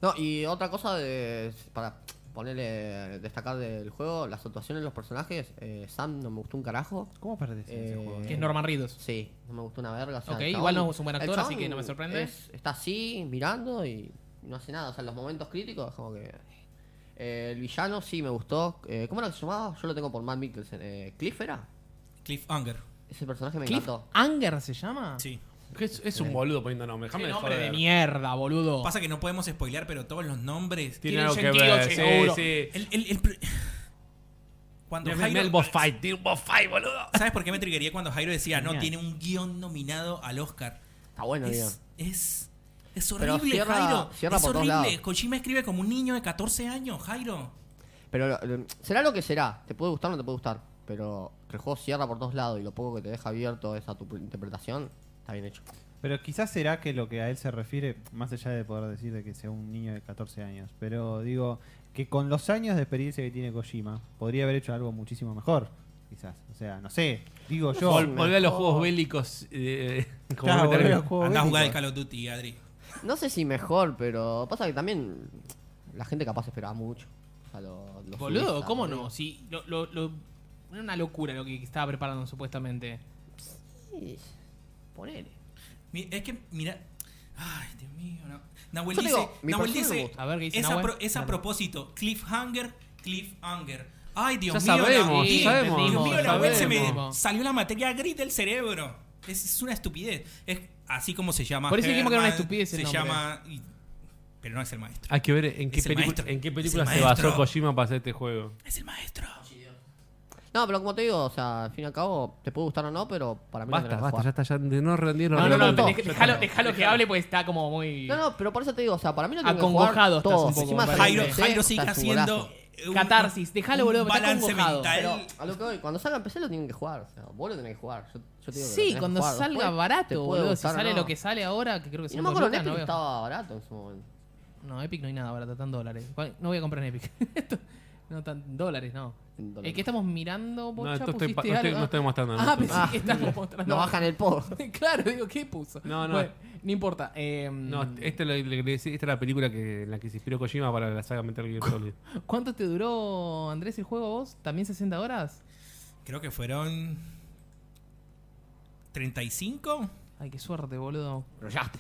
[SPEAKER 5] No, y otra cosa de, para ponerle, destacar del juego, las actuaciones de los personajes, eh, Sam no me gustó un carajo.
[SPEAKER 4] ¿Cómo perdés en ese
[SPEAKER 5] Eh,
[SPEAKER 4] juego?
[SPEAKER 1] Que es Norman Reedus.
[SPEAKER 5] Sí, no me gustó una verga. o sea,
[SPEAKER 1] Ok,
[SPEAKER 5] el
[SPEAKER 1] igual
[SPEAKER 5] chabón-
[SPEAKER 1] no es un buen
[SPEAKER 5] el
[SPEAKER 1] actor, así
[SPEAKER 5] chabón
[SPEAKER 1] que no me sorprende.
[SPEAKER 5] es- está así, mirando y no hace nada. O sea, en los momentos críticos, es como que. Eh, el villano sí me gustó. Eh, ¿Cómo era que se llamaba? Yo lo tengo por Matt Mikkelsen. Eh, ¿Cliff era?
[SPEAKER 3] Cliffhanger.
[SPEAKER 5] Ese personaje me
[SPEAKER 1] Cliff
[SPEAKER 5] encantó.
[SPEAKER 1] Anger se llama.
[SPEAKER 3] Sí.
[SPEAKER 2] Es, es un boludo poniendo nombre.
[SPEAKER 1] Qué
[SPEAKER 2] Déjame de
[SPEAKER 1] nombre de
[SPEAKER 2] joder.
[SPEAKER 1] mierda, boludo.
[SPEAKER 3] Pasa que no podemos spoilear, pero todos los nombres.
[SPEAKER 2] Tiene
[SPEAKER 1] Tiene
[SPEAKER 2] algo que
[SPEAKER 1] sentido,
[SPEAKER 2] ver.
[SPEAKER 1] seguro.
[SPEAKER 2] Sí, sí.
[SPEAKER 3] El, el- el pr- cuando
[SPEAKER 2] Mira,
[SPEAKER 3] Jairo-
[SPEAKER 2] mira el boss fight. Tiene un boss fight, boludo.
[SPEAKER 3] ¿Sabes por qué me triggería cuando Jairo decía, no,
[SPEAKER 4] Genial.
[SPEAKER 3] tiene un guión nominado al Oscar?
[SPEAKER 5] Está bueno, digo.
[SPEAKER 3] Es, es, es
[SPEAKER 5] Pero
[SPEAKER 3] horrible,
[SPEAKER 5] cierra-
[SPEAKER 3] Jairo.
[SPEAKER 5] cierra
[SPEAKER 3] es
[SPEAKER 5] por todos lados.
[SPEAKER 3] horrible. Kojima escribe como un niño de 14 años, Jairo.
[SPEAKER 5] Pero eh, será lo que será. Te puede gustar o no te puede gustar. pero que el juego cierra por todos lados y lo poco que te deja abierto es a tu interpretación, está bien hecho.
[SPEAKER 4] Pero quizás será que lo que a él se refiere, más allá de poder decir de que sea un niño de 14 años, pero digo que con los años de experiencia que tiene Kojima, podría haber hecho algo muchísimo mejor, quizás. O sea, no sé, digo yo.
[SPEAKER 2] Vol- volver a los juegos bélicos. eh, como
[SPEAKER 4] Claro,
[SPEAKER 2] Metal
[SPEAKER 4] volver a
[SPEAKER 2] Gear.
[SPEAKER 4] los juegos
[SPEAKER 3] Andá a jugar el
[SPEAKER 4] bélicos.
[SPEAKER 3] Call of Duty, Adri.
[SPEAKER 5] No sé si mejor, pero pasa que también la gente capaz esperaba mucho. O sea, lo- lo subís
[SPEAKER 1] Boludo,
[SPEAKER 5] a-
[SPEAKER 1] ¿cómo no? Si lo, lo- lo- era una locura lo que estaba preparando supuestamente.
[SPEAKER 5] Sí, Ponele.
[SPEAKER 3] Mi- Es que, mira. Ay, Dios mío. No. Nahuel
[SPEAKER 5] Yo te
[SPEAKER 3] dice.
[SPEAKER 5] digo, mi
[SPEAKER 3] Nahuel
[SPEAKER 5] persona me
[SPEAKER 3] dice.
[SPEAKER 1] gusta. A ver, ¿qué dice
[SPEAKER 3] es, a
[SPEAKER 1] Nahuel?
[SPEAKER 3] pro- es a
[SPEAKER 1] Dale.
[SPEAKER 3] propósito. Cliffhanger, cliffhanger. Ay, Dios
[SPEAKER 2] Ya
[SPEAKER 3] mío.
[SPEAKER 2] sabemos,
[SPEAKER 3] Nahuel.
[SPEAKER 1] ya sabemos,
[SPEAKER 3] Dios mío,
[SPEAKER 1] ya
[SPEAKER 3] Nahuel se me
[SPEAKER 1] sabemos.
[SPEAKER 3] salió la materia gris del cerebro. Es, es una estupidez. Es así como se llama.
[SPEAKER 1] Por eso dijimos que era una
[SPEAKER 3] Herman,
[SPEAKER 1] estupidez el
[SPEAKER 3] Se
[SPEAKER 1] nombre.
[SPEAKER 3] llama. y- pero no es el maestro.
[SPEAKER 2] Hay que ver en qué,
[SPEAKER 3] Es el
[SPEAKER 2] pelicu-
[SPEAKER 3] maestro.
[SPEAKER 2] en qué
[SPEAKER 3] Es el
[SPEAKER 2] película se
[SPEAKER 3] maestro.
[SPEAKER 2] basó Kojima para hacer este juego.
[SPEAKER 3] Es el maestro.
[SPEAKER 5] No, pero como te digo, o sea, al fin y al cabo, te puede gustar o no, pero para mí no
[SPEAKER 2] Basta,
[SPEAKER 5] tenés que
[SPEAKER 2] basta,
[SPEAKER 5] jugar.
[SPEAKER 2] ya está, ya de no rendir los
[SPEAKER 1] No, no, no,
[SPEAKER 5] pregunto.
[SPEAKER 1] dej- dejalo, dejalo que hable, pues está como muy.
[SPEAKER 5] No, no, pero por eso te digo, o sea, para mí no tengo que
[SPEAKER 1] Acongojado
[SPEAKER 5] jugar
[SPEAKER 1] estás
[SPEAKER 5] todos.
[SPEAKER 1] un poco,
[SPEAKER 5] Encima
[SPEAKER 1] me parece.
[SPEAKER 3] Jairo,
[SPEAKER 5] sale en PC,
[SPEAKER 3] Jairo
[SPEAKER 5] o sea,
[SPEAKER 3] sigue
[SPEAKER 5] es un golazo.
[SPEAKER 3] haciendo. eh, un-
[SPEAKER 1] Catarsis, dejalo, boludo,
[SPEAKER 3] un
[SPEAKER 1] me está
[SPEAKER 3] balance
[SPEAKER 1] acongojado.
[SPEAKER 5] Pero
[SPEAKER 3] mental.
[SPEAKER 5] a lo que voy, cuando salga en PC lo tienen que jugar, o sea, vos lo tenés que jugar. Yo, yo te digo que lo tenés
[SPEAKER 1] Sí,
[SPEAKER 5] que
[SPEAKER 1] cuando
[SPEAKER 5] jugar.
[SPEAKER 1] salga
[SPEAKER 5] Después te
[SPEAKER 1] barato,
[SPEAKER 5] puede
[SPEAKER 1] boludo. Si
[SPEAKER 5] gustar o
[SPEAKER 1] sale
[SPEAKER 5] no.
[SPEAKER 1] lo que sale ahora, que creo que
[SPEAKER 5] Y
[SPEAKER 1] son
[SPEAKER 5] no me
[SPEAKER 1] dos
[SPEAKER 5] acuerdo, Pues en
[SPEAKER 1] lucas,
[SPEAKER 5] Epic
[SPEAKER 1] no, veo.
[SPEAKER 5] estaba barato en su momento.
[SPEAKER 1] No, Epic no hay nada barato, están dólares. ¿Cuál- No voy a comprar en Epic. Esto- no, tan dólares, no.
[SPEAKER 5] En dólares.
[SPEAKER 1] ¿El que estamos mirando,
[SPEAKER 2] No,
[SPEAKER 1] bocha?
[SPEAKER 2] esto estoy, pa-
[SPEAKER 1] pusiste
[SPEAKER 2] no, estoy,
[SPEAKER 1] algo?
[SPEAKER 2] no estoy mostrando. no
[SPEAKER 1] Ah,
[SPEAKER 2] estoy-
[SPEAKER 1] pensé que estábamos mostrando.
[SPEAKER 5] No bajan el pod.
[SPEAKER 1] claro, digo, ¿qué puso?
[SPEAKER 2] No, no.
[SPEAKER 1] Bueno, no importa. eh,
[SPEAKER 2] No, este lo- le- le- esta es la película que, en la que se inspiró Kojima para la saga Metal Gear Solid.
[SPEAKER 1] ¿Cuánto te duró, Andrés, el juego vos? ¿También 60 horas?
[SPEAKER 3] Creo que fueron. 35.
[SPEAKER 1] Ay, qué suerte, boludo.
[SPEAKER 5] Rollaste.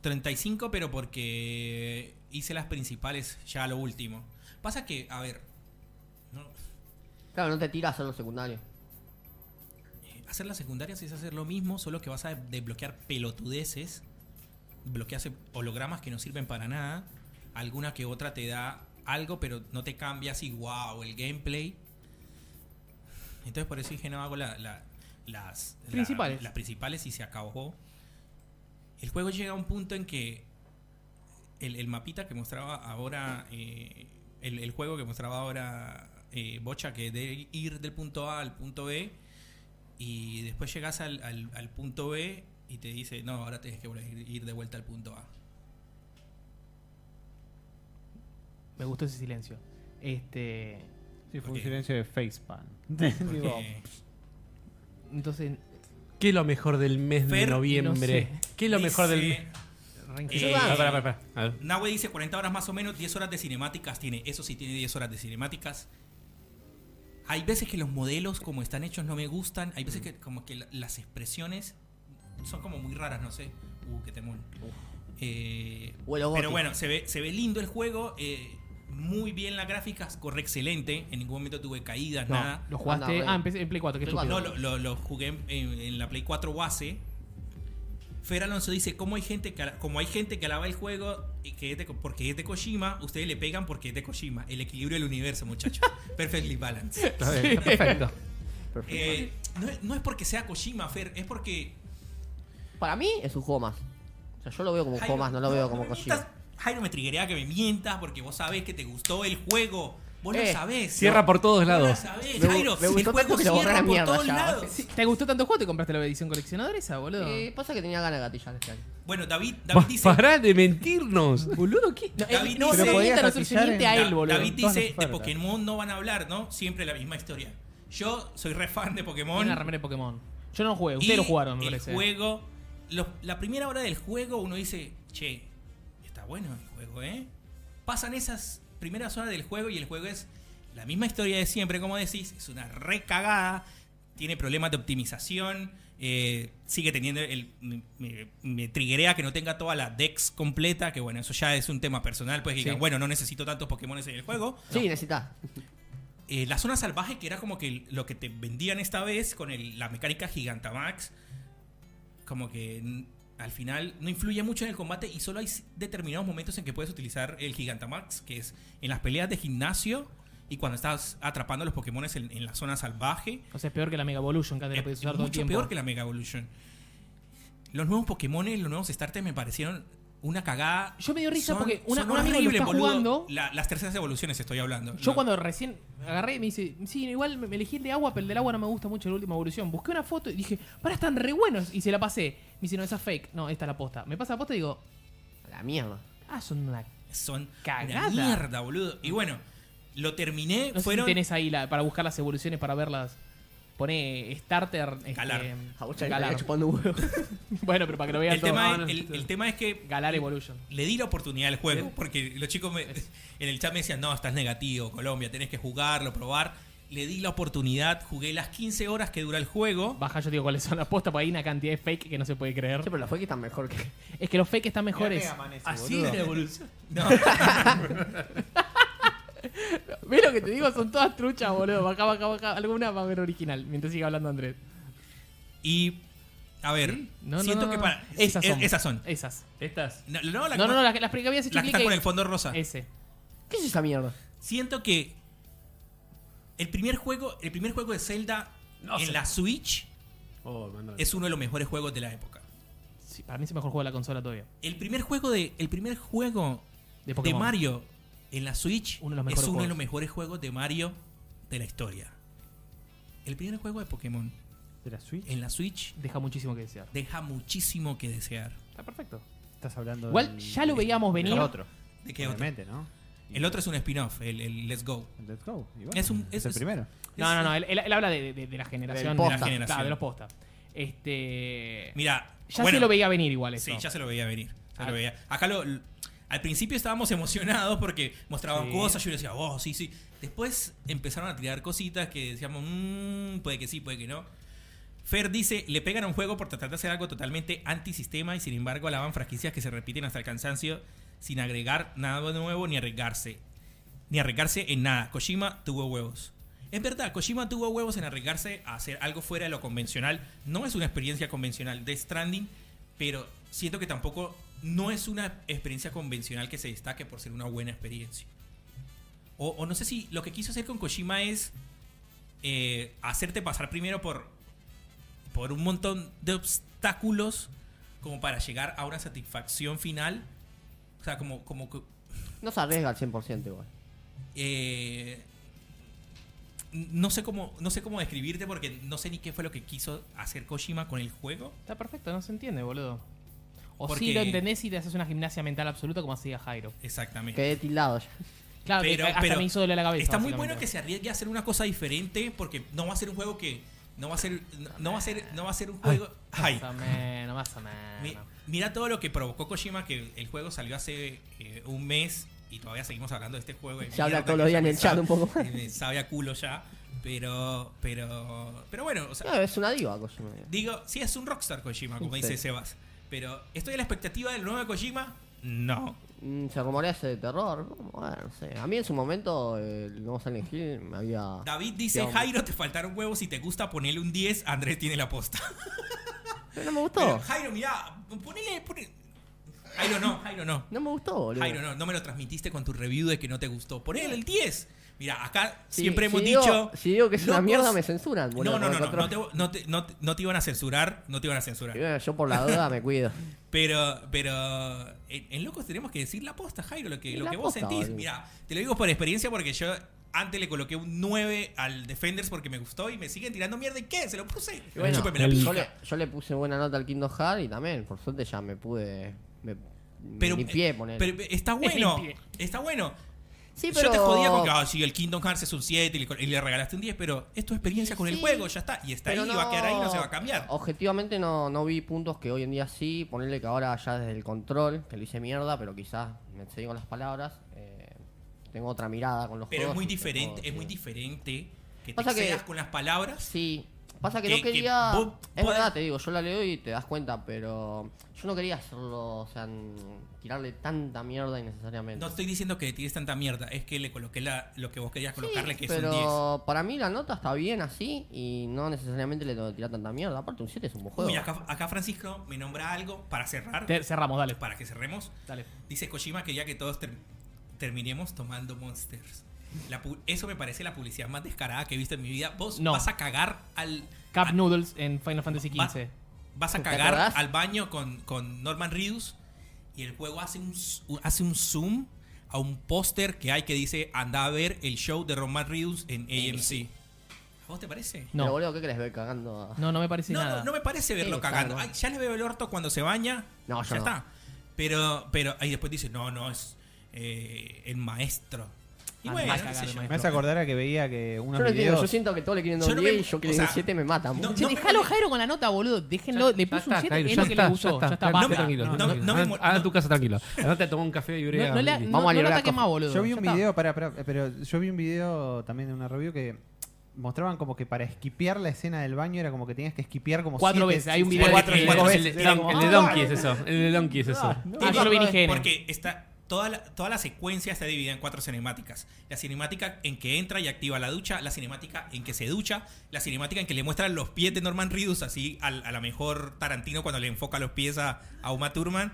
[SPEAKER 3] 35, pero porque hice las principales ya a lo último. Pasa que, a ver, no,
[SPEAKER 5] Claro, no te tiras a los secundarios.
[SPEAKER 3] eh, hacer las secundarias es hacer lo mismo, solo que vas a desbloquear pelotudeces, bloqueas hologramas que no sirven para nada, alguna que otra te da algo, pero no te cambia así, wow, el gameplay. Entonces por eso dije, no hago la- la- las la-
[SPEAKER 1] Principales.
[SPEAKER 3] las principales y se acabó. El juego llega a un punto en que el, el mapita que mostraba ahora, eh, el, el juego que mostraba ahora eh, Bocha, que es de ir del punto A al punto B, y después llegas al, al- al punto B y te dice, no, ahora tienes que volver a ir de vuelta al punto A.
[SPEAKER 1] Me gustó ese silencio. Este.
[SPEAKER 4] Sí, fue
[SPEAKER 3] Ok.
[SPEAKER 4] un silencio de facepan.
[SPEAKER 3] Porque
[SPEAKER 4] Digo,
[SPEAKER 1] Entonces.
[SPEAKER 2] ¿Qué es lo mejor del mes
[SPEAKER 3] Fer,
[SPEAKER 2] de
[SPEAKER 3] no
[SPEAKER 2] noviembre? ¿Qué es lo mejor del mes?
[SPEAKER 3] dice-
[SPEAKER 1] re
[SPEAKER 3] Eh,
[SPEAKER 1] increíble.
[SPEAKER 2] Ah, pará, pará, pará. A ver.
[SPEAKER 3] Nahue dice 40 horas más o menos, 10 horas de cinemáticas tiene. Eso sí tiene 10 horas de cinemáticas. Hay veces que los modelos como están hechos no me gustan. Hay veces que como que la- las expresiones son como muy raras, no sé. Uh, qué temor. Eh,
[SPEAKER 5] Huelo
[SPEAKER 3] pero
[SPEAKER 5] gótico.
[SPEAKER 3] bueno, se ve, se ve lindo el juego. eh, muy bien las gráficas, corre excelente. En ningún momento tuve caídas,
[SPEAKER 1] No,
[SPEAKER 3] nada.
[SPEAKER 1] lo jugaste.
[SPEAKER 5] Anda, re.
[SPEAKER 1] ah, empecé en Play 4, qué
[SPEAKER 5] Play cuatro.
[SPEAKER 1] estúpido.
[SPEAKER 3] No, lo, lo- lo jugué en, en- en la Play 4 base. Fer Alonso dice, ¿cómo hay gente que, ala- como hay gente que alaba el juego y que es de, Ko- porque es de Kojima, ustedes le pegan porque es de Kojima. El equilibrio del universo, muchachos. Perfectly balanced.
[SPEAKER 2] Está bien, está perfecto.
[SPEAKER 5] Perfecto.
[SPEAKER 3] Eh, no, es- no es porque sea Kojima, Fer, es porque...
[SPEAKER 5] Para mí es un juego más. O sea, yo lo veo como un juego más, no lo veo como
[SPEAKER 3] me
[SPEAKER 5] Kojima.
[SPEAKER 3] mientas. Jairo, me triguería que me mientas porque vos sabés que te gustó el juego. Vos
[SPEAKER 5] Eh,
[SPEAKER 3] lo sabés.
[SPEAKER 2] Cierra por todos
[SPEAKER 3] Vos lo
[SPEAKER 2] lados.
[SPEAKER 3] sabés,
[SPEAKER 5] Me gu-
[SPEAKER 3] Jairo.
[SPEAKER 5] me
[SPEAKER 3] el
[SPEAKER 5] gustó tanto
[SPEAKER 3] juego
[SPEAKER 5] que lo borré a
[SPEAKER 3] cierra por
[SPEAKER 5] mierda
[SPEAKER 3] todos
[SPEAKER 5] ya.
[SPEAKER 3] lados.
[SPEAKER 1] ¿Te gustó tanto el juego? ¿Te compraste la edición coleccionadora esa, boludo?
[SPEAKER 5] Y Eh, pasa que tenía ganas de gatillar este año.
[SPEAKER 3] Bueno, David, David
[SPEAKER 2] Pa-
[SPEAKER 3] dice...
[SPEAKER 2] Pará de mentirnos.
[SPEAKER 1] Boludo, ¿qué? No,
[SPEAKER 3] David
[SPEAKER 1] eh, no, se mienta,
[SPEAKER 3] dice-
[SPEAKER 1] no
[SPEAKER 4] Pero
[SPEAKER 1] se
[SPEAKER 4] podías
[SPEAKER 1] miente a
[SPEAKER 3] Da-
[SPEAKER 1] él, boludo.
[SPEAKER 3] David
[SPEAKER 4] Todas las
[SPEAKER 3] dice, de
[SPEAKER 4] ofertas.
[SPEAKER 3] Pokémon no van a hablar, ¿no? Siempre la misma historia. Yo soy re fan de
[SPEAKER 1] Tiene
[SPEAKER 3] Pokémon.
[SPEAKER 1] una remera de Pokémon. Yo no jugué,
[SPEAKER 3] y
[SPEAKER 1] ustedes lo jugaron, me
[SPEAKER 3] el
[SPEAKER 1] parece.
[SPEAKER 3] juego... lo- la primera hora del juego uno dice, che, está bueno el juego, ¿eh? Pasan esas primeras horas del juego y el juego es la misma historia de siempre, como decís. Es una re cagada. Tiene problemas de optimización. eh, sigue teniendo el... Me, me, me triggerea que no tenga toda la dex completa, que bueno, eso ya es un tema personal, pues que digan, bueno, no necesito tantos Pokémon en el juego.
[SPEAKER 5] Sí, necesitas.
[SPEAKER 3] Eh, la zona salvaje, que era como que lo que te vendían esta vez con el- la mecánica Gigantamax, como que mm, al final no influye mucho en el combate y solo hay s- determinados momentos en que puedes utilizar el Gigantamax, que es en las peleas de gimnasio y cuando estás atrapando a los Pokémon en, en la zona salvaje.
[SPEAKER 1] O sea, es peor que la Mega Evolution, que antes la podías
[SPEAKER 3] Es,
[SPEAKER 1] usar todo el
[SPEAKER 3] mucho
[SPEAKER 1] tiempo.
[SPEAKER 3] peor que la Mega Evolution. Los nuevos Pokémon, los nuevos starters me parecieron una cagada.
[SPEAKER 1] Yo me dio risa
[SPEAKER 3] Son-
[SPEAKER 1] porque una-
[SPEAKER 3] son
[SPEAKER 1] un amigo lo
[SPEAKER 3] horribles,
[SPEAKER 1] está
[SPEAKER 3] boludo.
[SPEAKER 1] jugando.
[SPEAKER 3] La- las terceras evoluciones estoy hablando.
[SPEAKER 1] Yo
[SPEAKER 3] No.
[SPEAKER 1] cuando recién agarré me dice, sí, igual me me elegí el de agua, pero el del agua no me gusta mucho la última evolución. Busqué una foto y dije, para, están re buenos. Y se la pasé. Me dice, no, esa es fake. No, esta es la posta. Me pasa la posta y digo,
[SPEAKER 5] A la mierda.
[SPEAKER 1] ah, son una...
[SPEAKER 3] Son
[SPEAKER 1] Cagada.
[SPEAKER 3] una mierda, boludo. Y bueno, lo terminé.
[SPEAKER 1] No sé si
[SPEAKER 3] fueron.
[SPEAKER 1] tenés ahí la- para buscar las evoluciones, para verlas. Pone starter... este,
[SPEAKER 3] Galar.
[SPEAKER 5] A Ah, vos ya
[SPEAKER 1] Galar.
[SPEAKER 5] estás chupando huevo.
[SPEAKER 1] bueno, pero para que lo vean
[SPEAKER 3] el,
[SPEAKER 1] todos.
[SPEAKER 3] tema
[SPEAKER 1] Ah,
[SPEAKER 3] es,
[SPEAKER 1] no.
[SPEAKER 3] el, el tema es que
[SPEAKER 1] Galar Evolution.
[SPEAKER 3] le di la oportunidad al juego porque los chicos me- en el chat me decían, no, estás negativo, Colombia, tenés que jugarlo, probar. Le di la oportunidad, jugué las 15 horas que dura el juego.
[SPEAKER 1] Baja, yo digo cuáles son las postas, porque hay una cantidad de fake que no se puede creer.
[SPEAKER 5] Che, pero la fue que está mejor que.
[SPEAKER 1] Es que los fake están mejores.
[SPEAKER 3] Así la evolución. No,
[SPEAKER 1] ¿Ves lo que te digo? Son todas truchas, boludo. Baja, baja, baja. Alguna va a ver original, mientras siga hablando Andrés.
[SPEAKER 3] y a ver,
[SPEAKER 1] No, no,
[SPEAKER 3] siento
[SPEAKER 1] no,
[SPEAKER 3] que
[SPEAKER 1] no.
[SPEAKER 3] para.
[SPEAKER 1] Esas
[SPEAKER 3] es-
[SPEAKER 1] son.
[SPEAKER 3] Esas son.
[SPEAKER 1] Esas.
[SPEAKER 2] Estas.
[SPEAKER 3] No, no, la,
[SPEAKER 1] No,
[SPEAKER 3] que-
[SPEAKER 1] no, no, las, que- las que habías hecho
[SPEAKER 3] la que está
[SPEAKER 1] clic
[SPEAKER 3] con
[SPEAKER 1] ahí.
[SPEAKER 3] el fondo rosa.
[SPEAKER 1] Ese.
[SPEAKER 5] ¿Qué es esa mierda?
[SPEAKER 3] Siento que el primer juego, el primer juego de Zelda en la Switch
[SPEAKER 2] Oh, mandala.
[SPEAKER 3] es uno de los mejores juegos de la época.
[SPEAKER 1] Sí, para mí es el mejor juego de la consola todavía.
[SPEAKER 3] El primer juego de, el primer juego
[SPEAKER 1] De
[SPEAKER 3] de,
[SPEAKER 1] Pokémon.
[SPEAKER 3] Mario en la Switch
[SPEAKER 1] Uno de los
[SPEAKER 3] es
[SPEAKER 1] mejores
[SPEAKER 3] uno de
[SPEAKER 1] juegos.
[SPEAKER 3] los mejores juegos de Mario de la historia. El primer juego de Pokémon
[SPEAKER 4] ¿De la
[SPEAKER 2] Eh,
[SPEAKER 4] Switch?
[SPEAKER 3] en la Switch
[SPEAKER 1] Deja muchísimo que desear.
[SPEAKER 3] deja muchísimo que desear.
[SPEAKER 1] Está perfecto.
[SPEAKER 4] Estás hablando
[SPEAKER 1] Igual ya lo veíamos
[SPEAKER 4] del
[SPEAKER 1] venir.
[SPEAKER 4] otro.
[SPEAKER 3] ¿De qué otro?
[SPEAKER 4] Obviamente, ¿no?
[SPEAKER 3] El otro es un spin-off, el, el Let's Go.
[SPEAKER 4] El Let's Go. y bueno,
[SPEAKER 3] Es un- es-
[SPEAKER 4] el
[SPEAKER 3] es-
[SPEAKER 4] primero.
[SPEAKER 1] No, no, no. Él, él- él habla de, de- de la generación.
[SPEAKER 5] posta.
[SPEAKER 1] Claro,
[SPEAKER 3] Generación.
[SPEAKER 1] de los postas. Este.
[SPEAKER 3] Mira,
[SPEAKER 1] ya
[SPEAKER 3] bueno,
[SPEAKER 1] se lo veía venir igual eso.
[SPEAKER 3] Sí, ya se lo veía venir. se lo
[SPEAKER 1] Ah.
[SPEAKER 3] veía. Acá lo, l- al principio estábamos emocionados porque mostraban
[SPEAKER 1] Sí.
[SPEAKER 3] cosas. Yo decía, oh, sí, sí. Después empezaron a tirar cositas que decíamos, "Mm, puede que sí, puede que no. Fer dice, le pegan a un juego por tratar de hacer algo totalmente antisistema y sin embargo alaban franquicias que se repiten hasta el cansancio sin agregar nada nuevo ni arriesgarse. Ni arriesgarse en nada. Kojima tuvo huevos. Es verdad, Kojima tuvo huevos en arriesgarse a hacer algo fuera de lo convencional. No es una experiencia convencional de Stranding, pero siento que tampoco no es una experiencia convencional que se destaque por ser una buena experiencia. O, o no sé si lo que quiso hacer con Kojima es eh, hacerte pasar primero por, por un montón de obstáculos como para llegar a una satisfacción final. O sea, como, como que,
[SPEAKER 5] No se arriesga al 100% igual.
[SPEAKER 3] eh, no sé cómo no sé cómo describirte porque no sé ni qué fue lo que quiso hacer Kojima con el juego.
[SPEAKER 1] Está perfecto, no se entiende, boludo. O
[SPEAKER 3] Porque-
[SPEAKER 1] sí lo entendés y te haces una gimnasia mental absoluta como hacía Jairo.
[SPEAKER 3] Exactamente.
[SPEAKER 5] Quedé tildado ya.
[SPEAKER 1] Claro, que
[SPEAKER 3] Pero-
[SPEAKER 1] hasta
[SPEAKER 3] pero
[SPEAKER 1] me hizo doler la cabeza.
[SPEAKER 3] Está muy
[SPEAKER 1] básicamente.
[SPEAKER 3] bueno que se arriesgue a hacer una cosa diferente porque no va a ser un juego que no va a ser no, no va a ser no va a ser un juego. Ay.
[SPEAKER 1] Más o menos, más o
[SPEAKER 3] Mi-
[SPEAKER 1] menos.
[SPEAKER 3] mira todo lo que provocó Kojima que el juego salió hace eh, un mes y todavía seguimos hablando de este juego. de
[SPEAKER 5] Se habla
[SPEAKER 3] mierda
[SPEAKER 5] todos
[SPEAKER 3] que
[SPEAKER 5] los
[SPEAKER 3] ya
[SPEAKER 5] días en
[SPEAKER 3] me
[SPEAKER 5] el chat
[SPEAKER 3] sabe-
[SPEAKER 5] un poco más.
[SPEAKER 3] me Sabe a culo ya, pero pero pero bueno, o sea,
[SPEAKER 5] No, es una diva, Kojima.
[SPEAKER 3] Digo, sí es un rockstar Kojima, como
[SPEAKER 5] Sí.
[SPEAKER 3] dice Sebas. Pero, ¿estoy a la expectativa del nuevo Kojima? No.
[SPEAKER 5] Mm, Se rumorea ese de terror. Bueno, no sé. A mí en su momento, el nuevo Silent Hill me había.
[SPEAKER 3] David dice,
[SPEAKER 5] Digamos.
[SPEAKER 3] Jairo, te faltaron huevos. Si te gusta, ponele un 10. Andrés tiene la posta.
[SPEAKER 5] Pero no me
[SPEAKER 3] Pero,
[SPEAKER 5] gustó.
[SPEAKER 3] Jairo, mirá, ponele, ponele- Jairo no, Jairo no.
[SPEAKER 5] No me gustó, boludo.
[SPEAKER 3] Jairo, no, no me lo transmitiste con tu review de que no te gustó. Ponele el 10. Mira, acá
[SPEAKER 5] Sí,
[SPEAKER 3] siempre
[SPEAKER 5] si
[SPEAKER 3] hemos
[SPEAKER 5] digo-
[SPEAKER 3] dicho.
[SPEAKER 5] Si digo que es una
[SPEAKER 3] locos-
[SPEAKER 5] mierda, me censuran,
[SPEAKER 3] No,
[SPEAKER 5] boludo.
[SPEAKER 3] no,
[SPEAKER 5] por
[SPEAKER 3] no,
[SPEAKER 5] el
[SPEAKER 3] no, no
[SPEAKER 5] control.
[SPEAKER 3] te, no, te, no te- no te iban a censurar, no te iban a censurar.
[SPEAKER 5] Y bueno, Yo por la duda me cuido.
[SPEAKER 3] Pero, pero en, en locos tenemos que decir la posta, Jairo, lo que,
[SPEAKER 5] Y
[SPEAKER 3] lo
[SPEAKER 5] la
[SPEAKER 3] que vos
[SPEAKER 5] posta,
[SPEAKER 3] sentís.
[SPEAKER 5] boludo.
[SPEAKER 3] Mira, te lo digo por experiencia porque yo antes le coloqué un 9 al Defenders porque me gustó y me siguen tirando mierda. ¿Y qué? Se lo puse.
[SPEAKER 5] Y bueno,
[SPEAKER 3] Chúpeme la
[SPEAKER 2] el-
[SPEAKER 3] pija.
[SPEAKER 5] yo, le, yo le puse buena nota al Kingdom Hearts y también, por suerte, ya me pude. Me, me
[SPEAKER 3] Pero, eh,
[SPEAKER 5] limpié, ponele.
[SPEAKER 3] pero está bueno.
[SPEAKER 1] Limpié.
[SPEAKER 3] Está bueno.
[SPEAKER 5] sí,
[SPEAKER 3] Yo te jodía con que, ah, sí, el Kingdom Hearts es un 7 y le, y le regalaste un 10, pero es tu experiencia con el
[SPEAKER 5] Sí,
[SPEAKER 3] juego, ya está. Y está ahí,
[SPEAKER 5] Pero
[SPEAKER 3] va a quedar ahí, no
[SPEAKER 5] no- Oh,
[SPEAKER 3] se va a cambiar.
[SPEAKER 5] Objetivamente no, no vi puntos que hoy en día sí, ponerle que ahora ya desde el control, que lo hice mierda, pero quizás me excedí con las palabras, eh, tengo otra mirada con los
[SPEAKER 3] Pero es
[SPEAKER 5] juegos
[SPEAKER 3] muy
[SPEAKER 5] y te
[SPEAKER 3] diferente,
[SPEAKER 5] puedo
[SPEAKER 3] es muy
[SPEAKER 5] decir.
[SPEAKER 3] diferente que te
[SPEAKER 5] Pasa que-
[SPEAKER 3] excedas con las palabras.
[SPEAKER 5] Sí, pasa que,
[SPEAKER 3] Que-
[SPEAKER 5] no
[SPEAKER 3] que
[SPEAKER 5] quería...
[SPEAKER 3] vos
[SPEAKER 5] es
[SPEAKER 3] podés-
[SPEAKER 5] verdad, te digo, yo la leo y te das cuenta, pero yo no quería hacerlo, o sea, mm, tirarle tanta mierda innecesariamente.
[SPEAKER 3] No estoy diciendo que tienes tanta mierda, es que le coloqué la, lo que vos querías
[SPEAKER 5] Sí,
[SPEAKER 3] colocarle, que es un 10.
[SPEAKER 5] pero para mí la nota está bien así y no necesariamente le tengo que tirar tanta mierda. Aparte, un 7 es un buen juego.
[SPEAKER 3] Uy, acá, acá Francisco me nombra algo para cerrar,
[SPEAKER 1] Te- cerramos, dale.
[SPEAKER 3] para que cerremos.
[SPEAKER 1] Dale.
[SPEAKER 3] Dice Kojima que ya que todos ter- terminemos tomando Monsters. La pu- eso me parece la publicidad más descarada que he visto en mi vida. Vos
[SPEAKER 1] No.
[SPEAKER 3] vas a cagar al...
[SPEAKER 1] Cup
[SPEAKER 3] a-
[SPEAKER 1] Noodles en Final Fantasy
[SPEAKER 3] Ah. Va-
[SPEAKER 1] XV.
[SPEAKER 3] vas a
[SPEAKER 5] ¿Te
[SPEAKER 3] cagar
[SPEAKER 5] acordás?
[SPEAKER 3] al baño con, con Norman Reedus y el juego hace un, s- un- hace un zoom a un póster que hay que dice anda a ver el show de Roman Reedus en AMC. ¿A vos te parece?
[SPEAKER 5] No. Pero
[SPEAKER 1] No,
[SPEAKER 5] boludo, ¿qué crees ver cagando? a-
[SPEAKER 1] no, no me parece
[SPEAKER 3] No,
[SPEAKER 1] nada.
[SPEAKER 3] no, no me parece verlo
[SPEAKER 5] Sí,
[SPEAKER 3] cagando.
[SPEAKER 5] claro.
[SPEAKER 3] Ay, ya le veo el orto cuando se baña.
[SPEAKER 5] No, yo
[SPEAKER 3] ya
[SPEAKER 5] no.
[SPEAKER 3] está. Pero, pero ahí después dice, no, no, es eh, el maestro. Y
[SPEAKER 1] Ah,
[SPEAKER 3] bueno,
[SPEAKER 1] no,
[SPEAKER 3] qué sé
[SPEAKER 1] cagar,
[SPEAKER 3] yo.
[SPEAKER 1] maestro.
[SPEAKER 4] Me hace acordar a que veía que unos
[SPEAKER 5] Yo no entiendo,
[SPEAKER 4] videos.
[SPEAKER 5] yo siento que todos le quieren dar
[SPEAKER 3] Yo
[SPEAKER 5] un
[SPEAKER 3] no
[SPEAKER 5] 10
[SPEAKER 3] me-
[SPEAKER 5] y yo que
[SPEAKER 3] o
[SPEAKER 5] le den
[SPEAKER 3] sea,
[SPEAKER 5] 7 me matan.
[SPEAKER 3] no-
[SPEAKER 5] boludo.
[SPEAKER 1] Che,
[SPEAKER 3] me-
[SPEAKER 1] dejalo a Jairo con la nota, boludo. Déjenlo, le
[SPEAKER 2] Ya
[SPEAKER 1] puso un
[SPEAKER 2] está,
[SPEAKER 1] 7,
[SPEAKER 2] Jairo,
[SPEAKER 1] es
[SPEAKER 2] ya
[SPEAKER 1] lo que
[SPEAKER 2] está,
[SPEAKER 1] le
[SPEAKER 2] ya
[SPEAKER 1] gustó.
[SPEAKER 2] está,
[SPEAKER 1] Ya está,
[SPEAKER 2] basta,
[SPEAKER 1] basta.
[SPEAKER 2] tranquilo,
[SPEAKER 3] no,
[SPEAKER 2] tranquilo.
[SPEAKER 3] no me
[SPEAKER 2] Anda-
[SPEAKER 3] mol-
[SPEAKER 2] anda a
[SPEAKER 3] no-
[SPEAKER 2] tu casa tranquilo. Andate a tomar un café y brea.
[SPEAKER 1] No, no la,
[SPEAKER 2] y-
[SPEAKER 1] no,
[SPEAKER 5] Vamos a
[SPEAKER 1] no la
[SPEAKER 5] liberar
[SPEAKER 1] ataques
[SPEAKER 5] a
[SPEAKER 3] eh,
[SPEAKER 1] más, boludo.
[SPEAKER 4] Yo vi
[SPEAKER 1] ya
[SPEAKER 4] un
[SPEAKER 1] está.
[SPEAKER 4] video, pará, pará, pero yo vi un video también en una review que mostraban como que para esquipear la escena del baño era como que tenías que esquipear como
[SPEAKER 1] Cuatro
[SPEAKER 4] siete-
[SPEAKER 1] veces, hay un
[SPEAKER 4] sí,
[SPEAKER 1] video
[SPEAKER 4] cuatro,
[SPEAKER 1] de-
[SPEAKER 4] cinco
[SPEAKER 2] El,
[SPEAKER 4] veces.
[SPEAKER 2] de-
[SPEAKER 4] Era
[SPEAKER 2] el
[SPEAKER 4] como,
[SPEAKER 2] de
[SPEAKER 4] "Ah,
[SPEAKER 2] Donkey es eso. El de Donkey es eso.
[SPEAKER 4] no".
[SPEAKER 1] Ah, yo lo vi en higiene.
[SPEAKER 3] Porque está toda la, toda la secuencia está dividida en cuatro cinemáticas. La cinemática en que entra y activa la ducha, la cinemática en que se ducha, la cinemática en que le muestran los pies de Norman Reedus, así al- a la mejor Tarantino cuando le enfoca los pies a, a Uma Thurman.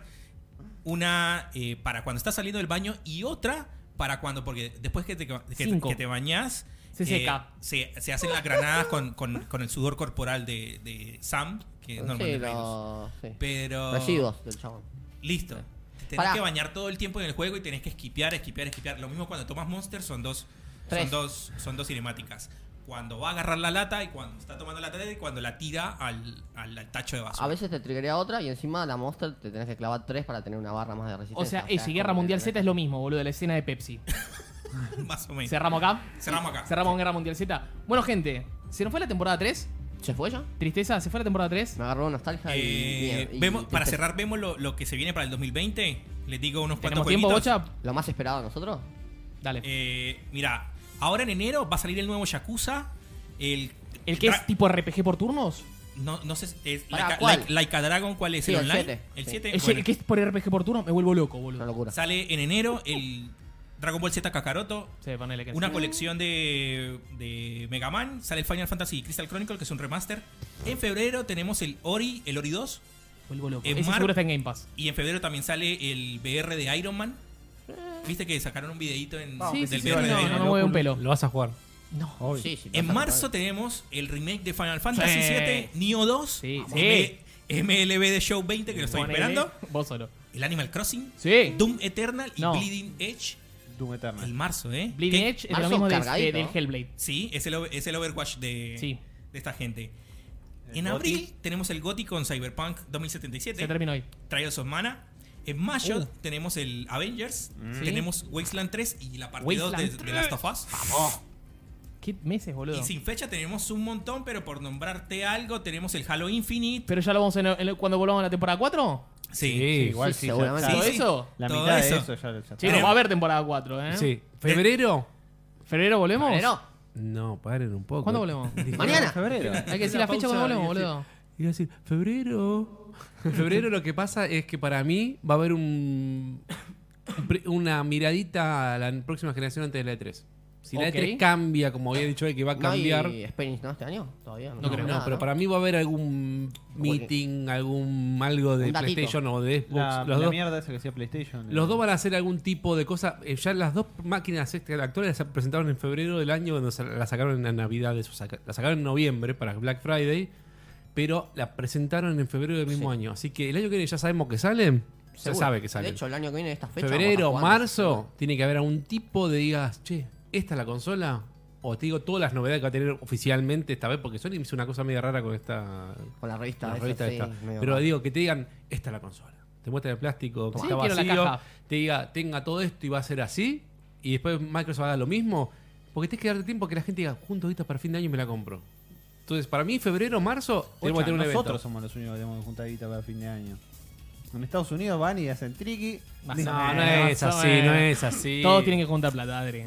[SPEAKER 3] Una eh, para cuando estás saliendo del baño y otra para cuando, porque después que te, que,
[SPEAKER 1] Cinco.
[SPEAKER 3] que te bañas,
[SPEAKER 1] Se seca.
[SPEAKER 3] Se, se hacen las granadas con, con- con el sudor corporal de, de Sam, que es Norman
[SPEAKER 5] Sí,
[SPEAKER 3] Reedus.
[SPEAKER 5] los sí.
[SPEAKER 3] Pero.
[SPEAKER 5] residuos del chabón.
[SPEAKER 3] Listo. Te Tenés
[SPEAKER 5] Pará.
[SPEAKER 3] que bañar todo el tiempo en el juego y tenés que esquipear, esquipear, esquipear. Lo mismo cuando tomas Monster son dos, son
[SPEAKER 5] Tres.
[SPEAKER 3] dos, son dos cinemáticas. Cuando va a agarrar la lata y cuando está tomando la lata y cuando la tira al, al, al tacho de
[SPEAKER 5] A
[SPEAKER 3] basura.
[SPEAKER 5] veces te triggerea otra y encima la monster te tenés que clavar 3 para tener una barra más de resistencia.
[SPEAKER 1] O sea, ese Guerra Mundial Z es lo mismo, boludo, la escena de Pepsi.
[SPEAKER 3] Más o menos.
[SPEAKER 1] ¿Cerramos acá?
[SPEAKER 3] Cerramos acá.
[SPEAKER 1] Cerramos con Guerra Mundial Z. Bueno, gente, se nos fue la temporada 3.
[SPEAKER 5] ¿Se fue ya?
[SPEAKER 1] Tristeza, se fue la temporada 3.
[SPEAKER 5] Me agarró nostalgia
[SPEAKER 3] Eh,
[SPEAKER 5] y, miedo, y
[SPEAKER 3] vemos, para
[SPEAKER 5] tristeza.
[SPEAKER 3] cerrar, vemos lo, lo que se viene para el 2020. Les digo unos cuantos
[SPEAKER 1] ¿Tenemos tiempo,
[SPEAKER 3] jueguitos.
[SPEAKER 1] Bocha?
[SPEAKER 5] ¿Lo más esperado de nosotros?
[SPEAKER 1] Dale.
[SPEAKER 3] Eh, mira, ahora en enero va a salir el nuevo Yakuza. El,
[SPEAKER 1] ¿El que es
[SPEAKER 3] Dra-
[SPEAKER 1] tipo RPG por turnos?
[SPEAKER 3] No, no sé. si- Es
[SPEAKER 5] Pará,
[SPEAKER 3] Laika,
[SPEAKER 5] ¿cuál?
[SPEAKER 3] Laika- Laika Dragon, ¿cuál es?
[SPEAKER 5] Sí,
[SPEAKER 3] ¿El
[SPEAKER 5] el
[SPEAKER 3] online?
[SPEAKER 5] siete.
[SPEAKER 3] El
[SPEAKER 5] Sí.
[SPEAKER 3] 7.
[SPEAKER 1] Ese- ¿El que es por RPG por turnos? Me vuelvo loco, boludo.
[SPEAKER 5] Una locura.
[SPEAKER 3] Sale en enero el Dragon Ball Z Kakaroto,
[SPEAKER 1] Sí, ponele que
[SPEAKER 3] una colección de, de Mega Man. Sale el Final Fantasy Crystal Chronicle, que es un remaster. En febrero tenemos el Ori, el Ori 2.
[SPEAKER 1] Vuelvo loco.
[SPEAKER 3] En
[SPEAKER 1] Ese
[SPEAKER 3] Eh, mar-
[SPEAKER 1] seguro está en Game Pass.
[SPEAKER 3] Y en febrero también sale el VR de Iron Man. Viste que sacaron un videito en,
[SPEAKER 1] Sí,
[SPEAKER 3] del
[SPEAKER 1] sí, Mm. sí,
[SPEAKER 3] VR de
[SPEAKER 1] no,
[SPEAKER 3] Iron
[SPEAKER 1] no
[SPEAKER 3] Man.
[SPEAKER 1] me mueve un pelo.
[SPEAKER 2] Lo vas a jugar.
[SPEAKER 1] No.
[SPEAKER 5] Sí, sí,
[SPEAKER 3] En
[SPEAKER 5] pasa
[SPEAKER 3] marzo tenemos el remake de Final Fantasy VII, Neo 2.
[SPEAKER 1] Sí, sí.
[SPEAKER 3] M- MLB de Show 20, que lo estoy
[SPEAKER 1] Ponele.
[SPEAKER 3] esperando.
[SPEAKER 1] Vos solo.
[SPEAKER 3] El Animal Crossing.
[SPEAKER 1] Sí.
[SPEAKER 3] Doom Eternal y
[SPEAKER 1] No.
[SPEAKER 3] Bleeding Edge.
[SPEAKER 4] Doom
[SPEAKER 3] El
[SPEAKER 4] Eternal.
[SPEAKER 3] marzo, ¿eh?
[SPEAKER 1] Bleeding
[SPEAKER 3] ¿Qué-
[SPEAKER 1] Edge es lo
[SPEAKER 5] Marzo
[SPEAKER 1] mismo de- de-
[SPEAKER 5] cargadito.
[SPEAKER 1] del Hellblade.
[SPEAKER 3] Sí, es el, over- es el Overwatch de,
[SPEAKER 1] Sí.
[SPEAKER 3] de esta gente.
[SPEAKER 4] El
[SPEAKER 3] En
[SPEAKER 4] GOTY.
[SPEAKER 3] abril tenemos el GOTY con Cyberpunk 2077,
[SPEAKER 1] Se terminó hoy.
[SPEAKER 3] Trials of Mana. En mayo
[SPEAKER 1] Uh.
[SPEAKER 3] tenemos el Avengers,
[SPEAKER 1] Sí.
[SPEAKER 3] tenemos Wasteland 3 y la parte
[SPEAKER 1] Wasteland
[SPEAKER 3] 2 de, de Last of Us.
[SPEAKER 1] ¿Qué meses, boludo?
[SPEAKER 3] Y sin fecha tenemos un montón, pero por nombrarte algo tenemos el Halo Infinite.
[SPEAKER 1] Pero ya lo vamos en, en- cuando volvamos a la temporada 4.
[SPEAKER 3] Sí.
[SPEAKER 5] igual sí, seguramente.
[SPEAKER 1] ¿Todo
[SPEAKER 3] Sí, sí.
[SPEAKER 1] eso?
[SPEAKER 4] La
[SPEAKER 3] Todo
[SPEAKER 4] mitad
[SPEAKER 3] eso.
[SPEAKER 4] de eso ya lo ya
[SPEAKER 1] Che,
[SPEAKER 4] está.
[SPEAKER 1] no va a haber temporada 4, ¿eh?
[SPEAKER 2] Sí. ¿Febrero?
[SPEAKER 1] ¿Febrero volvemos?
[SPEAKER 5] Febrero.
[SPEAKER 2] No, paren un poco.
[SPEAKER 1] ¿Cuándo volvemos?
[SPEAKER 2] Dije-
[SPEAKER 5] Mañana.
[SPEAKER 4] Febrero.
[SPEAKER 1] Hay que decir la fecha
[SPEAKER 2] Pausa,
[SPEAKER 1] cuando volvemos,
[SPEAKER 2] y decir-
[SPEAKER 1] boludo.
[SPEAKER 2] Iba a decir, febrero. En febrero lo que pasa es que para mí va a haber un, un pre- una miradita a la próxima generación antes de la E3. Si la
[SPEAKER 1] Ok.
[SPEAKER 2] E3 cambia, como había dicho él, que va a
[SPEAKER 5] No hay
[SPEAKER 2] cambiar.
[SPEAKER 5] Experience, ¿no? Este año todavía.
[SPEAKER 1] No creo,
[SPEAKER 2] No,
[SPEAKER 5] nada,
[SPEAKER 2] pero para mí va a haber algún meeting, algún algo de
[SPEAKER 5] Un datito.
[SPEAKER 2] PlayStation o de Xbox.
[SPEAKER 4] La,
[SPEAKER 2] los,
[SPEAKER 4] la
[SPEAKER 2] dos,
[SPEAKER 4] mierda esa que hacía PlayStation.
[SPEAKER 2] los
[SPEAKER 5] Mm.
[SPEAKER 2] dos van a hacer algún tipo de cosa. Eh, ya las dos máquinas este, actuales se presentaron en febrero del año, donde sa- la sacaron en la Navidad, de su saca- la sacaron en noviembre para Black Friday, pero la presentaron en febrero del mismo
[SPEAKER 5] Sí.
[SPEAKER 2] año. Así que el año que viene ya sabemos que salen. Se
[SPEAKER 5] Seguro.
[SPEAKER 2] sabe que
[SPEAKER 5] De
[SPEAKER 2] salen.
[SPEAKER 5] hecho, el año que viene, estas fechas.
[SPEAKER 2] febrero,
[SPEAKER 5] vamos a jugar.
[SPEAKER 2] marzo, tiene que haber algún tipo de digas, che, ¿esta es la consola? O te digo todas las novedades que va a tener oficialmente esta vez, porque Sony hizo una cosa media rara con esta
[SPEAKER 5] Con la revista.
[SPEAKER 2] la
[SPEAKER 5] esa,
[SPEAKER 2] revista
[SPEAKER 5] sí,
[SPEAKER 2] está.
[SPEAKER 5] medio
[SPEAKER 2] Pero
[SPEAKER 5] raro.
[SPEAKER 2] digo, que te digan, esta es la consola. Te muestran el plástico, que
[SPEAKER 1] Sí,
[SPEAKER 2] está
[SPEAKER 1] quiero la
[SPEAKER 2] vacío,
[SPEAKER 1] caja.
[SPEAKER 2] te diga, tenga todo esto y va a ser así, y después Microsoft haga lo mismo, porque tienes que darte tiempo que la gente diga, junto ahorita para fin de año y me la compro. Entonces, para mí, febrero, marzo, tenemos que
[SPEAKER 4] Ocha,
[SPEAKER 2] tener un
[SPEAKER 4] nosotros
[SPEAKER 2] evento.
[SPEAKER 4] somos los únicos que tenemos que juntar guita para fin de año. En Estados Unidos van y hacen triqui.
[SPEAKER 1] Más
[SPEAKER 4] Dicen,
[SPEAKER 1] o menos.
[SPEAKER 4] "Eh,
[SPEAKER 1] Más o menos.
[SPEAKER 2] así.
[SPEAKER 1] Todos tienen que juntar plata, Adri.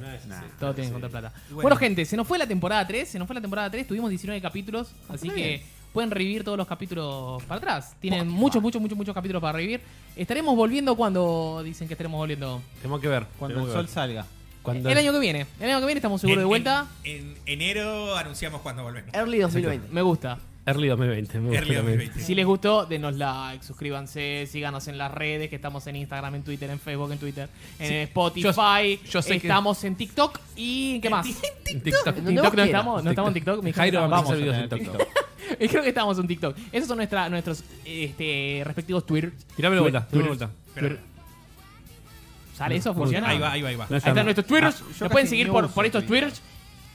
[SPEAKER 1] Todos tienen que juntar plata. Bueno. gente, se nos fue la temporada 3. Se nos fue la temporada 3. Tuvimos 19 capítulos. Así que pueden revivir todos los capítulos para atrás. Tienen muchos, muchos, muchos, muchos capítulos para revivir. Estaremos volviendo cuando dicen que estaremos volviendo.
[SPEAKER 2] Tenemos que ver.
[SPEAKER 4] Cuando
[SPEAKER 2] tenemos
[SPEAKER 4] el
[SPEAKER 2] que ver.
[SPEAKER 4] sol salga.
[SPEAKER 2] Cuando-
[SPEAKER 1] El año que viene. El año que viene estamos seguros
[SPEAKER 3] En-
[SPEAKER 1] de vuelta.
[SPEAKER 3] En, en enero anunciamos cuando volvemos.
[SPEAKER 5] Early 2020.
[SPEAKER 1] Me gusta.
[SPEAKER 2] Early 2020. me gusta
[SPEAKER 3] Early
[SPEAKER 2] también.
[SPEAKER 3] 2020.
[SPEAKER 1] Si les gustó, denos like, suscríbanse, síganos en las redes, que estamos en Instagram, en Twitter, en Facebook, en Twitter, en Spotify,
[SPEAKER 2] yo sé que-
[SPEAKER 1] estamos en TikTok y ¿qué más?
[SPEAKER 2] En TikTok.
[SPEAKER 5] En donde
[SPEAKER 1] TikTok
[SPEAKER 5] vos
[SPEAKER 1] no
[SPEAKER 5] quieras.
[SPEAKER 1] estamos, no estamos en TikTok, mi hija está-
[SPEAKER 2] Jairo va a
[SPEAKER 4] Vamos a
[SPEAKER 2] hacer videos en
[SPEAKER 4] tener
[SPEAKER 2] TikTok.
[SPEAKER 1] Creo que estábamos en TikTok. Esos son nuestra, nuestros este, respectivos Twitter.
[SPEAKER 2] Tirame la vuelta, tirame la vuelta.
[SPEAKER 3] Espera.
[SPEAKER 1] ¿Sale? ¿Eso funciona?
[SPEAKER 3] Ahí va, ahí va, ahí va.
[SPEAKER 2] No,
[SPEAKER 1] Ahí están nuestros twitters.
[SPEAKER 4] Ah, yo
[SPEAKER 1] Nos
[SPEAKER 4] casi
[SPEAKER 1] pueden
[SPEAKER 4] ni
[SPEAKER 1] seguir por,
[SPEAKER 4] uso
[SPEAKER 1] por estos
[SPEAKER 4] Twitter.
[SPEAKER 1] twitters.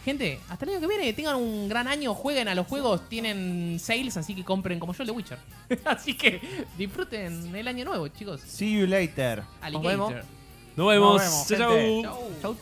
[SPEAKER 1] Gente, hasta el año que viene, tengan un gran año, jueguen a los juegos, tienen sales, así que compren como yo el de Witcher. así que disfruten el año nuevo, chicos.
[SPEAKER 4] See you later.
[SPEAKER 1] Alligator.
[SPEAKER 5] vemos.
[SPEAKER 2] Nos vemos.
[SPEAKER 4] vemos,
[SPEAKER 2] Chau,
[SPEAKER 4] gente.
[SPEAKER 2] chau.
[SPEAKER 1] Chau.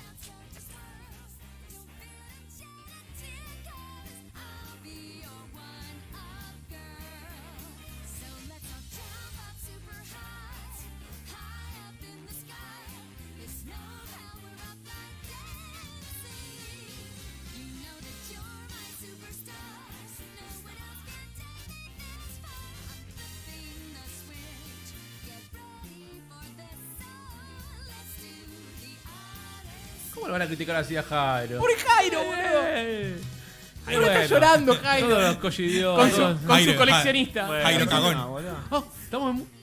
[SPEAKER 2] ¿Cómo lo van a criticar así a Jairo?
[SPEAKER 1] Por Jairo, boludo.
[SPEAKER 2] Eh.
[SPEAKER 1] Ahí lo está llorando, Jairo.
[SPEAKER 2] Todos los
[SPEAKER 1] Con
[SPEAKER 2] coyidiotas.
[SPEAKER 1] su, con su
[SPEAKER 3] Jairo,
[SPEAKER 1] coleccionista.
[SPEAKER 3] Jairo Cagón.
[SPEAKER 4] boludo.
[SPEAKER 1] Oh, estamos en-